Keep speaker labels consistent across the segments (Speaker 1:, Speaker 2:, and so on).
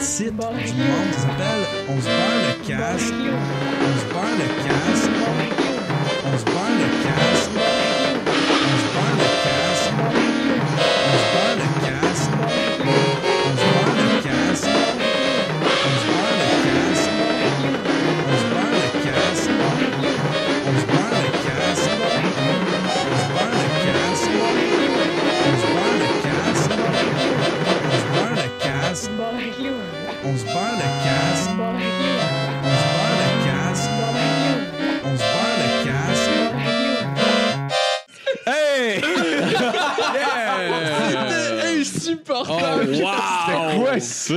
Speaker 1: site du monde qui s'appelle On se perd le cash. On se perd le cash. On se perd le cash. On se perd le cash. On se perd le cash. On se perd le cash. On se perd le cash. On se perd le cash. On se perd le cash. On se perd le cash. On se perd le cash. On se perd le cash. On se perd le cash. On se perd le cash. On se perd le cash.
Speaker 2: Hey!
Speaker 3: C'était insupportable.
Speaker 2: wow!
Speaker 3: quoi
Speaker 2: ça?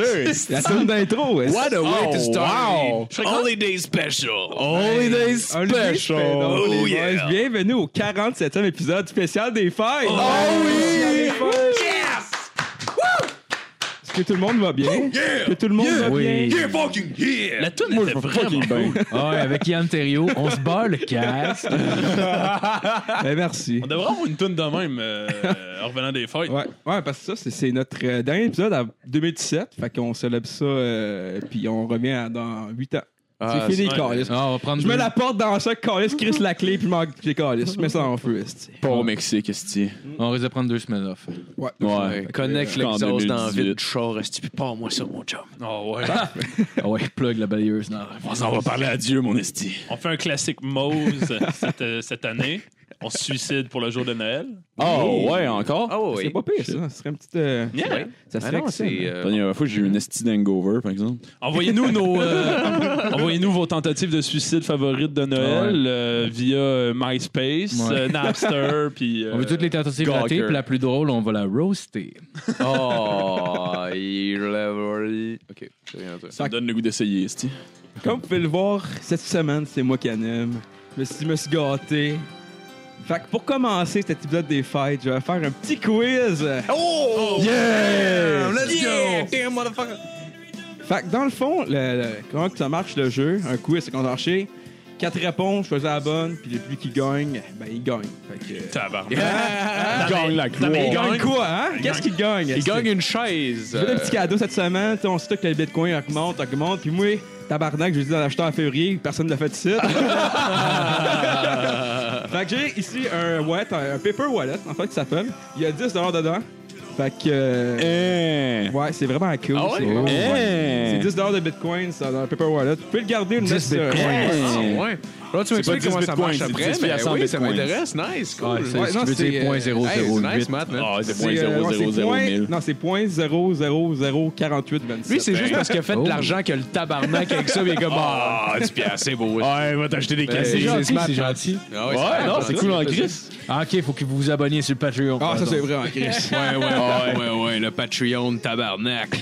Speaker 2: La tune d'intro. est-ce-
Speaker 3: What a way to
Speaker 4: Oh,
Speaker 3: start.
Speaker 2: Oh, wow.
Speaker 3: Je serais content-
Speaker 4: Holiday Special.
Speaker 2: Only Day
Speaker 1: Olivier, je fais
Speaker 2: Special.
Speaker 1: donc
Speaker 4: Oh
Speaker 1: les
Speaker 4: yeah.
Speaker 1: boys. Bienvenue au 47e épisode spécial des fêtes. Oh,
Speaker 2: oui!
Speaker 1: Est-ce que tout le monde va bien?
Speaker 4: yeah.
Speaker 1: Que tout le monde va
Speaker 5: Oui.
Speaker 1: bien?
Speaker 4: Yeah, fucking yeah!
Speaker 3: La toune était vraiment cool.
Speaker 5: Ah ouais, avec Yann Terrio, on se bat le casque.
Speaker 1: Ben, merci.
Speaker 4: On devrait avoir une toune de même euh, en revenant des fêtes.
Speaker 1: Ouais, ouais, parce que ça, c'est- c'est notre euh, dernier épisode en 2017. Fait qu'on célèbre ça, euh, puis on revient à- dans 8 ans. c'est fini,
Speaker 4: c'est-
Speaker 1: Carlis.
Speaker 5: Ah, on va prendre
Speaker 1: Je me
Speaker 5: deux-
Speaker 1: la porte dans ça, Carlis, Chris la clé, puis je m'en- j'ai Carlis. Je mets ça en feu, esti.
Speaker 6: Pas au Mexique, esti.
Speaker 5: On risque de prendre deux semaines off.
Speaker 1: Ouais.
Speaker 6: Ouais.
Speaker 3: Connecte
Speaker 6: En
Speaker 3: l'exhaust dans la
Speaker 6: 2018.
Speaker 3: vide du char. Est-ce que pas moi ça, mon chum?
Speaker 4: Oh ouais.
Speaker 5: Ah ouais, plug la balayeuse. Non.
Speaker 6: On s'en va parler à Dieu, mon esti.
Speaker 4: On fait un classique Mose cette, euh, cette année. On se suicide pour le jour de Noël.
Speaker 6: Oh, ouais, encore?
Speaker 3: Ah
Speaker 1: euh, C'est pas pire, ça. Ça serait un petit. euh,
Speaker 4: Yeah.
Speaker 1: Ça
Speaker 3: Ah
Speaker 1: serait
Speaker 3: non,
Speaker 1: excellent.
Speaker 3: c'est. euh,
Speaker 6: La dernière fois, j'ai eu une esti d'hangover, par exemple.
Speaker 4: Envoyez-nous nos, euh, envoyez-nous vos tentatives de suicide favorites de Noël
Speaker 5: Ouais.
Speaker 4: euh, via euh, MySpace,
Speaker 5: Ouais.
Speaker 4: euh, Napster, puis. euh,
Speaker 5: On veut toutes les tentatives ratées,
Speaker 6: Gawker.
Speaker 5: puis la plus drôle, on va la roaster.
Speaker 3: Oh, il l'a- Ok, j'ai rien à dire.
Speaker 6: Ça me donne le goût d'essayer, esti.
Speaker 1: Comme vous pouvez le voir, cette semaine, c'est moi qui anime. Je me suis, je me suis gâté. Fait que pour commencer cet épisode des fêtes, je vais faire un petit quiz.
Speaker 3: Oh!
Speaker 1: Yeah!
Speaker 3: Let's
Speaker 1: Yeah,
Speaker 3: go! Damn, motherfucker!
Speaker 1: Fait que dans le fond, le- le- comment que ça marche le jeu? Un quiz, c'est qu'on va chercher quatre réponses, choisir la bonne, puis le plus qui gagne, ben il gagne. Fait que...
Speaker 4: Tabarnak.
Speaker 6: Il gagne la
Speaker 4: Non, mais
Speaker 1: Il
Speaker 4: il
Speaker 1: gagne
Speaker 4: gagne
Speaker 1: quoi, hein? Qu'est-ce qu'il gagne?
Speaker 3: Il gagne une chaise. euh.
Speaker 1: Je veux un petit cadeau cette semaine, tu sais, on sait que le bitcoin augmente, augmente, puis moi, tabarnak, je l'ai dit d'en acheter en février, personne ne l'a fait ici. fait que j'ai ici un wallet, un paper wallet, en fait, qui s'appelle. Il y a 10 dedans. Fait que. euh,
Speaker 3: Eh!
Speaker 6: Hein!
Speaker 1: ouais, c'est vraiment cool.
Speaker 3: Ah ouais?
Speaker 6: Eh!
Speaker 1: c'est vraiment- C'est
Speaker 6: Hein!
Speaker 1: 10 de bitcoin ça, dans un paper wallet. Vous pouvez le garder une
Speaker 5: 10
Speaker 6: Eh!
Speaker 3: Ah,
Speaker 6: Bitcoin.
Speaker 3: ouais. Là, tu m'expliques
Speaker 6: 10
Speaker 3: comment ça
Speaker 6: bitcoins,
Speaker 3: marche
Speaker 6: c'est
Speaker 3: après,
Speaker 6: 10
Speaker 3: mais
Speaker 6: à 100
Speaker 3: oui, ça
Speaker 6: bitcoins.
Speaker 3: m'intéresse. Nice, cool.
Speaker 5: Ouais, c'est
Speaker 1: Ouais,
Speaker 5: ce
Speaker 1: non,
Speaker 5: qui veut
Speaker 1: c'est,
Speaker 5: dire
Speaker 3: Hey, c'est
Speaker 5: 0.008.
Speaker 3: nice, Matt, man.
Speaker 6: Ah, c'est
Speaker 1: C'est, euh, non, c'est point-
Speaker 6: 0.0008.
Speaker 1: Non, c'est 0.004827.
Speaker 3: Lui, c'est juste parce qu'il a fait
Speaker 5: Oh.
Speaker 3: de l'argent que le tabarnak avec ça, mais comme. Ah,
Speaker 6: Ah, tu piastres, c'est beau. Ouais, va t'acheter
Speaker 4: Ben,
Speaker 6: des
Speaker 3: cassettes.
Speaker 5: C'est
Speaker 3: C'est
Speaker 5: gentil,
Speaker 3: smart,
Speaker 5: c'est
Speaker 3: man.
Speaker 5: gentil.
Speaker 6: Ouais, non, c'est cool en crise.
Speaker 5: Ah, ok, faut que vous vous abonniez sur le Patreon.
Speaker 1: Ah, ça,
Speaker 5: pardon.
Speaker 1: c'est vrai, en Chris.
Speaker 3: Ouais, ouais, ouais, ouais, ouais, le Patreon de tabarnak.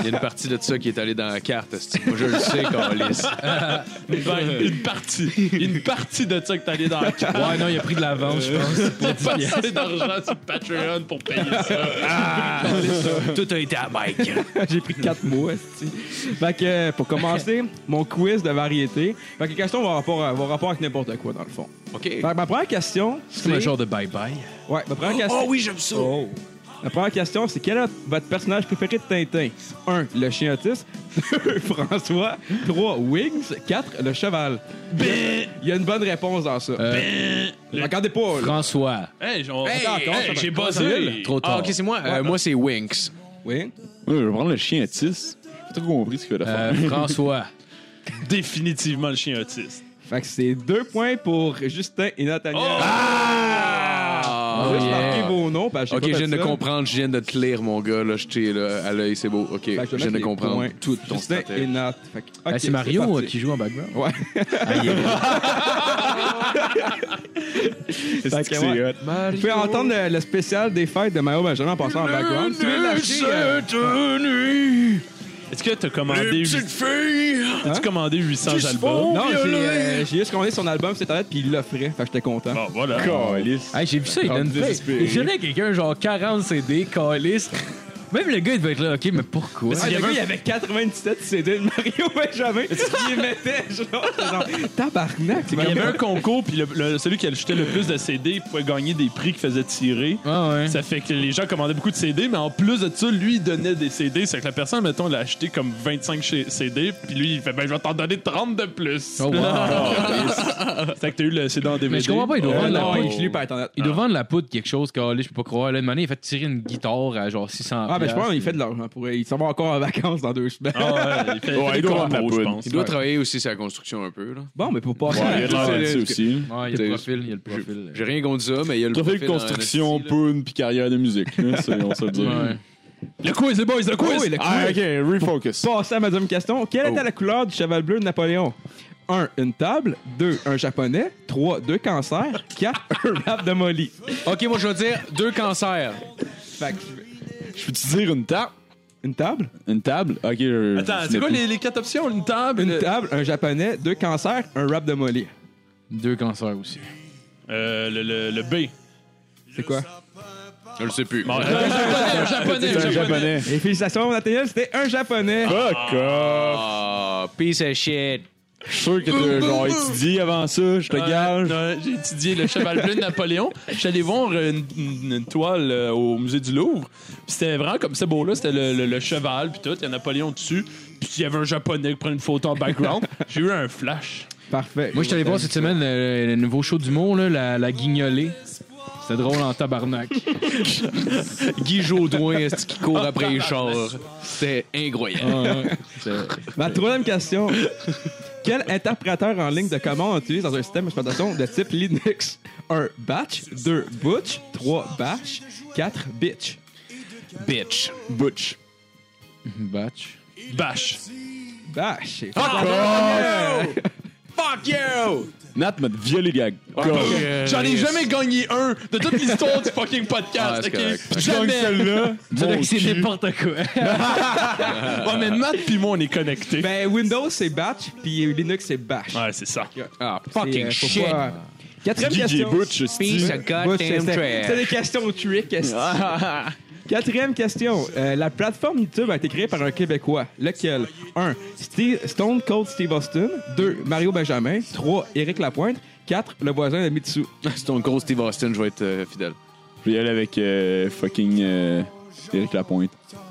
Speaker 3: Il y a une partie de ça qui est allée dans la carte. c'est- Moi, je le sais, Carlis.
Speaker 4: Ben, une partie. Une partie de ça que t'allais dans la carte.
Speaker 5: Ouais, non, il a pris de l'avance, je pense.
Speaker 4: Passer d'argent sur Patreon pour payer ça. Ah.
Speaker 3: Tout a été à Mike.
Speaker 1: J'ai pris 4 mois. esti. Fait que euh, pour commencer, mon quiz de variété. Fait que les questions vont rapport, vont rapport avec n'importe quoi, dans le fond.
Speaker 3: OK.
Speaker 1: Fait que ma première question,
Speaker 5: C'est comme un
Speaker 1: c'est.
Speaker 5: genre de bye-bye.
Speaker 1: Ouais, ma première question.
Speaker 3: oui, j'aime ça.
Speaker 1: Oh. La première question, c'est quel est votre personnage préféré de Tintin 1. Le chien autiste. 2. François. 3. Wings. 4. Le cheval. Il y a une bonne réponse dans ça.
Speaker 3: Euh,
Speaker 1: Regardez pas. là.
Speaker 5: François.
Speaker 4: Hey, j'en-
Speaker 3: Hey,
Speaker 4: Attends,
Speaker 3: hey,
Speaker 4: attends, j'ai
Speaker 1: comment
Speaker 4: buzzé.
Speaker 5: Trop tard.
Speaker 3: Ah, OK, c'est moi. Euh, moi, c'est Winx.
Speaker 1: Oui.
Speaker 6: Ouais, je vais prendre le chien autiste. J'ai pas trop compris ce qu'il fallait faire.
Speaker 5: Euh, François.
Speaker 4: Définitivement le chien autiste.
Speaker 1: Fait que c'est deux points pour Justin et Nathaniel.
Speaker 3: Ah,
Speaker 1: Vous avez
Speaker 3: Oh, yeah.
Speaker 1: marqué vos noms, parce que j'ai
Speaker 3: Ok,
Speaker 1: pas
Speaker 3: je
Speaker 1: fait
Speaker 3: viens de
Speaker 1: ça.
Speaker 3: comprendre, je viens de te lire, mon gars. Là, je t'ai là, à l'œil, c'est beau. Ok,
Speaker 1: Fait que
Speaker 3: je
Speaker 1: Ben, vais
Speaker 3: viens
Speaker 1: mettre
Speaker 3: de
Speaker 1: les
Speaker 3: comprendre
Speaker 1: points.
Speaker 3: tout ton
Speaker 1: Justin et
Speaker 3: stratégie.
Speaker 1: Nat. Fait que-
Speaker 5: Ah,
Speaker 1: ok,
Speaker 5: c'est Mario
Speaker 1: parti.
Speaker 5: euh, qui joue en background.
Speaker 1: Ouais.
Speaker 6: Est-ce que
Speaker 1: fait que euh,
Speaker 6: c'est
Speaker 1: ouais.
Speaker 6: hot?
Speaker 1: Vous pouvez entendre le, le spécial des fêtes de Mario Benjamin en passant en background. Si vous voulez l'acheter, euh,
Speaker 4: Est-ce que t'as commandé, huit-
Speaker 6: filles!
Speaker 4: t'as-tu commandé 800 albums?
Speaker 1: Non, j'ai euh, j'ai juste commandé son album sur Internet puis il l'offrait. Fait que j'étais content.
Speaker 4: Bon, voilà.
Speaker 6: Calice.
Speaker 5: Hey, j'ai vu ça, il donne
Speaker 6: désespéré.
Speaker 5: Il donnait à quelqu'un genre 40 CD, calice. Même le gars, il devait être là, OK, mais pourquoi?
Speaker 1: Ah, le gars, il avait 97 CD de Mario Benjamin. Il les mettait, genre, genre, tabarnak. c'est
Speaker 4: Il y
Speaker 1: comme-
Speaker 4: avait un concours, puis le- le- celui qui ajoutait le plus de CD pouvait gagner des prix qu'il faisait tirer.
Speaker 5: Ah ouais.
Speaker 4: Ça fait que les gens commandaient beaucoup de CD, mais en plus de ça, lui, il donnait des CD. C'est que la personne, mettons, l'a acheté comme 25 chez- CD, puis lui, il fait Ben, je vais t'en donner 30 de plus.
Speaker 5: Oh, wow.
Speaker 4: C'est que t'as eu le CD en DVD.
Speaker 5: Mais je comprends pas, il doit
Speaker 1: Ouais,
Speaker 5: vendre la
Speaker 1: Euh, non,
Speaker 5: poudre.
Speaker 1: il finit par Ah. être en-
Speaker 5: Il doit vendre la poudre quelque chose, calé, je peux pas croire. Là, une manière, il fait tirer une guitare à genre 600
Speaker 1: Ah, ben je pense
Speaker 5: piastres.
Speaker 1: qu'il fait de l'argent pour euh, Il s'en va encore en vacances dans deux semaines.
Speaker 4: Ah ouais, il fait,
Speaker 6: Ouais,
Speaker 4: il fait des
Speaker 6: il doit vendre la
Speaker 4: combos, je
Speaker 6: poudre.
Speaker 4: pense.
Speaker 7: Il doit travailler aussi sur la construction un peu. Là.
Speaker 1: Bon, mais pour passer.
Speaker 6: Ouais, il y a de l'air
Speaker 1: Ouais,
Speaker 6: là-dessus
Speaker 1: parce que-
Speaker 6: aussi.
Speaker 5: Ouais, il y a le profil, il y a le profil.
Speaker 7: J'ai rien contre ça, mais il y a le
Speaker 6: Trafic
Speaker 7: profil en
Speaker 6: construction,
Speaker 7: esti, là.
Speaker 6: poune, puis carrière de musique. hein, c'est- on se le dit.
Speaker 5: Ouais.
Speaker 4: Le quiz, les boys, le quiz!
Speaker 1: Oui, le
Speaker 6: Ah,
Speaker 1: quiz.
Speaker 6: ok, refocus.
Speaker 1: Passer à ma deuxième question. Quelle était
Speaker 7: Oh.
Speaker 1: la couleur du cheval bleu de Napoléon 1. Une table. 2. Un japonais. 3. Deux cancers. 4. Un rap de Molly.
Speaker 7: Ok, moi je vais dire deux cancers.
Speaker 1: Fait que je vais-
Speaker 6: Je peux-tu dire une table
Speaker 1: Une table
Speaker 6: Une table Ok, je-
Speaker 4: Attends,
Speaker 6: je
Speaker 4: c'est
Speaker 6: n'ai
Speaker 4: quoi
Speaker 6: plus.
Speaker 4: les, les quatre options? Une table?
Speaker 1: Une table. Un japonais. Deux cancers. Un rap de Molly.
Speaker 5: Deux cancers aussi.
Speaker 4: Euh, le, le, le B.
Speaker 1: C'est quoi
Speaker 7: Je le sais plus.
Speaker 4: Bon, un japonais,
Speaker 6: C'est un japonais.
Speaker 1: Et félicitations, Nathaniel. C'était un japonais.
Speaker 6: Fuck off.
Speaker 7: Ah, piece of shit.
Speaker 6: Je suis sûr que t'as genre étudié avant ça, je te gage.
Speaker 4: Euh, J'ai étudié le cheval bleu de Napoléon. Je suis allé voir une, une- une toile euh, au musée du Louvre. Puis c'était vraiment comme c'est beau là, c'était le, le- le cheval puis tout, il y a Napoléon dessus. Puis il y avait un japonais qui prenait une photo en background. J'ai eu un flash.
Speaker 1: Parfait.
Speaker 5: Moi, je suis allé voir cette semaine euh, le nouveau show d'humour, là, la, la guignolée. C'était drôle en tabarnak.
Speaker 7: Guy Jodoin, est-ce qu'il court après les chars? C'était incroyable.
Speaker 1: Ma troisième question. Quel interpréteur en ligne de commandes on utilise dans un système d'exploitation de type Linux 1. Batch. 2. Butch. 3. Bash. 4. Bitch.
Speaker 5: Ah.
Speaker 7: Bitch.
Speaker 6: Butch.
Speaker 5: Batch.
Speaker 4: Bash.
Speaker 1: Bash. c'est-
Speaker 7: Fuck you!
Speaker 6: Nat m'a violé gag.
Speaker 4: J'en ai jamais gagné un de toute l'histoire du fucking podcast.
Speaker 7: Ah, c'est
Speaker 4: ok?
Speaker 7: correct.
Speaker 4: Jamais.
Speaker 6: là
Speaker 5: C'est n'importe quoi.
Speaker 4: Ouais, mais Matt puis moi on est connectés.
Speaker 1: Ben, Windows, c'est Batch, puis Linux, c'est Bash.
Speaker 4: Ouais, c'est ça.
Speaker 7: Ah,
Speaker 1: C'est,
Speaker 7: fucking
Speaker 1: euh, faut
Speaker 7: shit.
Speaker 1: pas, euh, Quatrième
Speaker 6: Gigi
Speaker 1: question.
Speaker 6: Butch,
Speaker 7: Piece
Speaker 6: c'est
Speaker 7: of
Speaker 1: Butch,
Speaker 7: goddamn
Speaker 1: c'était c'était
Speaker 7: trash.
Speaker 1: des questions trick. esti. Quatrième question. Euh, la plateforme YouTube a été créée par un Québécois. Lequel 1. Stone Cold Steve Austin. 2. Mario Benjamin. 3. Éric Lapointe. 4. Le voisin de Mitsu.
Speaker 7: C'est ton gros Steve Austin, je vais être euh, fidèle.
Speaker 6: Je vais y aller avec euh, fucking euh, Eric Lapointe.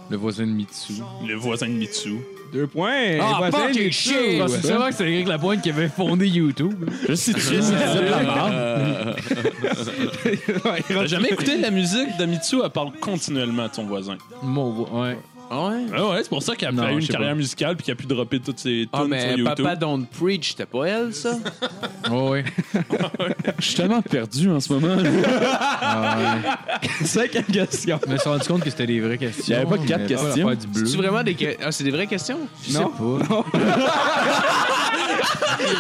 Speaker 5: Le voisin de Mitsu.
Speaker 4: Le voisin de Mitsu.
Speaker 1: Deux points.
Speaker 7: Ah,
Speaker 1: le voisin de
Speaker 7: fucking
Speaker 1: Mitsu.
Speaker 7: shit.
Speaker 5: Ah, c'est sûrement que c'est Eric Lapointe qui avait fondé YouTube.
Speaker 6: Je sais triste, c'est
Speaker 1: Ah,
Speaker 6: la merde.
Speaker 1: Ouais,
Speaker 4: T'as jamais écouté la musique de Mitsu? Elle parle continuellement de son voisin.
Speaker 5: Mon vo- ouais.
Speaker 7: Ah ouais?
Speaker 4: Ah ouais, c'est pour ça qu'elle
Speaker 5: Non,
Speaker 4: a eu
Speaker 5: je
Speaker 4: une
Speaker 5: sais
Speaker 4: carrière
Speaker 5: pas.
Speaker 4: musicale puis qu'elle a pu dropper toutes ses tunes
Speaker 7: Ah,
Speaker 4: sur
Speaker 7: mais
Speaker 4: YouTube.
Speaker 7: Papa Don't Preach, c'était pas elle, ça?
Speaker 5: Ouais, ouais.
Speaker 6: Je suis tellement perdu en ce moment.
Speaker 5: Ah, ouais.
Speaker 1: Cinquième question.
Speaker 5: Je me suis rendu compte que c'était des vraies questions.
Speaker 6: Il y avait pas quatre
Speaker 5: mais
Speaker 6: questions.
Speaker 5: l'affaire du bleu.
Speaker 7: C'est vraiment des que- Ah, c'est des vraies questions?
Speaker 5: Je sais
Speaker 1: Non.
Speaker 5: pas.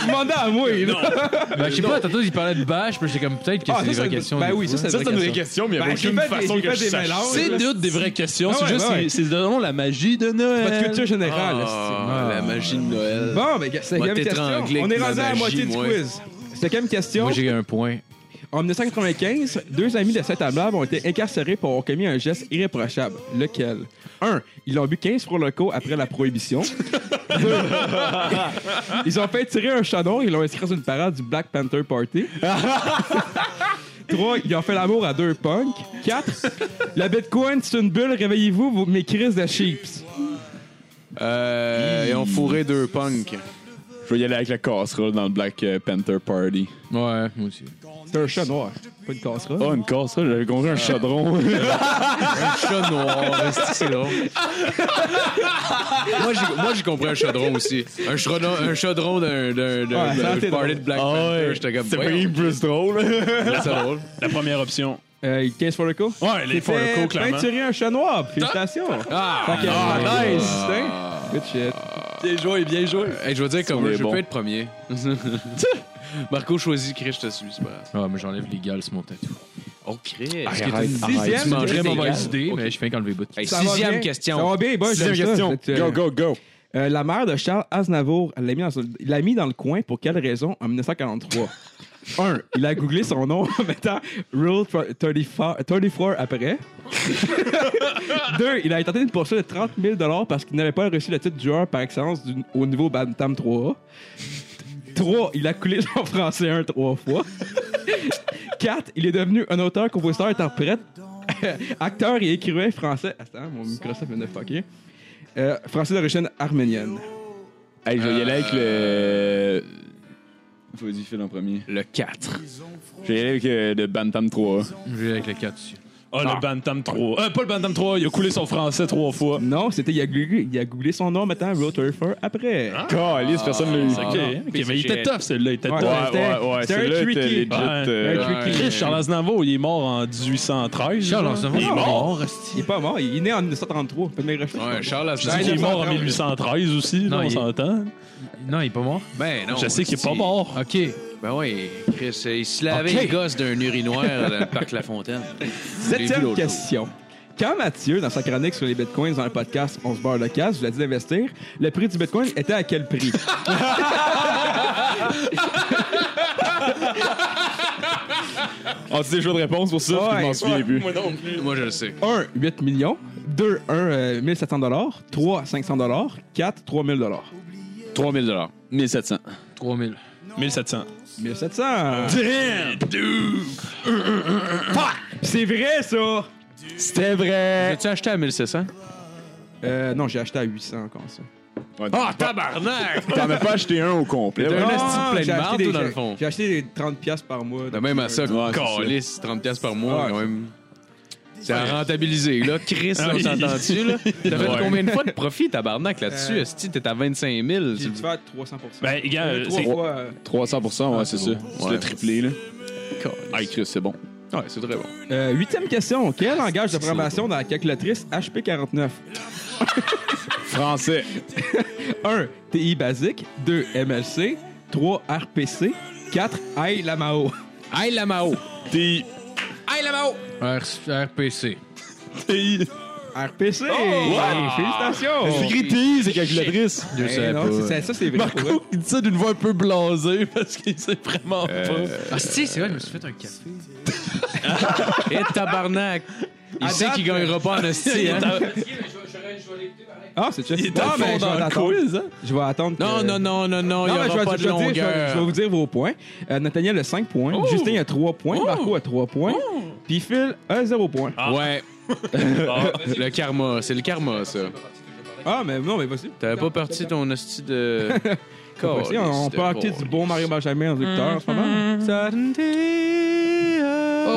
Speaker 1: Demandez à moi. là.
Speaker 5: Ben, je sais pas, tantôt, il parlait de bâche, puis j'étais comme peut-être que
Speaker 1: Ah,
Speaker 5: c'est
Speaker 1: ça,
Speaker 5: des
Speaker 1: ça,
Speaker 5: vraies
Speaker 1: ça,
Speaker 5: questions.
Speaker 1: ben
Speaker 5: des
Speaker 1: oui, ça,
Speaker 5: fois.
Speaker 1: ça,
Speaker 6: me des questions, mais
Speaker 1: Ben, j'ai fait des- j'ai fait des mélanges.
Speaker 4: C'est toutes des vraies questions.
Speaker 1: Ah
Speaker 4: c'est
Speaker 1: ouais,
Speaker 4: juste,
Speaker 1: ouais.
Speaker 4: c'est- c'est vraiment la magie de Noël.
Speaker 1: Votre culture générale. esti.
Speaker 7: Ah, la magie de Noël.
Speaker 1: Ah. Bon, ben, cinquième
Speaker 7: Moi,
Speaker 1: question.
Speaker 7: t'étrangler
Speaker 1: On
Speaker 7: avec
Speaker 1: est
Speaker 7: ma
Speaker 1: rendu à la
Speaker 7: magie,
Speaker 1: moitié du
Speaker 7: moi.
Speaker 1: quiz. Cinquième question.
Speaker 5: Moi, j'ai un point.
Speaker 1: En 1995, deux amis de cet ablable ont été incarcérés pour avoir commis un geste irréprochable. Lequel? 1. Ils ont bu 15 pour locaux après la prohibition. 2. Ils ont fait tirer un chanon et l'ont inscrit sur une parade du Black Panther Party. 3. Ils ont fait l'amour à deux punks. 4. Le Bitcoin, c'est une bulle, réveillez-vous, vous- mes crises de sheeps.
Speaker 7: Euh, ils ont fourré deux punks.
Speaker 6: Je vais y aller avec la casserole dans le Black euh, Panther Party.
Speaker 5: Ouais, moi aussi.
Speaker 1: C'est un chat noir, pas une casserole.
Speaker 6: Oh, une casserole, j'avais compris un chaudron.
Speaker 7: Chat noir, esti, c'est long. moi, j'ai, moi, j'ai compris un chaudron aussi. Un chaudron, un chaudron d'un, d'un, d'un, d'un
Speaker 1: Ouais, ça, c'est
Speaker 7: party
Speaker 1: drôle.
Speaker 7: de Black
Speaker 6: Ah
Speaker 7: Panther.
Speaker 6: ouais.
Speaker 7: J'étais comme,
Speaker 6: C'est
Speaker 7: voyons,
Speaker 6: bien plus drôle.
Speaker 7: c'est drôle.
Speaker 4: La première option.
Speaker 1: Euh, 15 pour locaux?
Speaker 4: Ouais, les
Speaker 1: C'était
Speaker 4: Forco, clairement.
Speaker 1: peinturer un chat noir. Félicitations.
Speaker 7: Ah,
Speaker 1: Fait que-
Speaker 7: ah, nice.
Speaker 1: Hein? Good shit.
Speaker 4: Bien joué, bien joué.
Speaker 7: Hey, je vais dire comme
Speaker 6: On est
Speaker 7: je
Speaker 6: bon.
Speaker 7: peux être premier. Marco choisit, Chris, je te suis, c'est pas grave.
Speaker 5: Ah, mais j'enlève les gales sur mon tatou.
Speaker 7: Oh, Chris.
Speaker 1: Sixième,
Speaker 5: C'est une
Speaker 7: mangerais
Speaker 5: très
Speaker 7: tes
Speaker 5: mauvaise
Speaker 7: gales.
Speaker 5: idée,
Speaker 7: Ok.
Speaker 5: mais je fais quand le bout.
Speaker 7: Hey,
Speaker 1: Ça va bien.
Speaker 7: sixième
Speaker 1: Ça
Speaker 7: question.
Speaker 1: va bien, boy.
Speaker 6: Deuxième question. Go, go, go.
Speaker 1: euh, la mère de Charles Aznavour l'a mis, dans- il l'a mis dans le coin pour quelle raison en 1943? Un, il a googlé son nom en mettant Rule 34, 34 après. Deux, il a tenté une portion de 30 000 parce qu'il n'avait pas reçu le titre de joueur par excellence du- au niveau Bantam 3A. Trois, il a coulé son français un trois fois. Quatre, il est devenu un auteur, compositeur, interprète, acteur et écrivain français. Attends, mon Microsoft vient de fucker. Euh, français d'origine arménienne.
Speaker 6: Hey, je vais y aller avec le. Euh, Vas-y, file en premier.
Speaker 5: Le 4.
Speaker 6: Je vais y aller avec euh, le Bantam 3.
Speaker 8: Je vais avec le 4 dessus.
Speaker 4: Ah, le Bantam 3. Euh, pas le Bantam 3, il a coulé son français trois fois.
Speaker 1: Non, c'était il a googlé, il a googlé son nom maintenant, Rule 34 après.
Speaker 6: Hein? Calice, personne ne l'a eu.
Speaker 4: Ok, ok,
Speaker 5: c'est
Speaker 4: mais il
Speaker 5: chez-
Speaker 4: était tough, celui-là. Il était
Speaker 1: Ouais.
Speaker 4: tough.
Speaker 6: Ouais, ouais, ouais.
Speaker 1: C'était un
Speaker 6: Celui-là était
Speaker 1: tricky.
Speaker 6: legit.
Speaker 4: Ouais.
Speaker 6: euh,
Speaker 1: Un tricky.
Speaker 4: Chris, Charles Aznavour, il est mort en 1813.
Speaker 8: Charles
Speaker 4: genre.
Speaker 8: Aznavour,
Speaker 4: Il est mort.
Speaker 8: hostie.
Speaker 1: Il est pas mort, il est né en 1933. Fais mes recherches.
Speaker 5: Ouais, Charles
Speaker 4: Tu dis
Speaker 5: Aznavour.
Speaker 4: qu'il est mort en 1813 aussi,
Speaker 8: Non,
Speaker 4: là, on
Speaker 8: il est-
Speaker 4: s'entend.
Speaker 8: Non, il est pas mort.
Speaker 5: Ben non.
Speaker 4: Je sais qu'il est pas
Speaker 5: c'est-
Speaker 4: mort.
Speaker 8: OK.
Speaker 5: Ben oui, Chris, euh, il se lavait
Speaker 8: Ok.
Speaker 5: les gosses d'un urinoir dans le parc La Fontaine. J'ai vu
Speaker 1: Septième
Speaker 5: l'autre
Speaker 1: question. Quand Mathieu, dans sa chronique sur les bitcoins dans le podcast On se barre le casse, je l'ai dit d'investir, le prix du bitcoin était à quel prix?
Speaker 6: On dit des jeux de réponse pour ça, puis
Speaker 1: Ouais.
Speaker 6: je m'en souviens plus.
Speaker 5: Moi non plus. Moi je le sais.
Speaker 1: 1, 8 millions. euh, 2, 1, 1700 dollars. 3, 500 dollars. 4, 3000 dollars.
Speaker 6: 3000 1700.
Speaker 8: 3000.
Speaker 4: 1700.
Speaker 1: 1700. Fuck! C'est vrai, ça!
Speaker 6: C'était vrai!
Speaker 5: As-tu acheté à 1700?
Speaker 1: Euh, non, j'ai acheté à 800 quand ça.
Speaker 6: Ah,
Speaker 5: tabarnak!
Speaker 6: T'en as pas acheté un au complet.
Speaker 5: T'es
Speaker 6: ouais.
Speaker 5: un
Speaker 1: Non,
Speaker 5: esti de
Speaker 1: Ah,
Speaker 5: plein de
Speaker 1: j'ai acheté
Speaker 5: marde,
Speaker 1: des-
Speaker 5: toi, dans le fond.
Speaker 1: J'ai acheté des 30 piastres par mois.
Speaker 5: De Ben, même à ça,
Speaker 6: Ouais, c'est ça.
Speaker 5: calice, 30 piastres par mois,
Speaker 1: Ouais.
Speaker 5: quand même. Ah C'est à rentabiliser, là. Chris, on s'entend-tu, là? T'as fait
Speaker 4: Ouais.
Speaker 5: combien de fois de profit, tabarnak, là-dessus?
Speaker 1: Euh,
Speaker 5: Esti, t'es à 25 000.
Speaker 1: J'ai
Speaker 5: tu-
Speaker 1: dû faire 300
Speaker 4: Ben, gars,
Speaker 1: Euh,
Speaker 4: euh,
Speaker 1: trois
Speaker 4: c'est
Speaker 1: fois, euh,
Speaker 6: 300 ouais, c'est ça. C'est
Speaker 5: Ouais.
Speaker 6: le triplé, là. Hey, Chris, c'est bon.
Speaker 5: Ouais, c'est très bon.
Speaker 1: Euh, huitième question. Quel langage de programmation dans la calculatrice HP49?
Speaker 6: Français.
Speaker 1: 1. TI basique. 2. MLC. 3. RPC. 4. AI Lamao.
Speaker 5: Aïe, la Mao!
Speaker 6: T'es.
Speaker 5: Aïe, la Mao!
Speaker 8: R- RPC.
Speaker 5: Oh,
Speaker 1: RPC! Ouais, Félicitations!
Speaker 6: Écrit c'est calculatrice.
Speaker 8: Je
Speaker 1: Eh
Speaker 8: sais
Speaker 1: non,
Speaker 8: pas.
Speaker 1: c'est- ça, ça, c'est vrai. pour vrai.
Speaker 6: Oh,
Speaker 4: Marco, il dit ça d'une voix un peu blasée parce qu'il sait vraiment
Speaker 5: Euh.
Speaker 4: pas.
Speaker 8: Ah, si, c'est vrai, je me suis fait un café.
Speaker 5: Et Eh, tabarnak! Il
Speaker 1: À
Speaker 5: sait
Speaker 1: date,
Speaker 5: qu'il gagnera pas en esti, hein?
Speaker 1: Ah, c'est ça.
Speaker 4: Il est à
Speaker 1: Non, mais
Speaker 4: fond
Speaker 1: je vais
Speaker 4: dans le
Speaker 1: attendre.
Speaker 4: quiz, hein?
Speaker 1: Je vais attendre. que-
Speaker 5: Non, non, non, non, non,
Speaker 1: Non,
Speaker 5: il n'y
Speaker 1: mais je
Speaker 5: aura
Speaker 1: vais,
Speaker 5: pas
Speaker 1: je
Speaker 5: de
Speaker 1: vais dire- je vais- je vais
Speaker 5: longueur. Oh!
Speaker 1: vous dire vos points. Euh, Nathaniel a 5 points. Justin a 3 points. Marco a 3 points. Puis Phil a 0 points. Ah,
Speaker 5: Ouais. Le karma, c'est le karma, ça.
Speaker 1: Ah, mais non, mais vas-y.
Speaker 5: T'avais pas parti ton hostie de.
Speaker 1: Vas-y, on, on peut acter du bon Mario Benjamin en lecteur en ce moment.
Speaker 5: Mm-hmm.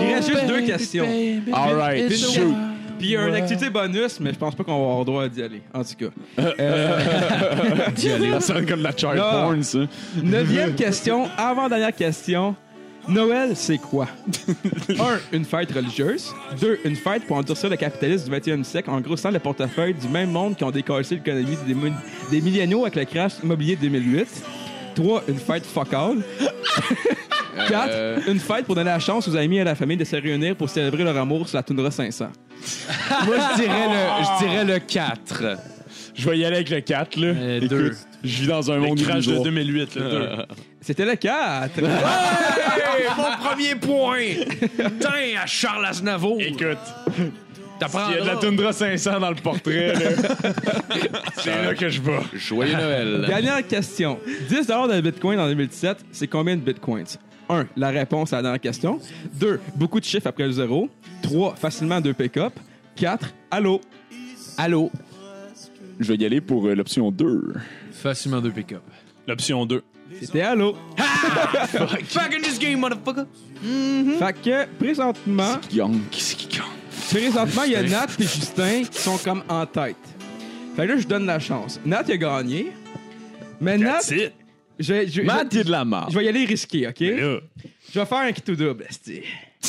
Speaker 1: Il reste juste
Speaker 5: Oh, ben,
Speaker 1: deux questions.
Speaker 6: All right, shoot.
Speaker 1: Puis il y a une activité bonus, mais je pense pas qu'on va avoir droit d'y aller. En tout cas. Euh,
Speaker 6: Ça sonne comme de la child
Speaker 1: Non.
Speaker 6: porn, ça.
Speaker 1: neuvième question, avant-dernière question. Noël, c'est quoi? 1. Une fête religieuse. 2. Une fête pour endurcir le capitalisme du 21e siècle en grossissant le portefeuille du même monde qui ont décaissé l'économie des, mon- des milléniaux avec le crash immobilier de 2008. 3. Une fête focale. 4. Une fête pour donner la chance aux amis et à la famille de se réunir pour célébrer leur amour sur la toundra 500.
Speaker 5: Moi, je dirais le, je dirais le 4.
Speaker 6: Je vais y aller avec le 4, là.
Speaker 8: Euh,
Speaker 6: Écoute,
Speaker 8: deux.
Speaker 6: je vis dans un monde
Speaker 4: Le crash de
Speaker 6: illusoire.
Speaker 4: 2008, le deux.
Speaker 1: C'était le 4!
Speaker 5: mon premier point! Putain, à Charles Aznavour!
Speaker 6: Écoute,
Speaker 5: T'apprends.
Speaker 6: il y a de la
Speaker 5: là.
Speaker 6: Tundra 500 dans le portrait, là. c'est là que je vais.
Speaker 5: Joyeux Noël.
Speaker 1: Dernière question. 10 de Bitcoin en 2017, c'est combien de Bitcoins? 1. La réponse à la dernière question. 2. Beaucoup de chiffres après le zéro. 3. Facilement deux pick-up. 4. Allô.
Speaker 5: Allô?
Speaker 6: Je vais y aller pour euh, l'option 2.
Speaker 8: Facilement deux pick-up.
Speaker 4: L'option 2.
Speaker 1: C'était allô.
Speaker 4: Ah,
Speaker 5: Back in this game, motherfucker!
Speaker 1: Mm-hmm. Fait que présentement,
Speaker 6: Young, qu'est-ce qui compte?
Speaker 1: présentement, il y a Nat et Justin qui sont comme en tête. Fait que là, je donne la chance. Nat il a gagné. Mais Nat,
Speaker 4: That's it. Ben
Speaker 1: je, je-
Speaker 6: Matt, il y a de la
Speaker 1: je-
Speaker 6: marde.
Speaker 1: je vais y aller risquer, OK?
Speaker 4: Là,
Speaker 1: Je vais faire un kit ou double, esti.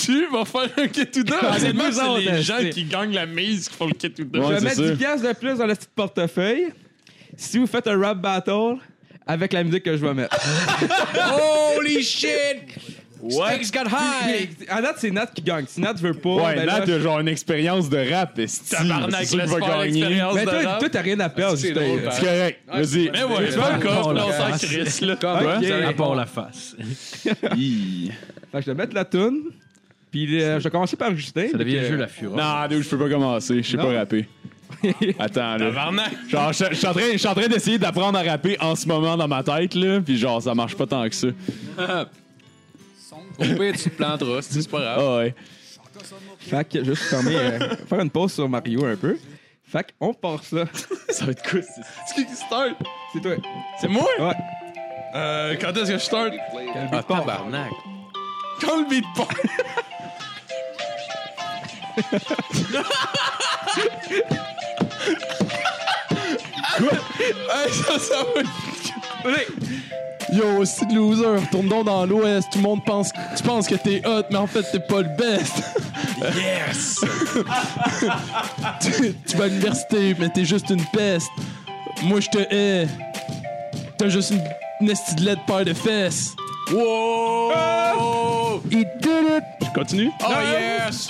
Speaker 4: Tu vas faire un kit ou deux.
Speaker 1: Ah,
Speaker 4: C'est
Speaker 1: nous
Speaker 4: c'est
Speaker 1: autres,
Speaker 4: les gens
Speaker 1: c'est-
Speaker 4: qui gagnent la mise qui font le kit ou deux.
Speaker 1: Je
Speaker 6: Ouais,
Speaker 1: vais
Speaker 6: c'est
Speaker 1: mettre
Speaker 6: sûr.
Speaker 1: 10 piastres de plus dans le petit portefeuille si vous faites un rap battle avec la musique que je vais mettre.
Speaker 5: Holy shit! What? got high!
Speaker 1: Puis, à date, c'est Nat qui gagne. Si Nat veut pas.
Speaker 6: Ouais,
Speaker 1: ben
Speaker 6: là,
Speaker 1: là,
Speaker 6: t'as genre une expérience de rap, esti. C'est
Speaker 3: Tabarnak,
Speaker 6: sûr qu'il
Speaker 3: laisse
Speaker 6: va
Speaker 3: faire
Speaker 6: gagner.
Speaker 3: l'expérience
Speaker 1: ben,
Speaker 3: de
Speaker 1: toi,
Speaker 3: rap.
Speaker 1: toi, t'as rien à perdre.
Speaker 5: C'est
Speaker 1: Justin.
Speaker 5: drôle, hein. par-
Speaker 6: C'est correct, vas-y.
Speaker 3: Mais ouais, c'est pas encore, là, on s'en crisse, là.
Speaker 1: Ok.
Speaker 9: À part la face.
Speaker 6: Hi.
Speaker 1: Fait que je vais mettre la toune. Puis euh, je vais commencer par Justin.
Speaker 9: Ça devient
Speaker 1: Donc,
Speaker 9: le
Speaker 1: euh,
Speaker 9: jeu, la fureur.
Speaker 6: Non, dude, je peux pas commencer, je sais
Speaker 1: Non.
Speaker 6: pas rapper. Attends, là.
Speaker 3: Tabarnak!
Speaker 6: Genre, je je suis en train- je suis en train d'essayer d'apprendre à rapper en ce moment dans ma tête, là, pis genre, ça marche pas tant que ça.
Speaker 5: Au pire, tu te planteras, c'est c'est pas grave.
Speaker 6: Ah ouais.
Speaker 1: Fait que juste fermer, euh, faire une pause sur Mario un peu. Fait qu'on part ça.
Speaker 6: Ça va être cool. c'est-
Speaker 3: C'est qui qui start?
Speaker 1: C'est toi.
Speaker 3: C'est moi?
Speaker 1: Ouais.
Speaker 3: Euh, quand est-ce que je start?
Speaker 5: Ah, tabarnak.
Speaker 3: Quand le beat part! Hey, ça, ça va être-
Speaker 4: Yo, aussi de loser, retourne donc dans l'Ouest. Tout le monde pense que tu penses que t'es hot, mais en fait, t'es pas le best. Yes! tu, tu vas à l'université, mais t'es juste une peste. Moi, je te hais. T'as juste une, une esti de laide paire de fesses.
Speaker 5: Wow!
Speaker 3: Je continue?
Speaker 5: Oh yes!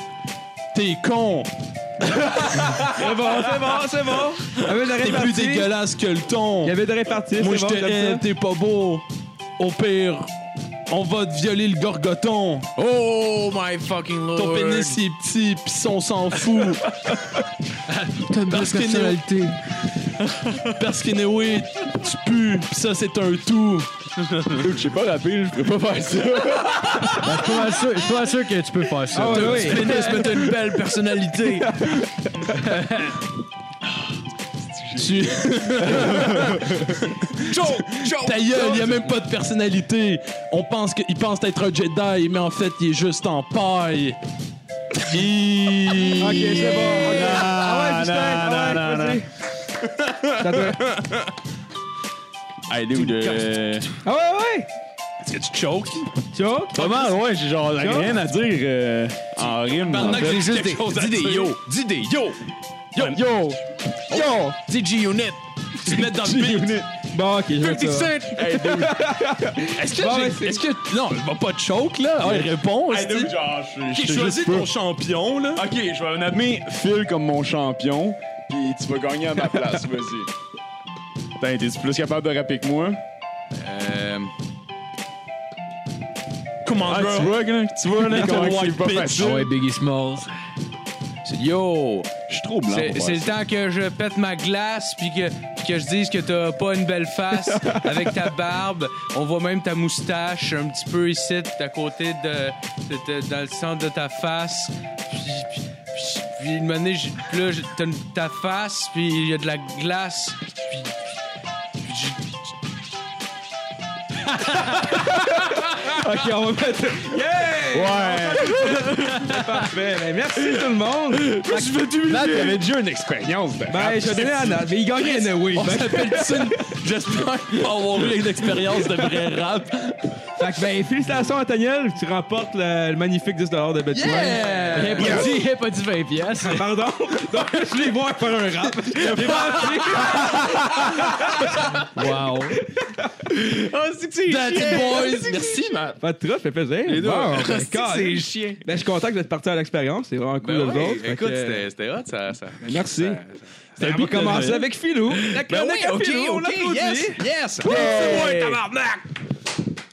Speaker 4: T'es con.
Speaker 1: Il y avait Ah, de
Speaker 4: T'es plus
Speaker 1: répartie. Il
Speaker 4: dégueulasse que le ton.
Speaker 1: y avait de répartie.
Speaker 4: Moi,
Speaker 1: c'est
Speaker 4: je
Speaker 1: bon,
Speaker 4: te
Speaker 1: j'aime
Speaker 4: hais,
Speaker 1: ça.
Speaker 4: t'es pas beau. Au pire, on va te violer le gorgoton.
Speaker 5: Oh my fucking lord!
Speaker 4: Ton pénis, il est petit, pis ça, on s'en fout. Parce que personnalité. Parce que Néoé, tu pues, pis ça, c'est un tout.
Speaker 6: Dude, je sais pas rapper, là, je pourrais pas faire ça.
Speaker 9: Je suis pas mal sûr- je suis pas mal sûr que tu peux faire ça.
Speaker 1: Ah ouais,
Speaker 9: Toi,
Speaker 1: ouais.
Speaker 9: tu-
Speaker 4: Pénis, mais t'as une belle personnalité. tu... Ta gueule, il a même pas de personnalité. On pense qu'il pense être un Jedi, mais en fait, il est juste en paille.
Speaker 1: Ok,
Speaker 4: Il-
Speaker 1: c'est bon. ok. Ah ouais, Justin.
Speaker 6: non, non,
Speaker 1: ah ouais,
Speaker 6: non.
Speaker 1: vas-y. Ça doit-
Speaker 6: Hey, dude. euh,
Speaker 1: Ah ouais, ouais.
Speaker 3: Est-ce que tu choke?
Speaker 1: Choke.
Speaker 6: Pas mal, Ah ouais, j'ai genre rien à dire euh, en rime. En
Speaker 5: Pendant que
Speaker 6: fait.
Speaker 5: j'ai juste
Speaker 3: Quelque
Speaker 5: des.
Speaker 3: chose à
Speaker 5: Dis des
Speaker 3: dire.
Speaker 5: yo! Dis des yo!
Speaker 6: Yo, yo, yo!
Speaker 5: Dis G-Unit!
Speaker 3: Tu te mets dans le beat.
Speaker 1: Bon, ok, je vais mettre ça.
Speaker 5: 57!
Speaker 3: Est-ce que,
Speaker 1: Bon,
Speaker 3: j'ai-
Speaker 1: ben, c'est-
Speaker 3: est-ce que non, va pas de choke là. Ouais, réponds.
Speaker 6: Hey, dude, genre, je- je
Speaker 3: Qui
Speaker 6: sais
Speaker 3: choisit
Speaker 6: juste pas.
Speaker 3: ton champion là
Speaker 6: Ok, je vais nommer Phil comme mon champion, puis tu vas gagner à ma place, vas-y. Putain, t'es-tu plus capable de rapper que moi?
Speaker 5: Euh.
Speaker 3: Comment
Speaker 6: Ah, tu vois, là, tu vois, là, comment
Speaker 3: Little
Speaker 6: c'est
Speaker 3: white
Speaker 6: pas
Speaker 3: bitch.
Speaker 9: Ah
Speaker 6: facile.
Speaker 9: ouais, Biggie Smalls.
Speaker 5: c'est- Yo!
Speaker 6: Je suis trop blanc.
Speaker 5: C'est
Speaker 6: pour
Speaker 5: c'est
Speaker 6: faire
Speaker 5: le temps que je pète ma glace puis que, puis que je dise que t'as pas une belle face avec ta barbe. On voit même ta moustache un petit peu ici, à côté de, de- de- dans le centre de ta face. Puis, puis, puis- puis une minute, j'ai- puis là, j'ai- t'as une- ta face, puis il y a de la glace. Puis, puis j'ai-
Speaker 1: Ok, on va mettre.
Speaker 6: ça. Ouais!
Speaker 1: Parfait. Ben, merci tout le monde.
Speaker 6: Là, t'avais déjà une expérience de
Speaker 1: Ben, je vais donner à Nat. Mais il gagnait anyway.
Speaker 3: On
Speaker 1: Ben,
Speaker 3: s'appelle Tsun. J'espère pas avoir eu l'expérience de vrai rap.
Speaker 1: Fait que, ben, félicitations, Nathaniel. Tu remportes le, le magnifique 10 de Betty.
Speaker 9: Il a pas dit- il a pas dit 20 piastres.
Speaker 1: Pardon? Donc, je les vois faire un rap. J'ai pas appris.
Speaker 9: Wow.
Speaker 3: Daddy Boys. Merci Matt.
Speaker 1: Pas de trop, ça fait plaisir. Bon, ben, c'est chien. Ah Ben, je suis content que vous êtes partis à l'expérience. C'est vraiment cool,
Speaker 5: Ben
Speaker 1: les
Speaker 5: ouais,
Speaker 1: autres. Fait
Speaker 5: écoute,
Speaker 1: que- ben,
Speaker 5: c'était- c'était hot, ça. ça.
Speaker 1: Merci.
Speaker 3: C'est un
Speaker 1: On va
Speaker 3: beat de-
Speaker 1: commencer avec Philou.
Speaker 5: Ben
Speaker 1: La chronique à Philou, on l'applaudit.
Speaker 5: yes!
Speaker 3: C'est moi, tabarnak.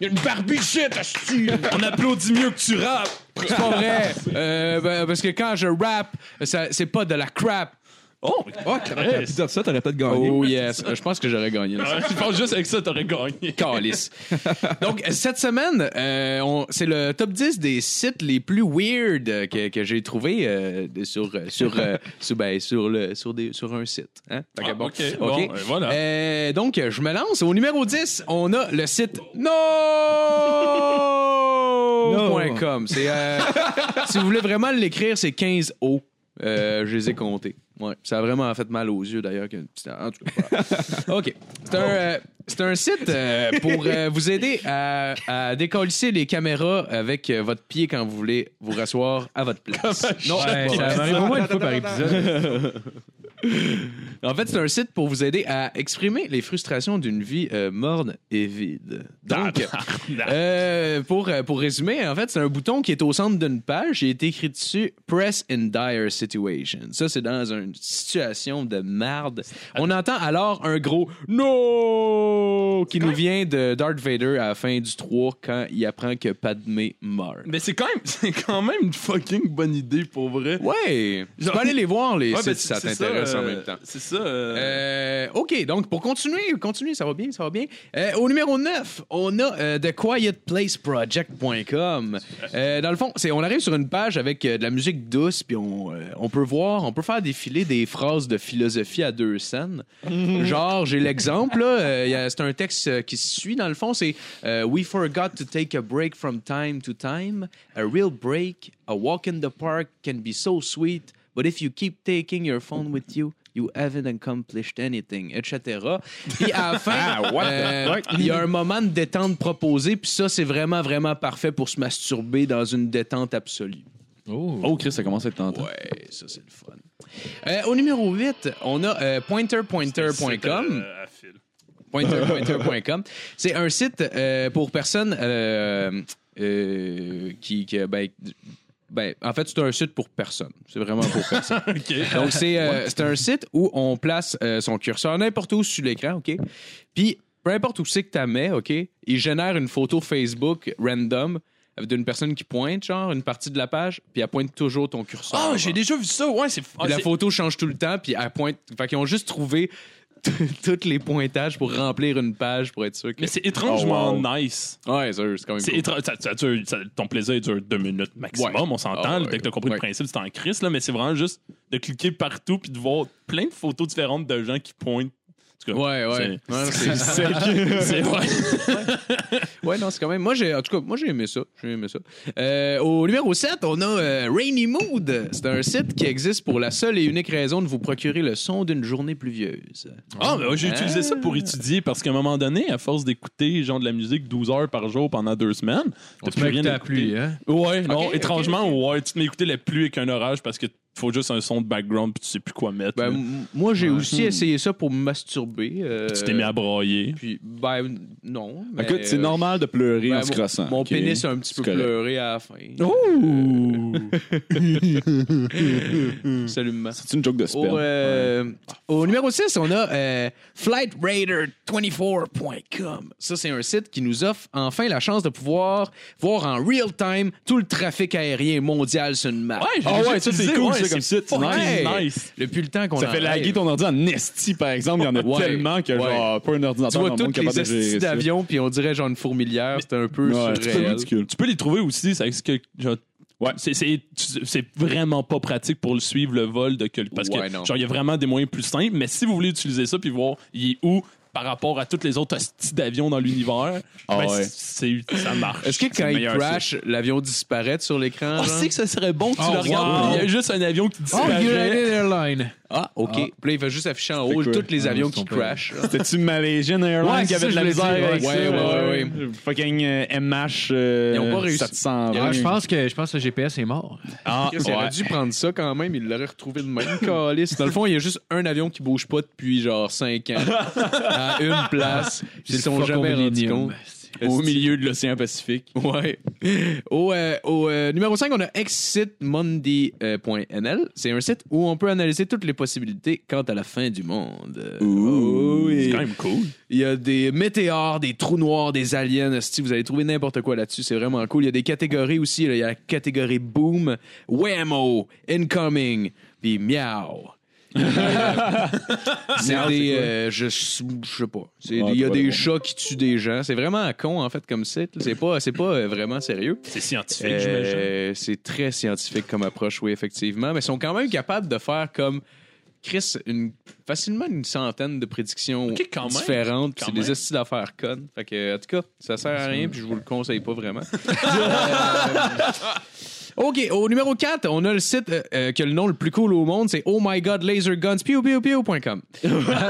Speaker 3: Il y a une barbichette, asti. On applaudit mieux que tu rap.
Speaker 5: C'est pas vrai! Euh, ben, parce que quand je rap, ça- c'est pas de la crap.
Speaker 3: Oh,
Speaker 1: Oh, t'aurais pu dire ça, t'aurais peut-être gagné.
Speaker 5: Oh yes, Euh, je pense que j'aurais gagné. là.
Speaker 3: tu penses Ah, juste avec ça t'aurais gagné.
Speaker 5: Calice. Donc, cette semaine, euh, on- c'est le top 10 des sites les plus weird euh, que, que j'ai trouvé euh, de- sur, euh, sur, euh, sur, ben, sur, le, sur, des, sur un site. Hein? Fait que
Speaker 3: Ah,
Speaker 5: bon.
Speaker 3: ok. Bon,
Speaker 5: Ok.
Speaker 3: euh, voilà.
Speaker 5: Euh, donc, euh, je me lance. Au numéro 10, on a le site no.com. C'est, euh, si vous voulez vraiment l'écrire, c'est 15 O. Euh, je les ai comptés. Ouais, ça a vraiment fait mal aux yeux d'ailleurs. que- En tout cas, voilà. OK. C'est un, euh, c'est un site euh, pour euh, vous aider à, à décolisser les caméras avec euh, votre pied quand vous voulez vous rasseoir à votre place.
Speaker 9: Ouais, ça m'arrive au moins une fois par épisode.
Speaker 5: En fait, c'est un site pour vous aider à exprimer les frustrations d'une vie euh, morne et vide. Donc, euh, pour, euh, pour résumer, en fait, c'est un bouton qui est au centre d'une page et est écrit dessus Press in dire situation. Ça, c'est dans une situation de marde. On
Speaker 4: Euh.
Speaker 5: entend alors un gros No qui nous vient de Darth Vader à la fin du 3 quand il apprend que Padmé meurt.
Speaker 4: Mais c'est quand, même, c'est quand même une fucking bonne idée pour vrai.
Speaker 5: Ouais! Je
Speaker 4: Genre-
Speaker 5: peux aller les voir, les
Speaker 4: Ouais,
Speaker 5: sites,
Speaker 4: ben,
Speaker 5: si ça
Speaker 4: c'est
Speaker 5: t'intéresse en
Speaker 4: euh,
Speaker 5: même temps.
Speaker 4: C'est ça. euh,
Speaker 5: Euh, OK, donc pour continuer, continuer, ça va bien, ça va bien. Euh, au numéro 9, on a euh, thequietplaceproject.com. Euh, dans le fond, c'est on arrive sur une page avec euh, de la musique douce, puis on, euh, on peut voir, on peut faire défiler des phrases de philosophie à deux scènes. Genre, j'ai l'exemple, là, euh, y a- c'est un texte euh, qui se suit, dans le fond, c'est euh, We forgot to take a break from time to time. A real break, a walk in the park can be so sweet, but if you keep taking your phone with you, You haven't accomplished anything, etc. Puis à la fin, euh, il y a un moment de détente proposé, puis ça, c'est vraiment, vraiment parfait pour se masturber dans une détente absolue.
Speaker 10: Oh, Chris, ça commence à être tentant.
Speaker 5: Ouais, ça, c'est le fun. Euh, au numéro 8, on a euh,
Speaker 4: c'est,
Speaker 5: pointerpointer.com.
Speaker 4: euh, à fil.
Speaker 5: Pointerpointer.com. C'est un site euh, pour personnes euh, euh, qui. qui, ben, ben, en fait, c'est un site pour personne. C'est vraiment pour personne. Donc, c'est euh, c'est un site où on place euh, son curseur n'importe où sur l'écran, OK? Puis, peu importe où c'est que tu mets, OK? Il génère une photo Facebook random d'une personne qui pointe, genre, une partie de la page, puis elle pointe toujours ton curseur.
Speaker 4: Ah,
Speaker 5: genre.
Speaker 4: j'ai déjà vu ça. Ouais, c'est. ah,
Speaker 5: Puis la
Speaker 4: c'est-
Speaker 5: photo change tout le temps, puis elle pointe. Fait qu'ils ont juste trouvé tous les pointages pour remplir une page pour être sûr que.
Speaker 4: Mais c'est étrangement nice.
Speaker 5: Ouais, ça, c'est quand même.
Speaker 4: C'est
Speaker 5: cool.
Speaker 4: étrange- ça- ça dure- ça- ton plaisir dure deux minutes maximum,
Speaker 5: Ouais.
Speaker 4: on s'entend.
Speaker 5: Ah,
Speaker 4: là,
Speaker 5: ouais.
Speaker 4: Dès que t'as compris
Speaker 5: Ouais.
Speaker 4: le principe, c'est en crise, là, mais c'est vraiment juste de cliquer partout puis de voir plein de photos différentes de gens qui pointent. En tout cas,
Speaker 5: Ouais, ouais.
Speaker 4: c'est-
Speaker 5: Ouais, c'est-
Speaker 4: C'est vrai.
Speaker 5: Ouais, non, c'est quand même. Moi, j'ai, en tout cas, moi, j'ai aimé ça. J'ai aimé ça. Euh, au numéro 7, on a euh, Rainy Mood. C'est un site qui existe pour la seule et unique raison de vous procurer le son d'une journée pluvieuse.
Speaker 4: Ah, ben,
Speaker 5: Hein?
Speaker 4: j'ai utilisé ça pour étudier parce qu'à un moment donné, à force d'écouter genre de la musique 12 heures par jour pendant deux semaines,
Speaker 1: On
Speaker 4: t'as
Speaker 1: se
Speaker 4: plus
Speaker 1: met
Speaker 4: rien
Speaker 1: à la
Speaker 4: à écouter.
Speaker 1: pluie, hein?
Speaker 4: Ouais, non,
Speaker 5: ok.
Speaker 4: étrangement, ouais, tu te mets à écouter la pluie avec un orage parce que faut juste un son de background puis tu sais plus quoi mettre.
Speaker 5: Ben,
Speaker 4: là.
Speaker 5: m- moi, j'ai aussi essayé ça pour me masturber. euh,
Speaker 4: tu t'es mis à broyer.
Speaker 5: Puis, ben, non. mais,
Speaker 6: Écoute, c'est
Speaker 5: euh,
Speaker 6: normal de pleurer
Speaker 5: ben,
Speaker 6: en se
Speaker 5: mon-
Speaker 6: crossant.
Speaker 5: Mon
Speaker 6: ok?
Speaker 5: pénis a un petit peu
Speaker 6: C'est correct.
Speaker 5: pleuré à la fin. euh, Salut, maman.
Speaker 6: C'est une joke de sperme.
Speaker 5: Au, euh, au numéro 6, on a euh, flightraider24.com. Ça, c'est un site qui nous offre enfin la chance de pouvoir voir en real time tout le trafic aérien mondial sur une map.
Speaker 4: j'ai
Speaker 6: Ah
Speaker 4: déjà
Speaker 6: ouais, ça, c'est
Speaker 4: utilisé,
Speaker 6: cool,
Speaker 4: ouais,
Speaker 6: ça, comme
Speaker 4: c'est
Speaker 6: site, c'est
Speaker 4: fucking
Speaker 5: Ouais.
Speaker 4: nice.
Speaker 5: Depuis le temps qu'on
Speaker 6: Ça
Speaker 5: en
Speaker 6: fait
Speaker 5: rêve.
Speaker 6: laguer ton ordi en esti, par exemple. Il y en a
Speaker 5: Ouais,
Speaker 6: tellement que, genre, pas un
Speaker 5: Tu
Speaker 6: ordinateur
Speaker 5: vois
Speaker 6: dans le monde
Speaker 5: toutes les
Speaker 6: capable de
Speaker 5: astuces
Speaker 6: gérer ça.
Speaker 5: d'avion, puis on dirait genre une fourmilière. C'est un peu
Speaker 6: Ouais, c'est
Speaker 5: surréel.
Speaker 6: ridicule.
Speaker 4: Tu peux les trouver aussi, ça risque que- genre,
Speaker 6: Ouais.
Speaker 4: C'est, c'est, tu- c'est vraiment pas pratique pour le suivre le vol de quelqu'un. Parce
Speaker 5: Ouais,
Speaker 4: que,
Speaker 5: non.
Speaker 4: genre, il y a vraiment des moyens plus simples, mais si vous voulez utiliser ça puis voir il est où par rapport à tous les autres hosties d'avions dans l'univers,
Speaker 6: Ah
Speaker 4: ben,
Speaker 6: ouais.
Speaker 4: c'est, c'est- ça marche.
Speaker 5: Est-ce que
Speaker 4: C'est
Speaker 5: quand
Speaker 4: le
Speaker 5: il
Speaker 4: meilleur,
Speaker 5: crash, l'avion disparaît sur
Speaker 4: ça.
Speaker 5: l'écran?
Speaker 4: Ah,
Speaker 5: genre?
Speaker 4: c'est que ce serait bon que tu
Speaker 1: Oh,
Speaker 4: le regardes,
Speaker 1: wow.
Speaker 4: puis il y a juste un avion qui
Speaker 1: Oh,
Speaker 4: disparaît.
Speaker 1: United Airlines.
Speaker 5: Ah, OK. Puis là, il va juste afficher en
Speaker 6: C'était
Speaker 5: haut
Speaker 6: cool.
Speaker 5: tous les
Speaker 1: Ah,
Speaker 5: avions
Speaker 1: ils sont
Speaker 5: qui
Speaker 1: pas-
Speaker 5: crashent.
Speaker 6: C'était-tu Malaysian Airlines
Speaker 1: Ouais,
Speaker 6: qui
Speaker 1: c'est
Speaker 6: avait de la
Speaker 1: ça, je
Speaker 6: misère
Speaker 1: l'ai dit,
Speaker 6: avec
Speaker 5: ouais.
Speaker 6: ça?
Speaker 5: Ouais, ouais,
Speaker 6: ouais. Fucking euh, MH euh,
Speaker 5: Ils ont pas réussi.
Speaker 6: 720.
Speaker 1: Ah, je pense que je pense que le GPS est mort.
Speaker 6: Ah,
Speaker 5: Chris, il aurait
Speaker 6: ouais.
Speaker 5: dû prendre ça quand même, il l'aurait retrouvé de même calice. Dans le fond, il y a juste un avion qui bouge pas depuis genre 5 ans à une place. Ils se sont
Speaker 1: Fuck au
Speaker 5: jamais rendus
Speaker 1: Millennium.
Speaker 5: compte.
Speaker 6: Au milieu de l'océan Pacifique.
Speaker 5: Ouais. Au, euh, au, euh, numéro 5, on a exitmonday.nl. C'est un site où on peut analyser toutes les possibilités quant à la fin du monde. Oh, oui.
Speaker 4: C'est quand même cool.
Speaker 5: Il y a des météores, des trous noirs, des aliens. Si vous allez trouver n'importe quoi là-dessus, c'est vraiment cool. Il y a des catégories aussi. là. Il y a la catégorie boom, whammo, incoming, puis miau. c'est des. euh, je, je sais pas. C'est-
Speaker 6: Ah,
Speaker 5: Il y a
Speaker 6: t'as pas
Speaker 5: des
Speaker 6: le
Speaker 5: chats qui tuent des gens. C'est vraiment con, en fait, comme site. là. C'est pas, c'est pas euh, vraiment sérieux.
Speaker 4: C'est scientifique, j'imagine.
Speaker 5: Euh, c'est très scientifique comme approche, oui, effectivement. Mais ils sont quand même capables de faire comme. Chris, une, facilement une centaine de prédictions
Speaker 4: Ok, quand même.
Speaker 5: différentes. puis
Speaker 4: Quand
Speaker 5: C'est des
Speaker 4: même.
Speaker 5: astuces d'affaires connes. Fait que, en tout cas, ça sert à rien, puis je vous le conseille pas vraiment. OK, au numéro 4, on a le site euh, euh, qui a le nom le plus cool au monde, c'est Oh My God Laser Guns, pew, pew, pew.com.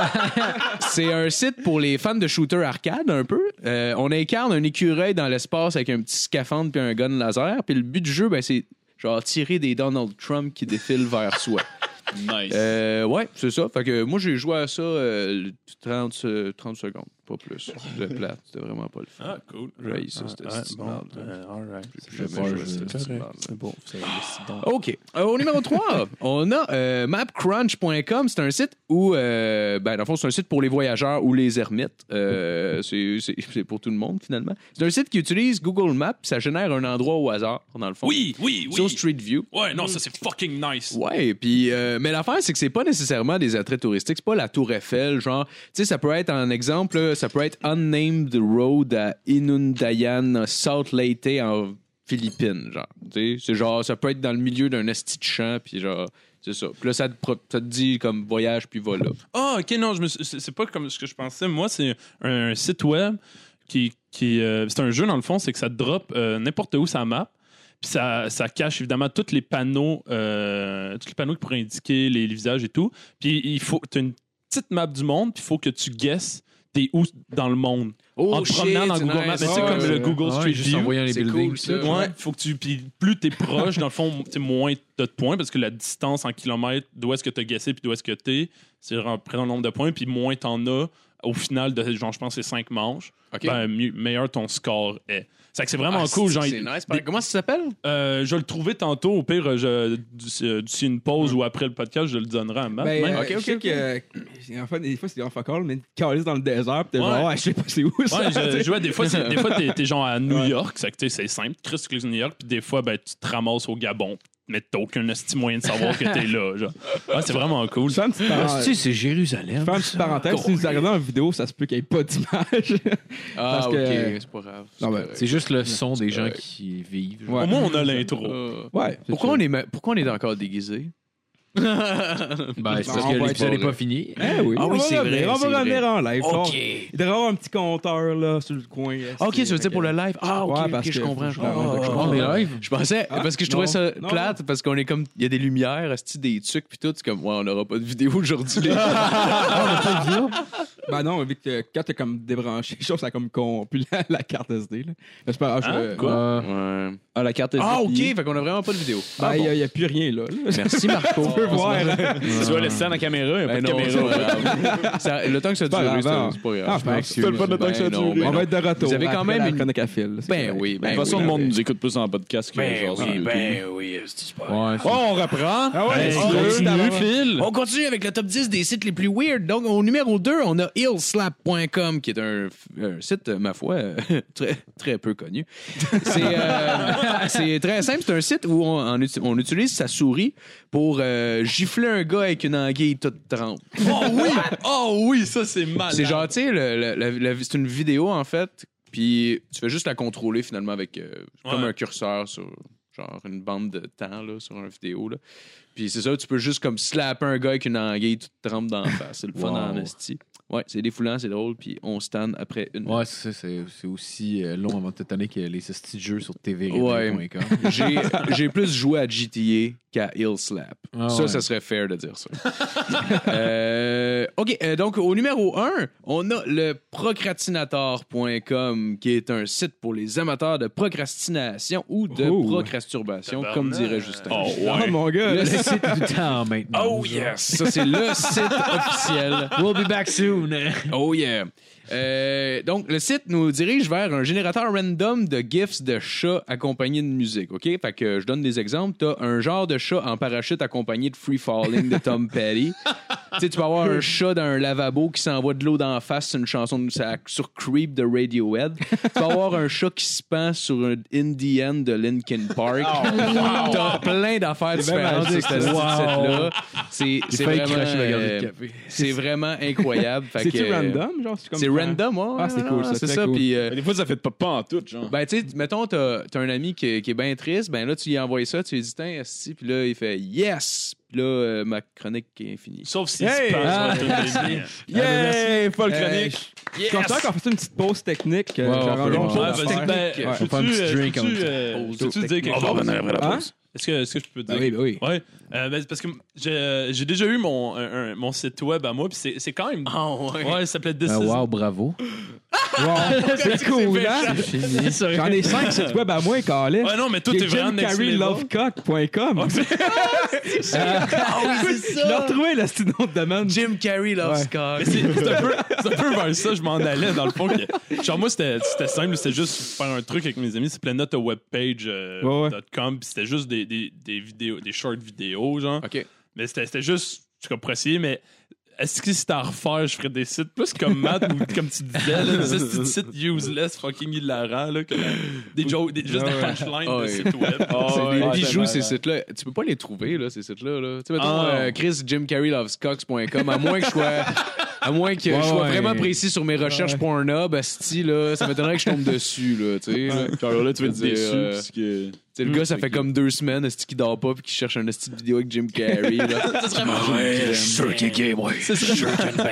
Speaker 5: c'est un site pour les fans de shooter arcade, un peu. Euh, on incarne un écureuil dans l'espace avec un petit scaphandre puis un gun laser. Puis le but du jeu, ben, c'est genre tirer des Donald Trump qui défilent vers soi.
Speaker 6: Nice.
Speaker 5: Euh, ouais, c'est ça. Fait que moi, j'ai joué à ça euh, 30, se- 30 secondes, pas plus. C'était plate. C'était vraiment pas le fun.
Speaker 4: Ah, cool.
Speaker 5: J'ai haï ça, c'était
Speaker 4: Ah,
Speaker 5: cette
Speaker 4: bon.
Speaker 5: merde.
Speaker 4: Euh, all right.
Speaker 5: J'ai
Speaker 4: C'est
Speaker 5: jamais
Speaker 4: pas-
Speaker 5: joué à cette
Speaker 4: c'est correct.
Speaker 5: merde.
Speaker 4: C'est bon. C'est bon.
Speaker 5: OK. Euh, au numéro 3, on a euh, mapcrunch.com. C'est un site où, euh, ben, dans le fond, c'est un site pour les voyageurs ou les ermites. Euh, c'est c'est- c'est pour tout le monde, finalement. C'est un site qui utilise Google Maps. Ça génère un endroit au hasard, dans le fond.
Speaker 4: Oui, oui,
Speaker 5: Sur
Speaker 4: oui.
Speaker 5: Street View.
Speaker 4: Ouais, non, ça, c'est fucking nice.
Speaker 5: Ouais, puis euh, mais l'affaire c'est que c'est pas nécessairement des attraits touristiques, c'est pas la Tour Eiffel, genre, tu sais ça peut être un exemple, là, ça peut être Unnamed Road à Inundayan, Salt Leyte en Philippines, genre. Tu sais, c'est genre ça peut être dans le milieu d'un esti de champ puis genre c'est ça. Puis là ça te, pro- ça te dit comme voyage puis voilà.
Speaker 4: Ah, ok, non, je me suis- c'est c'est pas comme ce que je pensais. Moi, c'est un, un site web qui. qui euh, c'est un jeu, dans le fond, c'est que ça drop euh, n'importe où sa map. Puis ça, ça cache évidemment tous les panneaux, euh, tous les panneaux qui pourraient indiquer les, les visages et tout. Puis il faut. T'as une petite map du monde, puis il faut que tu guesses t'es où dans le monde.
Speaker 5: Oh,
Speaker 4: en te promenant dans Google Maps, mais c'est
Speaker 11: Ouais,
Speaker 4: comme le
Speaker 11: ouais.
Speaker 4: Google
Speaker 11: Ouais,
Speaker 4: Street
Speaker 11: juste
Speaker 4: View.
Speaker 11: en voyant les
Speaker 5: C'est
Speaker 11: buildings.
Speaker 5: cool, ça.
Speaker 11: tout
Speaker 4: Ouais, faut que tu. Puis plus t'es proche, dans le fond, t'sais, moins t'as de points parce que la distance en kilomètres, d'où est-ce que t'as guessé puis d'où est-ce que t'es, c'est représentant le nombre de points, puis moins t'en as au final de, genre, je pense, c'est 5 manches,
Speaker 5: OK.
Speaker 4: ben, mieux- meilleur ton score est. C'est que c'est vraiment
Speaker 5: Ah,
Speaker 4: cool.
Speaker 5: c'est-
Speaker 4: Genre,
Speaker 5: c'est nice. pareil. Comment ça s'appelle
Speaker 4: euh, je le trouvais tantôt, au pire, je, d'ici euh, d'ici une pause ou après le podcast, je le donnerai à Matt.
Speaker 1: Ben,
Speaker 4: même.
Speaker 1: euh,
Speaker 5: Ah, ok,
Speaker 1: je
Speaker 5: ok,
Speaker 1: sais
Speaker 5: ok.
Speaker 1: que. euh, en fait, des fois, c'est des off mais calice dans le désert, pis t'es
Speaker 4: Ouais.
Speaker 1: genre, ah, je sais pas c'est où ça.
Speaker 4: Ouais, je,
Speaker 1: t'sais.
Speaker 4: je vois, des fois, c'est- des fois t'es, t'es genre à New York, c'est, que, tu sais, c'est simple. Chris, tu cliques sur New York, puis des fois, ben, tu te ramasses au Gabon, mais t'as aucun esti moyen de savoir que t'es là. genre. Ah, c'est vraiment cool.
Speaker 1: Fais une petite
Speaker 11: Ah, tu
Speaker 1: parenthèse.
Speaker 11: sais, c'est Jérusalem.
Speaker 1: Fais une petite parenthèse, si nous arrivons en vidéo, ça se peut qu'il n'y ait pas d'image.
Speaker 5: Ah
Speaker 1: Parce
Speaker 5: OK,
Speaker 1: que-
Speaker 5: c'est pas grave.
Speaker 1: Non,
Speaker 5: c'est
Speaker 1: ben,
Speaker 5: correct.
Speaker 11: C'est juste le son des gens
Speaker 5: Ouais.
Speaker 11: qui vivent.
Speaker 1: Ouais.
Speaker 4: Au moins, on a l'intro.
Speaker 5: Euh,
Speaker 1: Ouais.
Speaker 5: Pourquoi on est ma- pourquoi on est encore déguisé
Speaker 11: Ben, c'est parce
Speaker 1: Bon,
Speaker 11: que
Speaker 1: on va
Speaker 11: l'épisode
Speaker 1: être-
Speaker 11: n'est pas fini.
Speaker 1: Eh oui,
Speaker 5: Ah
Speaker 1: on
Speaker 5: oui,
Speaker 1: va
Speaker 5: c'est
Speaker 1: revenir,
Speaker 5: vrai,
Speaker 1: On
Speaker 5: c'est
Speaker 1: va revenir
Speaker 5: vrai.
Speaker 1: en live.
Speaker 5: OK.
Speaker 1: Donc, Il devrait y avoir un petit compteur là, sur le coin.
Speaker 5: OK, tu veux dire pour le live? Ah, OK,
Speaker 1: Ouais,
Speaker 5: ok,
Speaker 1: parce
Speaker 5: je
Speaker 1: que-
Speaker 5: comprends. Je
Speaker 1: Ah,
Speaker 5: comprends.
Speaker 1: ouais,
Speaker 5: Je
Speaker 1: ouais,
Speaker 5: comprends.
Speaker 1: ouais.
Speaker 11: On est live.
Speaker 5: Je pensais,
Speaker 1: Ah,
Speaker 5: parce que je trouvais
Speaker 1: non,
Speaker 5: ça
Speaker 1: non.
Speaker 5: plate, parce qu'on est comme, il y a des lumières, esti, des trucs, puis tout, c'est comme, ouais, on n'aura pas de vidéo aujourd'hui.
Speaker 1: Bah non, vu que quand t'as comme débranché, je trouve que ça a comme corrompu la, la carte SD. Là. Mais c'est pas grave, je-
Speaker 4: Hein?
Speaker 11: Ouais.
Speaker 4: Quoi?
Speaker 5: Ouais.
Speaker 1: Ah, la carte SD.
Speaker 5: Ah, ok, fait qu'on a vraiment pas de vidéo.
Speaker 1: Ben,
Speaker 5: Ah,
Speaker 1: il
Speaker 5: bon.
Speaker 1: n'y a, il y a plus rien là. là.
Speaker 11: Merci, Marco.
Speaker 1: On peut voir. hein.
Speaker 6: Tu vas laisser ça dans la caméra, il n'y a pas
Speaker 5: Ben
Speaker 6: de
Speaker 5: non, c'est
Speaker 6: caméra.
Speaker 5: pas grave. Ça- le temps que ça
Speaker 1: pas
Speaker 5: dure,
Speaker 1: grave.
Speaker 5: c'est pas
Speaker 1: Ah,
Speaker 5: grave.
Speaker 1: je pense
Speaker 6: C'était le fun de temps que ça a
Speaker 5: Ben non,
Speaker 6: duré.
Speaker 5: ben
Speaker 1: On va être de retour.
Speaker 5: Vous avez
Speaker 1: après
Speaker 5: quand même
Speaker 1: la
Speaker 5: une-
Speaker 1: chronique à fil. c'est
Speaker 5: Ben
Speaker 1: correct.
Speaker 5: oui, ben
Speaker 6: De
Speaker 5: oui.
Speaker 6: toute façon, le monde nous écoute plus en podcast que genre sur YouTube.
Speaker 5: Ben oui, c'est pas
Speaker 11: Ouais, c'est-
Speaker 6: Bon, on reprend.
Speaker 1: Ah ouais,
Speaker 4: Hey,
Speaker 1: c'est
Speaker 4: on
Speaker 1: sûr.
Speaker 4: continue,
Speaker 1: D'abord.
Speaker 4: Phil.
Speaker 5: On continue avec le top 10 des sites les plus weird. Donc, au numéro 2, on a illslap.com, qui est un, un site, euh, ma foi, euh, très, très peu connu. C'est euh, c'est très simple. C'est un site où on, en uti- on utilise sa souris pour euh, gifler un gars avec une anguille toute trempe.
Speaker 4: Oh oui! Oh oui, ça, c'est mal.
Speaker 5: C'est genre, tu sais, le- le- la- la- c'est une vidéo, en fait, puis tu fais juste la contrôler, finalement, avec euh, comme
Speaker 4: Ouais.
Speaker 5: un curseur sur genre une bande de temps là, sur une vidéo. Là. Puis c'est ça, tu peux juste comme slapper un gars avec une anguille, tu te trempes dans la face. C'est le fun en esti. Ouais, c'est défoulant, c'est drôle, puis on stand après une...
Speaker 11: Ouais, c'est ça, c'est c'est aussi euh, long avant de te tanner que les hosties de jeux sur tvradio.com.
Speaker 5: J'ai j'ai plus joué à GTA qu'à Hill Slap.
Speaker 11: Ah
Speaker 5: ça,
Speaker 11: ouais.
Speaker 5: ça serait fair de dire ça. Euh, OK, euh, donc au numéro 1, on a le procrastinator.com qui est un site pour les amateurs de procrastination ou de
Speaker 1: Oh.
Speaker 5: procrasturbation, comme
Speaker 4: Tabarnak.
Speaker 5: dirait Justin.
Speaker 4: Oh
Speaker 1: Oh
Speaker 4: ouais.
Speaker 1: mon gars.
Speaker 11: Le site du temps maintenant.
Speaker 5: Oh yes! Ça, c'est le site officiel.
Speaker 11: We'll be back soon.
Speaker 5: Oh yeah. Euh, donc, le site nous dirige vers un générateur random de GIFs de chats accompagnés de musique. OK? Fait que euh, je donne des exemples. T'as un genre de chat en parachute accompagné de Free Falling de Tom Petty. tu sais, tu peux avoir un chat dans un lavabo qui s'envoie de l'eau d'en face sur une chanson de, ça- sur Creep de Radiohead. tu peux avoir un chat qui se pend sur un Indian de Linkin Park. T'as plein d'affaires différentes sur
Speaker 1: magique,
Speaker 5: cette
Speaker 1: ça.
Speaker 5: là C'est c'est
Speaker 11: failli
Speaker 5: vraiment,
Speaker 11: cracher ma gorgée de
Speaker 5: euh, c'est vraiment incroyable. Fait
Speaker 1: C'est-tu
Speaker 5: que, euh,
Speaker 1: random? Genre, comme
Speaker 5: c'est
Speaker 1: ça?
Speaker 5: random, ouais.
Speaker 1: Ah, c'est
Speaker 5: ouais,
Speaker 1: cool,
Speaker 5: ouais,
Speaker 1: ça,
Speaker 5: C'est
Speaker 1: très
Speaker 5: ça,
Speaker 1: cool.
Speaker 5: puis... euh,
Speaker 6: Mais Des fois, ça fait pas pas en tout, genre.
Speaker 5: ben, tu sais, mettons, t'as t'as un ami qui, qui est bien triste, ben là, tu lui envoies ça, tu lui dis, tiens, esti, puis là, il fait yes, puis là, euh, ma chronique est infinie.
Speaker 4: Sauf si
Speaker 1: Hey!
Speaker 4: se passe,
Speaker 1: Ah.
Speaker 4: ouais, tout est bien.
Speaker 6: Yay! Pas le
Speaker 1: Euh,
Speaker 6: chronique.
Speaker 1: je- Je considère qu'on fait une petite pause technique. euh,
Speaker 11: Ouais,
Speaker 1: genre,
Speaker 11: on peut, ouais.
Speaker 1: on change
Speaker 4: Ouais, vas-y,
Speaker 1: d'affaire.
Speaker 4: ben,
Speaker 1: Ouais.
Speaker 11: Faut faire un
Speaker 4: peux-tu,
Speaker 11: petit
Speaker 4: euh,
Speaker 11: drink
Speaker 4: peux-tu,
Speaker 11: avant
Speaker 4: euh,
Speaker 5: pause.
Speaker 4: peux-tu dire quelque
Speaker 6: On va
Speaker 4: chose?
Speaker 6: revenir après la
Speaker 1: Hein?
Speaker 6: pause.
Speaker 4: Est-ce que, est-ce que je peux dire
Speaker 1: Ben oui, ben oui.
Speaker 4: Ouais, euh, ben, c'est parce que j'ai j'ai déjà eu mon, un- un- mon site web à moi, puis c'est- c'est quand même.
Speaker 5: Ah ouais.
Speaker 4: Ouais, ça s'appelait This
Speaker 11: Ah,
Speaker 4: is
Speaker 11: wow, bravo.
Speaker 1: c'est cool, hein? J'en ai cinq sites web à moi, Calais.
Speaker 4: Ah non, mais toi, t'es vraiment next level.
Speaker 1: JimCarreyLovecock.com. Euh,
Speaker 4: Ah,
Speaker 1: Je l'ai retrouvé, là, c'est une autre demande.
Speaker 5: Jim Carrey loves
Speaker 1: Ouais.
Speaker 5: cock.
Speaker 4: Mais c'est c'est un, peu- c'est un peu vers ça, je m'en allais dans le fond. que- genre, moi, c'était c'était simple, c'était juste faire un truc avec mes amis, c'est plein notre webpage euh,
Speaker 1: Ouais, ouais.
Speaker 4: dot .com, puis c'était juste des, des, des vidéos, des short vidéos, genre.
Speaker 5: OK.
Speaker 4: Mais c'était c'était juste, tu comprends, pour essayer, mais est-ce que si t'as à refaire, je ferais des sites plus comme Matt ou comme tu disais, là, des petits sites useless, fucking hilarants, là, que, des jokes, des, juste des punchlines
Speaker 5: Ah
Speaker 4: de
Speaker 5: ouais.
Speaker 4: sites web.
Speaker 5: C'est des
Speaker 6: ouais,
Speaker 5: bijoux,
Speaker 6: ouais,
Speaker 5: ces
Speaker 6: ouais.
Speaker 5: sites-là. Tu peux pas les trouver, là, ces sites-là. Là. Tu sais, mettons,
Speaker 4: Ah.
Speaker 5: euh, Chris, Jim Carrey loves cox.com, à moins que je sois. À moins que je sois
Speaker 12: ouais.
Speaker 5: vraiment précis sur mes recherches Pornhub, asti, là, ça m'étonnerait que je tombe dessus, là, tu sais. là. Tu
Speaker 6: Genre là, tu vas être
Speaker 5: Je veux dire,
Speaker 6: déçu
Speaker 5: euh,
Speaker 6: parce que.
Speaker 5: sais, le gars,
Speaker 1: Mm.
Speaker 5: ça fait comme deux semaines, asti, qui dort pas puis qui cherche un asti de vidéo avec Jim Carrey, là.
Speaker 4: Ça serait marrant.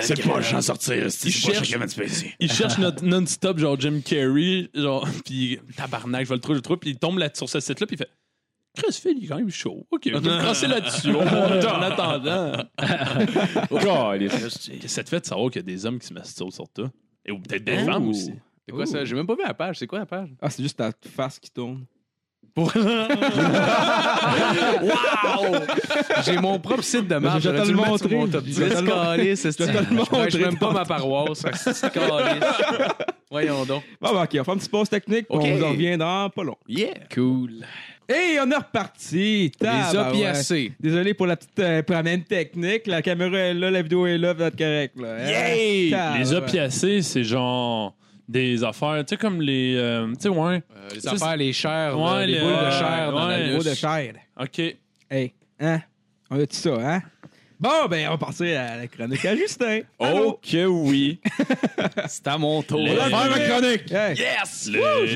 Speaker 6: C'est pas le j'en sortir.
Speaker 4: Il cherche, il cherche notre non-stop, genre Jim Carrey, genre, puis tabarnak, je vais le trouver, je le trouve, puis il tombe là, sur ce site-là, puis il fait Chris Phil, il est quand même chaud. Ok, je vais me crasser là-dessus, au moins, en attendant. Qu'est-ce que ça te fait de savoir qu'il y a des hommes qui se masturbent sur toi Et ou peut-être
Speaker 5: Oh.
Speaker 4: des femmes aussi.
Speaker 5: C'est quoi ça? J'ai même pas vu la page. C'est quoi la page?
Speaker 1: Ah, c'est juste ta face qui tourne.
Speaker 5: J'ai mon propre site de
Speaker 1: Mais
Speaker 5: marge.
Speaker 1: je vais
Speaker 5: J'aurais
Speaker 1: te
Speaker 5: dû
Speaker 1: le
Speaker 5: le mettre
Speaker 1: montrer.
Speaker 5: sur mon top
Speaker 1: Je vais
Speaker 5: 10.
Speaker 1: te le montrer.
Speaker 5: Calice, esti.
Speaker 1: Je vais te le
Speaker 5: Je
Speaker 1: montrer.
Speaker 5: prêche même pas ma paroisse. esti, calice. Voyons donc.
Speaker 1: Bon, ben, OK, on fait un petit pause technique, puis
Speaker 5: OK.
Speaker 1: on vous en revient dans pas long.
Speaker 5: Yeah!
Speaker 12: Cool.
Speaker 1: Et on est reparti!
Speaker 5: Les
Speaker 1: Tabarouette.
Speaker 5: opiacés.
Speaker 1: Désolé pour la petite euh, problème technique. La caméra est là, la vidéo est là, vous êtes correct. Là.
Speaker 4: Hey!
Speaker 1: Ah,
Speaker 4: Les
Speaker 1: ouais.
Speaker 4: opiacés, c'est genre des affaires, tu sais, comme les. euh, tu sais, ouais.
Speaker 5: Euh, les
Speaker 4: Ça,
Speaker 5: affaires, les chairs, là,
Speaker 4: Ouais,
Speaker 5: les
Speaker 4: le-
Speaker 5: boules de
Speaker 4: ouais,
Speaker 5: chair dans
Speaker 4: ouais.
Speaker 5: la
Speaker 4: Les
Speaker 1: Gros de chair.
Speaker 4: Ok.
Speaker 1: Hey, hein? On a tout ça, hein? Bon, ben, on va passer à la chronique à Justin.
Speaker 4: Oh!
Speaker 1: Allô?
Speaker 13: Ok, oui. C'est à mon tour.
Speaker 4: Les-
Speaker 13: chronique.
Speaker 1: Hey.
Speaker 4: Yes!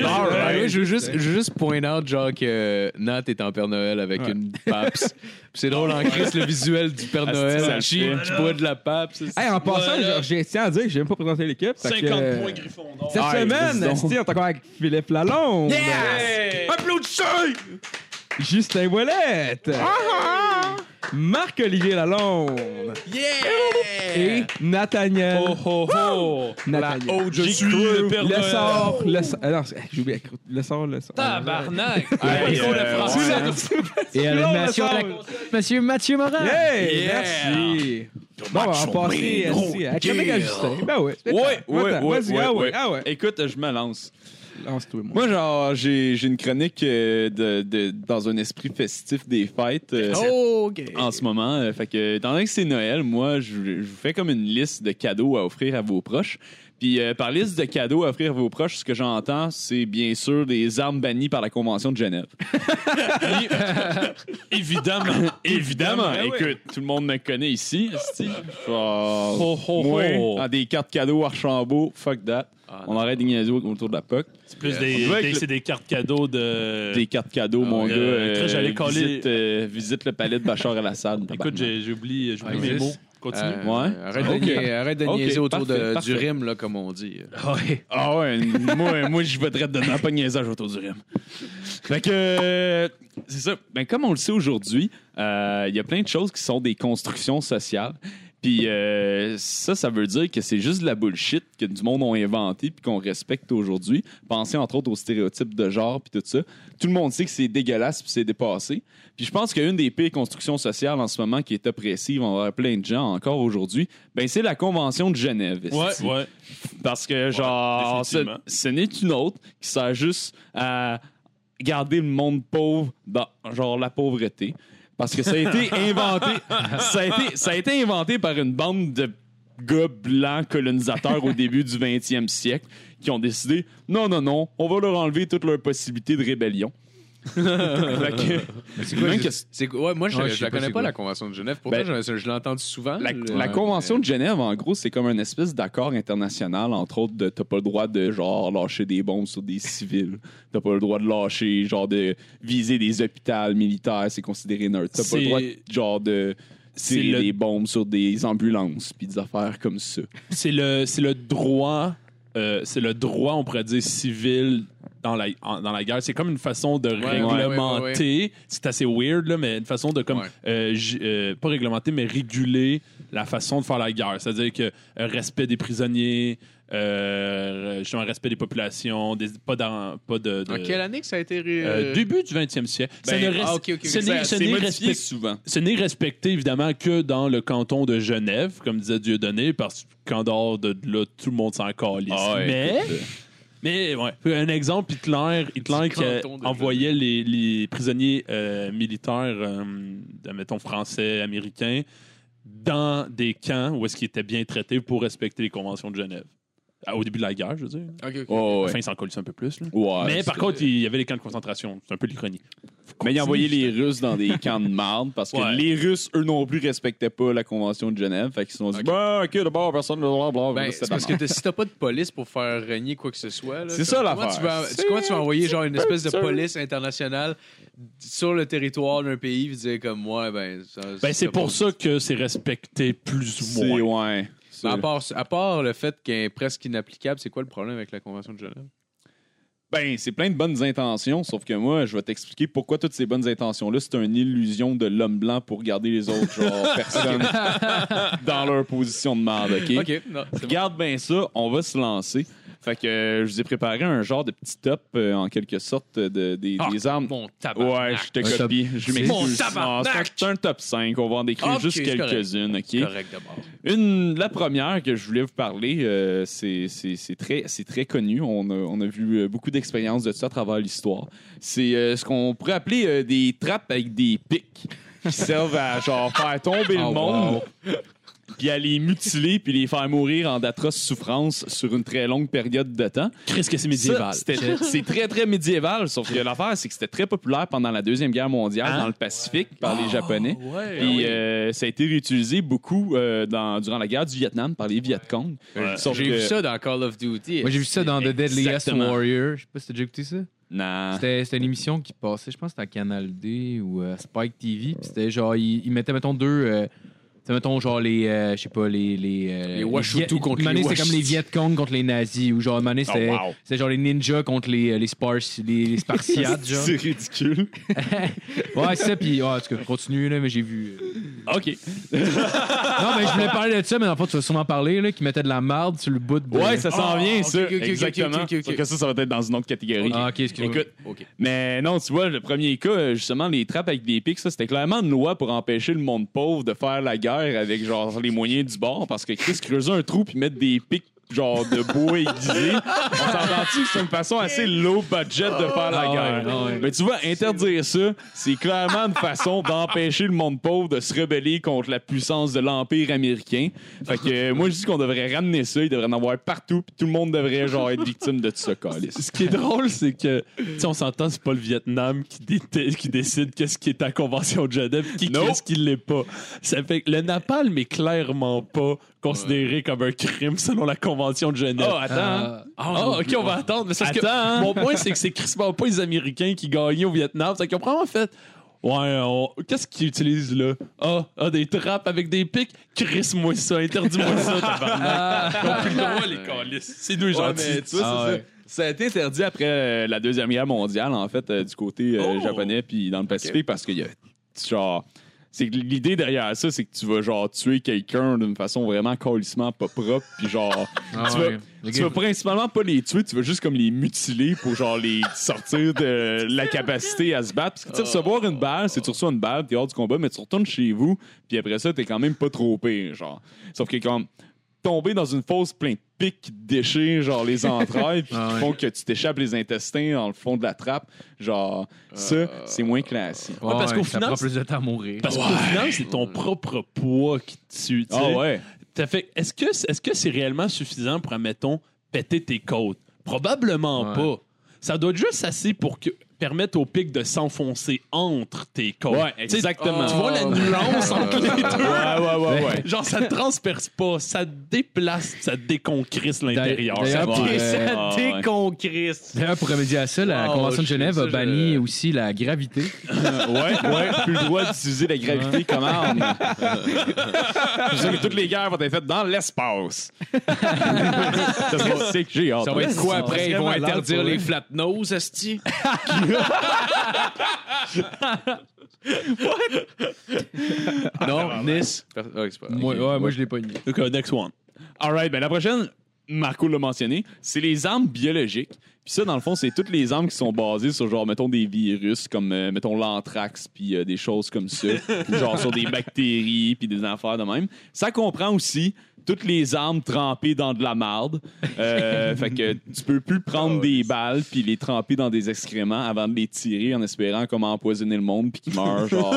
Speaker 5: Ah,
Speaker 4: Alright.
Speaker 5: ouais, je veux juste, je veux juste point out, genre, que Nat est en Père Noël avec une paps. Puis c'est drôle en crise le visuel du Père Noël, cheap, qui boit de la paps.
Speaker 1: Hey, en passant,
Speaker 4: Voilà.
Speaker 1: je- je tiens à dire que j'ai même pas présenté l'équipe. fait
Speaker 4: 50
Speaker 1: que, euh,
Speaker 4: points Griffon
Speaker 1: Cette semaine, esti, on est encore avec Philippe Lalonde. Justin Ouellette.
Speaker 4: Ah,
Speaker 1: Marc-Olivier Lalonde. Et Nathaniel.
Speaker 4: Oh, oh, oh!
Speaker 1: Nathaniel.
Speaker 4: Je suis le Père
Speaker 1: Le
Speaker 4: Noël.
Speaker 1: sort, le sort. ah non, c'est- j'ai oublié. Le sort, le sort.
Speaker 4: Tabarnak!
Speaker 6: Hey,
Speaker 4: Ils ont le
Speaker 6: euh,
Speaker 4: français.
Speaker 12: Et à
Speaker 1: Long,
Speaker 12: l'animation,
Speaker 1: le
Speaker 12: de
Speaker 1: sort.
Speaker 12: la- Monsieur Mathieu Morin.
Speaker 1: Hey, merci. Bon, on va passer esti, à la chronique à Justin. Ben ouais.
Speaker 6: Ouais,
Speaker 1: Attends,
Speaker 6: ouais, ouais,
Speaker 1: vas-y,
Speaker 6: ouais,
Speaker 1: ah ouais,
Speaker 6: ouais.
Speaker 1: ah ouais.
Speaker 6: Écoute, je me lance.
Speaker 1: Lance-toi, moi.
Speaker 6: Moi, genre, j'ai j'ai une chronique euh, de, de- dans un esprit festif des fêtes euh,
Speaker 4: Oh,
Speaker 6: en ce moment. Euh, fait que, étant donné que c'est Noël, moi, je, je vous fais comme une liste de cadeaux à offrir à vos proches. Puis, euh, par liste de cadeaux à offrir à vos proches, ce que j'entends, c'est bien sûr des armes bannies par la Convention de Genève.
Speaker 4: Évidemment, évidemment.
Speaker 6: Évidemment, écoute, tout le monde me connaît ici. esti. Genre,
Speaker 4: Ho, ho, ho.
Speaker 6: Oh, moi, dans des cartes cadeaux Archambault, fuck that. On arrête des niaiseaux autour de la POC.
Speaker 4: C'est plus des,
Speaker 6: On dirait
Speaker 4: des-
Speaker 6: que
Speaker 4: c'est des cartes cadeaux de.
Speaker 6: des cartes cadeaux, mon
Speaker 4: euh,
Speaker 6: gars.
Speaker 4: Chris, j'allais coller-
Speaker 6: Visite, euh, visite le palais de Bachar al-Assad.
Speaker 4: Écoute, j'ai j'ai oublié, j'ai oublié mes
Speaker 5: existe.
Speaker 4: mots. Continue.
Speaker 5: Euh,
Speaker 6: Ouais.
Speaker 5: Arrête de,
Speaker 6: Ok.
Speaker 5: niaiser, arrête de
Speaker 6: Ok,
Speaker 5: niaiser autour
Speaker 6: parfait,
Speaker 5: de-
Speaker 6: parfait.
Speaker 5: du rime, là, comme on dit.
Speaker 6: Ah ouais, moi, moi je voterais dedans, pas de niaisage autour du REM. Fait que, euh, c'est ça. Ben, comme on le sait aujourd'hui, euh, il y a plein de choses qui sont des constructions sociales. Puis euh, ça, ça veut dire que c'est juste de la bullshit que du monde ont inventé puis qu'on respecte aujourd'hui. Pensez entre autres aux stéréotypes de genre puis tout ça. Tout le monde sait que c'est dégueulasse puis c'est dépassé. Puis je pense qu'une des pires constructions sociales en ce moment qui est oppressive envers plein de gens encore aujourd'hui, ben c'est la Convention de Genève.
Speaker 4: Ouais,
Speaker 6: esti.
Speaker 4: ouais.
Speaker 6: Parce que, genre, ce,
Speaker 4: définitivement.
Speaker 6: ce n'est une autre qui sert juste à garder le monde pauvre dans, genre, la pauvreté. Parce que ça a été inventé, ça a été, ça a été inventé par une bande de gars blancs colonisateurs au début du 20e siècle qui ont décidé, non, non, non, on va leur enlever toutes leurs possibilités de rébellion. Fait que-
Speaker 5: C'est
Speaker 6: quoi,
Speaker 5: quoi?
Speaker 6: c'est-
Speaker 5: ouais, moi, je,
Speaker 12: Ouais,
Speaker 5: je
Speaker 12: je sais
Speaker 5: la
Speaker 12: pas c'est
Speaker 5: connais pas,
Speaker 12: quoi.
Speaker 5: la Convention de Genève. Pourtant,
Speaker 6: Ben,
Speaker 5: je, je l'ai entendue souvent.
Speaker 6: La,
Speaker 5: là.
Speaker 6: la
Speaker 5: Ouais,
Speaker 6: Convention de Genève, en gros, c'est comme une espèce d'accord international, entre autres, de t'as pas le droit de, genre, lâcher des bombes sur des civils. T'as pas le droit de lâcher, genre, de viser des hôpitaux militaires, c'est considéré neutre. T'as pas
Speaker 4: C'est-
Speaker 6: le droit, genre, de
Speaker 4: C'est
Speaker 6: tirer
Speaker 4: le-
Speaker 6: des bombes sur des ambulances, puis des affaires comme ça.
Speaker 4: C'est le, c'est le droit, euh, c'est le droit, on pourrait dire, civil dans la, en- dans la guerre. C'est comme une façon de
Speaker 5: ouais,
Speaker 4: réglementer. C'est assez weird, là, mais une façon de comme
Speaker 5: Ouais.
Speaker 4: euh, j- euh, pas réglementer, mais réguler la façon de faire la guerre. C'est-à-dire que euh, respect des prisonniers, euh, justement, respect des populations, des, pas, d'en- pas de. de-
Speaker 5: En quelle année que ça a été.
Speaker 4: euh, début du 20e siècle. Ça ne
Speaker 6: Ben,
Speaker 4: res-
Speaker 5: ah, ok, ok, ok.
Speaker 4: ce n'est-
Speaker 6: Ça-
Speaker 4: ce
Speaker 6: C'est
Speaker 4: n'est
Speaker 6: modifié
Speaker 4: respect-
Speaker 6: souvent.
Speaker 4: ce n'est respecté évidemment que dans le canton de Genève, comme disait Dieudonné, parce qu'en dehors de là, tout le monde s'en calisse.
Speaker 6: Ah ouais,
Speaker 4: mais,
Speaker 6: écoute, euh,
Speaker 4: mais ouais. Un exemple, Hitler, Hitler
Speaker 5: Du
Speaker 4: qui euh,
Speaker 5: canton de
Speaker 4: envoyait les, les prisonniers euh, militaires, euh, de, mettons français, américains, dans des camps où est-ce qu'ils étaient bien traités pour respecter les conventions de Genève. Ah, Au début de la guerre, je veux dire.
Speaker 6: ouais, ouais.
Speaker 4: Enfin, ils s'en collissaient un peu plus. là.
Speaker 6: Ouais,
Speaker 4: mais
Speaker 6: c'est-
Speaker 4: par contre, il y avait les camps de concentration. C'est un peu l'ironie.
Speaker 6: Mais ils envoyaient les Russes dans des camps de marde parce que
Speaker 4: Ouais.
Speaker 6: les Russes, eux non plus, respectaient pas la Convention de Genève. Fait qu'ils se sont dit,
Speaker 5: Ok.
Speaker 6: bah, ok, d'abord, personne ne va voir.
Speaker 5: Ben, c'est parce que t'as- si t'as pas de police pour faire régner quoi que ce soit, là,
Speaker 6: C'est ça,
Speaker 5: comment
Speaker 6: l'affaire.
Speaker 5: tu vas- tu-
Speaker 6: C'est-
Speaker 5: Comment tu vas envoyer genre une espèce de
Speaker 6: c'est-
Speaker 5: police internationale sur le territoire d'un pays et dire comme moi, ben. ça-
Speaker 4: Ben, c'est
Speaker 5: pas-
Speaker 4: pour ça que c'est respecté plus ou
Speaker 6: C'est
Speaker 4: moins.
Speaker 6: ouais.
Speaker 5: Mais Ben, à
Speaker 6: C'est-
Speaker 5: part, à part le fait qu'elle est presque inapplicable, c'est quoi le problème avec la Convention de Genève?
Speaker 6: Ben, c'est plein de bonnes intentions, sauf que moi, je vais t'expliquer pourquoi toutes ces bonnes intentions-là, c'est une illusion de l'homme blanc pour garder les autres genre, personnes dans leur position de marde, OK?
Speaker 5: Ok, non. c'est bon.
Speaker 6: Regarde bien ça, on va se lancer. Fait que euh, je vous ai préparé un genre de petit top, euh, en quelque sorte, euh, de, des-
Speaker 5: Ah,
Speaker 6: des armes.
Speaker 5: Mon tabac.
Speaker 6: Ouais, je te
Speaker 1: Un
Speaker 6: copie. Je
Speaker 1: c'est-
Speaker 6: m'excuse.
Speaker 5: Mon
Speaker 6: Non,
Speaker 5: tabarnak!
Speaker 6: c'est un- c'est un top 5. On va en décrire
Speaker 5: Ok,
Speaker 6: juste
Speaker 5: c'est
Speaker 6: quelques-unes, OK?
Speaker 5: Correct d'abord.
Speaker 6: Une, la première que je voulais vous parler, euh, c'est c'est- c'est très, c'est très connu. On a, on a vu euh, beaucoup d'expériences de ça à travers l'histoire. C'est euh, ce qu'on pourrait appeler euh, des trappes avec des pics qui servent à genre faire tomber le monde, puis à les mutiler, puis les faire mourir en d'atroces souffrances sur une très longue période de temps.
Speaker 4: Qu'est-ce que c'est
Speaker 6: Ça, c'était- C'est très, très médiéval, sauf que l'affaire, c'est que c'était très populaire pendant la Deuxième Guerre mondiale
Speaker 5: Hein?
Speaker 6: dans le Pacifique par
Speaker 5: Ah,
Speaker 6: les Japonais. Puis euh, ça a été réutilisé beaucoup euh, dans, durant la guerre du Vietnam par les Vietcong. Sauf
Speaker 5: J'ai
Speaker 6: que-
Speaker 5: vu ça dans Call of Duty.
Speaker 1: euh, Moi, j'ai vu ça dans The Deadliest
Speaker 6: Exactement.
Speaker 1: Warrior. Je sais pas si t'as déjà écouté ça.
Speaker 5: Ah.
Speaker 6: Non.
Speaker 1: C'était c'était une émission qui passait, je pense, c'était à Canal D ou à Spike TV. Puis c'était genre, ils, ils mettaient, mettons, deux. euh, tu sais, mettons, genre, les. euh, je sais pas, les. Les, euh,
Speaker 5: Les Washutu
Speaker 1: Viet-
Speaker 5: contre
Speaker 1: Une année,
Speaker 5: les
Speaker 1: c'était comme les
Speaker 5: Washutu.
Speaker 1: Viet Cong contre les nazis. Ou genre, une année, c'était
Speaker 6: wow.
Speaker 1: c'était genre les ninjas contre les, euh, les, Sparsi- les, les Spartiates, genre.
Speaker 6: C'est ridicule.
Speaker 1: ouais, c'est ça. Puis, ouais, en tout cas, continue, là, mais j'ai vu. euh.
Speaker 6: OK.
Speaker 1: Non, mais je voulais parler de ça, mais en fait, tu vas sûrement parler, là, qui mettaient de la marde sur le bout de.
Speaker 6: Ouais, ça s'en
Speaker 5: Ah,
Speaker 6: vient,
Speaker 5: ok,
Speaker 6: ça.
Speaker 5: ok, ok, ok,
Speaker 6: Exactement.
Speaker 5: ok, ok, ok.
Speaker 6: Sauf que ça, ça va être dans une autre catégorie.
Speaker 1: Ah, ok, excuse-moi.
Speaker 6: Écoute,
Speaker 5: Ok.
Speaker 6: Mais non, tu vois, le premier cas, euh, justement, les trappes avec des pics, ça, c'était clairement une loi pour empêcher le monde pauvre de faire la guerre avec, genre, les moyens du bord, parce que Chris creuser un trou puis mettre des pics genre de bois aiguisé. On s'entend-tu que c'est une façon assez low budget de faire la guerre? Mais tu vois, interdire ça, c'est clairement une façon d'empêcher le monde pauvre de se rebeller contre la puissance de l'Empire américain. Fait que euh, moi, je dis qu'on devrait ramener ça, il devrait en avoir partout, puis tout le monde devrait, genre, être victime de tout ça, câlisse.
Speaker 4: Ce qui est drôle, c'est que, tu sais, on s'entend, c'est pas le Vietnam qui, déte- qui décide qu'est-ce qui est à la Convention de Genève, qui
Speaker 6: Non.
Speaker 4: qu'est-ce qui l'est pas. Ça fait que le napalm est clairement pas considéré comme un crime selon la Convention de Genève.
Speaker 6: Oh, attends. hein.
Speaker 4: Ah, ok, on va attendre. Mais c'est parce que
Speaker 6: Attends, hein.
Speaker 4: mon point, c'est que c'est crissement pas les Américains qui gagnaient au Vietnam. C'est qu'ils ont probablement fait. Ouais, on- qu'est-ce qu'ils utilisent là? Ah, ah, des trappes avec des pics? Crisse-moi ça, interdis-moi ça, tabarnak. Ils ont plus le droit, les câlisses. C'est deux
Speaker 6: Ah. Ouais,
Speaker 4: gentils.
Speaker 6: mais tu vois, c'est ça. Ça a été interdit après euh, la Deuxième Guerre mondiale, en fait, euh, du côté euh,
Speaker 4: Oh!
Speaker 6: japonais puis dans le Pacifique, parce qu'il y a, genre... C'est que l'idée derrière ça, c'est que tu vas, genre, tuer quelqu'un d'une façon vraiment colissement pas propre, puis genre...
Speaker 1: Ah,
Speaker 6: tu,
Speaker 1: ouais.
Speaker 6: vas,
Speaker 1: Le
Speaker 6: tu
Speaker 1: gars-
Speaker 6: vas principalement pas les tuer, tu vas juste comme les mutiler pour, genre, les sortir de la capacité à se battre. Parce que, tu sais, recevoir une balle, c'est tu reçois une balle, t'es hors du combat, mais tu retournes chez vous, puis après ça, t'es quand même pas trop pire, genre. Sauf que, comme tomber dans une fosse plein de pics qui te déchirent genre les entrailles puis
Speaker 1: Ah
Speaker 6: qui
Speaker 1: ouais.
Speaker 6: font que tu t'échappes les intestins dans le fond de la trappe genre ça c'est moins classique
Speaker 1: Ouais,
Speaker 4: parce qu'au
Speaker 1: ça
Speaker 4: final,
Speaker 1: prend plus de temps à mourir.
Speaker 4: Parce qu'au final, c'est ton propre poids qui te tue.
Speaker 1: Ah
Speaker 4: tu sais.
Speaker 6: Ah ouais
Speaker 4: Ça fait, est-ce que est-ce que c'est réellement suffisant pour, admettons, péter tes côtes? Probablement
Speaker 1: Ouais.
Speaker 4: pas. Ça doit être juste assez pour que. permettent au pic de s'enfoncer entre tes côtes.
Speaker 6: Ouais,
Speaker 4: Tu sais,
Speaker 6: exactement.
Speaker 4: Tu vois la
Speaker 1: Ah.
Speaker 4: nuance entre les deux?
Speaker 6: Ouais, ouais, ouais, ouais.
Speaker 4: Genre, ça te transperce pas, ça te déplace, ça te déconcrisse l'intérieur.
Speaker 1: D'ailleurs,
Speaker 4: Ça va.
Speaker 1: pour, euh,
Speaker 6: Ah, ouais.
Speaker 1: D'ailleurs, pour remédier à ça, la
Speaker 5: Oh,
Speaker 1: Convention de
Speaker 5: je-
Speaker 1: Genève
Speaker 5: ça,
Speaker 1: a
Speaker 5: je-
Speaker 1: banni aussi la gravité.
Speaker 6: Ouais, ouais, plus le droit d'utiliser la gravité comme arme. Je sais que toutes les guerres vont être faites dans l'espace. Ça serait sick, j'ai hâte.
Speaker 5: Ça va être quoi après? Ils vont
Speaker 14: malade,
Speaker 5: interdire
Speaker 14: pour
Speaker 5: les
Speaker 14: eux.
Speaker 5: flat nose, Asti? non, Nice. Ah, c'est pas-
Speaker 1: Moi, ouais, moi, je l'ai pas nié.
Speaker 4: Ok, next one.
Speaker 6: All right, ben la prochaine, Marco l'a mentionné, c'est les armes biologiques. Puis ça, dans le fond, c'est toutes les armes qui sont basées sur, genre, mettons, des virus, comme, euh, mettons, l'anthrax, puis euh, des choses comme ça, ou genre sur des bactéries, puis des affaires de même. Ça comprend aussi toutes les armes trempées dans de la marde. Euh, fait que tu peux plus
Speaker 1: Ah
Speaker 6: prendre des balles, puis les tremper dans des excréments avant de les tirer en espérant comment empoisonner le monde, puis qu'ils meurent, genre,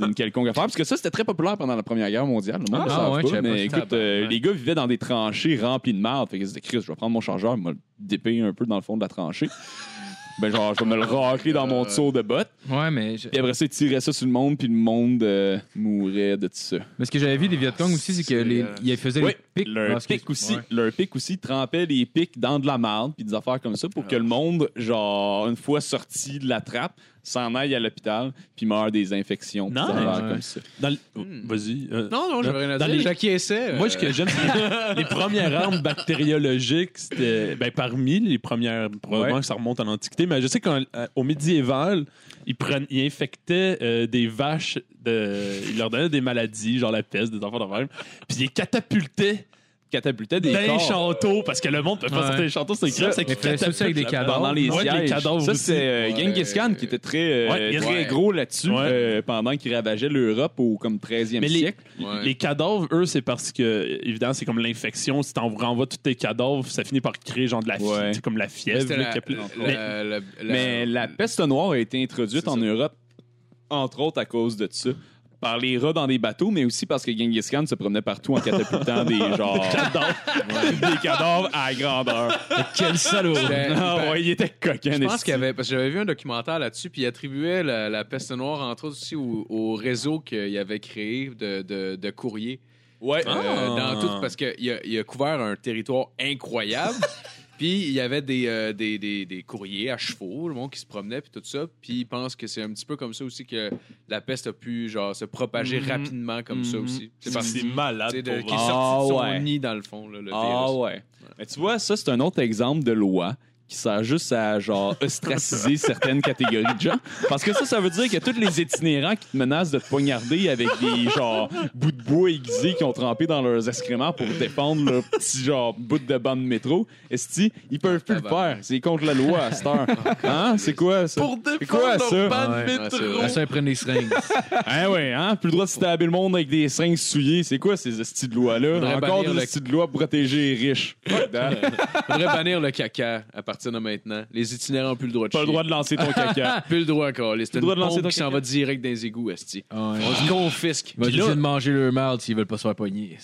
Speaker 6: d'une quelconque affaire. Parce que ça, c'était très populaire pendant la Première Guerre mondiale. Le monde le
Speaker 1: Ah,
Speaker 6: savent
Speaker 1: ouais,
Speaker 6: pas,
Speaker 1: je savais pas
Speaker 6: mais
Speaker 1: ça.
Speaker 6: écoute, euh,
Speaker 5: Ouais.
Speaker 6: les gars vivaient dans des tranchées remplies de merde. Fait qu'ils se disaient, Chris, je vais prendre mon changeur, me le dépayer un peu dans le fond de la tranchée. Ben genre, je vais me le racler dans
Speaker 1: Euh.
Speaker 6: mon tour de botte.
Speaker 1: Ouais, mais, je-
Speaker 6: Puis après ça, ils tiraient ça sur le monde, puis le monde euh, mourait de tout ça.
Speaker 1: mais ce que j'avais vu des Vietcong aussi, c'est qu'ils
Speaker 5: C'est, euh,
Speaker 1: faisaient
Speaker 6: Oui,
Speaker 1: les pics.
Speaker 6: leur
Speaker 1: Ah, excuse-
Speaker 6: pic aussi,
Speaker 1: Ouais.
Speaker 6: leur pic aussi trempait les pics dans de la marde puis des affaires comme ça pour que le monde, genre une fois sorti de la trappe, s'en aille à l'hôpital puis meurt des infections, puis des
Speaker 4: Nice.
Speaker 6: affaires
Speaker 1: Ouais.
Speaker 6: comme ça.
Speaker 4: Dans l-
Speaker 1: Hmm.
Speaker 4: Vas-y. euh,
Speaker 5: Non, non, je
Speaker 1: Hein?
Speaker 5: veux
Speaker 4: Dans
Speaker 5: rien dire. euh,
Speaker 4: les-
Speaker 5: J'acquiesçais.
Speaker 4: Moi, ce que j'aime, c'est que les premières armes bactériologiques, c'était ben, parmi les premières, probablement que ça remonte à l'Antiquité, mais je sais qu'au médiéval, ils, prenaient, ils infectaient euh, des vaches, de, ils leur donnaient des maladies, genre la peste, des enfants de même, puis ils les catapultaient
Speaker 6: Catapultait des
Speaker 4: dans les
Speaker 6: corps.
Speaker 4: châteaux, parce que le monde peut pas
Speaker 1: Ouais.
Speaker 4: sortir des châteaux, c'est grave, c'est
Speaker 1: Mais
Speaker 4: qu'ils
Speaker 1: faisaient ça aussi avec des
Speaker 4: catapultent
Speaker 1: cadavres.
Speaker 6: pendant les
Speaker 4: Ouais,
Speaker 6: sièges.
Speaker 4: les cadavres
Speaker 6: ça,
Speaker 4: aussi.
Speaker 6: c'est euh, Genghis Khan qui était très, euh,
Speaker 4: Ouais, Genghis-
Speaker 6: très
Speaker 4: Ouais.
Speaker 6: gros là-dessus
Speaker 4: Ouais.
Speaker 6: euh, pendant qu'il ravageait l'Europe au comme 13e
Speaker 4: Mais les-
Speaker 6: siècle.
Speaker 5: Ouais.
Speaker 4: Les cadavres, eux, c'est parce que, évidemment, c'est comme l'infection. Si t'en renvoies tous tes cadavres, ça finit par créer genre de la fièvre.
Speaker 6: Ouais.
Speaker 4: C'est comme la fièvre.
Speaker 5: C'était
Speaker 4: là,
Speaker 5: la-
Speaker 4: qui appelait- Mais-
Speaker 5: la- la- la-
Speaker 6: Mais la peste noire a été introduite
Speaker 5: C'est
Speaker 6: en
Speaker 5: ça.
Speaker 6: Europe, entre autres à cause de ça. Par les rats dans des bateaux, mais aussi parce que Genghis Khan se promenait partout en catapultant des genre des cadavres à grandeur.
Speaker 1: Quel salaud!
Speaker 5: J'étais-
Speaker 6: Ah ouais, il était coquin.
Speaker 5: Je pense
Speaker 6: esti.
Speaker 5: qu'il y avait, parce que j'avais vu un documentaire là-dessus, puis il attribuait la, la peste noire, entre autres, aussi au, au réseau qu'il avait créé de, de, de courriers.
Speaker 6: Ouais.
Speaker 5: Euh,
Speaker 6: Ah.
Speaker 5: dans tout, parce qu'il a, il a couvert un territoire incroyable. Puis il y avait des, euh, des, des, des courriers à chevaux, le monde qui se promenait, puis tout ça. Puis il pense que c'est un petit peu comme ça aussi que la peste a pu genre, se propager rapidement comme ça aussi. C'est parce
Speaker 4: C'est
Speaker 5: qu'il
Speaker 4: malade.
Speaker 5: est
Speaker 4: pour
Speaker 5: sorti de
Speaker 4: vrai.
Speaker 5: son
Speaker 6: Ah ouais.
Speaker 5: nid, dans le fond, là, le
Speaker 6: Ah
Speaker 5: virus.
Speaker 6: ouais. Mais tu vois, ça c'est un autre exemple de loi qui sert juste à genre ostraciser certaines catégories de gens parce que ça ça veut dire que tous les itinérants qui te menacent de te poignarder avec des genre bouts de bois aiguisés qui ont trempé dans leurs excréments pour défendre leur petit genre bout de bande de métro esti ils peuvent plus le
Speaker 5: Ah,
Speaker 6: faire c'est contre la loi à cette heure hein c'est quoi ça c'est quoi ça
Speaker 5: Ah, c'est vrai.
Speaker 1: À ça, ils prennent les seringues.
Speaker 6: Hein, ouais, hein? Plus le droit de stabber le monde avec des seringues souillées. C'est quoi ces hosties de lois-là?
Speaker 5: Faudrait
Speaker 6: Encore
Speaker 5: bannir
Speaker 6: des
Speaker 5: le-
Speaker 6: hosties de lois pour protéger les riches. Fuck that.
Speaker 5: Ah, Faudrait bannir le caca à partir de maintenant. Les itinérants ont plus le droit de
Speaker 6: Pas le
Speaker 5: chier. Ah,
Speaker 6: droit de lancer ton caca.
Speaker 5: Plus le droit, Carlis. C'est une
Speaker 6: droit de lancer
Speaker 5: pompe
Speaker 6: ton
Speaker 5: qui s'en
Speaker 6: caca.
Speaker 5: va direct dans les égouts, Esti.
Speaker 1: Ah, ouais.
Speaker 5: On se confisque.
Speaker 1: Ils vont juste de manger leur merde s'ils veulent pas se faire pogner.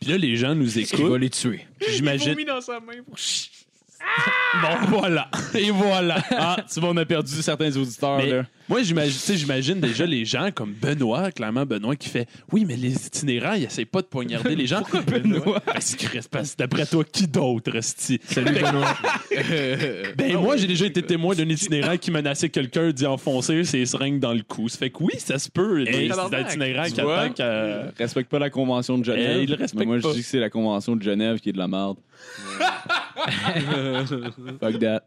Speaker 4: Puis là, les gens nous
Speaker 1: Il va
Speaker 4: écoutent.
Speaker 1: les tuer.
Speaker 4: J'imagine.
Speaker 5: dans sa main pour
Speaker 4: Bon, voilà. Et voilà.
Speaker 6: Ah, tu vois, on a perdu certains auditeurs,
Speaker 4: Mais
Speaker 6: là.
Speaker 4: moi, j'imagine tu sais, j'imagine déjà les gens comme Benoît, clairement Benoît, qui fait Oui, mais les itinérants, ils essaient pas de poignarder les gens. Benoît Parce que parce que d'après toi, qui d'autre, Sti Salut Benoît.
Speaker 6: Ah
Speaker 4: ben, moi, j'ai déjà été témoin d'un itinérant qui menaçait quelqu'un d'y enfoncer ses seringues dans le cou. Ça fait que oui, ça se peut.
Speaker 6: Hey,
Speaker 4: C'est un itinérant
Speaker 6: tu
Speaker 4: qui euh,
Speaker 6: vois?
Speaker 4: attaque à.
Speaker 6: Respecte pas la Convention de Genève.
Speaker 4: Eh, il le respecte
Speaker 6: Mais moi,
Speaker 4: pas.
Speaker 6: je dis que c'est la Convention de Genève qui est de la merde. Fuck that.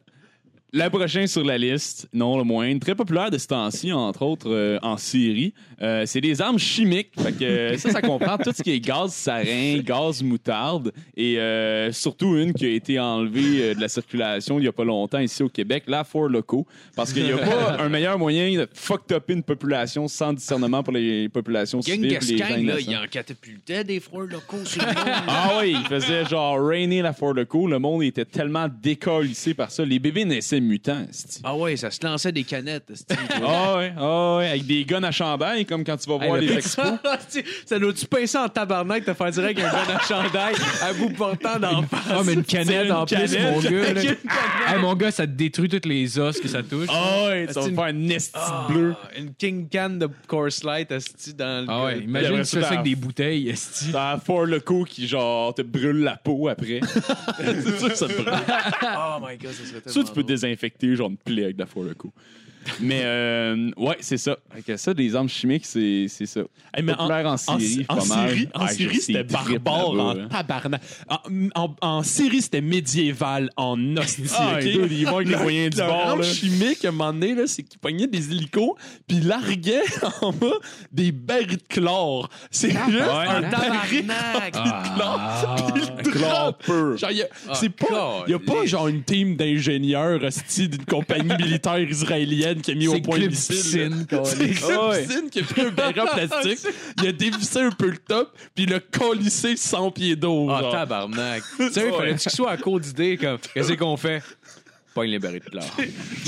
Speaker 6: La prochaine sur la liste, non le moindre, très populaire de ce temps-ci, entre autres euh, en Syrie, euh, c'est des armes chimiques. Fait que, euh, ça, ça comprend tout ce qui est gaz sarin, gaz moutarde et euh, surtout une qui a été enlevée euh, de la circulation il y a pas longtemps ici au Québec, la Four Loco. Parce qu'il n'y a pas un meilleur moyen de fuck-topper une population sans discernement pour les populations civiles. et les gens innocents.
Speaker 5: en catapultait des froids locaux sur
Speaker 6: Ah oui, il faisait genre rainer la Fort Leco. Le monde était tellement décollissé par ça. Les bébés naissaient c'était mutant, esti.
Speaker 5: Ah ouais, ça se lançait des canettes. esti.
Speaker 6: Ah ouais, ah ouais, avec des guns à chandail, comme quand tu vas voir
Speaker 5: Hey,
Speaker 6: les
Speaker 5: le
Speaker 6: expos.
Speaker 5: petit- ça doit-tu pincer en tabarnak de faire direct un gun à chandail à bout portant d'en face?
Speaker 1: Ah, mais une canette en plus,
Speaker 6: canette.
Speaker 1: mon gars. là. Hey, mon gars, ça te détruit toutes les os que ça touche.
Speaker 6: Ah ouais, tu vas
Speaker 5: C'est
Speaker 6: me
Speaker 5: une-
Speaker 6: faire un esti
Speaker 5: Ah,
Speaker 6: bleu.
Speaker 5: Une King Can de Course Light esti, dans le.
Speaker 1: Ah ouais,
Speaker 6: J'aimerais
Speaker 1: imagine si tu fais ça
Speaker 6: ça
Speaker 1: avec
Speaker 6: dans-
Speaker 1: des bouteilles, esti.
Speaker 6: T'as Fort Loco qui, genre, te brûle la peau après. c'est sûr que ça te brûle.
Speaker 5: Oh my god, ça serait tellement.
Speaker 6: Ça, tu peux
Speaker 5: drôle.
Speaker 6: désinfecter, genre, une plaie avec de la Fort Loco. Mais, euh, ouais, c'est ça. Fait que ça, des armes chimiques, c'est c'est ça.
Speaker 4: Hey, mais en-
Speaker 6: Populaire en,
Speaker 4: En,
Speaker 6: Syrie,
Speaker 4: en
Speaker 6: pas mal.
Speaker 4: Syrie, en
Speaker 6: Ah, je
Speaker 4: Syrie,
Speaker 6: sais,
Speaker 4: c'était
Speaker 6: trip
Speaker 4: barbare
Speaker 6: là-bas,
Speaker 4: en
Speaker 6: hein.
Speaker 4: tabarnak. En, en- en Syrie, c'était médiéval en hostie.
Speaker 6: Ah,
Speaker 4: ok?
Speaker 6: les deux, ils vont avec les
Speaker 4: Le-
Speaker 6: moyens du
Speaker 4: leur
Speaker 6: bord,
Speaker 4: arme
Speaker 6: là.
Speaker 4: chimique, à un moment donné, là, c'est qu'ils pognaient des hélicos puis larguaient en bas des barils de chlore. C'est juste un baril
Speaker 5: Tabarnak!
Speaker 4: de chlore. puis ils le
Speaker 6: Ah. Chlore
Speaker 4: drapent.
Speaker 6: pur.
Speaker 4: Genre, il y a-
Speaker 5: Ah,
Speaker 4: c'est pas, il y a pas
Speaker 5: caliste.
Speaker 4: genre une team d'ingénieurs hostie d'une compagnie militaire israélienne qui a mis au
Speaker 1: C'est
Speaker 4: point
Speaker 1: Club
Speaker 4: une missile.
Speaker 1: Piscine,
Speaker 4: C'est
Speaker 1: caliste.
Speaker 5: Ah
Speaker 4: Club Piscine qui a pris un baril en plastique, il a dévissé un peu le top, puis il a collissé 100 pieds d'eau.
Speaker 5: Ah,
Speaker 4: genre.
Speaker 5: tabarnak. tu sais, il fallait que tu sois à court d'idées, comme, qu'est-ce qu'on fait? Pogne les barils de pleurs.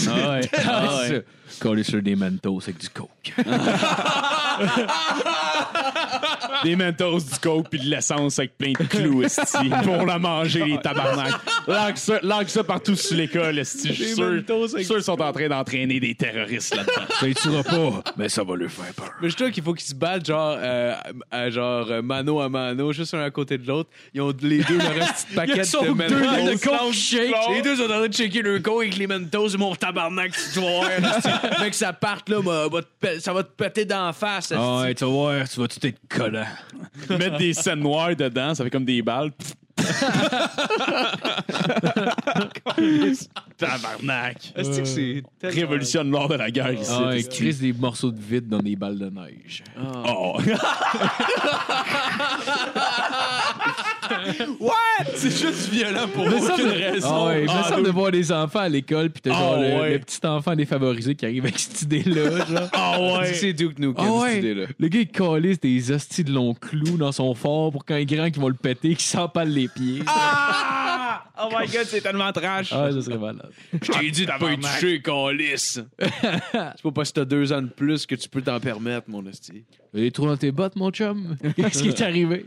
Speaker 1: Ah ouais. Ah ouais. Coller sur des mentos avec du coke.
Speaker 6: Des mentos, du coke puis de l'essence avec plein de clous, esti, pour la manger, les tabarnak. Largue ça, largue ça partout sur l'école, esti. Je suis sûr, sûr ils sont en train d'entraîner des terroristes là-dedans.
Speaker 1: Ça les tuera pas, mais ça va leur faire peur.
Speaker 5: Mais je trouve qu'il faut qu'ils se battent, genre, euh, à- genre euh, mano à mano, juste un à côté de l'autre. Ils ont les deux leur petit paquet de Mentos. Les deux sont en train de checker le con avec les Mentos et mon tabarnak, tu vas voir. esti. Mec, ça parte, là, va- va te pe- ça va te péter d'en face. esti.
Speaker 1: Ah ouais, tu vas voir, tu vas tout être collant.
Speaker 6: Mettre des scènes noires dedans, ça fait comme des balles. Pff. tabarnak.
Speaker 5: Esti que c'est
Speaker 1: Euh,
Speaker 5: tellement-
Speaker 6: Révolutionne l'or de la guerre ici.
Speaker 1: Ah ouais,
Speaker 6: esti.
Speaker 1: crisse des morceaux de vide dans des balles de neige.
Speaker 4: Ah.
Speaker 6: Oh. What? C'est juste violent pour aucune
Speaker 1: Ah
Speaker 6: raison.
Speaker 1: ouais, il me
Speaker 6: Ah,
Speaker 1: semble de voir des enfants à l'école, puis t'as
Speaker 6: Ah
Speaker 1: genre le,
Speaker 6: ouais.
Speaker 1: le petit enfant défavorisé qui arrive avec cette idée-là, genre.
Speaker 6: Ah
Speaker 5: Esti que
Speaker 6: ouais.
Speaker 5: C'est Duke Nukem,
Speaker 1: Ah
Speaker 5: cette
Speaker 1: ouais.
Speaker 5: idée-là.
Speaker 1: Le gars, il calisse des hosties de long clou dans son fort pour qu'un grand qui va le péter, qui s'empale les pieds. Ah,
Speaker 2: Ah!
Speaker 3: Oh my god, c'est tellement trash.
Speaker 1: ça serait malade.
Speaker 5: Je t'ai dit de pas y toucher, câlisse. C'est pas parce que t'as deux ans de plus que tu peux t'en permettre, mon esti.
Speaker 1: Il est trop dans tes bottes, mon chum. Qu'est-ce qui est arrivé?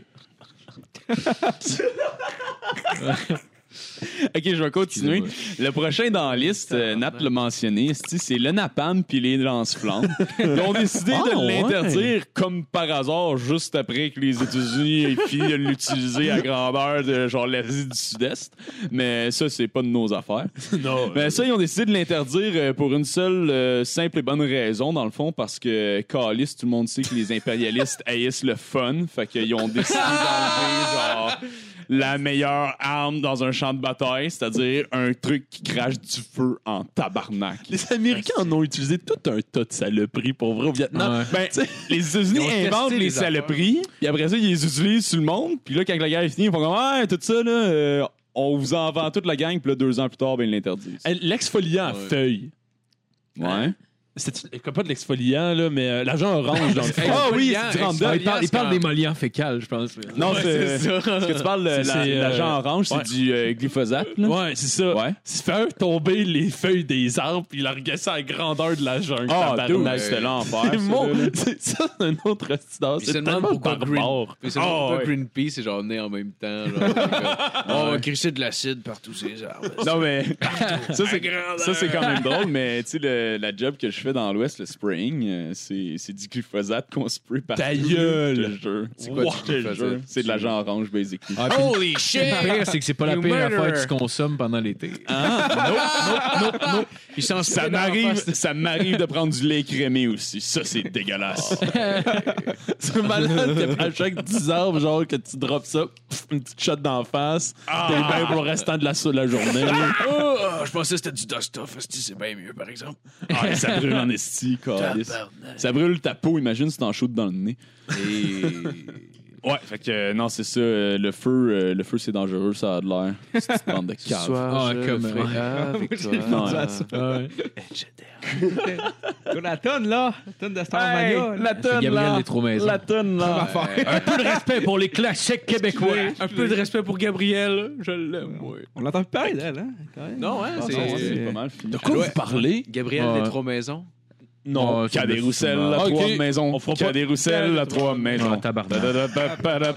Speaker 6: Ok, je vais continuer. Le prochain dans la liste, euh, Nat l'a mentionné, esti, c'est le napalm puis les lance-flammes. Ils ont décidé
Speaker 1: Ah,
Speaker 6: de
Speaker 1: ouais.
Speaker 6: l'interdire comme par hasard juste après que les États-Unis aient fini de l'utiliser à grandeur de genre l'Asie du Sud-Est. Mais ça, c'est pas de nos affaires.
Speaker 4: Non.
Speaker 6: Mais Ben, ça, ils ont décidé de l'interdire euh, pour une seule euh, simple et bonne raison, dans le fond, parce que Calis, tout le monde sait que les impérialistes haïssent le fun. Fait qu'ils ont décidé d'enlever genre, la meilleure arme dans un champ de bataille, c'est-à-dire un truc qui crache du feu en tabarnak.
Speaker 4: Les Américains en ont utilisé tout un tas de saloperies pour vrai au Vietnam.
Speaker 1: Ouais.
Speaker 6: Ben, les États-Unis
Speaker 5: Ils ont
Speaker 6: inventent
Speaker 5: testé
Speaker 6: les,
Speaker 5: les
Speaker 6: saloperies, puis après ça, ils les utilisent sur le monde, puis là, quand la guerre est finie, ils font comme Ouais, tout ça, là, euh, on vous en vend toute la gang, puis là, deux ans plus tard, ben, ils l'interdisent.
Speaker 4: Hey, L'exfoliant à feuille.
Speaker 6: Ouais.
Speaker 4: C'est quoi, pas de l'exfoliant, là, mais euh, l'agent orange dans le fond.
Speaker 6: Ah oui,
Speaker 5: Exfoliant,
Speaker 6: c'est du Roundup.
Speaker 5: exfoliant,
Speaker 1: il parle, il
Speaker 5: c'est
Speaker 1: parle
Speaker 5: quand-
Speaker 1: d'émollient fécal, je pense.
Speaker 6: Non, c'est
Speaker 5: c'est
Speaker 6: Parce que tu parles de
Speaker 4: C'est-
Speaker 6: la-
Speaker 4: c'est, euh,
Speaker 6: l'agent orange, c'est
Speaker 4: ouais.
Speaker 6: du euh, glyphosate. Là.
Speaker 4: Ouais, c'est ça.
Speaker 6: Ouais.
Speaker 4: C'est faire tomber les feuilles des arbres puis il a regardé ça à la grandeur de la jungle.
Speaker 6: Ah,
Speaker 4: tabarnak.
Speaker 6: dude, c'était l'enfer.
Speaker 4: C'est
Speaker 6: ça,
Speaker 4: mon-
Speaker 6: là.
Speaker 4: c'est- Ça, c'est un autre accident.
Speaker 5: se
Speaker 4: C'est
Speaker 5: demande
Speaker 4: tellement
Speaker 5: pourquoi
Speaker 4: barbare.
Speaker 5: Mais c'est
Speaker 6: Ah,
Speaker 5: pas
Speaker 6: ouais.
Speaker 5: Greenpeace, c'est genre né en même temps. Genre, c'est comme, on va crisser de l'acide partout ces arbres.
Speaker 6: Non, mais ça, c'est, ça, c'est quand même drôle, mais tu sais, le- la job que je fais dans l'Ouest, le spraying, euh, c'est, c'est du glyphosate qu'on spray partout.
Speaker 4: Ta gueule.
Speaker 6: Je te jure. C'est quoi
Speaker 4: Wow.
Speaker 6: du glyphosate? C'est de l'agent orange, basically.
Speaker 4: Ah,
Speaker 5: Holy shit!
Speaker 1: Le pire, c'est que c'est pas la
Speaker 5: You
Speaker 1: pire
Speaker 5: murderer. Ah,
Speaker 1: affaire qui se consomme pendant l'été.
Speaker 5: Ils s'en
Speaker 6: ça,
Speaker 5: spray dans la
Speaker 6: m'arrive,
Speaker 5: face.
Speaker 6: ça m'arrive de prendre du lait crémé aussi. Ça, c'est dégueulasse.
Speaker 4: C'est malade que à chaque 10 arbres, genre, que tu drops ça, pff, une petite shot d'en face,
Speaker 5: Ah,
Speaker 6: Ah.
Speaker 4: t'es bien pour le restant de la, la journée.
Speaker 5: Oh,
Speaker 4: Ah,
Speaker 5: je pensais que c'était du dust off. esti, C'est bien mieux, par exemple.
Speaker 6: Ah, et ça brûle en esti, câlisse.
Speaker 5: Tabarnak.
Speaker 6: Ça brûle ta peau, imagine si t'en shootes dans le nez. Ouais, fait que euh, non, c'est ça. euh, le feu, euh, le feu c'est dangereux, ça a de l'air. C'est une petite bande de caves.
Speaker 1: Ah,
Speaker 4: Soir, je
Speaker 1: comme-
Speaker 4: le ferai avec
Speaker 6: Non,
Speaker 4: toi.
Speaker 6: euh,
Speaker 2: Yo, la tonne, là. La tonne de Starmania. là.
Speaker 1: Gabriel est trop maison.
Speaker 6: tonne, là.
Speaker 4: hein. Un peu de respect pour les classiques québécois.
Speaker 5: Un peu de respect pour Gabriel, je l'aime, oui.
Speaker 2: On l'entend plus parler d'elle, hein? quand même.
Speaker 5: Non,
Speaker 1: Ah,
Speaker 5: hein,
Speaker 6: Non,
Speaker 5: c'est.
Speaker 6: c'est pas mal fini.
Speaker 4: De quoi vous parlez?
Speaker 5: Gabriel
Speaker 1: Ouais.
Speaker 5: des trois maisons.
Speaker 1: Non, c'est
Speaker 6: Cadet
Speaker 1: le
Speaker 6: Roussel, la
Speaker 4: Ah, ok.
Speaker 6: trois maisons.
Speaker 4: fera pas-
Speaker 6: Cadet Roussel, la trois maisons.
Speaker 1: Ah, tabarnak.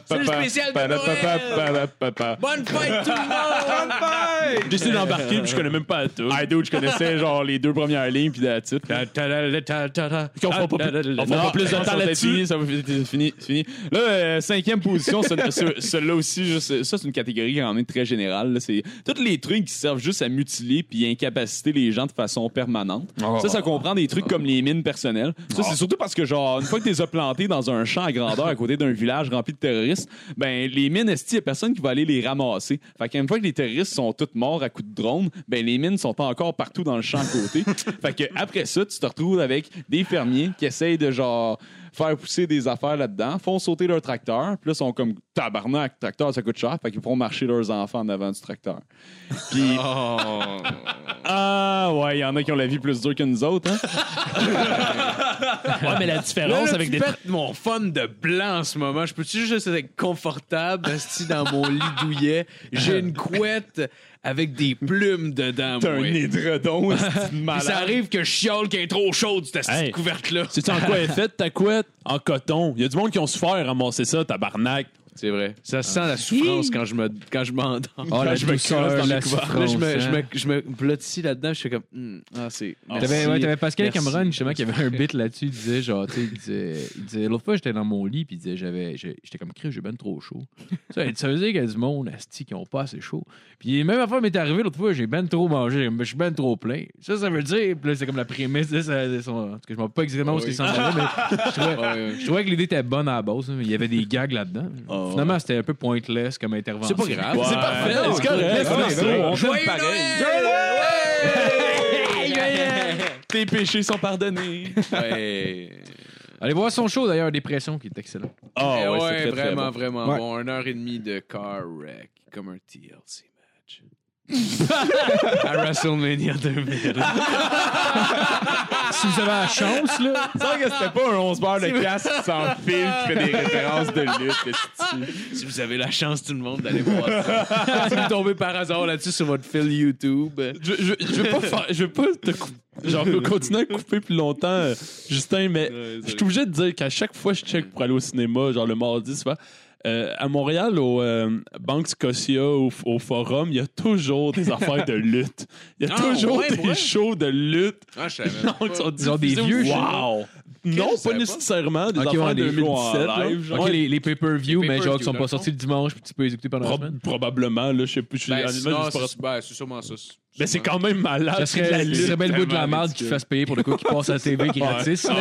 Speaker 6: C'est
Speaker 5: le spécial de Bonne fête tout le monde!
Speaker 4: J'ai décidé d'embarquer, puis je connais même pas la tune.
Speaker 6: Hey dude, je connaissais genre les deux premières lignes puis la titre.
Speaker 4: On fera pas plus- on fera pas plus de temps là-dessus.
Speaker 6: Ah, Ça va c'est fini, c'est fini. Là, euh, cinquième position, ce- ce- celle-là aussi, juste- ça c'est une catégorie qui est quand même très générale. là. C'est tous les trucs qui servent juste à mutiler puis incapaciter les gens de façon permanente. Ça, ça comprend des trucs comme les mines personnelles. Ça, c'est surtout parce que genre une fois que t'es planté dans un champ à grandeur à côté d'un village rempli de terroristes, ben les mines, est y a personne qui va aller les ramasser. Fait qu'une fois que les terroristes sont tous morts à coups de drone, ben les mines sont encore partout dans le champ à côté. fait que après ça, tu te retrouves avec des fermiers qui essayent de genre faire pousser des affaires là-dedans, font sauter leur tracteur, puis là, sont comme tabarnak, le tracteur, ça coûte cher, fait qu'ils font marcher leurs enfants en avant du tracteur. Puis. Ah, ouais, il y en a qui ont la vie plus dure que nous autres, hein.
Speaker 4: Ouais, mais la différence avec des.
Speaker 5: pètes mon fun de blanc en ce moment. Je peux-tu juste être confortable, esti, dans mon lit douillet? J'ai une couette avec des plumes dedans,
Speaker 6: T'as un
Speaker 5: moi.
Speaker 6: édredon, c'est une
Speaker 5: Puis
Speaker 6: malade.
Speaker 5: ça arrive que je chiole qu'elle est trop chaude, cette esti de
Speaker 4: Hey.
Speaker 5: couverte-là.
Speaker 4: C'est en quoi est faite ta couette? En coton. Il y a du monde qui ont souffert à ramasser ça, tabarnak.
Speaker 5: C'est vrai. Ça sent la souffrance quand je me quand je m'endors.
Speaker 1: Oh, la
Speaker 4: je me creuse
Speaker 1: douceur,
Speaker 4: dans
Speaker 1: la
Speaker 4: les couverts.
Speaker 1: souffrance.
Speaker 5: Là, je me, je,
Speaker 1: hein.
Speaker 5: me, je me blottis là-dedans, je suis comme. hmm, ah, c'est.
Speaker 1: T'avais
Speaker 5: merci.
Speaker 1: ouais, t'avais Pascal
Speaker 5: Merci.
Speaker 1: Cameron, justement, qui avait un bit là-dessus. Il disait, genre, tu sais, il disait, il disait l'autre fois, j'étais dans mon lit, puis il disait, j'avais, j'ai- j'étais comme cri, j'ai ben trop chaud. Ça, ça veut dire qu'il y a du monde, Asti, qui ont pas assez chaud. Puis même affaire m'est arrivée l'autre fois, j'ai ben trop mangé, j'ai- je suis ben trop plein. Ça, ça veut dire, puis là, c'est comme la prémisse de, sa- de son. En tout cas, je m'en rappelle pas exactement où est-ce qu'il s'en allait, mais je trouvais, je trouvais que l'idée était bonne à la base. hein. Il y avait des gags là-dedans. Finalement, c'était un peu pointless comme intervention.
Speaker 5: Ah C'est pas grave.
Speaker 4: C'est
Speaker 5: C'est pas
Speaker 4: parfait.
Speaker 6: Non,
Speaker 4: C'est correct.
Speaker 6: ouais,
Speaker 4: C'est
Speaker 6: ouais,
Speaker 4: correct.
Speaker 6: on fait
Speaker 5: Joyeux
Speaker 6: pareil. Tes péchés sont pardonnés.
Speaker 5: Ouais.
Speaker 1: Allez voir son show, d'ailleurs, Dépression, qui est excellent.
Speaker 6: Ah
Speaker 5: Eh ouais,
Speaker 6: c'est très, très
Speaker 5: vraiment,
Speaker 6: bon.
Speaker 5: vraiment
Speaker 2: Ouais.
Speaker 5: bon. Une heure et demie de car wreck, comme un TLC match. à WrestleMania 2000.
Speaker 1: Si vous avez la chance, là.
Speaker 6: C'est vrai que c'était pas un 11 bar de casse qui s'enfile, qui fait des références de lutte. esti.
Speaker 5: si vous avez la chance, tout le monde, d'aller voir ça. si vous tombez par hasard là-dessus sur votre fil YouTube.
Speaker 4: Je, je, je veux pas faire- je veux pas te cou- genre continuer à couper plus longtemps, euh, Justin, mais je suis obligé de dire qu'à chaque fois que je check pour aller au cinéma, genre le mardi, souvent, euh, à Montréal, au euh, Banque Scotia, au, au Forum, il y a toujours des affaires de lutte. Il y a
Speaker 5: Ah,
Speaker 4: toujours
Speaker 5: ouais,
Speaker 4: des
Speaker 5: ouais.
Speaker 4: shows de lutte.
Speaker 5: Ah, je savais.
Speaker 4: Non, qui sont
Speaker 1: Ils ont des
Speaker 4: diffusés au-
Speaker 1: vieux shows.
Speaker 4: Wow! Non,
Speaker 5: je
Speaker 4: pas
Speaker 5: savais
Speaker 4: nécessairement des
Speaker 1: Ok,
Speaker 4: affaires
Speaker 1: ouais,
Speaker 4: de
Speaker 1: des shows
Speaker 4: 2017.
Speaker 6: en
Speaker 4: là.
Speaker 6: live, genre.
Speaker 1: Ok, les, les pay-per-view,
Speaker 5: Les
Speaker 1: mais genre, qui
Speaker 5: pay-per-view,
Speaker 1: sont
Speaker 5: dans le
Speaker 1: pas sortis le dimanche, puis tu peux les écouter pendant la
Speaker 4: Pro-
Speaker 1: semaine.
Speaker 4: probablement, là, je sais plus. je suis-
Speaker 5: Ben,
Speaker 4: honnêtement,
Speaker 5: non,
Speaker 4: je sais pas.
Speaker 5: c'est ben, c'est sûrement ça.
Speaker 4: mais c'est quand même malade.
Speaker 1: Ça
Speaker 4: c'est de
Speaker 1: serait,
Speaker 4: la
Speaker 1: ce
Speaker 4: lutte.
Speaker 1: serait bien le bout de la merde qu'ils fassent payer pour le coup qui passe à la TV gratis.
Speaker 5: même.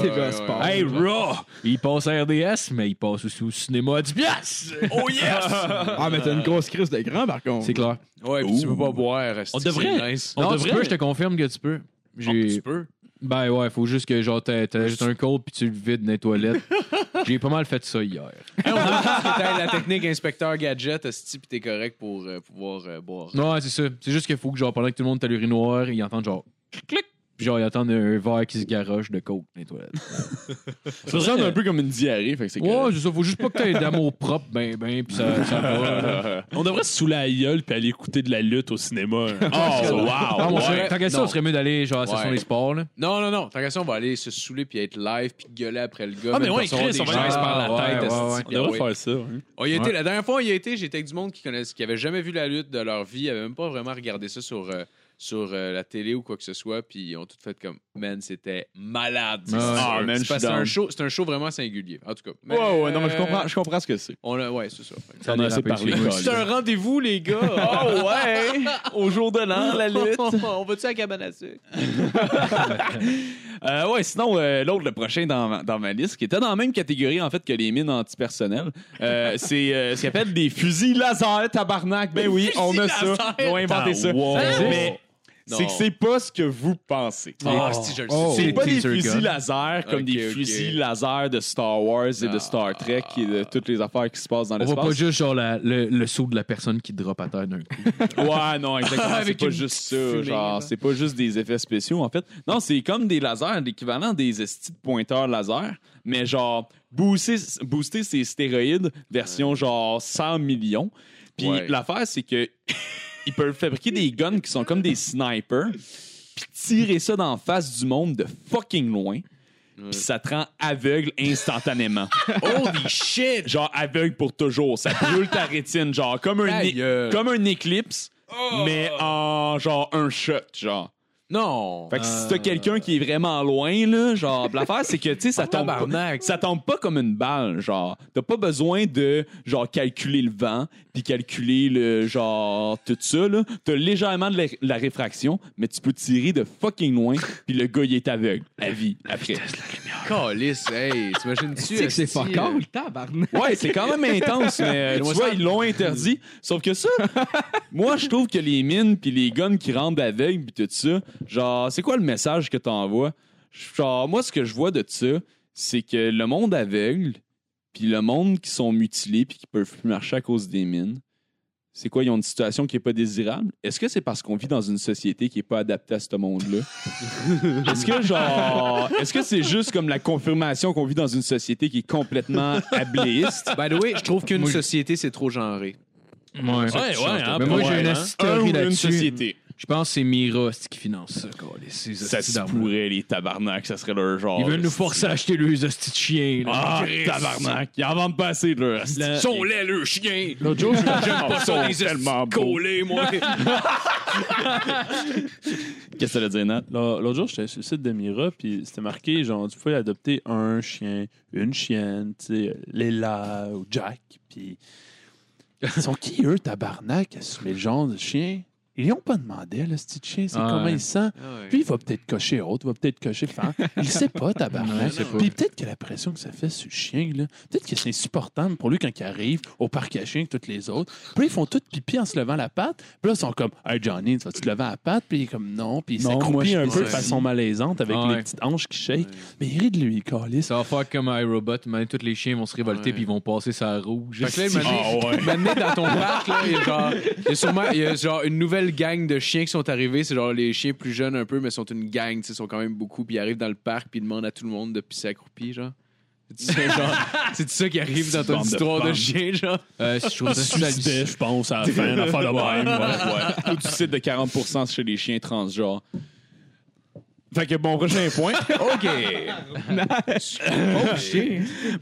Speaker 2: T'es un sport.
Speaker 4: Hey, Raw!
Speaker 1: Il passe à RDS, mais il passe aussi au cinéma à 10 piastres.
Speaker 5: Oh yes!
Speaker 2: Ah, mais t'as une grosse crise de grand, par contre.
Speaker 1: C'est clair.
Speaker 5: Ouais, puis tu peux pas boire.
Speaker 4: On devrait-
Speaker 5: Nice.
Speaker 4: On
Speaker 1: non,
Speaker 4: devrait-
Speaker 1: tu peux, je te confirme que tu peux.
Speaker 5: Ah, Tu
Speaker 1: J'ai...
Speaker 5: peux.
Speaker 1: Ben ouais, faut juste que genre t'a- t'ajoutes un code puis tu le vides dans les toilettes. J'ai pas mal fait ça hier.
Speaker 5: on a que t'aies la technique inspecteur gadget, esti, pis t'es correct pour euh, pouvoir euh, boire.
Speaker 1: Non, ouais, c'est ça. C'est juste qu'il faut que genre pendant que tout le monde est à l'urinoir, ils entendent genre clic. Puis genre ils entendent un verre qui se garoche de coke dans les toilettes.
Speaker 6: Ça ressemble un peu comme une diarrhée, fait que c'est
Speaker 1: Ouais, c'est ça. Faut juste pas que t'aies d'amour propre, ben, ben, pis ça, ça va. là.
Speaker 6: correct.
Speaker 4: On devrait se saouler à la gueule puis aller écouter de la lutte au cinéma.
Speaker 5: Ah,
Speaker 6: Oh,
Speaker 4: Ah,
Speaker 1: Non,
Speaker 6: wow!
Speaker 1: mais on
Speaker 6: ouais.
Speaker 1: serait- Tant qu'à ça,
Speaker 5: non.
Speaker 1: on serait mieux d'aller, genre, à la session
Speaker 5: Ouais.
Speaker 1: des sports, là.
Speaker 5: Non, non, non. Tant qu'à ça, on va aller se saouler puis être live puis gueuler après le gars.
Speaker 4: Ah, mais
Speaker 5: même
Speaker 4: ouais,
Speaker 5: parce qu'on
Speaker 4: Chris,
Speaker 5: a
Speaker 4: on
Speaker 5: des
Speaker 4: va
Speaker 5: gestes
Speaker 1: Ah,
Speaker 5: par la
Speaker 1: ouais,
Speaker 5: tête.
Speaker 1: ouais,
Speaker 5: esti,
Speaker 1: ouais.
Speaker 4: On
Speaker 5: puis ah
Speaker 4: devrait
Speaker 5: oui.
Speaker 4: faire ça. hein.
Speaker 5: On y a été,
Speaker 1: Ouais.
Speaker 5: la dernière fois, on y a été, j'étais avec du monde qui connaissait, qui avait jamais vu la lutte de leur vie, avait même pas vraiment regardé ça sur, euh, sur euh, la télé ou quoi que ce soit, puis ils ont tout fait comme, man, c'était malade.
Speaker 1: Ouais.
Speaker 6: Ah, man, je
Speaker 5: c'est
Speaker 6: suis
Speaker 5: parce que c'est
Speaker 6: down.
Speaker 5: un show, c'est un show vraiment singulier. En tout cas. Mais,
Speaker 6: Ouais, ouais, non, mais je
Speaker 5: euh,
Speaker 6: comprends, je comprends ce que c'est.
Speaker 5: On a- ouais, c'est ça. Fait que-
Speaker 1: Ça
Speaker 6: On a assez
Speaker 1: dérapé,
Speaker 6: parlé.
Speaker 1: c'est cool.
Speaker 6: Colin.
Speaker 1: C'est un-
Speaker 6: rendez-vous, les gars! Oh, ouais! Au jour de l'an, la lutte!
Speaker 5: on va-tu à la cabane à sucre?
Speaker 6: Euh, ouais, sinon, euh, l'autre, le prochain dans ma, dans ma liste, qui était dans la même catégorie, en fait, que les mines antipersonnelles, euh, c'est euh, ce
Speaker 1: Ah,
Speaker 6: qu'on appelle des fusils laser, tabarnak. Ben oui, on a ça. Ils ont inventé ça.
Speaker 4: Wow.
Speaker 6: Mais c'est que c'est pas ce que vous pensez.
Speaker 5: Ah,
Speaker 2: Oh.
Speaker 5: si, je le sais.
Speaker 1: Oh.
Speaker 6: C'est pas des
Speaker 1: Taser
Speaker 6: fusils
Speaker 1: gun.
Speaker 6: laser comme
Speaker 5: Ok,
Speaker 6: des
Speaker 5: ok.
Speaker 6: fusils laser de Star Wars et de
Speaker 5: Ah.
Speaker 6: Star Trek et de toutes les affaires qui se passent dans
Speaker 1: On voit
Speaker 6: l'espace.
Speaker 1: pas juste genre la- le, le saut de la personne qui drop à terre d'un coup.
Speaker 6: Ouais, non, exactement. c'est
Speaker 5: Avec
Speaker 6: pas
Speaker 5: une
Speaker 6: juste ça.
Speaker 5: fumée, là.
Speaker 6: genre, c'est pas juste des effets spéciaux, en fait. Non, c'est comme des lasers, l'équivalent des estis de pointeurs laser, mais genre, booster, booster ces stéroïdes version genre 100 millions. Puis
Speaker 5: Ouais.
Speaker 6: l'affaire, c'est que ils peuvent fabriquer des guns qui sont comme des snipers, puis tirer ça d'en face du monde de fucking loin. Puis ça te rend aveugle instantanément. Holy shit! Genre aveugle pour toujours. Ça brûle ta rétine, genre comme un,
Speaker 5: Ta
Speaker 6: é-
Speaker 5: gueule.
Speaker 6: comme un éclipse,
Speaker 5: Oh!
Speaker 6: mais en genre un shot, genre.
Speaker 5: Non. Euh.
Speaker 6: Fait que si t'as quelqu'un qui est vraiment loin, là, genre, pis l'affaire, c'est que, tu sais, ça tombe, pas,
Speaker 5: Ah, tabarnak.
Speaker 6: ça tombe pas comme une balle, genre. T'as pas besoin de, genre, calculer le vent, puis calculer le, genre, tout ça, là. T'as légèrement de la, la réfraction, mais tu peux tirer de fucking loin, puis le gars, il est aveugle, à vie, après.
Speaker 5: Calice, hey, t'imagines-tu?
Speaker 2: sais que c'est
Speaker 5: esti,
Speaker 2: fuck
Speaker 5: euh,
Speaker 2: all, le tabarnak.
Speaker 6: Ouais, c'est quand même intense, mais euh, tu vois, ils l'ont interdit. Sauf que ça, moi, je trouve que les mines puis les guns qui rendent aveugle puis tout ça, genre, c'est quoi le message que t'envoies? Genre, moi, ce que je vois de ça, c'est que le monde aveugle puis le monde qui sont mutilés puis qui peuvent plus marcher à cause des mines, c'est quoi? Ils ont une situation qui est pas désirable. Est-ce que c'est parce qu'on vit dans une société qui est pas adaptée à ce monde-là? Est-ce que genre, est-ce que c'est juste comme la confirmation qu'on vit dans une société qui est complètement abléiste?
Speaker 5: By the way, je trouve qu'une société, c'est trop genré.
Speaker 1: Ouais.
Speaker 4: Ouais, ouais, hein,
Speaker 1: Mais moi, j'ai une astuce théorie là-dessus.
Speaker 6: société.
Speaker 1: Je pense que c'est Mira c'est qui finance ça. câlisse, ces
Speaker 6: Ça
Speaker 1: hosties
Speaker 6: se
Speaker 1: d'armes.
Speaker 6: pourrait, les tabarnak, ça serait leur genre.
Speaker 1: Ils veulent nous forcer à acheter les hosties de chiens. là.
Speaker 6: Ah, tabarnak, ils en vendent pas assez, là.
Speaker 4: La-
Speaker 5: Sont laids, le chien!
Speaker 4: L'autre jour, je-
Speaker 6: J'aime pas ça, les tellement beaux.
Speaker 5: Collé, moi!
Speaker 6: Qu'est-ce que ça veut dire, Nat?
Speaker 4: l'autre l'autre jour, j'étais sur le site de Mira, puis c'était marqué genre, tu peux adopter un chien, une chienne, tu sais, Léla ou Jack, puis. Ils sont qui, eux, tabarnak, à assumer le genre de chien? Ils n'ont pas demandé, le petit chien, c'est
Speaker 1: Ah,
Speaker 4: comment
Speaker 1: ouais.
Speaker 4: il sent. Puis il va peut-être cocher autre, il va peut-être cocher fan. Il sait pas,
Speaker 1: Ouais, il
Speaker 4: tabarnak.
Speaker 1: sait pas.
Speaker 4: Puis peut-être que la pression que ça fait sur le chien, là, peut-être que c'est insupportable pour lui quand il arrive au parc à chiens que toutes les autres. Puis là, ils font tout pipi en se levant la patte. Puis là, ils sont comme, Hey Johnny, tu vas-tu te lever à la patte? Puis il est comme, non. Puis il
Speaker 1: Non, moi,
Speaker 4: s'accroupit
Speaker 1: je
Speaker 4: un
Speaker 1: pense
Speaker 4: peu de
Speaker 1: que
Speaker 4: façon malaisante avec
Speaker 1: Ouais.
Speaker 4: les petites hanches qui shake. Mais il rit de lui, il calisse.
Speaker 1: Ça va faire comme iRobot, man, tous les chiens vont se révolter puis ils vont passer sa rouge.
Speaker 5: Fait que là,
Speaker 1: Ah,
Speaker 5: maintenant, maintenant, dans ton parc, là, il y a genre, il y a sûrement, il y a genre une nouvelle gang de chiens qui sont arrivés. C'est genre les chiens plus jeunes un peu, mais sont une gang, tu sais, sont quand même beaucoup. Puis ils arrivent dans le parc, puis ils demandent à tout le monde de pisser accroupi, genre. C'est ça, genre, c'est ça qui arrive dans ton
Speaker 6: Bande de
Speaker 5: histoire de,
Speaker 6: femmes.
Speaker 5: chiens, genre.
Speaker 1: Euh, je trouve ça hallucinant.
Speaker 4: je pense, à la fin, l'affaire de
Speaker 6: Ouais, ouais. Taux de suicide de 40% chez les chiens transgenres. Fait que mon prochain point. OK.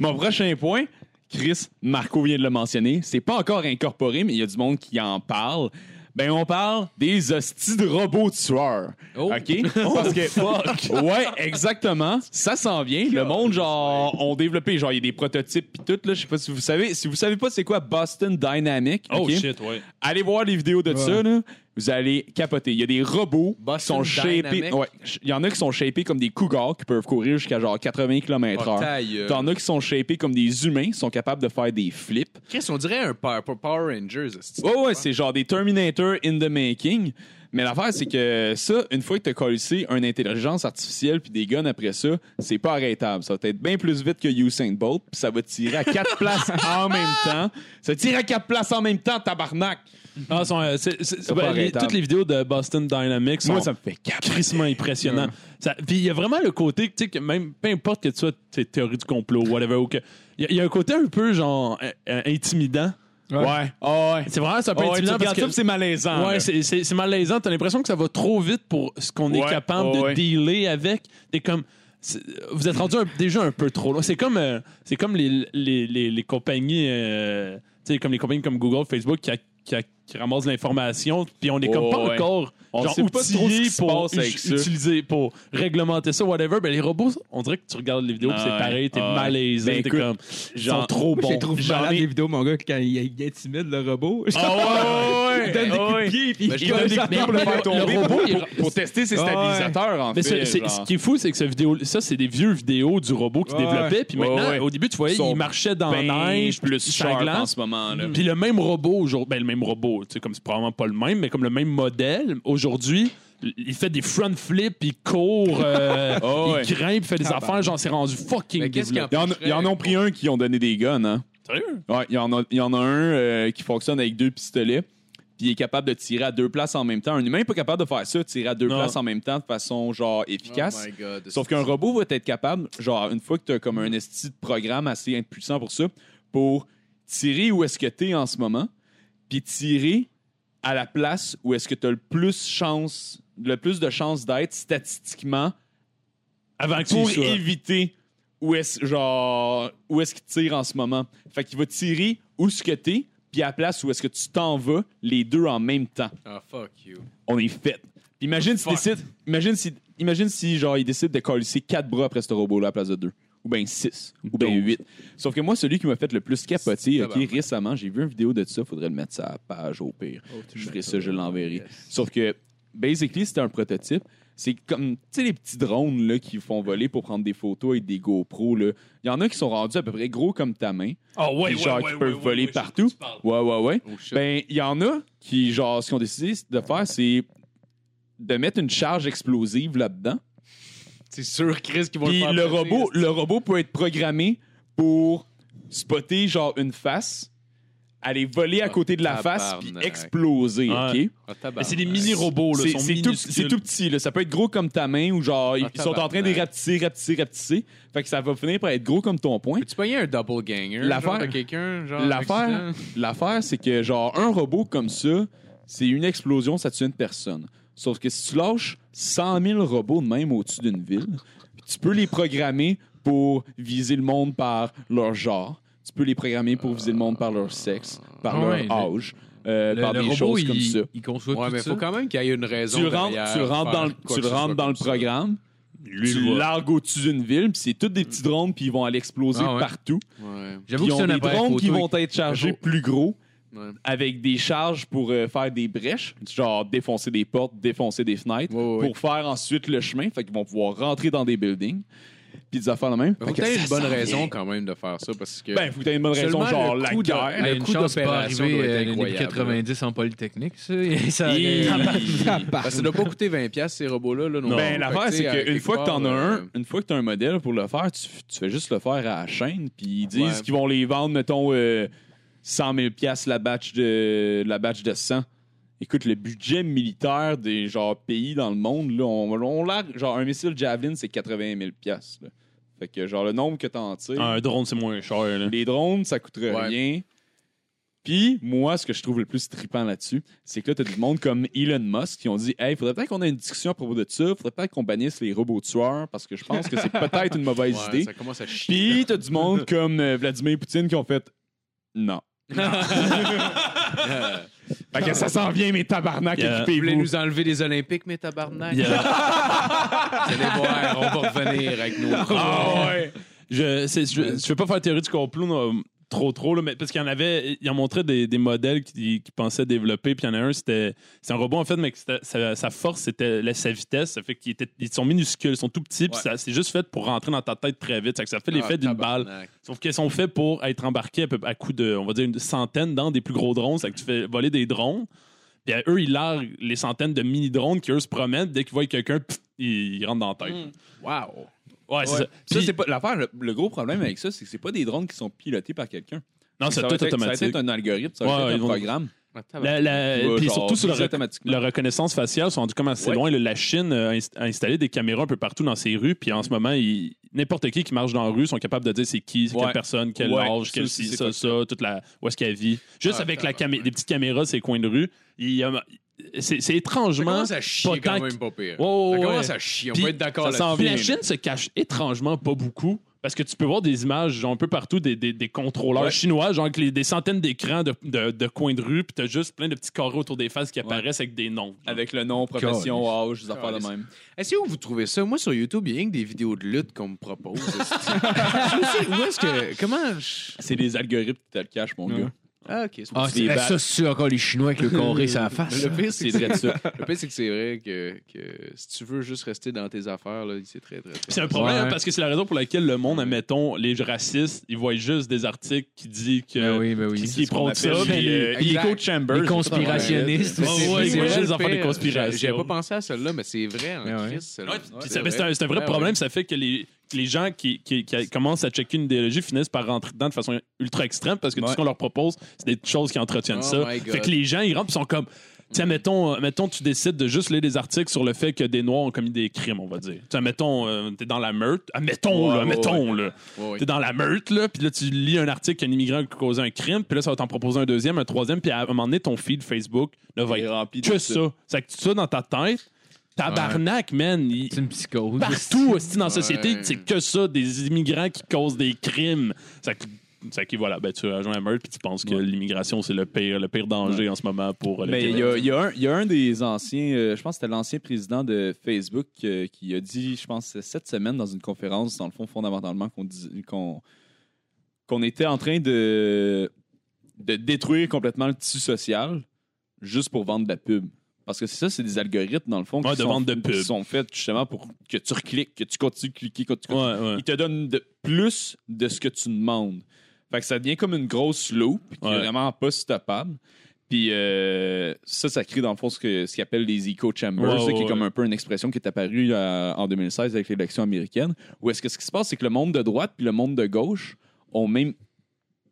Speaker 6: mon prochain point, Chris, Marco vient de le mentionner, c'est pas encore incorporé, mais il y a du monde qui en parle. Ben, on parle des hosties de robots tueurs. OK? Parce que. Ouais, exactement. Ça s'en vient. Le monde, genre, ont développé, genre, il y a des prototypes pis tout, là. Je sais pas si vous savez. Si vous savez pas c'est quoi Boston Dynamic.
Speaker 4: Oh
Speaker 6: OK?
Speaker 4: shit, ouais.
Speaker 6: Allez voir les vidéos de ça, là. Vous allez capoter. Il y a des robots qui
Speaker 5: Boston
Speaker 6: sont shapés.
Speaker 5: Dynamic.
Speaker 6: Ouais. Il y en a qui sont shapés comme des cougars qui peuvent courir jusqu'à genre 80
Speaker 5: Oh,
Speaker 6: km/h.
Speaker 5: ta gueule.
Speaker 6: T'en as qui sont shapés comme des humains, qui sont capables de faire des flips.
Speaker 5: Chris, on dirait un Power, Power Rangers. c'est-
Speaker 6: Ouais, ouais, c'est genre des Terminator in the making. Mais l'affaire, c'est que ça, une fois que t'as collé une intelligence artificielle puis des guns après ça, c'est pas arrêtable. Ça va être bien plus vite que Usain Bolt, puis ça va tirer à quatre places en même temps. Ça tire à quatre places en même temps, tabarnak!
Speaker 4: Ah, sont, euh, c'est- c'est-
Speaker 6: C'est
Speaker 4: ben,
Speaker 6: pas
Speaker 4: les-
Speaker 6: arrêtable.
Speaker 4: toutes les vidéos de Boston Dynamics sont
Speaker 6: Moi, ça me fait
Speaker 4: crissement impressionnant. Ça- Puis il y a vraiment le côté, tu sais, que même peu importe que tu sois t'es théorie du complot, whatever, ou que. Il y a- il y, a un côté un peu, genre, euh, euh, intimidant.
Speaker 6: Ouais. Ah ouais.
Speaker 4: C'est vraiment, c'est un peu
Speaker 6: Ouais, tu
Speaker 4: intimidant parce
Speaker 6: regardes ça,
Speaker 4: que.
Speaker 6: puis c'est malaisant.
Speaker 4: Ouais,
Speaker 6: là.
Speaker 4: c'est- c'est c'est malaisant. T'as l'impression que ça va trop vite pour ce qu'on est
Speaker 6: Ouais,
Speaker 4: capable
Speaker 6: ouais,
Speaker 4: de
Speaker 6: ouais.
Speaker 4: dealer avec. T'es comme. c'est- Vous êtes rendu un- déjà un peu trop loin. C'est comme, euh, c'est comme les, les, les, les compagnies. euh, tu sais, comme les compagnies comme Google, Facebook qui, a- qui, a- qui ramassent l'information, puis on est comme
Speaker 6: Oh,
Speaker 4: pas
Speaker 6: ouais.
Speaker 4: encore
Speaker 6: On
Speaker 4: genre,
Speaker 6: sait pas trop ce
Speaker 4: outillés
Speaker 6: qui se
Speaker 4: pour
Speaker 6: passe avec
Speaker 4: ut-
Speaker 6: ça.
Speaker 4: utiliser, pour réglementer ça, whatever. Ben, les robots, on dirait que tu regardes les vidéos, puis c'est
Speaker 6: Ah ouais,
Speaker 4: pareil, t'es
Speaker 6: ah ouais.
Speaker 4: malaisé,
Speaker 6: Ben,
Speaker 4: t'es
Speaker 6: écoute,
Speaker 4: comme. Ils
Speaker 6: genre-
Speaker 4: sont trop
Speaker 2: Je
Speaker 4: bons.
Speaker 2: les trouve
Speaker 6: j'en
Speaker 2: malades,
Speaker 6: ai-
Speaker 2: les vidéos, mon gars, quand il il est timide, le robot.
Speaker 6: Ah
Speaker 2: Il
Speaker 6: ouais, ouais, ouais,
Speaker 2: donne des
Speaker 6: ouais,
Speaker 2: coups
Speaker 6: ouais.
Speaker 2: de pied, puis
Speaker 6: Ben,
Speaker 2: il
Speaker 6: je donne
Speaker 2: donne
Speaker 6: des coups de pied pour le faire tomber.
Speaker 4: le robot,
Speaker 6: pour-
Speaker 4: il-
Speaker 6: pour- pour tester ses
Speaker 2: Ah ouais.
Speaker 6: stabilisateurs, en
Speaker 4: Mais ce,
Speaker 6: fait.
Speaker 4: c'est-
Speaker 6: genre.
Speaker 4: ce qui est fou, c'est que ce vidéo, ça, c'est des vieux vidéos du robot qui
Speaker 2: Ouais.
Speaker 4: développait. Puis
Speaker 6: Ouais,
Speaker 4: maintenant,
Speaker 6: ouais.
Speaker 4: au début, tu voyais,
Speaker 6: Ils sont
Speaker 4: il marchait dans
Speaker 6: Ben,
Speaker 4: la neige,
Speaker 6: plus sharp
Speaker 4: sanglant.
Speaker 6: en ce moment, là.
Speaker 4: Puis le même robot aujourd'hui, ben, le même robot, tu sais, comme c'est probablement pas le même, mais comme le même modèle aujourd'hui, il fait des front flips, il court, euh,
Speaker 6: Oh, ouais. bah.
Speaker 4: il grimpe, il fait des affaires, genre c'est rendu fucking
Speaker 5: Mais qu'est-ce
Speaker 4: développé.
Speaker 6: Ils en, ils en ont pris un qui ont donné des guns, hein?
Speaker 4: Sérieux?
Speaker 6: Ouais, il y en a, il y en a un euh, qui fonctionne avec deux pistolets, puis il est capable de tirer à deux places en même temps. Un humain n'est pas capable de faire ça, tirer à deux
Speaker 4: Non.
Speaker 6: places en même temps de façon, genre, efficace.
Speaker 15: God.
Speaker 6: Sauf qu'un robot va être capable, genre, une fois que tu as comme un esti de programme assez impuissant pour ça, pour tirer où est-ce que tu es en ce moment, puis tirer à la place où est-ce que tu as le plus chance, le plus de chances d'être statistiquement
Speaker 4: Avant qu'il
Speaker 6: pour
Speaker 4: soit.
Speaker 6: éviter où est-ce genre où est-ce qu'il tire en ce moment. Fait qu'il va tirer où ce que t'es, puis à la place où est-ce que tu t'en vas, les deux en même temps.
Speaker 5: Ah, fuck you.
Speaker 6: On est fait. Puis imagine si
Speaker 5: Fuck.
Speaker 6: décide, imagine si imagine si genre il décide de colisser quatre bras après ce robot là à la place de deux. Ou bien 6, ou bien 8. Sauf que moi, celui qui m'a fait le plus capoter, OK, récemment, j'ai vu une vidéo de ça, faudrait le mettre sur la page au pire. je ferai ça, je l'enverrai. Sauf que, basically, c'était un prototype. C'est comme, tu sais, les petits drones là, qui font voler pour prendre des photos avec des GoPros. là. Il y en a qui sont rendus à peu près gros comme ta main.
Speaker 4: Ah ouais,
Speaker 6: Puis genre, qui peuvent voler partout. Ouais, ouais, ouais.
Speaker 15: Oh,
Speaker 6: ben, il y en a qui, genre, ce qu'ils ont décidé de faire, c'est de mettre une charge explosive là-dedans.
Speaker 15: C'est sûr, Chris, qu'ils vont
Speaker 6: Puis
Speaker 15: le faire.
Speaker 6: le
Speaker 15: péter,
Speaker 6: robot, le robot peut être programmé pour spotter, genre, une face, aller voler à
Speaker 15: Oh,
Speaker 6: côté de la face, puis
Speaker 15: tabarnak.
Speaker 6: exploser,
Speaker 4: Ouais.
Speaker 6: OK?
Speaker 15: Ah,
Speaker 4: Mais
Speaker 15: tabarnak.
Speaker 4: c'est des mini-robots, là.
Speaker 6: C'est
Speaker 4: ils sont
Speaker 6: c'est tout,
Speaker 4: minuscules.
Speaker 6: c'est tout petit, là. Ça peut être gros comme ta main ou genre, ils sont en train de
Speaker 15: tabarnak.
Speaker 6: les rapetisser, rapetisser, rapetisser. Fait que ça va finir par être gros comme ton poing.
Speaker 5: Peux-tu pogner un double ganger?
Speaker 6: L'affaire-
Speaker 5: genre, de quelqu'un, genre.
Speaker 6: L'affaire,
Speaker 5: accident?
Speaker 6: l'affaire, c'est que genre un robot comme ça, c'est une explosion, ça tue une personne. Sauf que si tu lâches 100 000 robots de même au-dessus d'une ville, puis tu peux les programmer pour viser le monde par leur genre. Tu peux les programmer pour viser le monde par leur sexe, par
Speaker 1: Ouais,
Speaker 6: leur
Speaker 1: le-
Speaker 6: âge, euh,
Speaker 1: Le,
Speaker 6: par
Speaker 1: le
Speaker 6: des
Speaker 1: robot,
Speaker 6: choses
Speaker 1: il,
Speaker 6: comme ça.
Speaker 1: il conçoit
Speaker 5: Ouais,
Speaker 1: tout
Speaker 5: mais
Speaker 1: ça.
Speaker 5: faut quand même qu'il y ait une raison.
Speaker 6: Tu rentres,
Speaker 5: derrière
Speaker 6: tu rentres
Speaker 5: faire
Speaker 6: dans le,
Speaker 5: quoi
Speaker 6: tu
Speaker 5: que ce
Speaker 6: rentres
Speaker 5: soit
Speaker 6: dans le
Speaker 5: comme ça.
Speaker 6: programme, tu largues au-dessus d'une ville, puis c'est toutes des petits drones, puis ils vont aller exploser
Speaker 1: Ah ouais.
Speaker 6: partout.
Speaker 15: Ouais.
Speaker 1: J'avoue
Speaker 6: Ils
Speaker 1: que c'est
Speaker 6: ont
Speaker 1: un
Speaker 6: des
Speaker 1: appareil
Speaker 6: drones qui
Speaker 1: photo
Speaker 6: vont être chargés plus gros
Speaker 15: Ouais.
Speaker 6: avec des charges pour euh, faire des brèches, genre défoncer des portes, défoncer des fenêtres,
Speaker 5: Ouais, ouais, ouais.
Speaker 6: pour faire ensuite le chemin. Fait qu'ils vont pouvoir rentrer dans des buildings, puis des affaires de même.
Speaker 5: Mais Faut
Speaker 6: Fait
Speaker 5: que
Speaker 6: que
Speaker 5: t'aies
Speaker 6: ça
Speaker 5: une bonne
Speaker 6: sent
Speaker 5: raison
Speaker 6: bien.
Speaker 5: quand même de faire ça parce que.
Speaker 6: Ben, faut que t'aies une bonne raison,
Speaker 5: Seulement
Speaker 6: genre
Speaker 5: le
Speaker 6: la
Speaker 5: coût de-
Speaker 6: guerre.
Speaker 1: Mais
Speaker 5: Le
Speaker 1: une
Speaker 5: coût
Speaker 1: chance pas
Speaker 5: d'opération doit
Speaker 1: arriver
Speaker 5: être
Speaker 1: euh, les années
Speaker 5: incroyable.
Speaker 1: 90 en polytechnique, ça. ça
Speaker 6: Et-
Speaker 5: Parce que ça doit pas coûter 20$ ces robots-là. Là, non.
Speaker 6: Ben,
Speaker 5: Fait
Speaker 6: l'affaire,
Speaker 5: tu sais,
Speaker 6: c'est
Speaker 5: à
Speaker 6: qu'une
Speaker 5: quelque
Speaker 6: fois que
Speaker 5: part,
Speaker 6: t'en as
Speaker 5: euh,
Speaker 6: un, une fois que t'as un modèle pour le faire, tu, f- tu fais juste le faire à la chaîne, puis ils disent
Speaker 5: Ouais.
Speaker 6: qu'ils vont les vendre, mettons, euh, 100 000 piastres la batch de la batch de 100. Écoute, le budget militaire des genre, pays dans le monde, là, on, on largue- genre un missile Javelin, c'est 80 000 piastres, là. Fait que genre le nombre que t'en tires,
Speaker 4: Ah, Un drone, c'est moins cher, là.
Speaker 6: les drones, ça coûterait
Speaker 5: Ouais.
Speaker 6: rien. Puis, moi, ce que je trouve le plus trippant là-dessus, c'est que là, t'as du monde comme Elon Musk qui ont dit Hey, faudrait peut-être qu'on ait une discussion à propos de ça, faudrait peut-être qu'on bannisse les robots tueurs parce que je pense que c'est peut-être une mauvaise
Speaker 5: ouais,
Speaker 6: idée.
Speaker 5: Ça commence à chier.
Speaker 6: Puis, t'as du monde comme euh, Vladimir Poutine qui ont fait Non. fait que ça s'en vient, mes tabarnak,
Speaker 4: Yeah.
Speaker 5: Vous voulez
Speaker 6: équipez-vous.
Speaker 5: nous enlever des Olympiques, mais tabarnak.
Speaker 4: Yeah.
Speaker 5: Vous allez voir, on va revenir avec nos.
Speaker 4: Ah ouais. Je, c'est- je, je veux pas faire théorie du complot non, trop trop, là, mais parce qu'il y en avait, ils en montraient des, des modèles qu'ils qu'ils pensaient développer, puis il y en a un, c'était c'est un robot en fait, mais que c'était- sa, sa force, c'était la- sa vitesse, ça fait qu'ils étaient- ils sont minuscules, ils sont tout petits, puis
Speaker 5: Ouais.
Speaker 4: ça- c'est juste fait pour rentrer dans ta tête très vite, ça, fait que ça fait l'effet
Speaker 5: Ah,
Speaker 4: d'une balle.
Speaker 5: tabarnak.
Speaker 4: Sauf qu'ils sont faits pour être embarqués à, peu- à coup de, on va dire, une centaine dans des plus gros drones. C'est que tu fais voler des drones. Puis à eux, ils larguent les centaines de mini-drones qui, eux, se promènent. Dès qu'ils voient quelqu'un, pff, ils, ils rentrent dans la tête.
Speaker 5: Mm. Wow.
Speaker 4: Ouais, c'est ça.
Speaker 6: Ça,
Speaker 4: Puis-
Speaker 6: c'est pas l'affaire. Le, le gros problème avec ça, c'est que c'est pas des drones qui sont pilotés par quelqu'un.
Speaker 4: non, c'est
Speaker 6: Ah, Ça va
Speaker 4: tout
Speaker 6: être- Ça va
Speaker 4: automatique.
Speaker 6: être un algorithme, ça
Speaker 4: Ouais,
Speaker 6: va
Speaker 4: ils
Speaker 6: être un
Speaker 4: vont-
Speaker 6: programme.
Speaker 5: Ah, tabarnak.
Speaker 4: La- la-
Speaker 6: Tu vas,
Speaker 4: puis
Speaker 6: genre,
Speaker 4: surtout sur le
Speaker 6: viser
Speaker 4: rec-
Speaker 6: automatiquement.
Speaker 4: la reconnaissance faciale, ils sont rendus comme assez
Speaker 6: Ouais.
Speaker 4: loin. là. la Chine euh, inst- a installé des caméras un peu partout dans ses rues. Puis en ce moment, ils- n'importe qui qui marche dans la rue sont capables de dire c'est qui, c'est
Speaker 6: Ouais.
Speaker 4: quelle personne, quel
Speaker 6: Ouais.
Speaker 4: âge,
Speaker 6: Ça
Speaker 4: quel
Speaker 6: aussi,
Speaker 4: ci,
Speaker 6: c'est
Speaker 4: ça,
Speaker 6: cool.
Speaker 4: ça, toute la, où est-ce qu'elle vit. Juste
Speaker 5: Ah,
Speaker 4: avec la
Speaker 5: tabarnak.
Speaker 4: camé- des petites caméras, ces coins de rue. il y a- C'est c'est
Speaker 5: Ça
Speaker 4: étrangement.
Speaker 5: commence à
Speaker 4: pas
Speaker 5: chier
Speaker 4: tant
Speaker 5: quand
Speaker 4: que-
Speaker 5: même pas pire.
Speaker 4: Ouais, ouais,
Speaker 5: Ça
Speaker 4: ouais.
Speaker 5: commence à chier, on
Speaker 4: Puis,
Speaker 5: peut être d'accord
Speaker 4: Ça s'en
Speaker 5: là-dessus.
Speaker 4: vient. La Chine se cache étrangement pas beaucoup parce que tu peux voir des images genre, un peu partout des, des- des contrôleurs
Speaker 6: Ouais.
Speaker 4: chinois, genre avec les- des centaines d'écrans de, de, de coins de rue, puis t'as juste plein de petits carrés autour des faces qui apparaissent avec des noms.
Speaker 6: Avec le nom, profession, âge, des affaires de même.
Speaker 5: Est-ce que vous trouvez ça? Moi, sur YouTube, il y a rien que des vidéos de lutte qu'on me propose. Je sais, où est-ce que. Comment. je-
Speaker 6: C'est des algorithmes qui te le cachent, mon gars.
Speaker 5: Ah, ok. c'est bon.
Speaker 1: Ah,
Speaker 6: des
Speaker 1: c'est eh,
Speaker 6: battes.
Speaker 1: ça, c'est encore les Chinois avec le carré sur la face.
Speaker 5: le pire, c'est
Speaker 6: C'est vrai de ça.
Speaker 5: le pire, c'est que c'est vrai que, que si tu veux juste rester dans tes affaires, là, c'est très, très,
Speaker 4: C'est
Speaker 5: très.
Speaker 4: un problème
Speaker 1: Ouais.
Speaker 4: hein, parce que c'est la raison pour laquelle le monde, admettons, les racistes, ils voient juste des articles qui disent que.
Speaker 1: Ben oui, ben oui.
Speaker 4: Euh, qui-
Speaker 1: c'est
Speaker 4: qui
Speaker 1: ce qu'on
Speaker 4: prônent ça.
Speaker 1: appelle
Speaker 4: puis,
Speaker 1: les-
Speaker 4: euh,
Speaker 1: Exact.
Speaker 6: Echo Chambers.
Speaker 1: Les conspirationnistes.
Speaker 5: Mais
Speaker 4: Oh,
Speaker 5: c'est-
Speaker 4: ouais,
Speaker 5: c'est
Speaker 4: moi,
Speaker 5: vrai,
Speaker 4: j'ai des
Speaker 5: le
Speaker 4: affaires des
Speaker 5: pire.
Speaker 4: conspirations.
Speaker 5: J'avais pas pensé à celle-là, mais c'est vrai en
Speaker 1: Mais ouais.
Speaker 5: Christ, celle-là.
Speaker 4: Ouais,
Speaker 5: Ouais,
Speaker 4: puis
Speaker 5: c'est
Speaker 4: ça- mais c'est un, c'est un vrai
Speaker 5: Ouais,
Speaker 4: problème.
Speaker 5: ouais.
Speaker 4: Ça fait que les, que les gens qui, qui- qui commencent à checker une idéologie finissent par rentrer dedans de façon ultra extrême parce que tout ce qu'on leur propose, c'est des choses qui entretiennent
Speaker 5: Oh
Speaker 4: ça.
Speaker 5: my God.
Speaker 4: Fait que les gens, ils rentrent et sont comme. Tiens, mettons, euh, mettons, tu décides de juste lire des articles sur le fait que des Noirs ont commis des crimes, on va dire. Tiens, mettons, euh, t'es dans la meute. Admettons,
Speaker 5: Ouais,
Speaker 4: là,
Speaker 5: ouais,
Speaker 4: mettons, là.
Speaker 5: Ouais, ouais.
Speaker 4: T'es dans la meute, là, puis là, tu lis un article qu'un immigrant a causé un crime, puis là, ça va t'en proposer un deuxième, un troisième, puis à un moment donné, ton feed Facebook ne va
Speaker 6: Il est
Speaker 4: être
Speaker 6: rempli de
Speaker 4: que
Speaker 6: ça.
Speaker 4: ça. C'est que tu ça dans ta tête. Tabarnak, man. il-
Speaker 1: C'est une psychose.
Speaker 4: Partout aussi dans la société,
Speaker 5: Ouais.
Speaker 4: c'est que ça, des immigrants qui causent des crimes. Ça qui, ça qui voilà, ben, tu rejoins la meute, puis tu penses que l'immigration, c'est le pire, le pire danger en ce moment pour euh, le
Speaker 6: Mais il
Speaker 4: Québec.
Speaker 6: y a, il y a un- il y a un des anciens, euh, je pense que c'était l'ancien président de Facebook euh, qui a dit, je pense, cette semaine dans une conférence, dans le fond, fondamentalement, qu'on dis- qu'on qu'on était en train de, de détruire complètement le tissu social juste pour vendre de la pub. Parce que c'est ça, c'est des algorithmes, dans le fond,
Speaker 4: Ouais, de
Speaker 6: sont,
Speaker 4: vendre de pub.
Speaker 6: qui sont faits justement pour que tu recliques, que tu continues de cliquer, que tu continues.
Speaker 4: Ouais, ouais.
Speaker 6: Il te donne de plus de ce que tu demandes. Fait que ça devient comme une grosse loupe qui
Speaker 4: Ouais.
Speaker 6: est vraiment pas stoppable. Puis euh, ça, ça crée dans le fond ce que- ce qu'ils appellent les echo chambers,
Speaker 4: Ouais,
Speaker 6: ça, qui
Speaker 4: ouais,
Speaker 6: est comme un peu une expression qui est apparue euh, en 2016 avec l'élection américaine. Où est-ce que ce qui se passe, c'est que le monde de droite puis le monde de gauche ont même,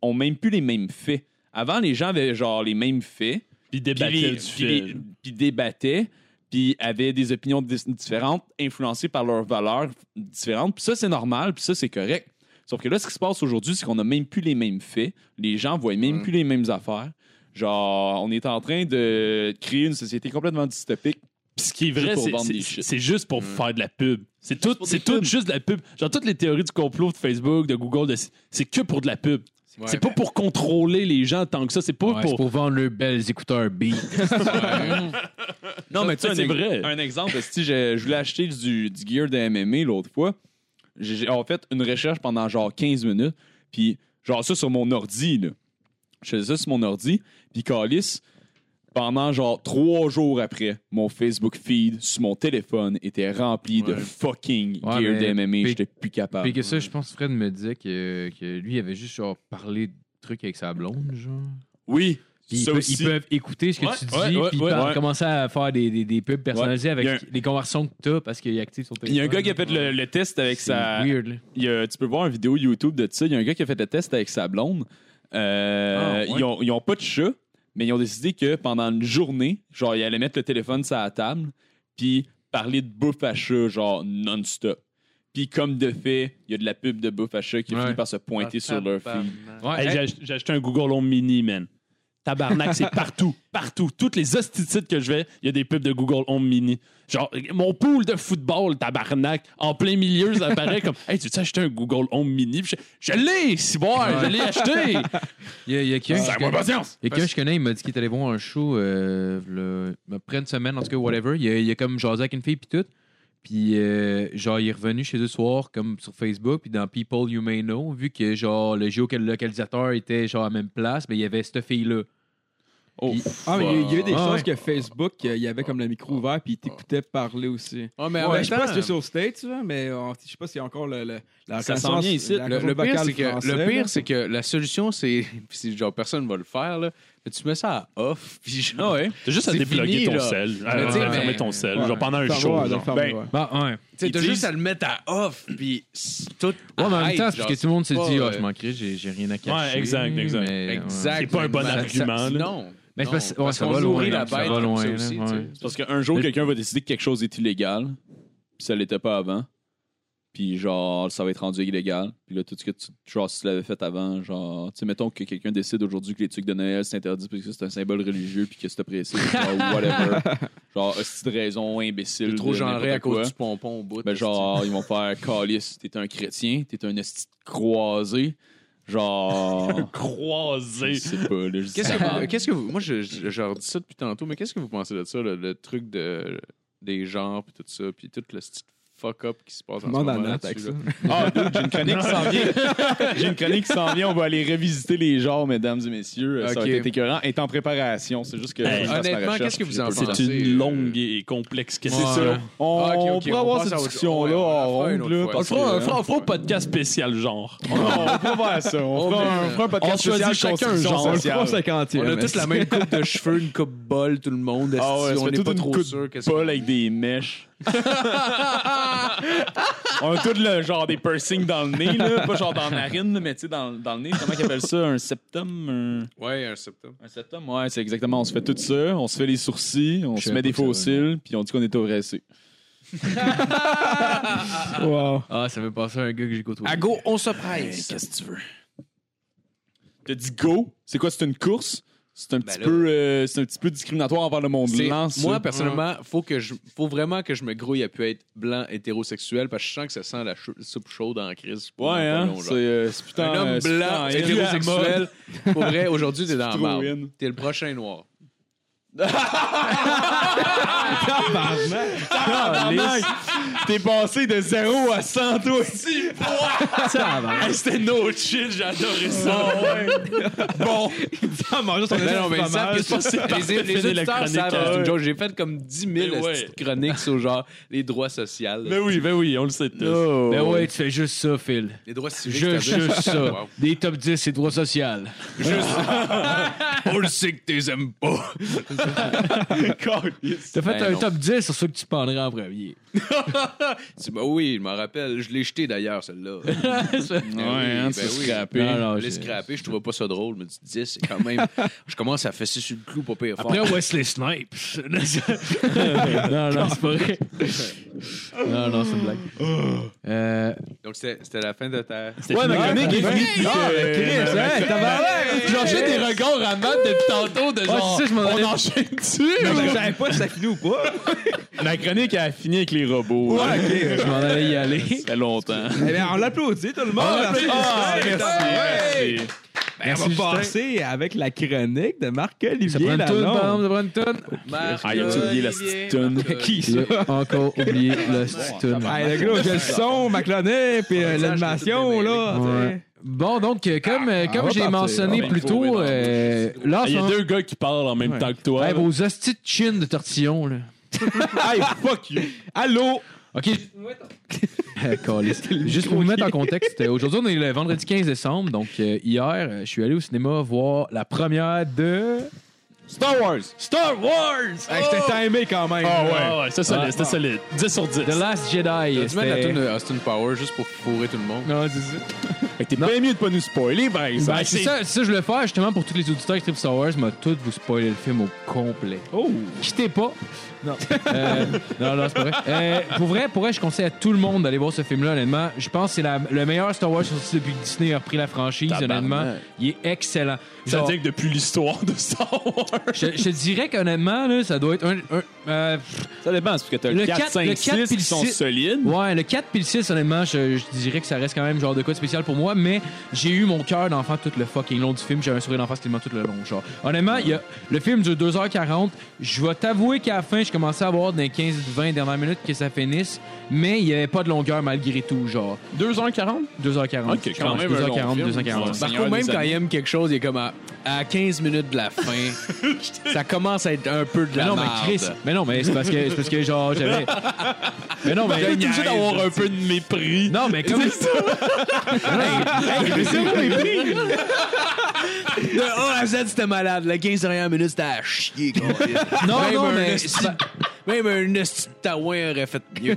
Speaker 6: ont même plus les mêmes faits. Avant, les gens avaient genre les mêmes faits,
Speaker 4: Puis
Speaker 6: puis
Speaker 4: débattre
Speaker 6: les-
Speaker 4: du
Speaker 6: puis les-
Speaker 4: fait.
Speaker 6: puis débattaient, puis avaient des opinions dis- différentes, influencées par leurs valeurs différentes. Puis ça, c'est normal, puis ça, c'est correct. Sauf que là, ce qui se passe aujourd'hui, c'est qu'on n'a même plus les mêmes faits. Les gens voient même
Speaker 5: Ouais.
Speaker 6: plus les mêmes affaires. Genre, on est en train de créer une société complètement dystopique.
Speaker 4: Puis ce qui est
Speaker 6: Juste
Speaker 4: vrai,
Speaker 6: pour
Speaker 4: c'est-
Speaker 6: vendre des
Speaker 4: c'est
Speaker 6: shit.
Speaker 4: c'est juste pour faire de la pub. C'est tout, c'est tout juste de la pub. Genre toutes les théories du complot de Facebook, de Google, de- c'est que pour de la pub. c'est pas pour contrôler les gens tant que ça. C'est pas
Speaker 1: Ouais, c'est
Speaker 4: pour.
Speaker 1: pour vendre leurs belles écouteurs B.
Speaker 6: Non, mais tu sais, un
Speaker 4: c'est
Speaker 6: ex-
Speaker 4: vrai.
Speaker 6: Un exemple, si je, je voulais acheter du, du gear de MMA l'autre fois, j'ai j'ai- en fait une recherche pendant genre 15 minutes, puis genre ça sur mon ordi, là. Je faisais ça sur mon ordi, puis Calis, pendant genre trois jours après, mon Facebook feed sur mon téléphone était rempli de fucking
Speaker 1: Ouais,
Speaker 6: gear
Speaker 1: mais-
Speaker 6: de MMA,
Speaker 1: puis-
Speaker 6: j'étais plus capable.
Speaker 1: Puis que ça, je pense que Fred me disait que, que lui, il avait juste genre parlé de trucs avec sa blonde, genre.
Speaker 6: oui,
Speaker 1: Puis ils,
Speaker 6: ça
Speaker 1: peuvent-
Speaker 6: aussi.
Speaker 1: ils peuvent écouter ce que
Speaker 4: Ouais,
Speaker 1: tu dis,
Speaker 4: ouais, ouais,
Speaker 1: puis ils
Speaker 4: ouais,
Speaker 1: peuvent
Speaker 4: ouais.
Speaker 1: commencer à faire des, des, des pubs personnalisées avec
Speaker 6: Il y a un-
Speaker 1: les conversations que t'as parce qu'il active son
Speaker 6: Il
Speaker 1: téléphone.
Speaker 6: y a un gars qui a fait le, le test avec
Speaker 1: C'est
Speaker 6: sa.
Speaker 1: weird, là.
Speaker 6: Il y a- tu peux voir une vidéo YouTube de ça. Il y a un gars qui a fait le test avec sa blonde. Euh,
Speaker 4: Ah, ouais.
Speaker 6: ils, ont, ils ont pas de chat, mais ils ont décidé que pendant une journée, genre, ils allaient mettre le téléphone sur la table, puis parler de bouffe à chat, genre, non-stop. Puis comme de fait, il y a de la pub de bouffe à chat qui
Speaker 1: Ouais.
Speaker 6: finit par se pointer sur leur fille.
Speaker 1: Ouais,
Speaker 4: Hey,
Speaker 1: hey,
Speaker 4: j'ai ach- J'ai acheté un Google Home Mini, man. Tabarnak, c'est partout, partout. Toutes les hostitides que je vais, il y a des pubs de Google Home Mini. Genre, mon pool de football, tabarnak, en plein milieu, ça apparaît comme Hey, tu sais, acheté un Google Home Mini? Puis Je, je l'ai, si je l'ai acheté!
Speaker 1: il y a, il y a quelqu'un
Speaker 4: Ça
Speaker 1: qui-
Speaker 4: moi patience!
Speaker 1: Il y a quelqu'un que je connais, il m'a dit qu'il est allé voir un show, euh, le, après une semaine, en tout cas, whatever. Il a, il a comme jasé avec une fille, puis tout. Puis, euh, genre, il est revenu chez eux ce soir, comme sur Facebook, puis dans People You May Know, vu que, genre, le géolocalisateur était, genre, à la même place, mais il y avait cette fille-là.
Speaker 5: Oh,
Speaker 1: Puis-
Speaker 2: Ah, mais il y a- il y avait des
Speaker 1: Ah,
Speaker 2: choses
Speaker 1: ouais.
Speaker 2: que Facebook, euh, il y avait comme le micro ouvert, puis il t'écoutait parler aussi.
Speaker 5: Ah, mais
Speaker 2: Ouais,
Speaker 5: en même
Speaker 2: je sais pas
Speaker 5: temps,
Speaker 2: si c'est sur stage, tu vois, mais euh, je sais pas s'il y a encore le, le- la
Speaker 6: Ça
Speaker 2: reconnaissance-
Speaker 6: s'en vient ici.
Speaker 2: la
Speaker 5: Le, le
Speaker 2: reconnaissance
Speaker 5: pire,
Speaker 2: vocale
Speaker 5: c'est que,
Speaker 2: française,
Speaker 5: le
Speaker 2: là.
Speaker 5: pire, c'est que la solution, c'est. puis c'est genre, personne va le faire, là. Mais tu mets ça à off, puis genre.
Speaker 6: ouais.
Speaker 4: T'as juste à
Speaker 5: C'est
Speaker 4: débloguer
Speaker 5: fini,
Speaker 4: ton
Speaker 5: là.
Speaker 4: sel. Ah,
Speaker 5: Mais
Speaker 4: ouais,
Speaker 5: tu sais,
Speaker 4: fermer
Speaker 5: mais-
Speaker 4: ton sel,
Speaker 2: Ouais.
Speaker 4: genre pendant un
Speaker 2: Ferme-le,
Speaker 4: show.
Speaker 2: ouais,
Speaker 4: genre.
Speaker 2: ferme-le,
Speaker 6: Ben,
Speaker 2: ouais.
Speaker 1: Bah, ouais.
Speaker 5: Tu sais, t'as
Speaker 6: Ils
Speaker 5: juste
Speaker 6: disent-
Speaker 5: à le mettre à off, puis c'est tout.
Speaker 1: Ouais, mais en même
Speaker 5: arrête,
Speaker 1: temps, c'est
Speaker 5: genre,
Speaker 1: parce que tout le monde s'est
Speaker 5: c'est
Speaker 1: dit,
Speaker 5: pas, euh,
Speaker 1: ah, je m'en crée, j'ai j'ai rien à cacher.
Speaker 4: exact, exact.
Speaker 1: Mais,
Speaker 5: Exact.
Speaker 1: ouais.
Speaker 4: C'est pas un bon
Speaker 5: Ça-
Speaker 4: argument,
Speaker 5: ça-
Speaker 4: là.
Speaker 5: Non.
Speaker 1: Mais c'est
Speaker 5: non,
Speaker 1: parce- ouais,
Speaker 5: parce
Speaker 1: ça
Speaker 5: qu'on
Speaker 1: va loin,
Speaker 5: nourrit
Speaker 1: là,
Speaker 5: la
Speaker 1: ça
Speaker 5: bête
Speaker 1: va
Speaker 5: comme
Speaker 1: loin,
Speaker 5: ça
Speaker 1: là,
Speaker 5: aussi, tu
Speaker 1: ouais.
Speaker 5: sais.
Speaker 6: C'est Parce qu'un jour,
Speaker 1: Mais-
Speaker 6: quelqu'un va décider que quelque chose est illégal, puis ça l'était pas avant. Puis genre, ça va être rendu illégal. Puis là, tout ce que tu, genre, si tu l'avais fait avant, genre, tu sais, mettons que quelqu'un décide aujourd'hui que les trucs de Noël c'est interdit parce que c'est un symbole religieux puis que c'est oppressif, genre, whatever. genre, hostie de raison, imbécile.
Speaker 5: T'es trop
Speaker 6: de
Speaker 5: genré à
Speaker 6: n'importe quoi.
Speaker 5: cause du pompon au bout.
Speaker 6: Ben genre, ils vont faire Calis, t'es un chrétien, t'es un hostie de croisé. Genre. je
Speaker 4: Croisé.
Speaker 6: sais pas, là, je dis
Speaker 5: Qu'est-ce
Speaker 6: ça.
Speaker 5: que, vous- qu'est-ce que vous. Moi, je, je, je redis ça depuis tantôt, mais qu'est-ce que vous pensez de ça, le, le truc de, des genres, puis tout ça, puis tout le style fuck-up qui se passe en ce
Speaker 3: Demande à
Speaker 5: moment
Speaker 3: Nat
Speaker 5: là-dessus,
Speaker 3: avec ça.
Speaker 5: là.
Speaker 6: Ah, dude, j'ai une chronique qui s'en vient. J'ai une chronique qui s'en vient. On va aller revisiter les genres, mesdames et messieurs. Euh, Ça
Speaker 16: Ok.
Speaker 6: va être écœurant. Est en préparation. C'est juste que.
Speaker 4: Hey,
Speaker 6: je fasse ma
Speaker 16: honnêtement,
Speaker 6: recherche,
Speaker 16: qu'est-ce que
Speaker 6: puis
Speaker 16: vous
Speaker 6: j'ai
Speaker 16: en
Speaker 6: pas le temps.
Speaker 16: pensez?
Speaker 4: C'est euh,
Speaker 16: c'est,
Speaker 4: une longue et complexe question.
Speaker 16: Ouais.
Speaker 6: C'est ça. On,
Speaker 16: Ah, ok, ok,
Speaker 6: on pourra avoir
Speaker 16: on passe à
Speaker 6: cette
Speaker 16: autre-
Speaker 6: discussion-là
Speaker 16: ouais, on
Speaker 6: en
Speaker 16: la fera une autre
Speaker 6: ronde. là,
Speaker 16: fois.
Speaker 4: On
Speaker 6: parce
Speaker 4: fera,
Speaker 6: que-
Speaker 4: on fera- on fera un podcast spécial genre.
Speaker 6: On va voir ça. On fera un- on fera un podcast
Speaker 4: On choisit
Speaker 6: spécial
Speaker 4: chacun un
Speaker 6: construction
Speaker 4: genre.
Speaker 3: On le
Speaker 6: sociale.
Speaker 3: fera au 50e.
Speaker 16: On a tous la même coupe de cheveux, une coupe bol, tout le monde.
Speaker 6: Ah ouais,
Speaker 16: esti,
Speaker 6: ça
Speaker 16: on
Speaker 6: fait
Speaker 16: n'est
Speaker 6: toute
Speaker 16: pas
Speaker 6: une
Speaker 16: trop
Speaker 6: coupe
Speaker 16: sûr qu'est-ce
Speaker 6: Paul avec des mèches. on a tout le genre des piercings dans le nez, là. pas genre dans la narine, mais tu sais, dans, dans le nez. Comment ils appellent ça Un septum un-
Speaker 5: Ouais, un septembre.
Speaker 6: Un septum, ouais, c'est exactement. On se fait tout ça, on se fait les sourcils, on se met des faux cils, puis on dit qu'on est au RSC.
Speaker 1: Ah, ça fait passer à un gars que j'ai côtoyé.
Speaker 16: À go, on se presse.
Speaker 6: Qu'est-ce que tu veux T'as dit go C'est quoi C'est une course C'est un petit
Speaker 16: là.
Speaker 6: peu, euh, c'est un petit peu discriminatoire envers le monde
Speaker 5: Ben C'est-
Speaker 6: lent. ça.
Speaker 5: Moi, personnellement, faut, que je, faut vraiment que je me grouille à pu être blanc hétérosexuel parce que je sens que ça sent la chou- soupe chaude en crise. pour
Speaker 6: Ouais,
Speaker 5: pas
Speaker 6: hein.
Speaker 5: long, genre.
Speaker 6: C'est euh, c'est putain.
Speaker 5: Un
Speaker 6: euh,
Speaker 5: homme
Speaker 6: c'est
Speaker 5: blanc
Speaker 6: putain,
Speaker 5: hétérosexuel. Pour vrai, aujourd'hui, t'es dans la
Speaker 6: trop in.
Speaker 5: marde. T'es le prochain noir.
Speaker 4: Ah,
Speaker 6: T'es passé de 0 à 100, toi.
Speaker 4: Hey, C'était no chill, j'adorais ça.
Speaker 3: Ah, mange son
Speaker 5: Ben non, mais
Speaker 3: espèce
Speaker 5: ils savent
Speaker 3: fromage.
Speaker 5: que c'est- les, les
Speaker 4: Fini la
Speaker 5: auditeurs
Speaker 4: chronique,
Speaker 5: savent,
Speaker 4: hein.
Speaker 5: c'est une joke. J'ai fait comme 10 000
Speaker 4: Mais ouais.
Speaker 5: petites chroniques sur genre les droits sociaux.
Speaker 4: Ben oui, ben oui, on le sait tous.
Speaker 1: Ben ouais, tu fais juste ça, Phil.
Speaker 5: Les droits civiques.
Speaker 1: Juste,
Speaker 5: c'est-à-dire-
Speaker 1: juste ça.
Speaker 5: Wow.
Speaker 1: Des top 10, c'est droit social.
Speaker 5: On le sait que t'es aimes pas.
Speaker 1: T'as fait
Speaker 5: Ben
Speaker 1: un
Speaker 5: non.
Speaker 1: top 10 sur ceux que tu prendrais en premier.
Speaker 5: Tu- ben oui, je m'en rappelle. Je l'ai jeté d'ailleurs, celle-là.
Speaker 6: Ouais, hein, tu
Speaker 5: ben
Speaker 6: t'es
Speaker 5: oui.
Speaker 6: scrappé.
Speaker 1: Non, non,
Speaker 5: je l'ai
Speaker 1: c'est-
Speaker 5: scrappé, je trouvais pas ça drôle, mais tu te dis, c'est quand même. je commence à fesser sur le clou, pas pire fort.
Speaker 1: Après Wesley Snipes. non,
Speaker 4: Ah,
Speaker 1: non, c'est pas vrai. Non, non, c'est une blague.
Speaker 4: Ah.
Speaker 1: Euh,
Speaker 5: Donc c'était c'était la fin de ta.
Speaker 6: Ouais, ma chronique est finie. puis
Speaker 3: Ah,
Speaker 6: que-
Speaker 3: mais Chris, hein, tabarnak!
Speaker 4: J'enchaîne des regards à Matt depuis tantôt de
Speaker 1: ouais,
Speaker 4: genre.
Speaker 1: c'est ça, je m'en allais-
Speaker 4: on enchaîne dessus.
Speaker 3: Non, mais Je savais pas si ça finit ou pas.
Speaker 6: Ma chronique a fini avec les robots.
Speaker 1: hein.
Speaker 6: Ouais,
Speaker 1: je m'en allais y aller.
Speaker 6: Ça fait longtemps.
Speaker 3: Eh bien, on l'applaudit, tout le monde.
Speaker 6: Ah,
Speaker 3: Merci.
Speaker 6: merci,
Speaker 3: Ouais.
Speaker 6: merci.
Speaker 3: Ben, on va passer avec la chronique de
Speaker 1: Ça
Speaker 3: Marc-Olivier
Speaker 1: prend une toune, par
Speaker 3: Lalonde.
Speaker 1: exemple, ça prend une
Speaker 6: Ah, il a oublié la petite toune.
Speaker 3: Qui, ça?
Speaker 1: toune. Il a encore oublié le petit toune.
Speaker 3: Hey, le gars, j'ai le son, ma clonée, puis euh, l'animation, là. tu sais.
Speaker 1: Ouais. Bon, donc, euh, comme, euh,
Speaker 3: on
Speaker 1: comme
Speaker 3: va
Speaker 1: j'ai
Speaker 3: partir.
Speaker 1: mentionné
Speaker 6: Ah, ben,
Speaker 1: plus
Speaker 6: faut,
Speaker 1: tôt,
Speaker 6: oui, non.
Speaker 1: euh, là, en
Speaker 4: Ah, Il
Speaker 1: ce
Speaker 4: y a
Speaker 1: moment-
Speaker 4: deux gars qui parlent en même temps que toi.
Speaker 1: Hey, vos hosties de chin de tortillon, là.
Speaker 3: Hey, fuck you. Allô?
Speaker 1: OK. Euh, câlisse. Juste pour vous mettre en contexte, euh, aujourd'hui, on est le vendredi 15 décembre. Donc, euh, hier, euh, je suis allé au cinéma voir la première de.
Speaker 6: Star Wars.
Speaker 1: Star Wars!
Speaker 3: Hey, J'étais timé quand même.
Speaker 4: Ah ouais, ah ouais, c'est solide, c'était solide. 10 sur 10.
Speaker 1: The Last Jedi.
Speaker 5: Tu mets la
Speaker 1: c'était-
Speaker 5: toune de Austin euh, Power juste pour fourrer tout le monde.
Speaker 1: Non, c'est ça.
Speaker 6: Fait que t'es bien mieux de pas nous spoiler, par exemple.
Speaker 1: Ben, c'est ça, c'est ça, je le fais justement pour tous les auditeurs qui trippent Star Wars, m'a tout vous spoiler le film au complet.
Speaker 3: Oh!
Speaker 1: Quittez pas. Non. Euh, non, non, c'est pas vrai. Euh, pour vrai, pour vrai, je conseille à tout le monde d'aller voir ce film-là, honnêtement. Je pense que c'est la- le meilleur Star Wars sorti depuis que Disney a repris la franchise, honnêtement. Il est excellent.
Speaker 4: Ça
Speaker 1: Genre,
Speaker 4: veut dire que depuis l'histoire de Star Wars.
Speaker 1: je, je dirais qu'honnêtement, là, ça doit être un. un- euh, pff,
Speaker 6: Ça dépend, parce que t'as
Speaker 1: Le
Speaker 6: le
Speaker 1: quatre,
Speaker 6: 4,
Speaker 1: le
Speaker 6: 5,
Speaker 1: quatre puis
Speaker 6: 6
Speaker 1: le
Speaker 6: qui sont
Speaker 1: six.
Speaker 6: solides.
Speaker 1: ouais, le 4 puis le 6, honnêtement, je, je dirais que ça reste quand même genre de quoi de spécial pour moi, mais j'ai eu mon cœur d'enfant tout le fucking long du film. J'avais un sourire d'enfant quasiment tout le long. Genre. Honnêtement, il y a- le film dure 2h40. Je vais t'avouer qu'à la fin, je commençais à voir dans les 15-20 dernières minutes que ça finisse, mais il n'y avait pas de longueur malgré tout. Genre.
Speaker 4: 2h40?
Speaker 1: 2h40.
Speaker 4: Ok,
Speaker 1: je
Speaker 4: quand
Speaker 1: pense,
Speaker 4: même un long
Speaker 1: 2h40,
Speaker 4: film. Bah,
Speaker 1: 2h40.
Speaker 4: Ouais.
Speaker 5: Marco,
Speaker 6: Seigneur
Speaker 5: même
Speaker 6: des
Speaker 5: quand
Speaker 6: anneaux.
Speaker 5: il aime quelque chose, il est comme à, à 15 minutes de la fin. ça commence à être un peu de
Speaker 1: Mais
Speaker 5: la
Speaker 1: non, mais
Speaker 5: marde.
Speaker 1: Chris. Mais non, mais c'est parce que, c'est parce que genre, j'avais. Mais non, mais.
Speaker 4: T'es obligé d'avoir un peu de mépris.
Speaker 1: Non, mais comme.
Speaker 5: De A à Z, c'était malade. La 15 dernières minutes, c'était à chier. quoi.
Speaker 1: Non,
Speaker 5: Même
Speaker 1: non,
Speaker 5: un
Speaker 1: mais.
Speaker 5: esti- Même un esti de taouin aurait fait mieux.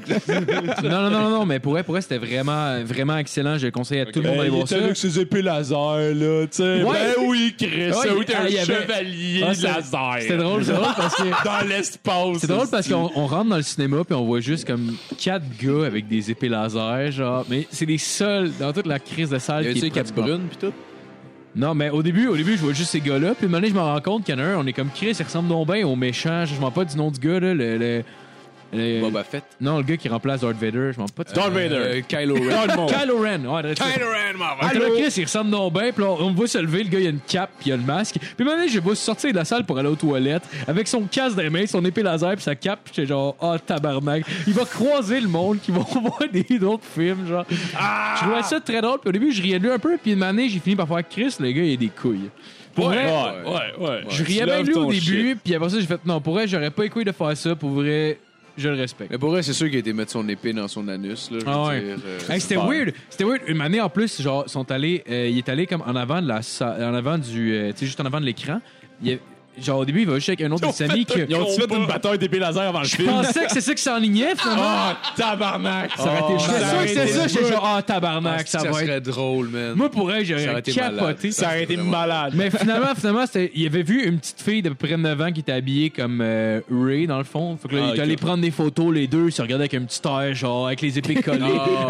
Speaker 1: Non, non, non, non, mais pour vrai, pour vrai, c'était vraiment, vraiment excellent. Je le conseille à tout le monde
Speaker 6: Euh,
Speaker 1: d'aller
Speaker 4: il
Speaker 1: voir
Speaker 4: était
Speaker 1: ça.
Speaker 4: avec ses épées laser, là, tu sais.
Speaker 1: Ouais.
Speaker 4: Ben oui, Chris,
Speaker 1: Ouais,
Speaker 4: ça, où t'es
Speaker 1: ah,
Speaker 4: un
Speaker 1: il y avait-
Speaker 4: chevalier
Speaker 1: Ah, c'était-
Speaker 4: laser.
Speaker 1: C'était drôle, c'est drôle parce que.
Speaker 4: Dans l'espace.
Speaker 1: C'est drôle parce qu'on on rentre dans le cinéma puis on voit juste comme quatre gars avec des épées laser, genre. Mais c'est les seuls dans toute la crise de salle qui est pratiquement-
Speaker 5: pis tout?
Speaker 1: Non, mais au début, au début, je vois juste ces gars-là. Puis maintenant, je me rends compte qu'il y en a un, on est comme Chris, il ressemble donc bien au méchant. Je ne m'en pas du nom du gars, là, le. le- Euh,
Speaker 15: Boba Fett.
Speaker 1: Non, le gars qui remplace Darth Vader, je m'en pas. de-
Speaker 6: Darth Vader.
Speaker 15: Euh, Kylo Ren.
Speaker 6: Darth Maul.
Speaker 1: Kylo Ren. Ouais, Kylo
Speaker 15: Ren, maman.
Speaker 1: Allô, Chris, il ressemble non bien. Puis là, on me voit se lever, le gars, il a une cape, puis il a le masque. Puis maintenant, je vais sortir de la salle pour aller aux toilettes avec son casque dans les mains, son épée laser, puis sa cape. Puis j'étais genre, ah, tabarnak. Il va croiser le monde qui va voir des autres films, genre.
Speaker 6: Ah!
Speaker 1: Je trouvais ça très drôle. Puis au début, je riais de lui un peu. Puis une année, j'ai fini par faire Chris, le gars, il a des couilles. Pour vrai,
Speaker 6: Ouais,
Speaker 4: Ouais, ouais.
Speaker 1: je riais bien
Speaker 6: Tu
Speaker 1: de
Speaker 6: lèves
Speaker 1: lui au
Speaker 6: ton
Speaker 1: début. Puis après ça, j'ai fait, non, pour vrai, j'aurais pas les couilles de faire ça. Pour vrai, je le respecte.
Speaker 15: Mais pour vrai, c'est sûr qu'il a été mettre son épée dans son anus. Là, je veux
Speaker 1: Ah ouais.
Speaker 15: dire, euh,
Speaker 1: Hey, c'était weird. C'était weird. Une année en plus, genre, sont allés, euh, il est allé comme en avant de la sa- en avant du, euh, tu sais, juste en avant de l'écran. Il y a- genre au début, il va juste avec un autre de ses amis que.
Speaker 6: Ils ont-tu fait une bataille d'épée laser avant le
Speaker 1: Je
Speaker 4: Ah.
Speaker 6: film?
Speaker 1: pensais que c'est ça qui s'enlignait finalement. Ah,
Speaker 6: tabarnak!
Speaker 1: ça aurait été
Speaker 15: ça aurait
Speaker 1: c'est
Speaker 15: été
Speaker 1: ça. J'étais
Speaker 15: good.
Speaker 1: genre, ah tabarnak,
Speaker 15: ça,
Speaker 1: ça va être.
Speaker 15: serait drôle, man.
Speaker 1: Moi pour elle,
Speaker 15: ça
Speaker 1: j'aurais
Speaker 15: aurait été
Speaker 1: capoté.
Speaker 15: malade.
Speaker 6: Ça aurait été
Speaker 15: Vraiment.
Speaker 6: malade.
Speaker 1: Mais finalement, finalement, c'était- il avait vu une petite fille d'à peu près 9 ans qui était habillée comme euh, Ray, dans le fond. Fait que là, il est allé prendre des photos, les deux, ils se regardaient avec un petit air, genre, avec les épées collées,
Speaker 15: Ah,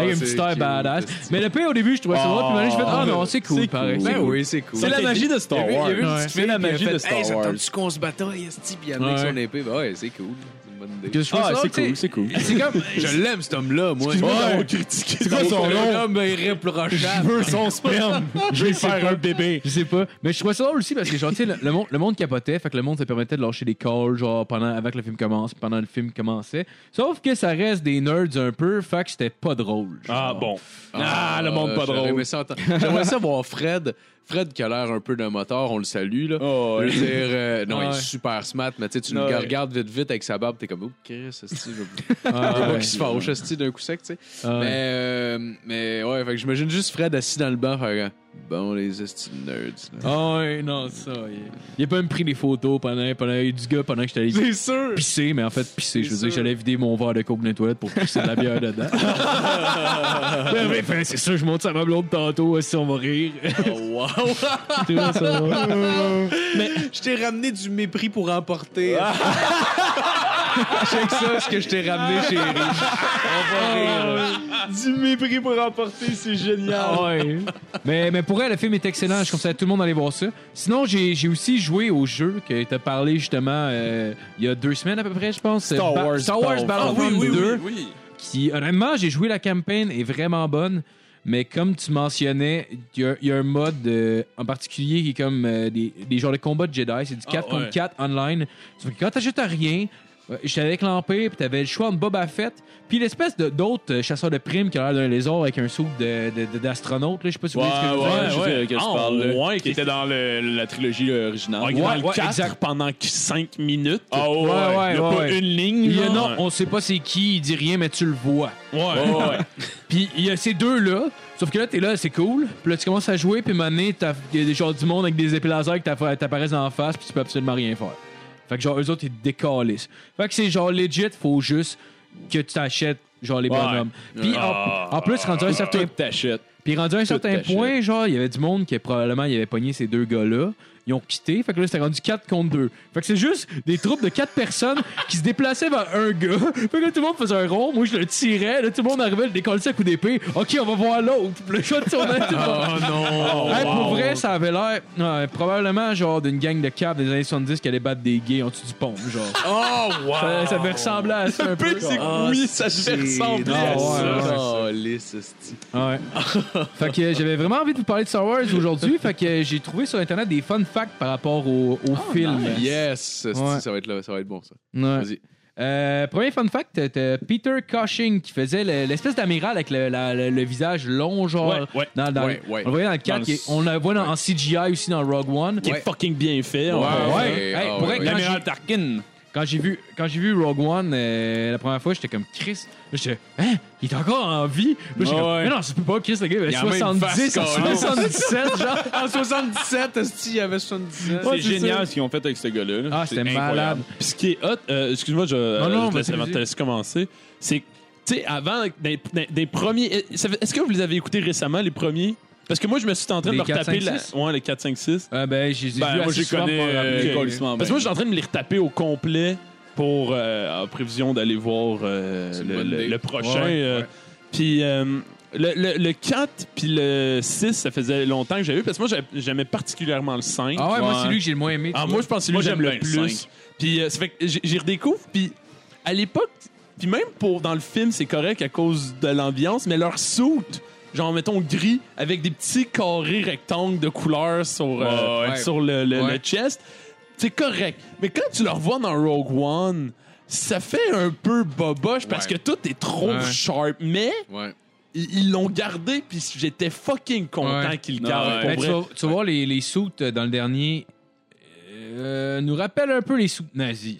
Speaker 1: avec un
Speaker 15: c'est
Speaker 1: petit air
Speaker 15: cute,
Speaker 1: badass.
Speaker 15: c'est
Speaker 1: Mais le pire, au début, je trouvais ça drôle, puis maintenant, je fais, ah non, c'est cool, pareil. c'est
Speaker 15: Ben
Speaker 1: cool.
Speaker 15: oui, c'est cool.
Speaker 6: C'est la magie de Star Wars.
Speaker 1: il y a eu une petite
Speaker 6: C'est la magie de Star Wars.
Speaker 15: tu qu'on se bataille, Esti, puis il y en a
Speaker 1: Ouais.
Speaker 15: avec son épée. Ben ouais, c'est cool. C'est une bonne idée.
Speaker 1: Puis je trouvais ça drôle, Ah, tu sais.
Speaker 6: c'est cool.
Speaker 15: C'est comme, je l'aime cet homme-là, moi.
Speaker 6: Ouais, c'est quoi
Speaker 15: C'est
Speaker 6: son
Speaker 15: Un
Speaker 6: nom?
Speaker 15: homme irréprochable.
Speaker 6: Veux son sperme. Je vais faire un bébé.
Speaker 1: Je sais pas. Mais je trouvais ça drôle aussi parce que, genre, tu sais, le, le monde, le monde capotait. Fait que le monde se permettait de lâcher des calls, genre, pendant, avant que le film commence, pendant le film commençait. Sauf que ça reste des nerds un peu. Fait que c'était pas drôle. genre.
Speaker 6: Ah bon. Ah, le monde pas
Speaker 15: j'aurais
Speaker 6: drôle.
Speaker 15: aimé ça entendre. J'aimerais ça voir Fred. Fred qui a l'air un peu d'un moteur, on le salue. Là.
Speaker 6: Oh,
Speaker 15: Je veux dire, euh, non,
Speaker 1: Ouais.
Speaker 15: il est super smart, mais tu sais, tu le
Speaker 6: Ouais.
Speaker 15: regardes vite vite avec sa barbe, t'es comme, oh, Chris, esti, je veux
Speaker 1: Ah,
Speaker 15: je veux pas
Speaker 1: ouais.
Speaker 15: qu'il se fâche, esti, d'un coup sec, tu sais.
Speaker 1: Ah, ouais.
Speaker 15: Mais, euh, mais ouais, fait que j'imagine juste Fred assis dans le banc, faire, bon, les esti de nerds. là.
Speaker 1: Ah ouais, non, ça. Il, il a pas même pris des photos pendant, pendant, du gars pendant que j'étais allé
Speaker 15: sûr!
Speaker 1: pisser, mais en fait, pisser. Je veux dire, j'allais vider mon verre de coke dans les toilettes pour pisser de la bière dedans. Ouais, mais, fait, c'est sûr, je monte ça à ma blonde tantôt, si on va rire.
Speaker 15: wow!
Speaker 1: Tu vois, ça va.
Speaker 15: Je t'ai ramené du mépris pour emporter. Ah, Check ça, ce que je t'ai ramené, chérie. On va rire.
Speaker 6: Ah, Du mépris pour remporter, c'est génial.
Speaker 1: Ah Ouais. mais, mais pour elle, le film est excellent. Je conseille à tout le monde d'aller voir ça. Sinon, j'ai j'ai aussi joué au jeu que t'as parlé justement euh, il y a deux semaines à peu près, je pense.
Speaker 6: Star
Speaker 1: Ba-
Speaker 6: Wars
Speaker 1: Star Wars
Speaker 6: Battle-
Speaker 1: Battlefront 2. Qui, honnêtement, j'ai joué la campagne est vraiment bonne. Mais comme tu mentionnais, il y a- il y, a un mode euh, en particulier qui est comme euh, des, des genres de combats de Jedi. C'est
Speaker 6: Ah,
Speaker 1: du 4 contre 4 online. Sauf que quand t'achètes à rien, euh, j'étais avec l'Empire, puis t'avais le choix entre Boba Fett, puis l'espèce de- d'autre euh, chasseur de primes qui a l'air d'un lézard avec un soupe d'astronaute. De, d'astronaute, là. je sais pas si vous
Speaker 6: Ouais,
Speaker 1: voyez ce que je veux dire.
Speaker 6: ouais, ouais. Ah, Que je parle, là.
Speaker 4: ouais,
Speaker 6: qui était dans le- la trilogie originale.
Speaker 4: Ah, il est
Speaker 1: Ouais,
Speaker 4: dans
Speaker 1: ouais,
Speaker 4: le 4
Speaker 1: exact.
Speaker 4: pendant 5 minutes.
Speaker 6: Ah ouais,
Speaker 1: ouais,
Speaker 6: il y a
Speaker 1: ouais,
Speaker 6: pas
Speaker 1: ouais.
Speaker 6: une ligne.
Speaker 1: Il y a-
Speaker 6: genre.
Speaker 1: non, on sait pas c'est qui, il dit rien, mais tu le vois.
Speaker 4: Ouais.
Speaker 6: Ouais, ouais.
Speaker 1: Puis il y a ces deux-là, sauf que là, t'es là, c'est cool. Puis là, tu commences à jouer, puis à un moment donné, t'as- il y a des gens du monde avec des épées laser qui t'aff- t'apparaissent en face, puis tu peux absolument rien faire. Fait que genre, eux autres, ils te décalissent. Fait que c'est genre legit, faut juste que tu t'achètes, genre, les bonhommes. Puis en, en plus, rendu à un certain,
Speaker 6: Tout t'achètes.
Speaker 1: puis rendu à un certain
Speaker 6: t'achètes.
Speaker 1: point, genre, il y avait du monde qui probablement, il avait pogné ces deux gars-là. Ils ont quitté, fait que là, c'était rendu 4 contre 2. Fait que c'est juste des troupes de 4 personnes qui se déplaçaient vers un gars. Fait que là, tout le monde faisait un rond. Moi, je le tirais. Là, tout le monde arrivait, le décollait à coup d'épée. OK, on va voir l'autre. Puis Le shot tournait tout le monde.
Speaker 15: Oh non!
Speaker 1: Hey, Pour vrai, ça avait l'air ouais, probablement genre d'une gang de caves des années 70 qui allait battre des gays en dessous du pont. Genre.
Speaker 15: Oh
Speaker 1: Ça,
Speaker 15: wow!
Speaker 1: ça me ressemblait à ça un peu.
Speaker 6: c'est
Speaker 15: Ah,
Speaker 6: oui, ça se ressemble à
Speaker 1: Ah, ouais,
Speaker 6: ça.
Speaker 1: ouais.
Speaker 15: Oh, lisse, esti.
Speaker 1: Ouais. fait que euh, j'avais vraiment envie de vous parler de Star Wars aujourd'hui. Fait que euh, j'ai trouvé sur Internet des fun facts par rapport au, au film.
Speaker 15: Yes, esti,
Speaker 1: Ouais.
Speaker 15: ça va être là, ça va être bon ça.
Speaker 1: Ouais.
Speaker 15: Vas-y.
Speaker 1: Euh, premier fun fact, t'as Peter Cushing qui faisait le- l'espèce d'amiral avec le, la- le- le visage long, genre.
Speaker 4: Ouais, ouais.
Speaker 1: dans- dans-
Speaker 15: Ouais, ouais.
Speaker 1: On le voyait dans le 4,
Speaker 4: le-
Speaker 1: qui est- on le voit dans- en CGI aussi dans Rogue One. Euh,
Speaker 4: Qui est
Speaker 15: Ouais.
Speaker 4: fucking bien fait. on-
Speaker 15: Ouais.
Speaker 1: Ouais,
Speaker 15: Ouais,
Speaker 1: hey,
Speaker 15: ah
Speaker 1: pour vrai,
Speaker 15: ouais, ouais.
Speaker 1: quand j'ai-
Speaker 4: Tarkin.
Speaker 1: quand j'ai vu quand j'ai vu Rogue One euh, la première fois, j'étais comme Chris. J'étais hein, il est encore en vie. Puis j'étais comme mais non, c'est pas Chris le gars, il avait
Speaker 6: a la même
Speaker 1: 70,
Speaker 6: face,
Speaker 1: 77 genre.
Speaker 15: En 77, esti, il y avait 77.
Speaker 6: C'est génial ce qu'ils ont fait avec ce gars-là.
Speaker 1: Ah,
Speaker 6: C'est
Speaker 1: c'était
Speaker 6: incroyable.
Speaker 1: malade.
Speaker 4: Puis ce qui est hot, euh, excuse-moi, je, euh,
Speaker 1: non,
Speaker 4: je te laisse
Speaker 1: vas-y,
Speaker 4: avant de te
Speaker 1: vas-y.
Speaker 4: laisser commencer, c'est que, tu sais, avant, des, des- des premiers. ça fait- Est-ce que vous les avez écoutés récemment, les premiers? Parce que moi, je me suis en train
Speaker 1: Les
Speaker 4: de me
Speaker 1: 4,
Speaker 4: retaper
Speaker 1: 5,
Speaker 4: la-
Speaker 1: 6?
Speaker 4: ouais, les 4, 5, 6.
Speaker 1: Ah ben j'ai j'ai
Speaker 6: Ben,
Speaker 1: vu
Speaker 6: moi,
Speaker 1: assez
Speaker 6: j'ai
Speaker 1: souvent
Speaker 6: connu,
Speaker 1: pour me rappeler.
Speaker 6: euh, colissement
Speaker 4: Parce que
Speaker 6: bien.
Speaker 4: moi, je suis en train de me les retaper au complet pour, euh, en prévision d'aller voir euh,
Speaker 15: C'est une
Speaker 4: le,
Speaker 15: bonne
Speaker 4: le-
Speaker 15: idée.
Speaker 4: le prochain.
Speaker 1: Ouais,
Speaker 4: euh, Puis euh, le, le- le 4 puis le 6, ça faisait longtemps que j'avais vu. Parce que moi, j'aimais- j'aimais particulièrement le 5.
Speaker 1: Ah ouais, moi c'est
Speaker 4: Ouais.
Speaker 1: lui que j'ai le moins aimé. tu
Speaker 4: Ah,
Speaker 1: vois.
Speaker 4: moi, je pense que c'est lui
Speaker 6: Moi,
Speaker 4: que j'aime
Speaker 6: j'aime
Speaker 4: le
Speaker 6: bien le
Speaker 4: plus.
Speaker 6: cinq.
Speaker 4: Puis, euh, ça fait que j- j'y redécouvre. Puis, à l'époque, Puis même pour dans le film, c'est correct à cause de l'ambiance, mais leur soute, genre mettons gris avec des petits carrés rectangles de couleur sur euh,
Speaker 15: Ouais, ouais.
Speaker 4: sur le, le-
Speaker 15: Ouais.
Speaker 4: le chest, c'est correct. Mais quand tu le revois dans Rogue One, ça fait un peu boboche parce
Speaker 15: Ouais.
Speaker 4: que tout est trop
Speaker 15: Ouais.
Speaker 4: sharp, mais
Speaker 15: Ouais.
Speaker 4: ils ils l'ont gardé puis j'étais fucking content
Speaker 5: Ouais.
Speaker 4: qu'ils le
Speaker 6: Non,
Speaker 4: gardent
Speaker 6: ouais.
Speaker 4: pour
Speaker 1: Ben, tu
Speaker 4: vrai.
Speaker 1: vas, tu vas voir, les, les soutes euh, dans le dernier euh, nous rappellent un peu les soutes nazis.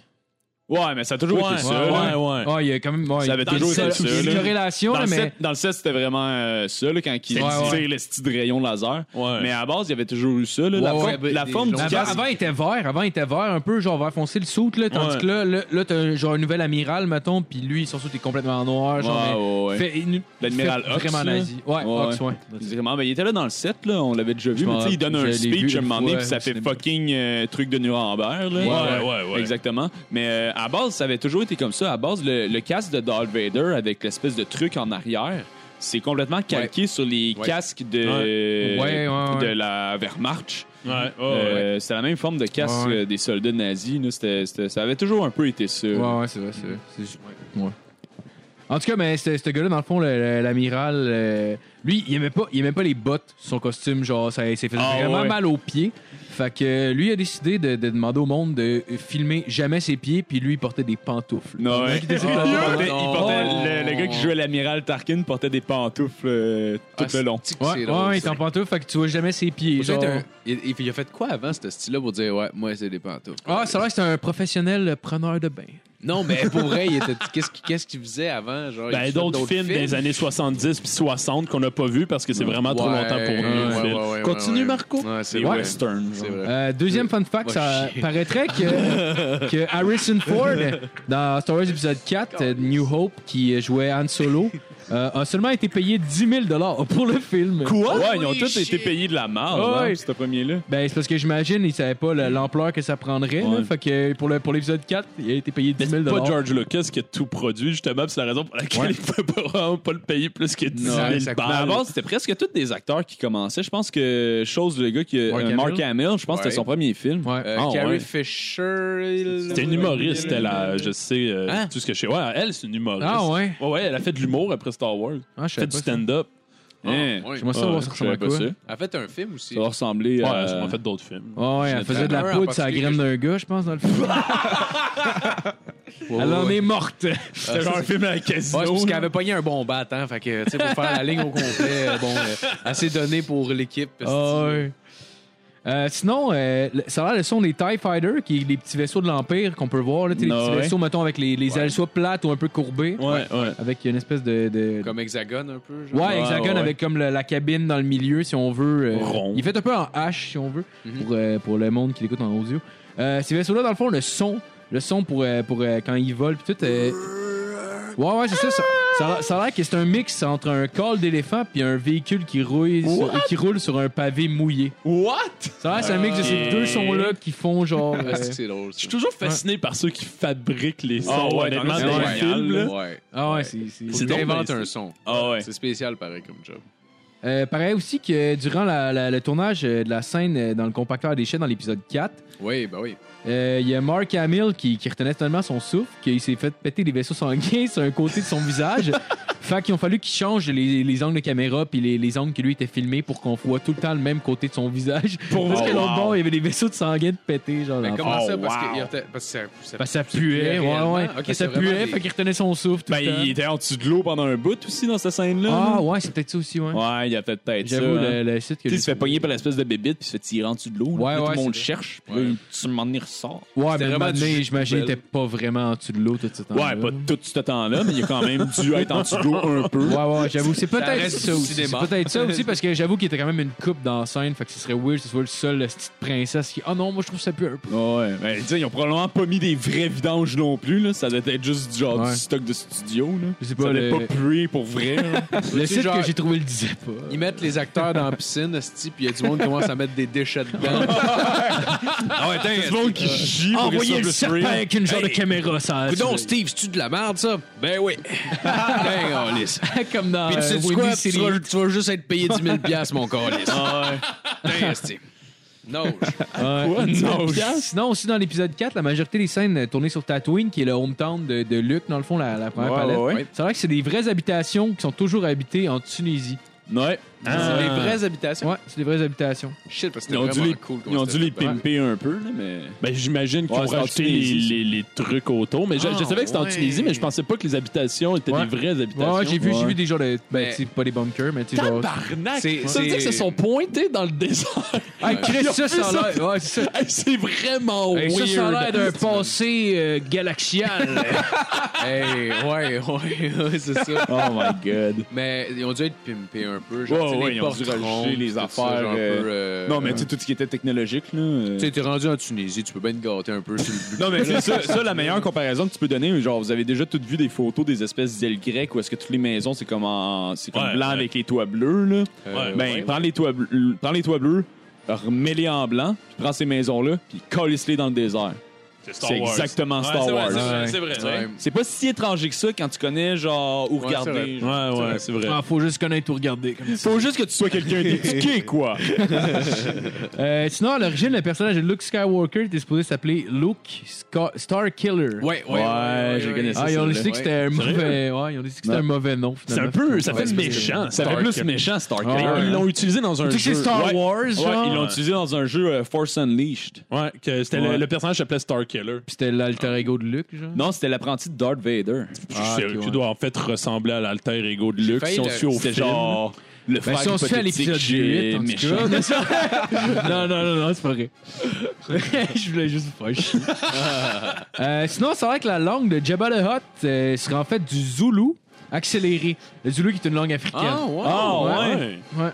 Speaker 6: Ouais, mais ça a toujours
Speaker 4: Ouais,
Speaker 6: été ça.
Speaker 4: ouais,
Speaker 6: là.
Speaker 4: ouais, ouais.
Speaker 1: Ah, il y a quand même. ouais,
Speaker 6: Ça avait
Speaker 1: il y a
Speaker 6: toujours
Speaker 1: une-
Speaker 6: été
Speaker 1: il y a
Speaker 6: ça,
Speaker 1: une
Speaker 6: là.
Speaker 1: corrélation,
Speaker 6: Dans,
Speaker 1: là,
Speaker 6: le
Speaker 1: mais.
Speaker 6: set, dans le set, c'était vraiment euh, ça, là, quand ils
Speaker 1: Ouais, ouais.
Speaker 6: tiraient le style de rayon laser.
Speaker 4: Ouais.
Speaker 6: Mais à la base, il y avait toujours eu ça. Là, la
Speaker 15: Ouais,
Speaker 6: forme,
Speaker 15: ouais,
Speaker 6: la
Speaker 15: des
Speaker 6: forme du
Speaker 15: longs-
Speaker 1: ben, Avant,
Speaker 6: casque.
Speaker 1: avant, il était vert, avant il était vert, un peu genre vert foncé le soute, là, tandis
Speaker 4: Ouais.
Speaker 1: que là, là, là, t'as genre un nouvel amiral, mettons, puis lui, son soute est complètement en noir, genre. mais-
Speaker 6: Ouais, ouais, ouais.
Speaker 1: Fait- il-
Speaker 6: L'admiral
Speaker 1: fait
Speaker 6: Ox,
Speaker 1: Vraiment
Speaker 6: là.
Speaker 1: nazi. Ouais,
Speaker 6: Ouais,
Speaker 1: Ox, ouais.
Speaker 6: Vraiment, mais il était là dans le set, là, on l'avait déjà vu. Mais tu sais, il donne
Speaker 1: Je
Speaker 6: un
Speaker 1: l'ai
Speaker 6: speech
Speaker 1: vu
Speaker 6: à un
Speaker 1: une
Speaker 6: moment donné,
Speaker 1: fois
Speaker 6: puis ça
Speaker 1: au
Speaker 6: fait
Speaker 1: cinéma.
Speaker 6: fucking euh, truc de Nuremberg. Là.
Speaker 4: Ouais, ouais, ouais.
Speaker 6: Exactement. Mais euh, à base, ça avait toujours été comme ça. À base, le, le casque de Darth Vader avec l'espèce de truc en arrière, c'est complètement calqué sur les
Speaker 15: Ouais.
Speaker 6: casques de, euh,
Speaker 1: Ouais, ouais, ouais.
Speaker 6: de la Wehrmacht.
Speaker 4: Ouais, ouais, ouais.
Speaker 6: Euh, C'était la même forme de casque
Speaker 1: Ouais, ouais.
Speaker 6: euh, des soldats nazis. là. C'était- c'était- ça avait toujours un peu été ça.
Speaker 1: Ouais, ouais, c'est vrai, c'est vrai. C'est juste- ouais. En tout cas, mais ce ce gars-là, dans le fond, le- le- l'amiral, euh, lui, il aimait, pas, il aimait pas les bottes, son costume, genre, ça, il s'est fait
Speaker 6: Ah,
Speaker 1: vraiment
Speaker 6: ouais.
Speaker 1: mal aux pieds. Fait que euh, lui, il a décidé de, de demander au monde de filmer jamais ses pieds, puis lui, il portait des pantoufles.
Speaker 6: Non, ouais.
Speaker 1: Il était sur la-
Speaker 6: Il portait- il portait-
Speaker 1: Oh.
Speaker 6: le, le gars qui jouait l'amiral Tarkin portait des pantoufles euh, tout
Speaker 15: Ah,
Speaker 6: le long.
Speaker 15: c'est- c'est
Speaker 1: Ouais,
Speaker 15: drôle,
Speaker 1: ouais, il
Speaker 15: ça.
Speaker 1: est en pantoufles, fait que tu vois jamais ses pieds.
Speaker 15: Peut-être
Speaker 1: Genre...
Speaker 15: un- il, il- il a fait quoi avant, ce style-là, pour dire, ouais, moi, c'est des pantoufles?
Speaker 1: Ah, ça a l'air que c'est un professionnel preneur de bain.
Speaker 15: Non, mais pour vrai, il était- qu'est-ce qu'il qu'est-ce qu'il faisait avant? Genre, il
Speaker 4: Ben,
Speaker 15: faisait
Speaker 4: d'autres films, des années 70 puis 60 qu'on n'a pas vu parce que c'est vraiment trop
Speaker 15: Ouais,
Speaker 4: longtemps pour nous.
Speaker 15: ouais,
Speaker 4: le
Speaker 15: ouais,
Speaker 4: film.
Speaker 15: ouais, ouais,
Speaker 4: Continue,
Speaker 15: ouais.
Speaker 4: Marco.
Speaker 15: Ouais, c'est
Speaker 6: Les
Speaker 15: vrai.
Speaker 6: westerns.
Speaker 15: C'est
Speaker 6: genre.
Speaker 15: vrai.
Speaker 1: Euh, deuxième fun fact,
Speaker 15: Va
Speaker 1: ça
Speaker 15: chier.
Speaker 1: paraîtrait que, que Harrison Ford, dans Star Wars épisode 4, euh, New Hope, qui jouait Han Solo, euh, a seulement été payé 10 000 pour le film.
Speaker 6: Quoi? Ouais, ils ont tous été payés de la marde,
Speaker 1: Ah
Speaker 6: hein,
Speaker 1: ouais.
Speaker 6: ce premier-là.
Speaker 1: Ben, c'est parce que j'imagine, il savait pas le- l'ampleur que ça prendrait. là.
Speaker 4: Ouais.
Speaker 1: fait que pour le- pour l'épisode 4, il a été payé 10 000
Speaker 4: C'est pas George Lucas qui a tout produit, justement, puis c'est la raison pour laquelle il ne peut pas, vraiment pas le payer plus que 10 000
Speaker 15: Non, ça-
Speaker 6: Mais à la
Speaker 4: balles.
Speaker 6: base, c'était presque tous des acteurs qui commençaient. Je pense que chose, le gars qui a-
Speaker 1: Mark
Speaker 6: euh, Mark Hamill, je pense que
Speaker 15: Ouais.
Speaker 6: c'était son premier film.
Speaker 1: Ouais.
Speaker 15: Euh,
Speaker 6: Ah,
Speaker 15: Carrie
Speaker 6: ouais.
Speaker 15: Fisher. il-
Speaker 4: C'était une humoriste, c'était la, je sais, euh,
Speaker 15: Hein?
Speaker 4: tout ce que je sais. Ouais, elle, c'est une humoriste.
Speaker 1: Ah ouais?
Speaker 4: Ouais, ouais, elle a fait de l'humour après Star Wars.
Speaker 1: Ah, je
Speaker 4: Elle fait
Speaker 1: savais
Speaker 4: du
Speaker 1: pas ça.
Speaker 4: stand-up.
Speaker 15: Ah,
Speaker 6: Hein.
Speaker 15: ouais.
Speaker 1: J'aimerais savoir ça
Speaker 6: Je
Speaker 1: ressemble
Speaker 6: savais
Speaker 1: à
Speaker 6: pas
Speaker 1: quoi.
Speaker 6: ça.
Speaker 15: Elle a fait un film aussi.
Speaker 6: Ça va ressembler
Speaker 4: Ouais,
Speaker 6: à...
Speaker 4: euh, elle a fait d'autres films.
Speaker 1: Ah ouais, elle faisait de la
Speaker 15: un en
Speaker 1: poudre sur la
Speaker 15: particulier
Speaker 1: graine
Speaker 15: que
Speaker 1: d'un gars, je pense, dans le film.
Speaker 5: Oh,
Speaker 1: Elle en est morte.
Speaker 4: C'était genre un film à la
Speaker 15: Ouais, c'est
Speaker 4: casino.
Speaker 15: parce qu'elle avait pogné un bon bat, hein. Fait que, tu sais, pour faire la ligne au complet, euh, bon, euh, assez donné pour l'équipe.
Speaker 1: Ah ouais. Euh, sinon, euh, le- ça a l'air le son des TIE Fighter, qui est les petits vaisseaux de l'Empire qu'on peut voir. Là, tu sais, les
Speaker 6: Ah
Speaker 1: petits
Speaker 6: ouais.
Speaker 1: vaisseaux, mettons, avec les, les ailes soit plates ou un peu courbées,
Speaker 4: Ouais, ouais.
Speaker 1: avec une espèce de. de-
Speaker 15: Comme hexagone un peu. Genre.
Speaker 1: Ouais,
Speaker 6: Ouais,
Speaker 1: hexagone
Speaker 6: ouais.
Speaker 1: avec comme le- la cabine dans le milieu, si on veut. euh,
Speaker 4: Ah, Rond.
Speaker 1: Il fait un peu en H, si on veut,
Speaker 15: Mhm.
Speaker 1: pour, euh, pour le monde qui l'écoute en audio. Euh, ces vaisseaux-là, dans le fond, le son, le son pour, euh, pour euh, quand ils volent, puis tout. euh, Ouais, ouais, c'est ça. Ça, ça a l'air- ça a l'air que c'est un mix entre un col d'éléphant puis un véhicule qui, rouille sur- qui roule sur un pavé mouillé.
Speaker 4: What?
Speaker 1: Ça a l'air, c'est un mix de ces deux sons-là qui font genre. euh,
Speaker 15: Ah, c'est que c'est drôle.
Speaker 4: Je suis toujours fasciné par ceux qui fabriquent les sons.
Speaker 6: Ah ouais,
Speaker 4: honnêtement,
Speaker 6: t'en as
Speaker 4: dans les
Speaker 6: des
Speaker 4: films, là.
Speaker 15: Ouais.
Speaker 1: Ah ouais, c'est. c'est-
Speaker 4: C'est
Speaker 15: C'est
Speaker 4: drôle,
Speaker 15: invente
Speaker 4: mais
Speaker 15: un son.
Speaker 6: Ah ouais.
Speaker 15: C'est spécial, pareil, comme job.
Speaker 1: Euh, pareil aussi que durant la- la- le tournage euh, de la scène euh, dans le compacteur déchets dans l'épisode 4,
Speaker 15: Oui, bah oui.
Speaker 1: euh, il y a Mark Hamill qui, qui retenait tellement son souffle qu'il s'est fait péter des vaisseaux sanguins sur un côté de son visage. Fait qu'il a fallu qu'il change les, les angles de caméra puis les, les angles qui lui étaient filmés pour qu'on voit tout le temps le même côté de son visage.
Speaker 4: Pour
Speaker 1: Parce
Speaker 4: vrai?
Speaker 1: que l'autre bord, il y avait des vaisseaux de sanguins de péter, genre. dans
Speaker 15: Mais
Speaker 1: le fond.
Speaker 15: comment
Speaker 4: Oh,
Speaker 15: ça? Parce
Speaker 4: wow.
Speaker 15: que, il y a peut-être- parce que ça, ça-
Speaker 1: Parce que ça puait, ouais,
Speaker 15: réellement?
Speaker 1: ouais.
Speaker 15: Ok,
Speaker 1: Parce que
Speaker 15: c'est
Speaker 1: ça
Speaker 15: vraiment
Speaker 1: puait,
Speaker 15: des-
Speaker 1: fait qu'il retenait son souffle tout
Speaker 6: Ben,
Speaker 1: le temps.
Speaker 6: il était en dessous de l'eau pendant un bout aussi dans cette scène-là.
Speaker 1: Ah
Speaker 6: là.
Speaker 1: ouais, c'est peut-être ça aussi, ouais.
Speaker 6: Ouais, il a fait peut-être ça.
Speaker 1: J'avoue, le,
Speaker 6: hein.
Speaker 1: le site que
Speaker 6: Tu sais, il
Speaker 1: j'ai
Speaker 6: se fait pogner par l'espèce de bébite puis il se fait tirer en dessous de l'eau. là.
Speaker 1: Ouais,
Speaker 6: Là, tout
Speaker 1: ouais,
Speaker 6: le monde
Speaker 1: c'est
Speaker 6: le cherche. Puis là, tu m'en y ressort.
Speaker 1: Ouais,
Speaker 15: C'était
Speaker 1: mais
Speaker 15: vraiment du
Speaker 1: maintenant,
Speaker 15: jus de
Speaker 1: j'imagine, il était
Speaker 15: poubelle.
Speaker 1: pas vraiment en dessous de l'eau tout ce temps
Speaker 6: Ouais, pas tout ce temps-là, mais il a quand même dû être en dessous de l'eau un peu.
Speaker 1: Ouais, ouais, j'avoue, c'est peut-être
Speaker 15: reste
Speaker 1: ça,
Speaker 15: du
Speaker 1: aussi. C'est
Speaker 15: cinéma.
Speaker 1: peut-être ça aussi, parce que j'avoue qu'il était quand même une coupe dans la scène, fait que ce serait weird que ce soit le seul, la petite princesse qui. Oh non, moi je trouve ça pue un peu.
Speaker 6: Ouais, ben, tu sais, ils ont probablement pas mis des vrais vidanges non plus, là. Ça doit être juste du genre
Speaker 1: Ouais.
Speaker 6: du stock de studio, là.
Speaker 1: Je sais
Speaker 6: Ça
Speaker 1: pas,
Speaker 6: devait
Speaker 1: le,
Speaker 6: pas puer pour vrai, hein. là.
Speaker 1: le site
Speaker 15: genre-
Speaker 1: que j'ai trouvé le disait pas.
Speaker 15: Ils mettent les acteurs dans la piscine, esti, puis il y a du monde qui commence à mettre des déchets dedans.
Speaker 6: Ah ouais, t'as monde
Speaker 4: euh,
Speaker 6: qui chie
Speaker 1: Envoyer le serpent avec une genre de
Speaker 15: Hey.
Speaker 1: caméra, ça.
Speaker 15: Coudon, Steve, c'est-tu de la merde, ça? Ben oui. ben, oh, lisse.
Speaker 1: comme dans
Speaker 15: Puis tu
Speaker 1: euh,
Speaker 15: sais
Speaker 1: Windy
Speaker 15: quoi? Tu
Speaker 1: City.
Speaker 15: vas, tu vas juste être payé 10 000 mon calice. Ah ouais.
Speaker 5: Non,
Speaker 1: Ouais.
Speaker 4: Non,
Speaker 1: Sinon, aussi dans l'épisode 4, la majorité des scènes euh, tournées sur Tatooine, qui est le hometown de, de Luke, dans le fond, la, la première
Speaker 6: Ouais,
Speaker 1: palette.
Speaker 6: ouais, ouais.
Speaker 1: C'est vrai que c'est des vraies habitations qui sont toujours habitées en Tunisie.
Speaker 4: Ouais.
Speaker 1: Ah.
Speaker 5: c'est les vraies habitations.
Speaker 1: Ouais, c'est des vraies habitations.
Speaker 5: Shit, parce que c'était
Speaker 6: Ils ont dû
Speaker 5: vraiment
Speaker 6: les-
Speaker 5: cool.
Speaker 6: Ils ont dû les pimper un peu, là, mais.
Speaker 4: Ben, j'imagine qu'ils
Speaker 6: Ouais,
Speaker 4: ont
Speaker 6: c'est en
Speaker 4: rajouté les,
Speaker 6: Tunisie, ça.
Speaker 4: les- les trucs autour. Mais je,
Speaker 5: Ah,
Speaker 4: je savais que c'était en
Speaker 5: ouais.
Speaker 4: Tunisie, mais je pensais pas que les habitations étaient
Speaker 1: Ouais.
Speaker 4: des vraies
Speaker 1: Ouais,
Speaker 4: habitations.
Speaker 1: j'ai vu, j'ai vu des genres de. Ben,
Speaker 5: Mais-
Speaker 1: c'est pas des bunkers, mais tu sais, genre.
Speaker 4: Tabarnak!
Speaker 5: C'est-
Speaker 4: Ça veut dire
Speaker 5: c'est-
Speaker 4: qu'ils se sont pointés dans le désert.
Speaker 1: Hey, Ah, Chris, ça, ça a l'air. Ouais, c'est ça.
Speaker 4: Hey, c'est vraiment
Speaker 1: Hey, ça,
Speaker 4: weird.
Speaker 1: ça a l'air d'un passé euh, galaxial.
Speaker 5: Hey, ouais, ouais, ouais, c'est ça.
Speaker 6: Oh my god.
Speaker 5: Mais ils ont dû être pimpés un peu.
Speaker 6: Ouais,
Speaker 5: Genre, tu sais,
Speaker 6: Oh, ouais,
Speaker 5: les
Speaker 6: ils ont dû
Speaker 5: portrons,
Speaker 6: rajouter les
Speaker 5: tout ça,
Speaker 6: affaires,
Speaker 5: genre un
Speaker 6: euh,
Speaker 5: peu, euh,
Speaker 6: Non, mais tu sais, tout ce qui était technologique, là. euh,
Speaker 5: Tu sais, t'es rendu en Tunisie, tu peux bien te gâter un peu sur le
Speaker 6: Non, mais c'est ça, ça, la meilleure comparaison que tu peux donner. Genre, vous avez déjà toutes vu des photos des espèces d'ailes grecques où est-ce que toutes les maisons, c'est comme, en, c'est comme
Speaker 4: Ouais,
Speaker 6: blanc
Speaker 4: ouais.
Speaker 6: avec les toits bleus, là.
Speaker 5: Euh,
Speaker 6: ben,
Speaker 5: ouais.
Speaker 6: prends, les toits bleus, prends les toits bleus, remets-les en blanc, puis prends ces maisons-là, puis colisse-les dans le désert. C'est exactement Star Wars.
Speaker 4: C'est vrai,
Speaker 5: Ouais.
Speaker 6: C'est pas si étranger que ça quand tu connais, genre, où
Speaker 5: Ouais, c'est vrai.
Speaker 6: regarder. genre.
Speaker 4: Ouais, ouais, c'est vrai.
Speaker 1: Ah, faut juste connaître ou regarder. comme ça.
Speaker 6: Faut juste que tu sois quelqu'un d'éduqué, quoi.
Speaker 1: Euh, sinon, à l'origine, le personnage de Luke Skywalker était supposé s'appeler Luke Scar- Star Killer.
Speaker 5: Ouais, ouais,
Speaker 6: Ouais,
Speaker 5: ouais,
Speaker 6: je
Speaker 5: ouais,
Speaker 6: connais
Speaker 5: ouais.
Speaker 6: ça,
Speaker 1: Ah, ils ont
Speaker 6: celle-là.
Speaker 1: décidé que c'était un mauvais. Ouais, ils ont décidé que c'était un mauvais nom.
Speaker 4: C'est un
Speaker 1: finalement.
Speaker 4: peu. Ça fait
Speaker 5: Ouais,
Speaker 4: méchant.
Speaker 6: Ça fait plus méchant, Star Trek.
Speaker 1: Ah, ouais.
Speaker 4: Ils l'ont utilisé dans un
Speaker 1: Tu sais
Speaker 4: jeu.
Speaker 1: que c'est Star
Speaker 4: Ouais.
Speaker 1: Wars,
Speaker 6: Ouais,
Speaker 1: genre?
Speaker 6: ils l'ont utilisé dans un jeu euh, Force Unleashed.
Speaker 4: Ouais, que c'était
Speaker 6: Ouais.
Speaker 4: le, le personnage s'appelait Star Killer.
Speaker 1: Puis c'était l'alter ego de Luke, genre.
Speaker 6: Non, c'était l'apprenti de Darth Vader.
Speaker 1: Ah,
Speaker 4: Je-
Speaker 1: ok,
Speaker 4: qui
Speaker 1: ouais.
Speaker 4: doit en fait ressembler à l'alter ego de Luke.
Speaker 5: failli
Speaker 4: Si on
Speaker 5: le-
Speaker 4: suit au
Speaker 6: C'était
Speaker 4: film.
Speaker 6: genre le
Speaker 1: Ben,
Speaker 6: frère
Speaker 1: si on se fait à
Speaker 6: hypothétique
Speaker 1: l'épisode
Speaker 6: chez
Speaker 1: 8, en tout
Speaker 6: méchant.
Speaker 1: cas. mais ça- non, non, non, non, c'est pas vrai. je voulais juste vous faire chier. Euh, sinon, c'est vrai que la langue de Jabba the Hutt euh, serait en fait du Zoulou accéléré. Le Zoulou qui est une langue africaine.
Speaker 5: Ah, ouais.
Speaker 4: Ah ouais.
Speaker 1: Ouais.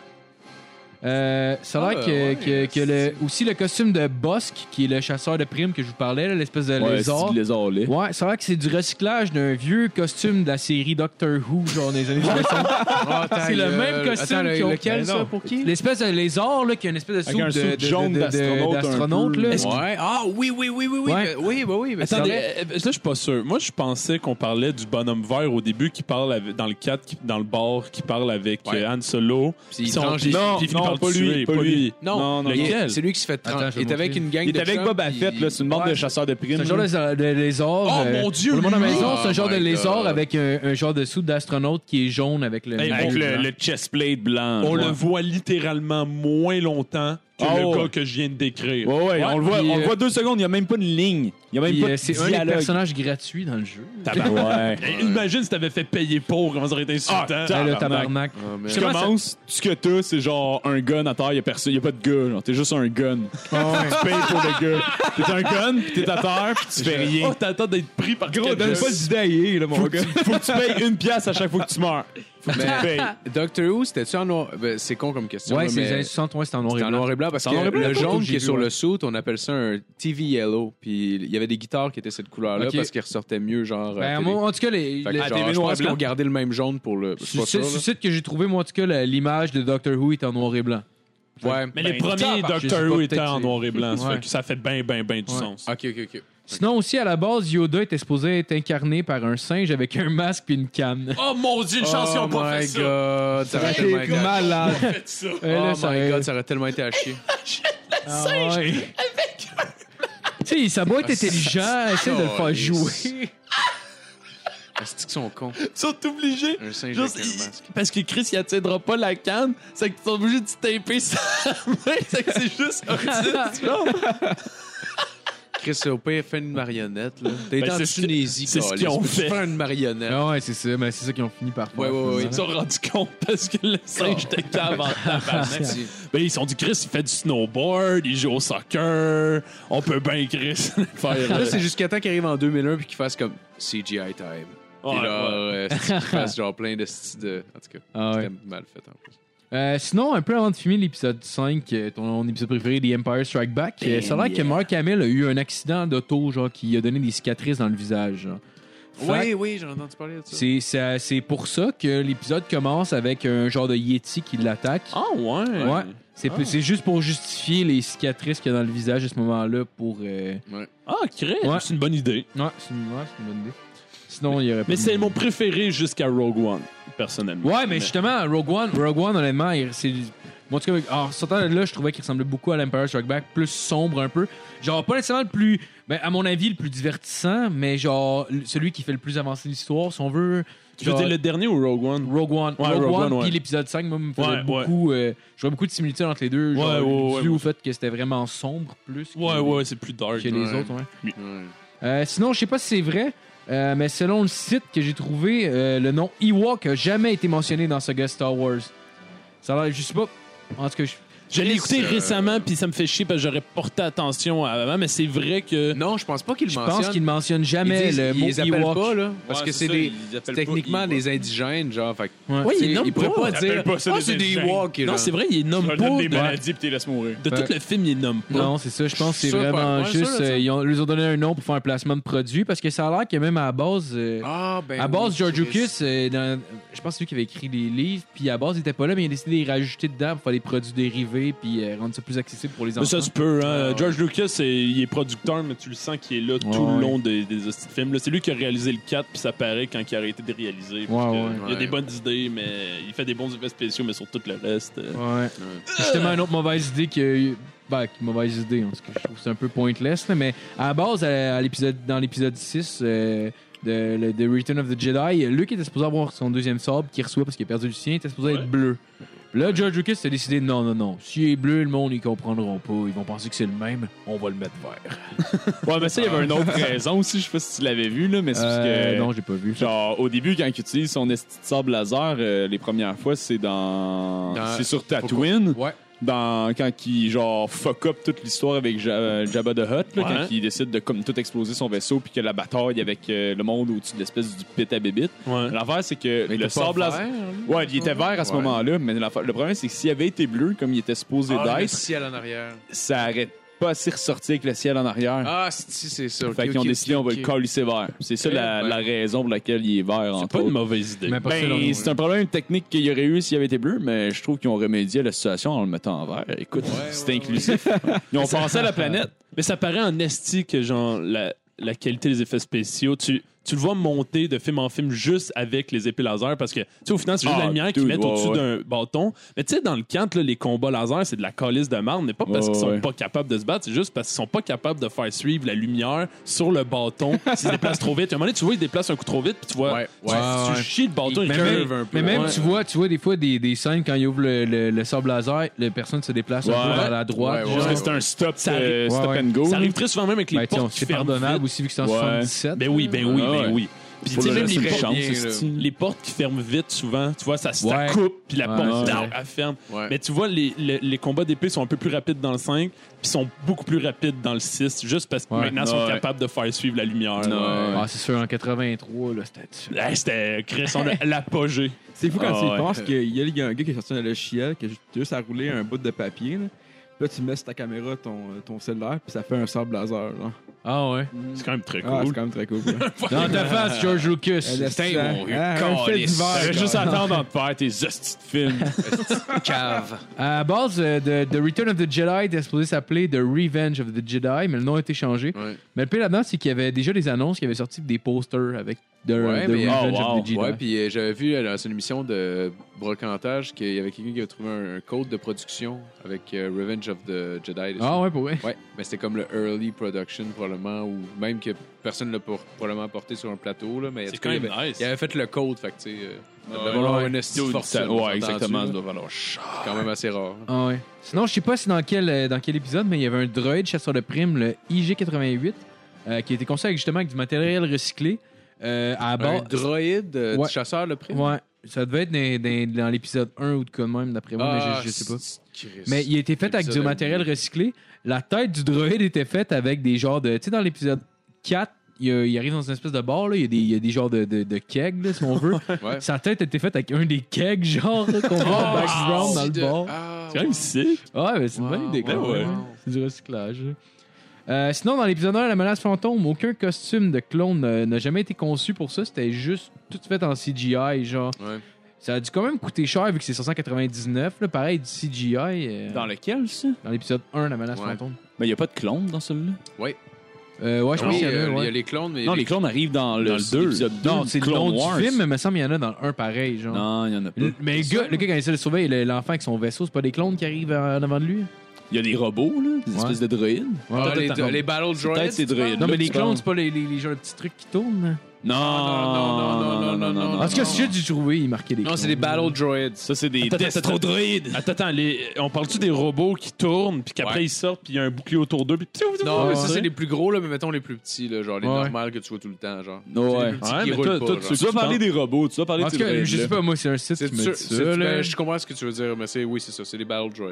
Speaker 1: Euh, c'est vrai
Speaker 5: Ah,
Speaker 1: que,
Speaker 5: ouais,
Speaker 1: que- que le, aussi le costume de Bosque, qui est le chasseur de primes que je vous parlais, là, l'espèce de
Speaker 6: Ouais,
Speaker 1: lézard.
Speaker 6: c'est du lézard, là.
Speaker 1: Ouais, c'est vrai que c'est du recyclage d'un vieux costume de la série Doctor Who, genre des années 60.
Speaker 5: Ah, ta
Speaker 1: C'est le
Speaker 5: gueule.
Speaker 1: même costume
Speaker 5: Attends, le-
Speaker 1: qu'ils ont-
Speaker 5: lequel,
Speaker 1: Ben
Speaker 5: ça,
Speaker 1: non.
Speaker 5: pour qui?
Speaker 1: L'espèce de lézard, là, qui a une espèce de
Speaker 6: Avec
Speaker 1: soupe
Speaker 6: un
Speaker 1: de-
Speaker 6: soupe
Speaker 1: de-
Speaker 6: jaune
Speaker 1: de- de-
Speaker 6: d'astronaute un
Speaker 1: d'astronaute,
Speaker 6: peu.
Speaker 1: là.
Speaker 4: Est-ce
Speaker 5: Ouais. Ah, oui, oui, oui, oui, oui.
Speaker 1: Ouais.
Speaker 5: mais- Oui, oui, oui. mais c'est
Speaker 4: Attendez,
Speaker 5: vrai.
Speaker 4: euh, là je suis pas sûr. Moi je pensais qu'on parlait du bonhomme vert au début qui parle avec- dans le 4, qui- dans le bar, qui parle avec
Speaker 5: Ouais.
Speaker 4: euh, Han Solo.
Speaker 5: Puis il
Speaker 4: Ils sont-
Speaker 5: mange
Speaker 4: puis-
Speaker 5: les-
Speaker 4: puis il finit par le tuer, pas lui.
Speaker 5: Non,
Speaker 4: non,
Speaker 5: il-
Speaker 4: lequel?
Speaker 5: C'est lui qui se fait trans-
Speaker 1: Attends, je vais
Speaker 5: Il est avec
Speaker 1: montrer.
Speaker 5: une gang
Speaker 6: Il
Speaker 5: de
Speaker 6: est avec
Speaker 5: chums,
Speaker 6: Boba
Speaker 5: puis-
Speaker 6: Fett, là, c'est une bande
Speaker 1: Ouais.
Speaker 6: de chasseurs de primes.
Speaker 1: C'est un genre
Speaker 6: là.
Speaker 1: de, de lézard.
Speaker 4: Oh,
Speaker 6: euh,
Speaker 4: mon Dieu,
Speaker 1: pour Le monde à la
Speaker 4: lui!
Speaker 1: maison, c'est
Speaker 5: Oh
Speaker 1: un genre de
Speaker 5: my
Speaker 1: lézard
Speaker 5: God.
Speaker 1: avec un, un genre de soupe d'astronaute qui est jaune avec le.
Speaker 4: Hey,
Speaker 6: Avec le, le chestplate blanc.
Speaker 4: On
Speaker 6: Ouais.
Speaker 4: le voit littéralement moins longtemps que
Speaker 6: Ah,
Speaker 4: le
Speaker 6: ouais. Oh,
Speaker 4: gars que je viens de décrire.
Speaker 6: Ouais, ouais, on le voit,
Speaker 1: puis,
Speaker 6: on le
Speaker 1: euh,
Speaker 6: voit deux secondes, il n'y a même pas de ligne. Il n'y a même
Speaker 1: Puis,
Speaker 6: pas
Speaker 1: euh,
Speaker 6: de
Speaker 1: c'est un des
Speaker 6: dialogue.
Speaker 1: personnages gratuits dans le jeu.
Speaker 6: Ouais.
Speaker 4: Hey, Imagine si t'avais fait payer pour, comment ça aurait été insultant.
Speaker 1: Ben, le
Speaker 6: tabarnak.
Speaker 1: tabarnak.
Speaker 5: Ah, mais-
Speaker 6: Tu commences, tout ce que t'as, c'est genre un gun à terre, il n'y a, personne- y a pas de gars. genre, T'es juste un gun.
Speaker 15: Ah
Speaker 6: Tu payes pour le gars. T'es un gun, puis t'es à terre, puis tu fais rien.
Speaker 4: oh, t'attends d'être pris par
Speaker 17: Gros,
Speaker 4: quelqu'un.
Speaker 17: donne pas d'idée à EA, là, mon
Speaker 6: Faut que,
Speaker 17: gars.
Speaker 6: tu, faut que tu payes une pièce à chaque fois que tu meurs. Faut que tu payes.
Speaker 5: Doctor Who, c'était-tu en noir? ben, c'est con comme question.
Speaker 1: Ouais,
Speaker 5: là,
Speaker 1: c'est
Speaker 5: mais-
Speaker 1: les années 60, ouais, c'est en noir et
Speaker 5: C'est en
Speaker 1: blanc.
Speaker 5: noir et blanc parce
Speaker 1: C'est en
Speaker 5: que
Speaker 1: noir et blanc,
Speaker 5: le
Speaker 1: toi,
Speaker 5: jaune
Speaker 1: j'ai
Speaker 5: qui est
Speaker 1: vu,
Speaker 5: sur
Speaker 1: ouais.
Speaker 5: le suit, on appelle ça un TV yellow. Puis il y avait des guitares qui étaient cette couleur-là
Speaker 1: Ok.
Speaker 5: parce qu'ils ressortaient mieux, genre. à
Speaker 1: Ben,
Speaker 5: télé.
Speaker 1: moi, en tout cas, les,
Speaker 5: Fait que,
Speaker 1: les- Ah,
Speaker 5: genre,
Speaker 1: genre,
Speaker 5: je pense qu'on gardait le même jaune pour le.
Speaker 1: sur sur- sur le site que j'ai trouvé, moi, en tout cas, la- l'image de Doctor Who est en noir et blanc.
Speaker 5: Ouais.
Speaker 4: Mais
Speaker 5: Ben,
Speaker 4: les premiers
Speaker 1: tabarnak. Je sais
Speaker 4: Doctor
Speaker 1: pas,
Speaker 4: Who étaient
Speaker 1: peut-être
Speaker 4: en
Speaker 1: c'est-
Speaker 4: noir et blanc. Ça
Speaker 1: Ouais.
Speaker 4: fait que ça fait ben, ben, ben du
Speaker 1: Ouais.
Speaker 4: sens.
Speaker 5: Ok, ok, ok.
Speaker 1: Sinon, aussi, à la base, Yoda était supposé être incarné par un singe avec un masque puis une canne.
Speaker 4: Oh mon dieu, une chance qu'ils
Speaker 5: Oh
Speaker 4: ont pas fait
Speaker 5: my
Speaker 4: ça.
Speaker 5: Ah, oh god, ça aurait tellement été à chier.
Speaker 1: malade.
Speaker 4: Faites ça.
Speaker 1: Eh, là,
Speaker 5: Oh
Speaker 1: ça
Speaker 5: my
Speaker 1: aurait-
Speaker 5: god, ça aurait tellement été à chier.
Speaker 1: Ah ouais. Tu sais, ça
Speaker 5: Ah,
Speaker 1: doit être intelligent, essaye de le faire
Speaker 5: Oh,
Speaker 1: jouer.
Speaker 5: Est-ce qu'ils sont cons?
Speaker 4: Ils sont obligés.
Speaker 5: Un singe
Speaker 4: Juste,
Speaker 5: avec un
Speaker 4: il-
Speaker 5: masque.
Speaker 4: parce que Chris, il attiendra pas la canne, c'est qu'ils sont obligés de se taper sa main. C'est que c'est juste horrible, tu vois.
Speaker 5: Chris, au pire, fais une marionnette, là. T'es
Speaker 4: Ben,
Speaker 5: en
Speaker 4: c'est ce que-
Speaker 5: Tunisie,
Speaker 4: c'est ce
Speaker 5: câlisse.
Speaker 4: qu'ils ont
Speaker 5: Tu peux
Speaker 4: fait.
Speaker 5: faire une marionnette.
Speaker 1: Ah ouais, c'est ça, mais c'est ça qu'ils ont fini par faire.
Speaker 5: Ouais, ouais, ouais.
Speaker 4: Ils se sont rendus compte parce que le singe était cave en tabarnak.
Speaker 5: Si.
Speaker 4: Ben, ils se sont dit, Chris, il fait du snowboard, il joue au soccer, on peut bien, Chris, faire.
Speaker 5: Ah, Là,
Speaker 4: euh,
Speaker 5: c'est jusqu'à temps qu'il arrive en 2001 puis qu'il fasse comme CGI time.
Speaker 4: Ouais,
Speaker 5: Puis là,
Speaker 4: Ah, ouais.
Speaker 5: euh, qu'il fasse genre plein de sti- de. En tout cas,
Speaker 1: Ah ouais.
Speaker 5: c'était mal fait en plus.
Speaker 1: Euh, sinon, un peu avant de filmer l'épisode 5, euh, ton épisode préféré des Empire Strike Back, euh, ça a l'air que Mark Hamill a eu un accident d'auto genre qui a donné des cicatrices dans le visage. genre. Fait que
Speaker 5: oui, j'ai entendu parler de
Speaker 1: c'est- ça- C'est pour ça que l'épisode commence avec un genre de Yeti qui l'attaque.
Speaker 4: Ah, ouais.
Speaker 1: Ouais. C'est
Speaker 5: Ah.
Speaker 1: plus- c'est juste pour justifier les cicatrices qu'il y a dans le visage à ce moment-là pour. euh,
Speaker 4: Ah, Chris,
Speaker 1: Ouais.
Speaker 4: c'est une bonne idée.
Speaker 1: Ouais, c'est une, ouais, c'est une bonne idée. Sinon, il y aurait pas
Speaker 4: Mais
Speaker 1: de-
Speaker 4: c'est mon préféré jusqu'à Rogue One, personnellement.
Speaker 1: Ouais, mais justement, Rogue One, Rogue One honnêtement, il- c'est Bon, en tout cas, alors, sortant de là, je trouvais qu'il ressemblait beaucoup à l'Empire Strike Back, plus sombre un peu. Genre, pas nécessairement le plus, ben, à mon avis, le plus divertissant, mais genre, le- celui qui fait le plus avancer l'histoire, si on veut.
Speaker 4: Tu veux
Speaker 1: Genre,
Speaker 4: dire le dernier ou Rogue One?
Speaker 1: Rogue One,
Speaker 4: Ouais,
Speaker 1: Rogue
Speaker 4: Rogue
Speaker 1: One,
Speaker 4: One, ouais.
Speaker 1: puis l'épisode 5, moi, me faisait
Speaker 4: Ouais, ouais.
Speaker 1: beaucoup. euh, je vois beaucoup de similitudes entre les deux.
Speaker 4: Ouais,
Speaker 1: genre,
Speaker 4: ouais, ouais,
Speaker 1: dû au
Speaker 4: ouais.
Speaker 1: fait que c'était vraiment sombre plus que,
Speaker 4: Ouais, ouais, c'est plus dark.
Speaker 1: que les
Speaker 4: ouais.
Speaker 1: autres. ouais. Euh, sinon, je sais pas si c'est vrai, euh, mais selon le site que j'ai trouvé, euh, le nom Ewok a jamais été mentionné dans Saga Star Wars. Ça a l'air, je sais pas. En tout cas, je-
Speaker 4: Je l'ai écouté
Speaker 15: Chris, euh,
Speaker 4: récemment, puis ça me fait chier parce que j'aurais porté attention avant, mais c'est vrai que.
Speaker 15: Non, je pense pas qu'ils le
Speaker 1: je pense
Speaker 15: mentionnent.
Speaker 1: qu'il ne mentionne
Speaker 15: Ils
Speaker 1: jamais
Speaker 15: disent-
Speaker 1: le
Speaker 15: ils
Speaker 1: mot
Speaker 15: les appellent
Speaker 1: Ewok.
Speaker 15: pas, là. Parce
Speaker 6: Ouais,
Speaker 15: que
Speaker 6: c'est
Speaker 15: c'est
Speaker 6: ça,
Speaker 15: des.
Speaker 6: ils appellent
Speaker 15: c'est
Speaker 6: pas
Speaker 15: techniquement
Speaker 6: Ewoks.
Speaker 15: des indigènes, genre. Fait que-
Speaker 1: Ouais.
Speaker 15: Tu sais, ils pourraient pas dire.
Speaker 6: T'appelles pas ça
Speaker 15: Ah,
Speaker 6: des
Speaker 15: c'est des
Speaker 6: indigènes.
Speaker 15: Ewoks, là.
Speaker 4: Non, c'est vrai, il nomme
Speaker 6: Tu leur
Speaker 4: pas.
Speaker 6: donnes des
Speaker 4: de-
Speaker 6: maladies puis t'es laisse mourir.
Speaker 4: hein. De tout le film, il nomme pas.
Speaker 1: Non, c'est ça. Je pense que c'est
Speaker 15: Sûr,
Speaker 1: vraiment
Speaker 15: ouais, ouais,
Speaker 1: juste.
Speaker 15: sûr, là,
Speaker 1: euh,
Speaker 15: ça.
Speaker 1: ils, ont, ils ont donné un nom pour faire un placement de produit parce que ça a l'air que même à la base. euh,
Speaker 15: Ah, ben.
Speaker 1: à base,
Speaker 15: oui,
Speaker 1: George
Speaker 15: Chris.
Speaker 1: Lucas, euh, dans- je pense que c'est lui qui avait écrit les livres, puis à base, il était pas là, mais il a décidé de les rajouter dedans pour faire des produits dérivés, puis euh, rendre ça plus accessible pour les
Speaker 4: Mais
Speaker 1: enfants.
Speaker 4: ça se peut, hein. George Lucas, c'est- il est producteur, mais tu le sens qu'il est là tout
Speaker 1: ouais.
Speaker 4: le long des, des hosties de films. là. C'est lui qui a réalisé le 4, puis ça paraît quand il a arrêté de réaliser. parce
Speaker 1: Ouais,
Speaker 4: que
Speaker 1: ouais.
Speaker 4: Il a
Speaker 15: Ouais.
Speaker 4: des bonnes idées, mais il fait des bons effets spéciaux, mais sur tout le reste. euh,
Speaker 1: Ouais. C'est tellement une autre mauvaise idée que. Ben, une mauvaise idée, en tout cas. Je trouve que c'est un peu pointless, là, mais à la base, à- à l'épisode, dans l'épisode 6 euh, de, le- de Return of the Jedi, Luke était supposé avoir son deuxième sabre qu'il reçoit parce qu'il a perdu le sien, il était supposé être bleu. Là, George Lucas a décidé non, non, non. S'il est bleu, le monde, ils comprendront pas. Ils vont penser que c'est le même. On va le mettre vert.
Speaker 6: Ouais, mais ça, il y
Speaker 15: Ah.
Speaker 6: avait une autre raison aussi. Je sais pas si tu l'avais vu, là, mais c'est parce
Speaker 1: Euh,
Speaker 6: que.
Speaker 1: Non, j'ai pas vu.
Speaker 6: Genre, au début, quand il utilise son esti de sable laser, euh, les premières fois, c'est dans.
Speaker 15: Dans-
Speaker 6: C'est sur Tatooine.
Speaker 15: Ouais.
Speaker 6: Dans, quand il, genre, fuck up toute l'histoire avec Ja- euh, Jabba the Hutt,
Speaker 4: Ouais.
Speaker 6: là, quand il décide de, comme, tout exploser son vaisseau, puis que la bataille avec euh, le monde au-dessus de l'espèce du pit à bébite.
Speaker 4: Ouais.
Speaker 6: L'affaire, c'est que
Speaker 15: Mais
Speaker 6: le
Speaker 15: t'as pas
Speaker 6: sable laser.
Speaker 15: vert, là?
Speaker 6: Ouais, il était vert à ce
Speaker 15: Ouais.
Speaker 6: moment-là, mais l'affaire- le problème, c'est que s'il avait été bleu, comme il était supposé
Speaker 15: Ah, le
Speaker 6: d'être,
Speaker 15: ciel en arrière.
Speaker 6: ça arrête pas assez ressorti avec le ciel en arrière.
Speaker 15: Ah, si, c'est ça.
Speaker 6: Fait qu'ils ont décidé, on va le colisser vert. C'est ça la,
Speaker 15: Ouais.
Speaker 6: la raison pour laquelle il est vert,
Speaker 4: C'est
Speaker 6: entre
Speaker 4: pas une
Speaker 6: autres.
Speaker 4: mauvaise idée.
Speaker 1: Mais pas ça,
Speaker 6: Ben,
Speaker 1: non.
Speaker 6: c'est un problème technique qu'il y aurait eu s'il avait été bleu, mais je trouve qu'ils ont remédié à la situation en le mettant en vert. Écoute, c'est inclusif. Ils ont pensé à la planète.
Speaker 4: Mais ça paraît en esti que genre la, la qualité des effets spéciaux, tu, tu le vois monter de film en film juste avec les épées laser parce que tu sais au final c'est juste
Speaker 6: Ah,
Speaker 4: la lumière qu'ils
Speaker 6: dude,
Speaker 4: mettent
Speaker 6: ouais,
Speaker 4: au-dessus
Speaker 6: ouais.
Speaker 4: d'un bâton. Mais tu sais dans le camp là, les combats laser c'est de la calice de marne, mais pas parce
Speaker 6: Ouais,
Speaker 4: qu'ils sont
Speaker 6: ouais.
Speaker 4: pas capables de se battre, c'est juste parce qu'ils sont pas capables de faire suivre la lumière sur le bâton. S'ils se déplacent trop vite, à un moment donné tu vois ils déplacent un coup trop vite puis tu vois
Speaker 15: Ouais,
Speaker 4: tu,
Speaker 15: ouais,
Speaker 4: tu chies le bâton, il
Speaker 1: Mais
Speaker 4: curve.
Speaker 1: même, mais même, tu, vois, tu vois des fois des, des scènes quand il ouvre le, le, le sable laser, la personne se déplace un peu
Speaker 6: Ouais.
Speaker 1: vers la droite.
Speaker 15: Ouais,
Speaker 1: genre.
Speaker 15: ouais.
Speaker 6: C'est un stop,
Speaker 4: Ça
Speaker 6: euh,
Speaker 1: arrive.
Speaker 6: stop
Speaker 1: Ouais, ouais.
Speaker 6: and go.
Speaker 4: Ça arrive très souvent même avec les
Speaker 1: Ben, tiens,
Speaker 4: portes qui
Speaker 1: c'est
Speaker 4: ferment
Speaker 1: pardonnable
Speaker 4: vite.
Speaker 1: aussi vu que c'est en
Speaker 6: Ouais.
Speaker 2: Hein?
Speaker 1: 77.
Speaker 4: Ben oui, ben oui,
Speaker 6: Ah ouais.
Speaker 4: ben oui. Puis tu
Speaker 6: Pour
Speaker 4: sais
Speaker 6: le
Speaker 4: même
Speaker 6: laisser
Speaker 4: les
Speaker 6: de
Speaker 4: portes,
Speaker 6: chance,
Speaker 15: bien,
Speaker 6: c'est-
Speaker 15: là.
Speaker 4: les portes qui ferment vite souvent, tu vois, ça, ça
Speaker 1: Ouais.
Speaker 4: coupe, puis la
Speaker 1: Ouais,
Speaker 4: porte,
Speaker 1: ouais.
Speaker 4: down, elle ferme.
Speaker 15: Ouais.
Speaker 4: Mais tu vois, les, les, les combats d'épée sont un peu plus rapides dans le 5, puis sont beaucoup plus rapides dans le 6, juste parce que
Speaker 1: Ouais.
Speaker 4: maintenant, ils sont
Speaker 6: Ouais.
Speaker 4: capables de faire suivre la lumière.
Speaker 1: Ah, c'est sûr, en 83, là, c'était.
Speaker 4: Hey, C'était Chris, on a l'apogée.
Speaker 2: C'est fou quand
Speaker 6: Ah
Speaker 2: tu y
Speaker 6: ouais.
Speaker 2: penses qu'il y a- il y a un gars qui est sorti un logiciel qui a juste à rouler un bout de papier. Là. Puis là, tu mets sur ta caméra ton, ton cellulaire, puis ça fait un sable laser. Là.
Speaker 1: Ah ouais.
Speaker 4: C'est quand même très cool.
Speaker 2: Ah, c'est quand même très cool. là.
Speaker 1: Dans ta face, George Lucas.
Speaker 2: Elle est
Speaker 1: Putain,
Speaker 2: sang.
Speaker 1: mon vieux. Euh,
Speaker 2: Ah, un fait
Speaker 15: calice.
Speaker 2: divers,
Speaker 6: T'avais
Speaker 2: gars.
Speaker 6: juste à attendre à te faire tes hosties de films.
Speaker 15: Cave.
Speaker 1: À la base euh, de, de Return of the Jedi, était supposé s'appeler The Revenge of the Jedi, mais le nom a été changé.
Speaker 15: Ouais.
Speaker 1: Mais le pire là-dedans, c'est qu'il y avait déjà des annonces qui avaient sorti des posters avec The,
Speaker 15: Ouais,
Speaker 1: The
Speaker 15: mais-
Speaker 1: Revenge
Speaker 6: oh,
Speaker 1: of the Jedi.
Speaker 15: Ouais, puis euh, j'avais vu euh, dans une émission de brocantage qu'il y avait quelqu'un qui avait trouvé un, un code de production avec euh, Revenge of the Jedi. dessus.
Speaker 1: ah ouais, pour vrai.
Speaker 15: Ouais, mais c'était comme le early production probablement, ou même que personne ne l'a pour- probablement porté sur un plateau. Là, mais en
Speaker 4: C'est
Speaker 15: tout
Speaker 4: quand
Speaker 15: cas,
Speaker 4: même
Speaker 15: il, avait,
Speaker 4: nice.
Speaker 15: il avait fait le code, fait que tu sais, euh, ça devait
Speaker 6: Ouais,
Speaker 15: valoir
Speaker 1: ouais.
Speaker 15: un esti de
Speaker 6: Dude,
Speaker 15: fortune,
Speaker 6: ça-
Speaker 15: on s'entend
Speaker 6: ouais, exactement.
Speaker 15: dessus,
Speaker 6: Ça
Speaker 15: là.
Speaker 6: doit valoir cher.
Speaker 15: C'est quand même assez rare.
Speaker 1: Ah ouais. Sinon, je sais pas si dans quel, euh, dans quel épisode, mais il y avait un droïde chasseur de primes, le IG-88, euh, qui était construit avec, justement avec du matériel recyclé. euh, à la
Speaker 15: Un
Speaker 1: base.
Speaker 15: droïde euh,
Speaker 1: Ouais.
Speaker 15: du chasseur, le prix?
Speaker 1: Ouais, ça devait être dans, dans- dans l'épisode 1 ou de quoi de même, d'après moi,
Speaker 5: Ah,
Speaker 1: mais je, je sais pas. Mais il a été fait avec du
Speaker 15: L'épisode
Speaker 1: matériel
Speaker 15: animé.
Speaker 1: recyclé. La tête du droïde était faite avec des genres de. Tu sais, dans l'épisode 4, il, y a- il arrive dans une espèce de bar, là, il, y a des, il y a des genres de, de, de kegs, là, si on veut.
Speaker 15: Ouais.
Speaker 1: Sa tête était faite avec un des kegs, genre, là, qu'on voit en background dans le bar.
Speaker 15: Ah,
Speaker 4: C'est quand même sick.
Speaker 1: Ah Ouais, mais c'est une
Speaker 15: wow,
Speaker 1: bonne idée, quand
Speaker 15: wow,
Speaker 1: même.
Speaker 15: wow.
Speaker 1: C'est du recyclage. Euh, sinon, dans l'épisode 1, La menace fantôme, aucun costume de clone euh, n'a jamais été conçu pour ça. C'était juste tout fait en CGI. Genre,
Speaker 15: Ouais.
Speaker 1: ça a dû quand même coûter cher vu que c'est 599. Là, pareil, du CGI euh,
Speaker 6: Dans lequel, ça?
Speaker 1: dans l'épisode 1, La menace
Speaker 15: Ouais.
Speaker 1: fantôme.
Speaker 6: Ben, il n'y a pas de clone dans celui-là.
Speaker 15: Ouais.
Speaker 1: Euh, ouais, je pense
Speaker 5: Oui,
Speaker 1: qu'il y en a.
Speaker 5: euh, il y a
Speaker 1: ouais.
Speaker 5: les clones, mais
Speaker 6: Non,
Speaker 5: les-
Speaker 6: les clones arrivent dans le
Speaker 4: Dans le deux.
Speaker 6: épisode deux
Speaker 1: Non,
Speaker 6: de
Speaker 1: c'est le
Speaker 6: Clone
Speaker 1: nom
Speaker 6: Wars.
Speaker 1: du film, mais il me semble qu'il y en a dans un pareil. genre.
Speaker 6: Non, il y en a pas.
Speaker 1: L- Mais le gars, le gars, quand il essaie de sauver le- l'enfant avec son vaisseau, c'est pas des clones qui arrivent en en avant de lui?
Speaker 6: Il y a des robots, là, des
Speaker 1: Ouais.
Speaker 6: espèces de droïdes.
Speaker 5: Ah, les,
Speaker 1: Peut-être-
Speaker 5: les Battle Droids.
Speaker 6: Peut-être ces
Speaker 5: tu parles?
Speaker 6: droïdes.
Speaker 1: Non, mais les clones, c'est pas les, les, les genres de petits trucs qui tournent.
Speaker 6: Non,
Speaker 5: Ah, non, non, non, non, non,
Speaker 1: En tout cas, si j'ai dû trouver, il marquait des
Speaker 5: Non, c'est des Battle Droids.
Speaker 6: Ça, c'est des
Speaker 4: Attends, attends,
Speaker 6: droïdes.
Speaker 4: Attends, attends, les- on parle-tu des robots qui tournent, puis qu'après
Speaker 5: Ouais.
Speaker 4: ils sortent, puis il y a un bouclier autour d'eux, puis.
Speaker 5: Non, mais ça,
Speaker 1: ouais.
Speaker 5: c'est les plus gros, là, mais mettons les plus petits, là, genre les
Speaker 1: Ouais.
Speaker 5: normales que tu vois tout le temps. genre.
Speaker 6: Ouais.
Speaker 5: petits
Speaker 4: Ouais,
Speaker 5: qui
Speaker 4: mais
Speaker 5: roulent
Speaker 4: toi-
Speaker 5: pas,
Speaker 4: toi,
Speaker 5: genre.
Speaker 4: tu-
Speaker 6: Tu vas parler des robots, tu vas parler
Speaker 1: En
Speaker 6: de
Speaker 1: tout
Speaker 6: ces
Speaker 1: cas, je sais
Speaker 6: droïdes.
Speaker 1: pas, moi, c'est un site
Speaker 5: C'est
Speaker 1: qui me dit
Speaker 5: sûr, c'est-
Speaker 1: ça. là.
Speaker 5: ben, je comprends ce que tu veux dire, mais c'est oui, c'est ça, c'est les Battle Droids.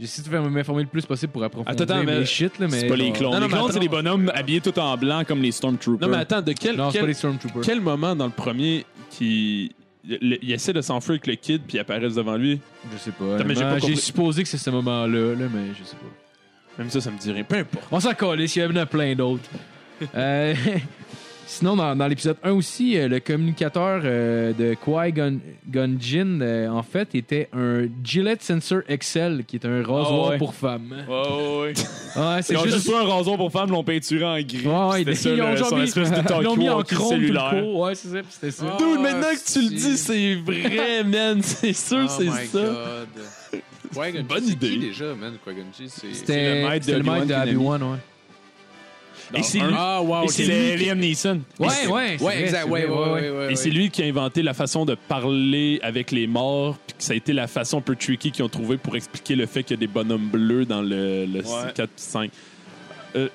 Speaker 1: J'essaie de faire m'informer le plus possible pour approfondir
Speaker 6: Attends, attends,
Speaker 1: mes
Speaker 6: mais-
Speaker 1: shit, là, mais...
Speaker 6: C'est pas les
Speaker 1: genre-
Speaker 6: clones.
Speaker 1: Non, non,
Speaker 6: Les
Speaker 1: mais
Speaker 6: clones,
Speaker 1: attends,
Speaker 6: c'est des bonhommes habillés tout en blanc comme les Stormtroopers.
Speaker 4: Non, mais attends, de quel,
Speaker 1: Non, c'est
Speaker 4: quel-
Speaker 1: pas les Stormtroopers.
Speaker 4: quel moment dans le premier qui. le- il essaie de s'enfuir avec le kid, puis il apparaît devant lui.
Speaker 1: Je sais pas.
Speaker 4: mais j'ai pas
Speaker 1: honnêtement, J'ai
Speaker 4: compris.
Speaker 1: supposé que c'est ce moment-là, là, mais je sais pas.
Speaker 4: Même ça, ça me dit rien. Peu importe.
Speaker 1: On s'en calisse, il y en a plein d'autres. Euh, sinon, dans, dans l'épisode 1 aussi, euh, le communicateur euh, de Qui-Gon Gon Jinn, euh, en fait, était un Gillette Sensor Excel, qui est un rasoir
Speaker 6: Ah ouais.
Speaker 1: pour femmes. Oh,
Speaker 6: Ouais, ouais, ouais.
Speaker 1: Ouais, c'est
Speaker 6: Ils ont
Speaker 1: juste...
Speaker 6: juste pris un rasoir pour femmes, l'ont peinturé en gris.
Speaker 1: Ouais, ouais,
Speaker 6: C'était
Speaker 1: ils-
Speaker 6: ça,
Speaker 1: ils ont
Speaker 6: le-
Speaker 1: genre
Speaker 6: son
Speaker 1: mis-
Speaker 6: espèce de
Speaker 1: ils l'ont mis en
Speaker 6: talkie-walkie
Speaker 1: chrome tout le
Speaker 6: cellulaire.
Speaker 1: cours. Ouais, c'est ça, puis c'était ça.
Speaker 5: Ah,
Speaker 4: Dude, maintenant que
Speaker 1: Oh,
Speaker 4: tu le
Speaker 5: si.
Speaker 4: dis, c'est vrai, man. C'est sûr, c'est ça.
Speaker 5: Qui-Gon
Speaker 4: Bonne
Speaker 5: Jinn, c'est
Speaker 4: idée.
Speaker 5: qui déjà, man? Qui-Gon Jinn, c'est.
Speaker 1: C'était
Speaker 6: le maître
Speaker 1: c'était le
Speaker 6: de
Speaker 1: maître de
Speaker 6: Obi-Wan Kenobi.
Speaker 1: Obi-Wan, ouais.
Speaker 6: Et c'est
Speaker 5: c'est-
Speaker 6: lui-
Speaker 5: Ah, wow,
Speaker 6: et
Speaker 5: ok.
Speaker 6: c'est Liam Neeson.
Speaker 1: Eh Ouais,
Speaker 6: Et c'est-
Speaker 1: ouais, c'est
Speaker 5: Ouais,
Speaker 1: vrai,
Speaker 5: exact,
Speaker 1: c'est
Speaker 5: ouais,
Speaker 1: vrai,
Speaker 5: ouais, ouais. ouais,
Speaker 4: Et c'est
Speaker 5: ouais.
Speaker 4: lui qui a inventé la façon de parler avec les morts, puis que ça a été la façon un peu tricky qu'ils ont trouvé pour expliquer le fait qu'il y a des bonhommes bleus dans le, le 4-5. Euh,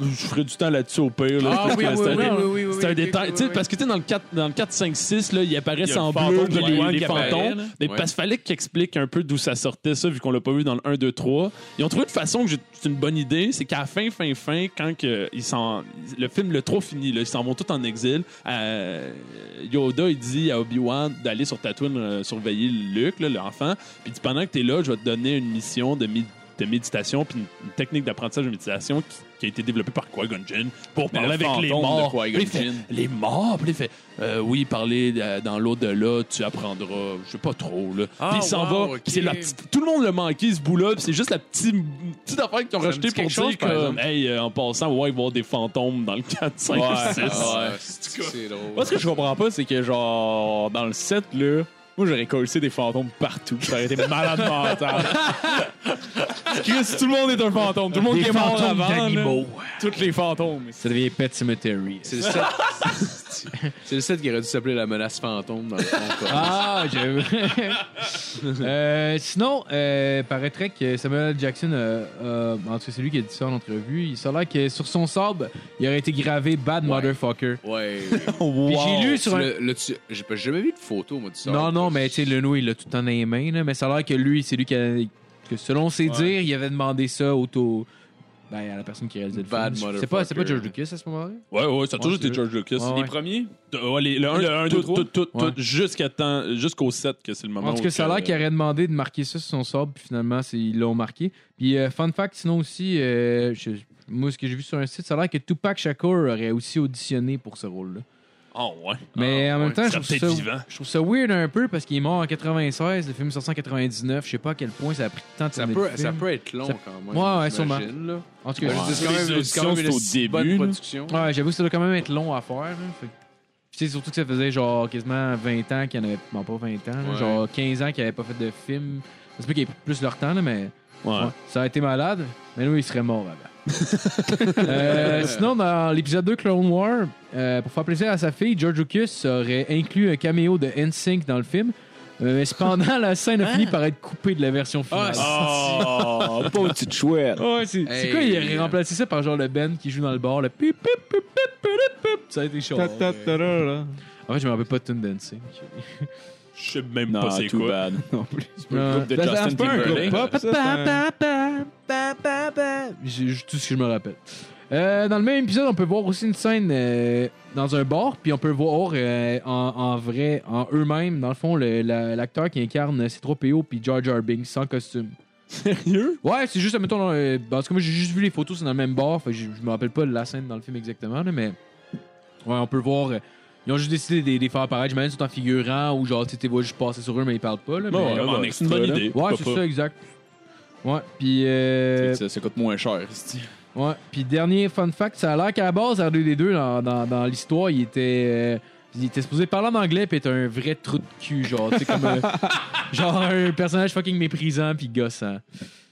Speaker 4: je ferai du temps là-dessus au pire. là,
Speaker 5: Ah
Speaker 4: parce
Speaker 5: oui,
Speaker 4: que
Speaker 5: oui,
Speaker 4: c'est
Speaker 5: oui,
Speaker 4: un-
Speaker 5: oui, oui, oui,
Speaker 4: C'est un
Speaker 5: oui,
Speaker 4: détail.
Speaker 5: oui,
Speaker 4: Tu sais,
Speaker 5: oui.
Speaker 4: Parce que tu sais, dans le 4, dans le 4 5, 6, là, ils apparaissent
Speaker 6: Il y a
Speaker 4: en
Speaker 6: le fantôme
Speaker 4: bleu,
Speaker 6: de
Speaker 4: puis
Speaker 6: Obi-Wan
Speaker 4: les
Speaker 6: qui apparaît,
Speaker 4: fantômes.
Speaker 5: là.
Speaker 4: Mais
Speaker 5: Ouais.
Speaker 4: parce qu'il fallait qu'ils expliquent un peu d'où ça sortait, ça, vu qu'on l'a pas vu dans le 1, 2, 3. Ils ont trouvé une façon que j'ai- c'est une bonne idée, c'est qu'à la fin, fin, fin, quand que ils s'en- le film, le 3 finit, là, ils s'en vont tous en exil. euh, Yoda, il dit à Obi-Wan d'aller sur Tatooine euh, surveiller Luke, là, l'enfant. Puis il dit pendant que t'es là, je vais te donner une mission de mé- de méditation, puis une, une technique d'apprentissage de méditation qui, qui a été développée par Qui-Gon Jinn pour
Speaker 6: Mais
Speaker 4: parler
Speaker 6: le
Speaker 4: avec les
Speaker 6: fantôme de
Speaker 4: morts.
Speaker 6: Qui-Gon
Speaker 4: Puis il fait,
Speaker 6: Jinn.
Speaker 4: les morts, puis il fait euh, oui, parler euh, dans l'au-delà, tu apprendras, je sais pas trop là.
Speaker 5: Ah,
Speaker 4: puis il s'en
Speaker 5: wow,
Speaker 4: va,
Speaker 5: ok.
Speaker 4: puis c'est la petite tout le monde le manquait ce bout-là, puis c'est juste la petite petite affaire qu'ils ont
Speaker 5: Ça me
Speaker 4: rejetée
Speaker 5: dit
Speaker 4: pour
Speaker 5: quelque
Speaker 4: dire
Speaker 5: chose, par
Speaker 4: comme hey, euh, en passant, ouais, il va y avoir des fantômes dans le 4 5 6.
Speaker 5: Ah, c'est c'est
Speaker 6: Moi, ce
Speaker 5: drôle.
Speaker 6: que je comprends pas, c'est que, genre, dans le set, là, moi, j'aurais collé des fantômes partout. J'aurais été malade mental. Chris, tout le monde est un fantôme. Tout le monde
Speaker 1: Des
Speaker 6: qui est mort
Speaker 1: fantômes
Speaker 6: avant.
Speaker 1: d'animaux.
Speaker 6: là, Tous les fantômes.
Speaker 1: Ça devient Pet Cemetery.
Speaker 5: C'est le set. C'est le set qui aurait dû s'appeler la menace fantôme dans le fond. quoi.
Speaker 1: Ah, j'aime. Euh, sinon, euh, paraîtrait que Samuel L. Jackson, euh, euh, en tout cas, c'est lui qui a dit ça en entrevue. Il s'est l'air que sur son sable, il aurait été gravé Bad
Speaker 5: Ouais.
Speaker 1: Motherfucker.
Speaker 5: Ouais.
Speaker 1: Puis j'ai lu
Speaker 5: Tu
Speaker 1: sur un.
Speaker 5: l'as- l'as-tu- J'ai pas- j'ai jamais vu de photo, moi, du sort.
Speaker 1: Non, non, mais tu sais, le nous, il l'a tout le temps dans les mains, là, mais ça a l'air que lui, c'est lui qui a. que selon ses dires, il avait demandé ça au taux- Ben, à la personne qui réalisait le
Speaker 5: Bad
Speaker 1: film. C'est pas, c'est pas George
Speaker 5: motherfucker.
Speaker 1: Lucas à ce moment-là?
Speaker 4: Ouais, ouais, ça a toujours
Speaker 1: Ouais,
Speaker 4: été
Speaker 1: c'est
Speaker 4: George Lucas.
Speaker 1: Ouais,
Speaker 4: Les
Speaker 1: ouais.
Speaker 6: Premier?
Speaker 4: pr- ouais, les- le 1,
Speaker 6: Le un,
Speaker 4: tout,
Speaker 6: deux, trois.
Speaker 4: tout, tout, tout,
Speaker 1: Ouais.
Speaker 4: jusqu'à temps- jusqu'au 7, que c'est le moment
Speaker 1: En tout cas,
Speaker 4: où
Speaker 1: ça a l'air
Speaker 4: que-
Speaker 1: qu'il aurait demandé de marquer ça sur son sable, puis finalement, c'est- ils l'ont marqué. Puis, euh, fun fact, sinon aussi, euh, je- moi, ce que j'ai vu sur un site, ça a l'air que Tupac Shakur aurait aussi auditionné pour ce rôle-là.
Speaker 4: Ah ouais.
Speaker 1: Mais en même temps, je
Speaker 4: Ça
Speaker 1: trouve,
Speaker 4: peut
Speaker 1: ça,
Speaker 4: être vivant.
Speaker 1: je trouve ça weird un peu parce qu'il est mort en 96, le film est sorti en 99. Je sais pas à quel point ça a pris le temps de
Speaker 5: Ça
Speaker 1: tourner
Speaker 5: peut,
Speaker 1: le
Speaker 5: ça
Speaker 1: film.
Speaker 5: peut être long
Speaker 1: Ça-
Speaker 5: quand même.
Speaker 1: Ouais, ouais,
Speaker 5: j'imagine,
Speaker 1: sûrement.
Speaker 5: là.
Speaker 1: En tout
Speaker 5: Je
Speaker 1: cas,
Speaker 5: dis, c'est quand même-
Speaker 6: Les
Speaker 5: c'est quand même une
Speaker 6: auditions, c'est au
Speaker 5: bonne
Speaker 6: début,
Speaker 5: production.
Speaker 1: je- ouais, j'avoue que ça doit quand même être long à faire. là. Fait que- Puis, tu sais, surtout que ça faisait genre quasiment 20 ans qu'il n'y en avait. Non, pas 20 ans, là,
Speaker 5: Ouais.
Speaker 1: genre 15 ans qu'il n'avait pas fait de film. Ça se peut qu'il y ait plus leur temps, là, mais.
Speaker 4: Ouais.
Speaker 1: Ouais, Ça a été malade, mais nous, il serait mort avant. Euh, sinon, dans l'épisode 2 Clone War, euh, pour faire plaisir à sa fille, George Lucas aurait inclus un caméo de NSYNC dans le film. Euh, mais cependant, la scène a fini par être coupée de la version finale.
Speaker 6: Oh, pauvre petite chouette.
Speaker 1: Ouais, c'est c'est quoi, il aurait remplacé ça par genre le Ben qui joue dans le bar, le pip, pip, pip, pip, pip, pip. Ça a été chaud.
Speaker 3: Ta- ta- ta- ra- ra.
Speaker 1: En fait, je me rappelle pas de Tune Dancing.
Speaker 4: Je sais même
Speaker 6: Non,
Speaker 4: pas c'est
Speaker 6: too
Speaker 4: quoi.
Speaker 6: bad.
Speaker 3: Non plus.
Speaker 1: Euh,
Speaker 6: de
Speaker 3: Ben,
Speaker 6: Justin
Speaker 3: C'est pas un groupe
Speaker 6: Timberlake.
Speaker 3: pop, ça. c'est un-
Speaker 1: Pa, pa, pa, pa, pa. J'ai j'ai tout ce que je me rappelle. Euh, dans le même épisode, on peut voir aussi une scène euh, dans un bar, puis on peut voir euh, en, en vrai, en eux-mêmes, dans le fond, le- la- l'acteur qui incarne C3PO puis Jar Jar Binks sans costume.
Speaker 4: Sérieux?
Speaker 1: Ouais, c'est juste, mettons, euh, en tout cas, moi j'ai juste vu les photos, c'est dans le même bar, fait que je, je me rappelle pas de la scène dans le film exactement, là, mais ouais, on peut voir. euh, ils ont juste décidé de de les faire apparaître, j'imagine, tout en figurant, ou genre, tu sais, tu vois juste passer sur eux, mais ils parlent pas, là.
Speaker 4: Ouais, ouais,
Speaker 1: mais-
Speaker 6: en
Speaker 4: ouais, c'est une
Speaker 6: extra,
Speaker 4: bonne
Speaker 6: là.
Speaker 4: idée.
Speaker 1: Hein? ouais,
Speaker 4: pourquoi
Speaker 1: c'est
Speaker 4: pas.
Speaker 1: ça, exact. Ouais, puis. euh,
Speaker 6: Ça, ça coûte moins cher, c'est-tu.
Speaker 1: Ouais. Puis dernier fun fact, ça a l'air qu'à la base, R2D2, dans, dans, dans l'histoire, il était. euh, il était supposé parler en anglais puis être un vrai trou de cul, genre, tu sais, comme. euh, genre un personnage fucking méprisant puis hein. gossant.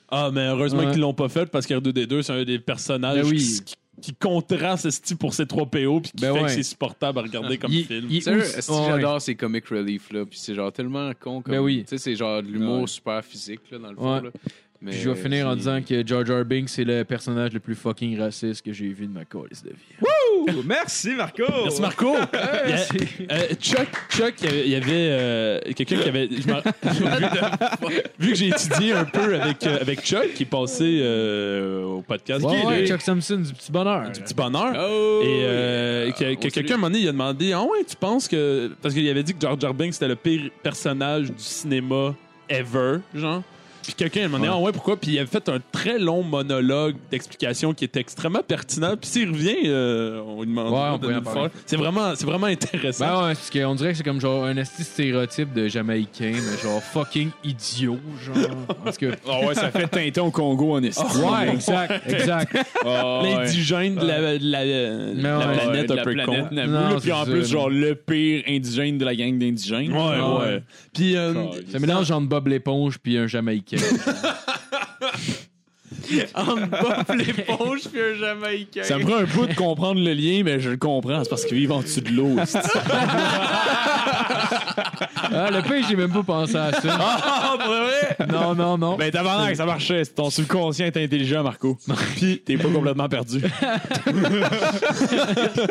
Speaker 4: Ah, mais heureusement
Speaker 1: Ouais.
Speaker 4: qu'ils l'ont pas fait parce qu'R2D2, c'est un des personnages
Speaker 1: Ben oui.
Speaker 4: qui, qui- qui contraste ce type pour ses 3 PO puis qui
Speaker 1: Ben
Speaker 4: fait
Speaker 1: ouais. Ah,
Speaker 4: que c'est supportable à regarder comme
Speaker 1: Il-
Speaker 4: film.
Speaker 1: il-
Speaker 15: Sérieux,
Speaker 1: où-
Speaker 15: est-ce que
Speaker 1: Ouais, ouais.
Speaker 15: j'adore ces comic relief là, puis c'est genre tellement con comme
Speaker 1: Ben oui.
Speaker 15: tu sais c'est genre de l'humour
Speaker 1: Ouais.
Speaker 15: super physique là dans le fond
Speaker 1: Ouais.
Speaker 15: là. Mais
Speaker 1: Puis je vais
Speaker 15: euh,
Speaker 1: finir en
Speaker 15: c'est-
Speaker 1: disant que George R. Binks c'est le personnage le plus fucking raciste que j'ai vu de ma colise de vie.
Speaker 2: Ouh, Merci, Marco.
Speaker 4: Merci Marco! Il y a- euh, Chuck, Chuck, il y avait- il y avait euh, quelqu'un qui avait. je m'en- vu, de- vu que j'ai étudié un peu avec, euh, avec Chuck, qui est passé euh, au podcast.
Speaker 1: Ouais,
Speaker 4: Qui est
Speaker 1: ouais,
Speaker 4: le-
Speaker 1: Chuck Simpson du petit bonheur.
Speaker 4: du petit bonheur.
Speaker 15: Oh,
Speaker 4: Et euh,
Speaker 15: yeah.
Speaker 4: que, que
Speaker 15: On
Speaker 4: quelqu'un, à un moment donné, il a demandé Ah ouais, tu penses que. Parce qu'il avait dit que George Binks c'était le pire personnage du cinéma ever, genre. Puis quelqu'un, il a demandé Ah ouais, pourquoi Puis il avait fait un très long monologue d'explication qui était extrêmement pertinent. Puis s'il revient, euh, on lui demande
Speaker 1: Ouais, on
Speaker 4: on de
Speaker 1: pourrait
Speaker 4: nous
Speaker 1: en
Speaker 4: le
Speaker 1: parler.
Speaker 4: faire. C'est vraiment, c'est vraiment intéressant.
Speaker 1: Ben ouais, parce qu'on dirait que c'est comme genre un esti stéréotype de Jamaïcain, mais genre fucking idiot, genre. En tout cas.
Speaker 6: Ah ouais, ça fait Tintin au Congo en estime.
Speaker 1: Ouais, exact, exact.
Speaker 6: Ben
Speaker 4: L'indigène de la, de la- euh, de Ah, la
Speaker 1: ouais.
Speaker 4: planète un peu con.
Speaker 1: Non,
Speaker 6: Puis en
Speaker 1: c'est
Speaker 6: plus,
Speaker 1: ça,
Speaker 6: genre le pire indigène de la gang d'indigènes.
Speaker 4: Ouais,
Speaker 1: Ah
Speaker 4: ouais.
Speaker 1: ouais.
Speaker 4: Puis euh,
Speaker 1: Ça mélange entre Bob l'éponge puis un Jamaïcain.
Speaker 4: entre Bob l'éponge puis un Jamaïcain.
Speaker 6: Ça me prend un bout de comprendre le lien, mais je le comprends. C'est parce qu'ils vivent en dessous de l'eau. c'est-
Speaker 1: Ah, le pire, j'ai même pas pensé à ça.
Speaker 4: Ah, pour vrai?
Speaker 1: Non, non, non.
Speaker 6: Ben tabarnak, ça marchait. Ton subconscient est intelligent, Marco. Puis t'es pas complètement perdu.
Speaker 4: tu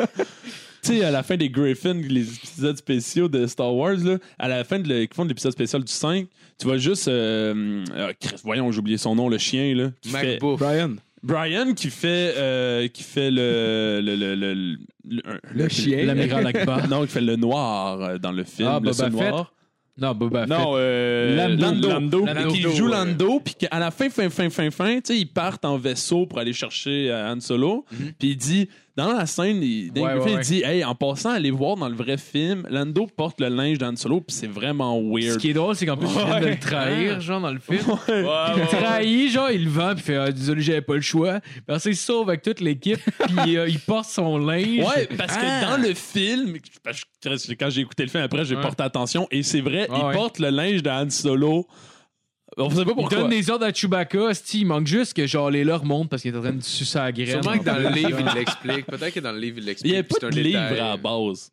Speaker 4: sais, à la fin des Griffins, les épisodes spéciaux de Star Wars, là, à la fin de le- qui font de l'épisode spécial du 5, tu vois juste. euh, ah, Christ, voyons, j'ai oublié son nom, le chien, là. qui fait-
Speaker 15: MacBook.
Speaker 2: Brian,
Speaker 4: Brian qui fait, euh, qui fait le. Le, le, le, le- le-
Speaker 2: le chien.
Speaker 1: L'amiral Akbar.
Speaker 4: non, qui fait le noir euh, dans le film.
Speaker 1: Ah,
Speaker 4: le
Speaker 1: Boba
Speaker 4: seul
Speaker 1: Fett.
Speaker 4: noir.
Speaker 1: Non, Boba Fett.
Speaker 6: Non, euh,
Speaker 1: Lando.
Speaker 6: Lando.
Speaker 1: Lando.
Speaker 4: Mais Qui joue Lando, puis qu'à la fin, fin, fin, fin, fin, tu sais, ils partent en vaisseau pour aller chercher euh, Han Solo. Puis il dit, dans la scène, il, Dan
Speaker 1: Mhm. Ouais,
Speaker 4: Griffin,
Speaker 1: ouais,
Speaker 4: il dit, hey, en passant, allez voir dans le vrai film, Lando porte le linge d'Han Solo, puis c'est vraiment
Speaker 1: Ce
Speaker 4: weird.
Speaker 1: qui est drôle, c'est qu'en plus, il vient de le trahir, genre, dans le film. Il le trahit, genre, il le vend, puis il fait ah, Désolé, j'avais pas le choix. Parce qu'il se sauve avec toute l'équipe, puis euh, il porte son linge.
Speaker 4: Ouais, parce que
Speaker 1: Ah.
Speaker 4: dans le film, parce que quand j'ai écouté le film après, j'ai
Speaker 1: Ouais.
Speaker 4: porté attention, et c'est vrai,
Speaker 1: Ah
Speaker 4: il
Speaker 1: ouais.
Speaker 4: porte le linge de Han Solo. On sait pas
Speaker 1: Il
Speaker 4: pourquoi.
Speaker 1: donne des ordres à Chewbacca, sti, il manque juste que genre les leurs montent parce qu'il est en train de sucer la graine.
Speaker 15: Sûrement que dans le livre il l'explique, peut-être que dans le livre il
Speaker 4: Il
Speaker 15: l'explique.
Speaker 4: n'y avait pas
Speaker 15: puis c'est
Speaker 4: de
Speaker 15: un
Speaker 4: livre
Speaker 15: détail.
Speaker 4: à la base.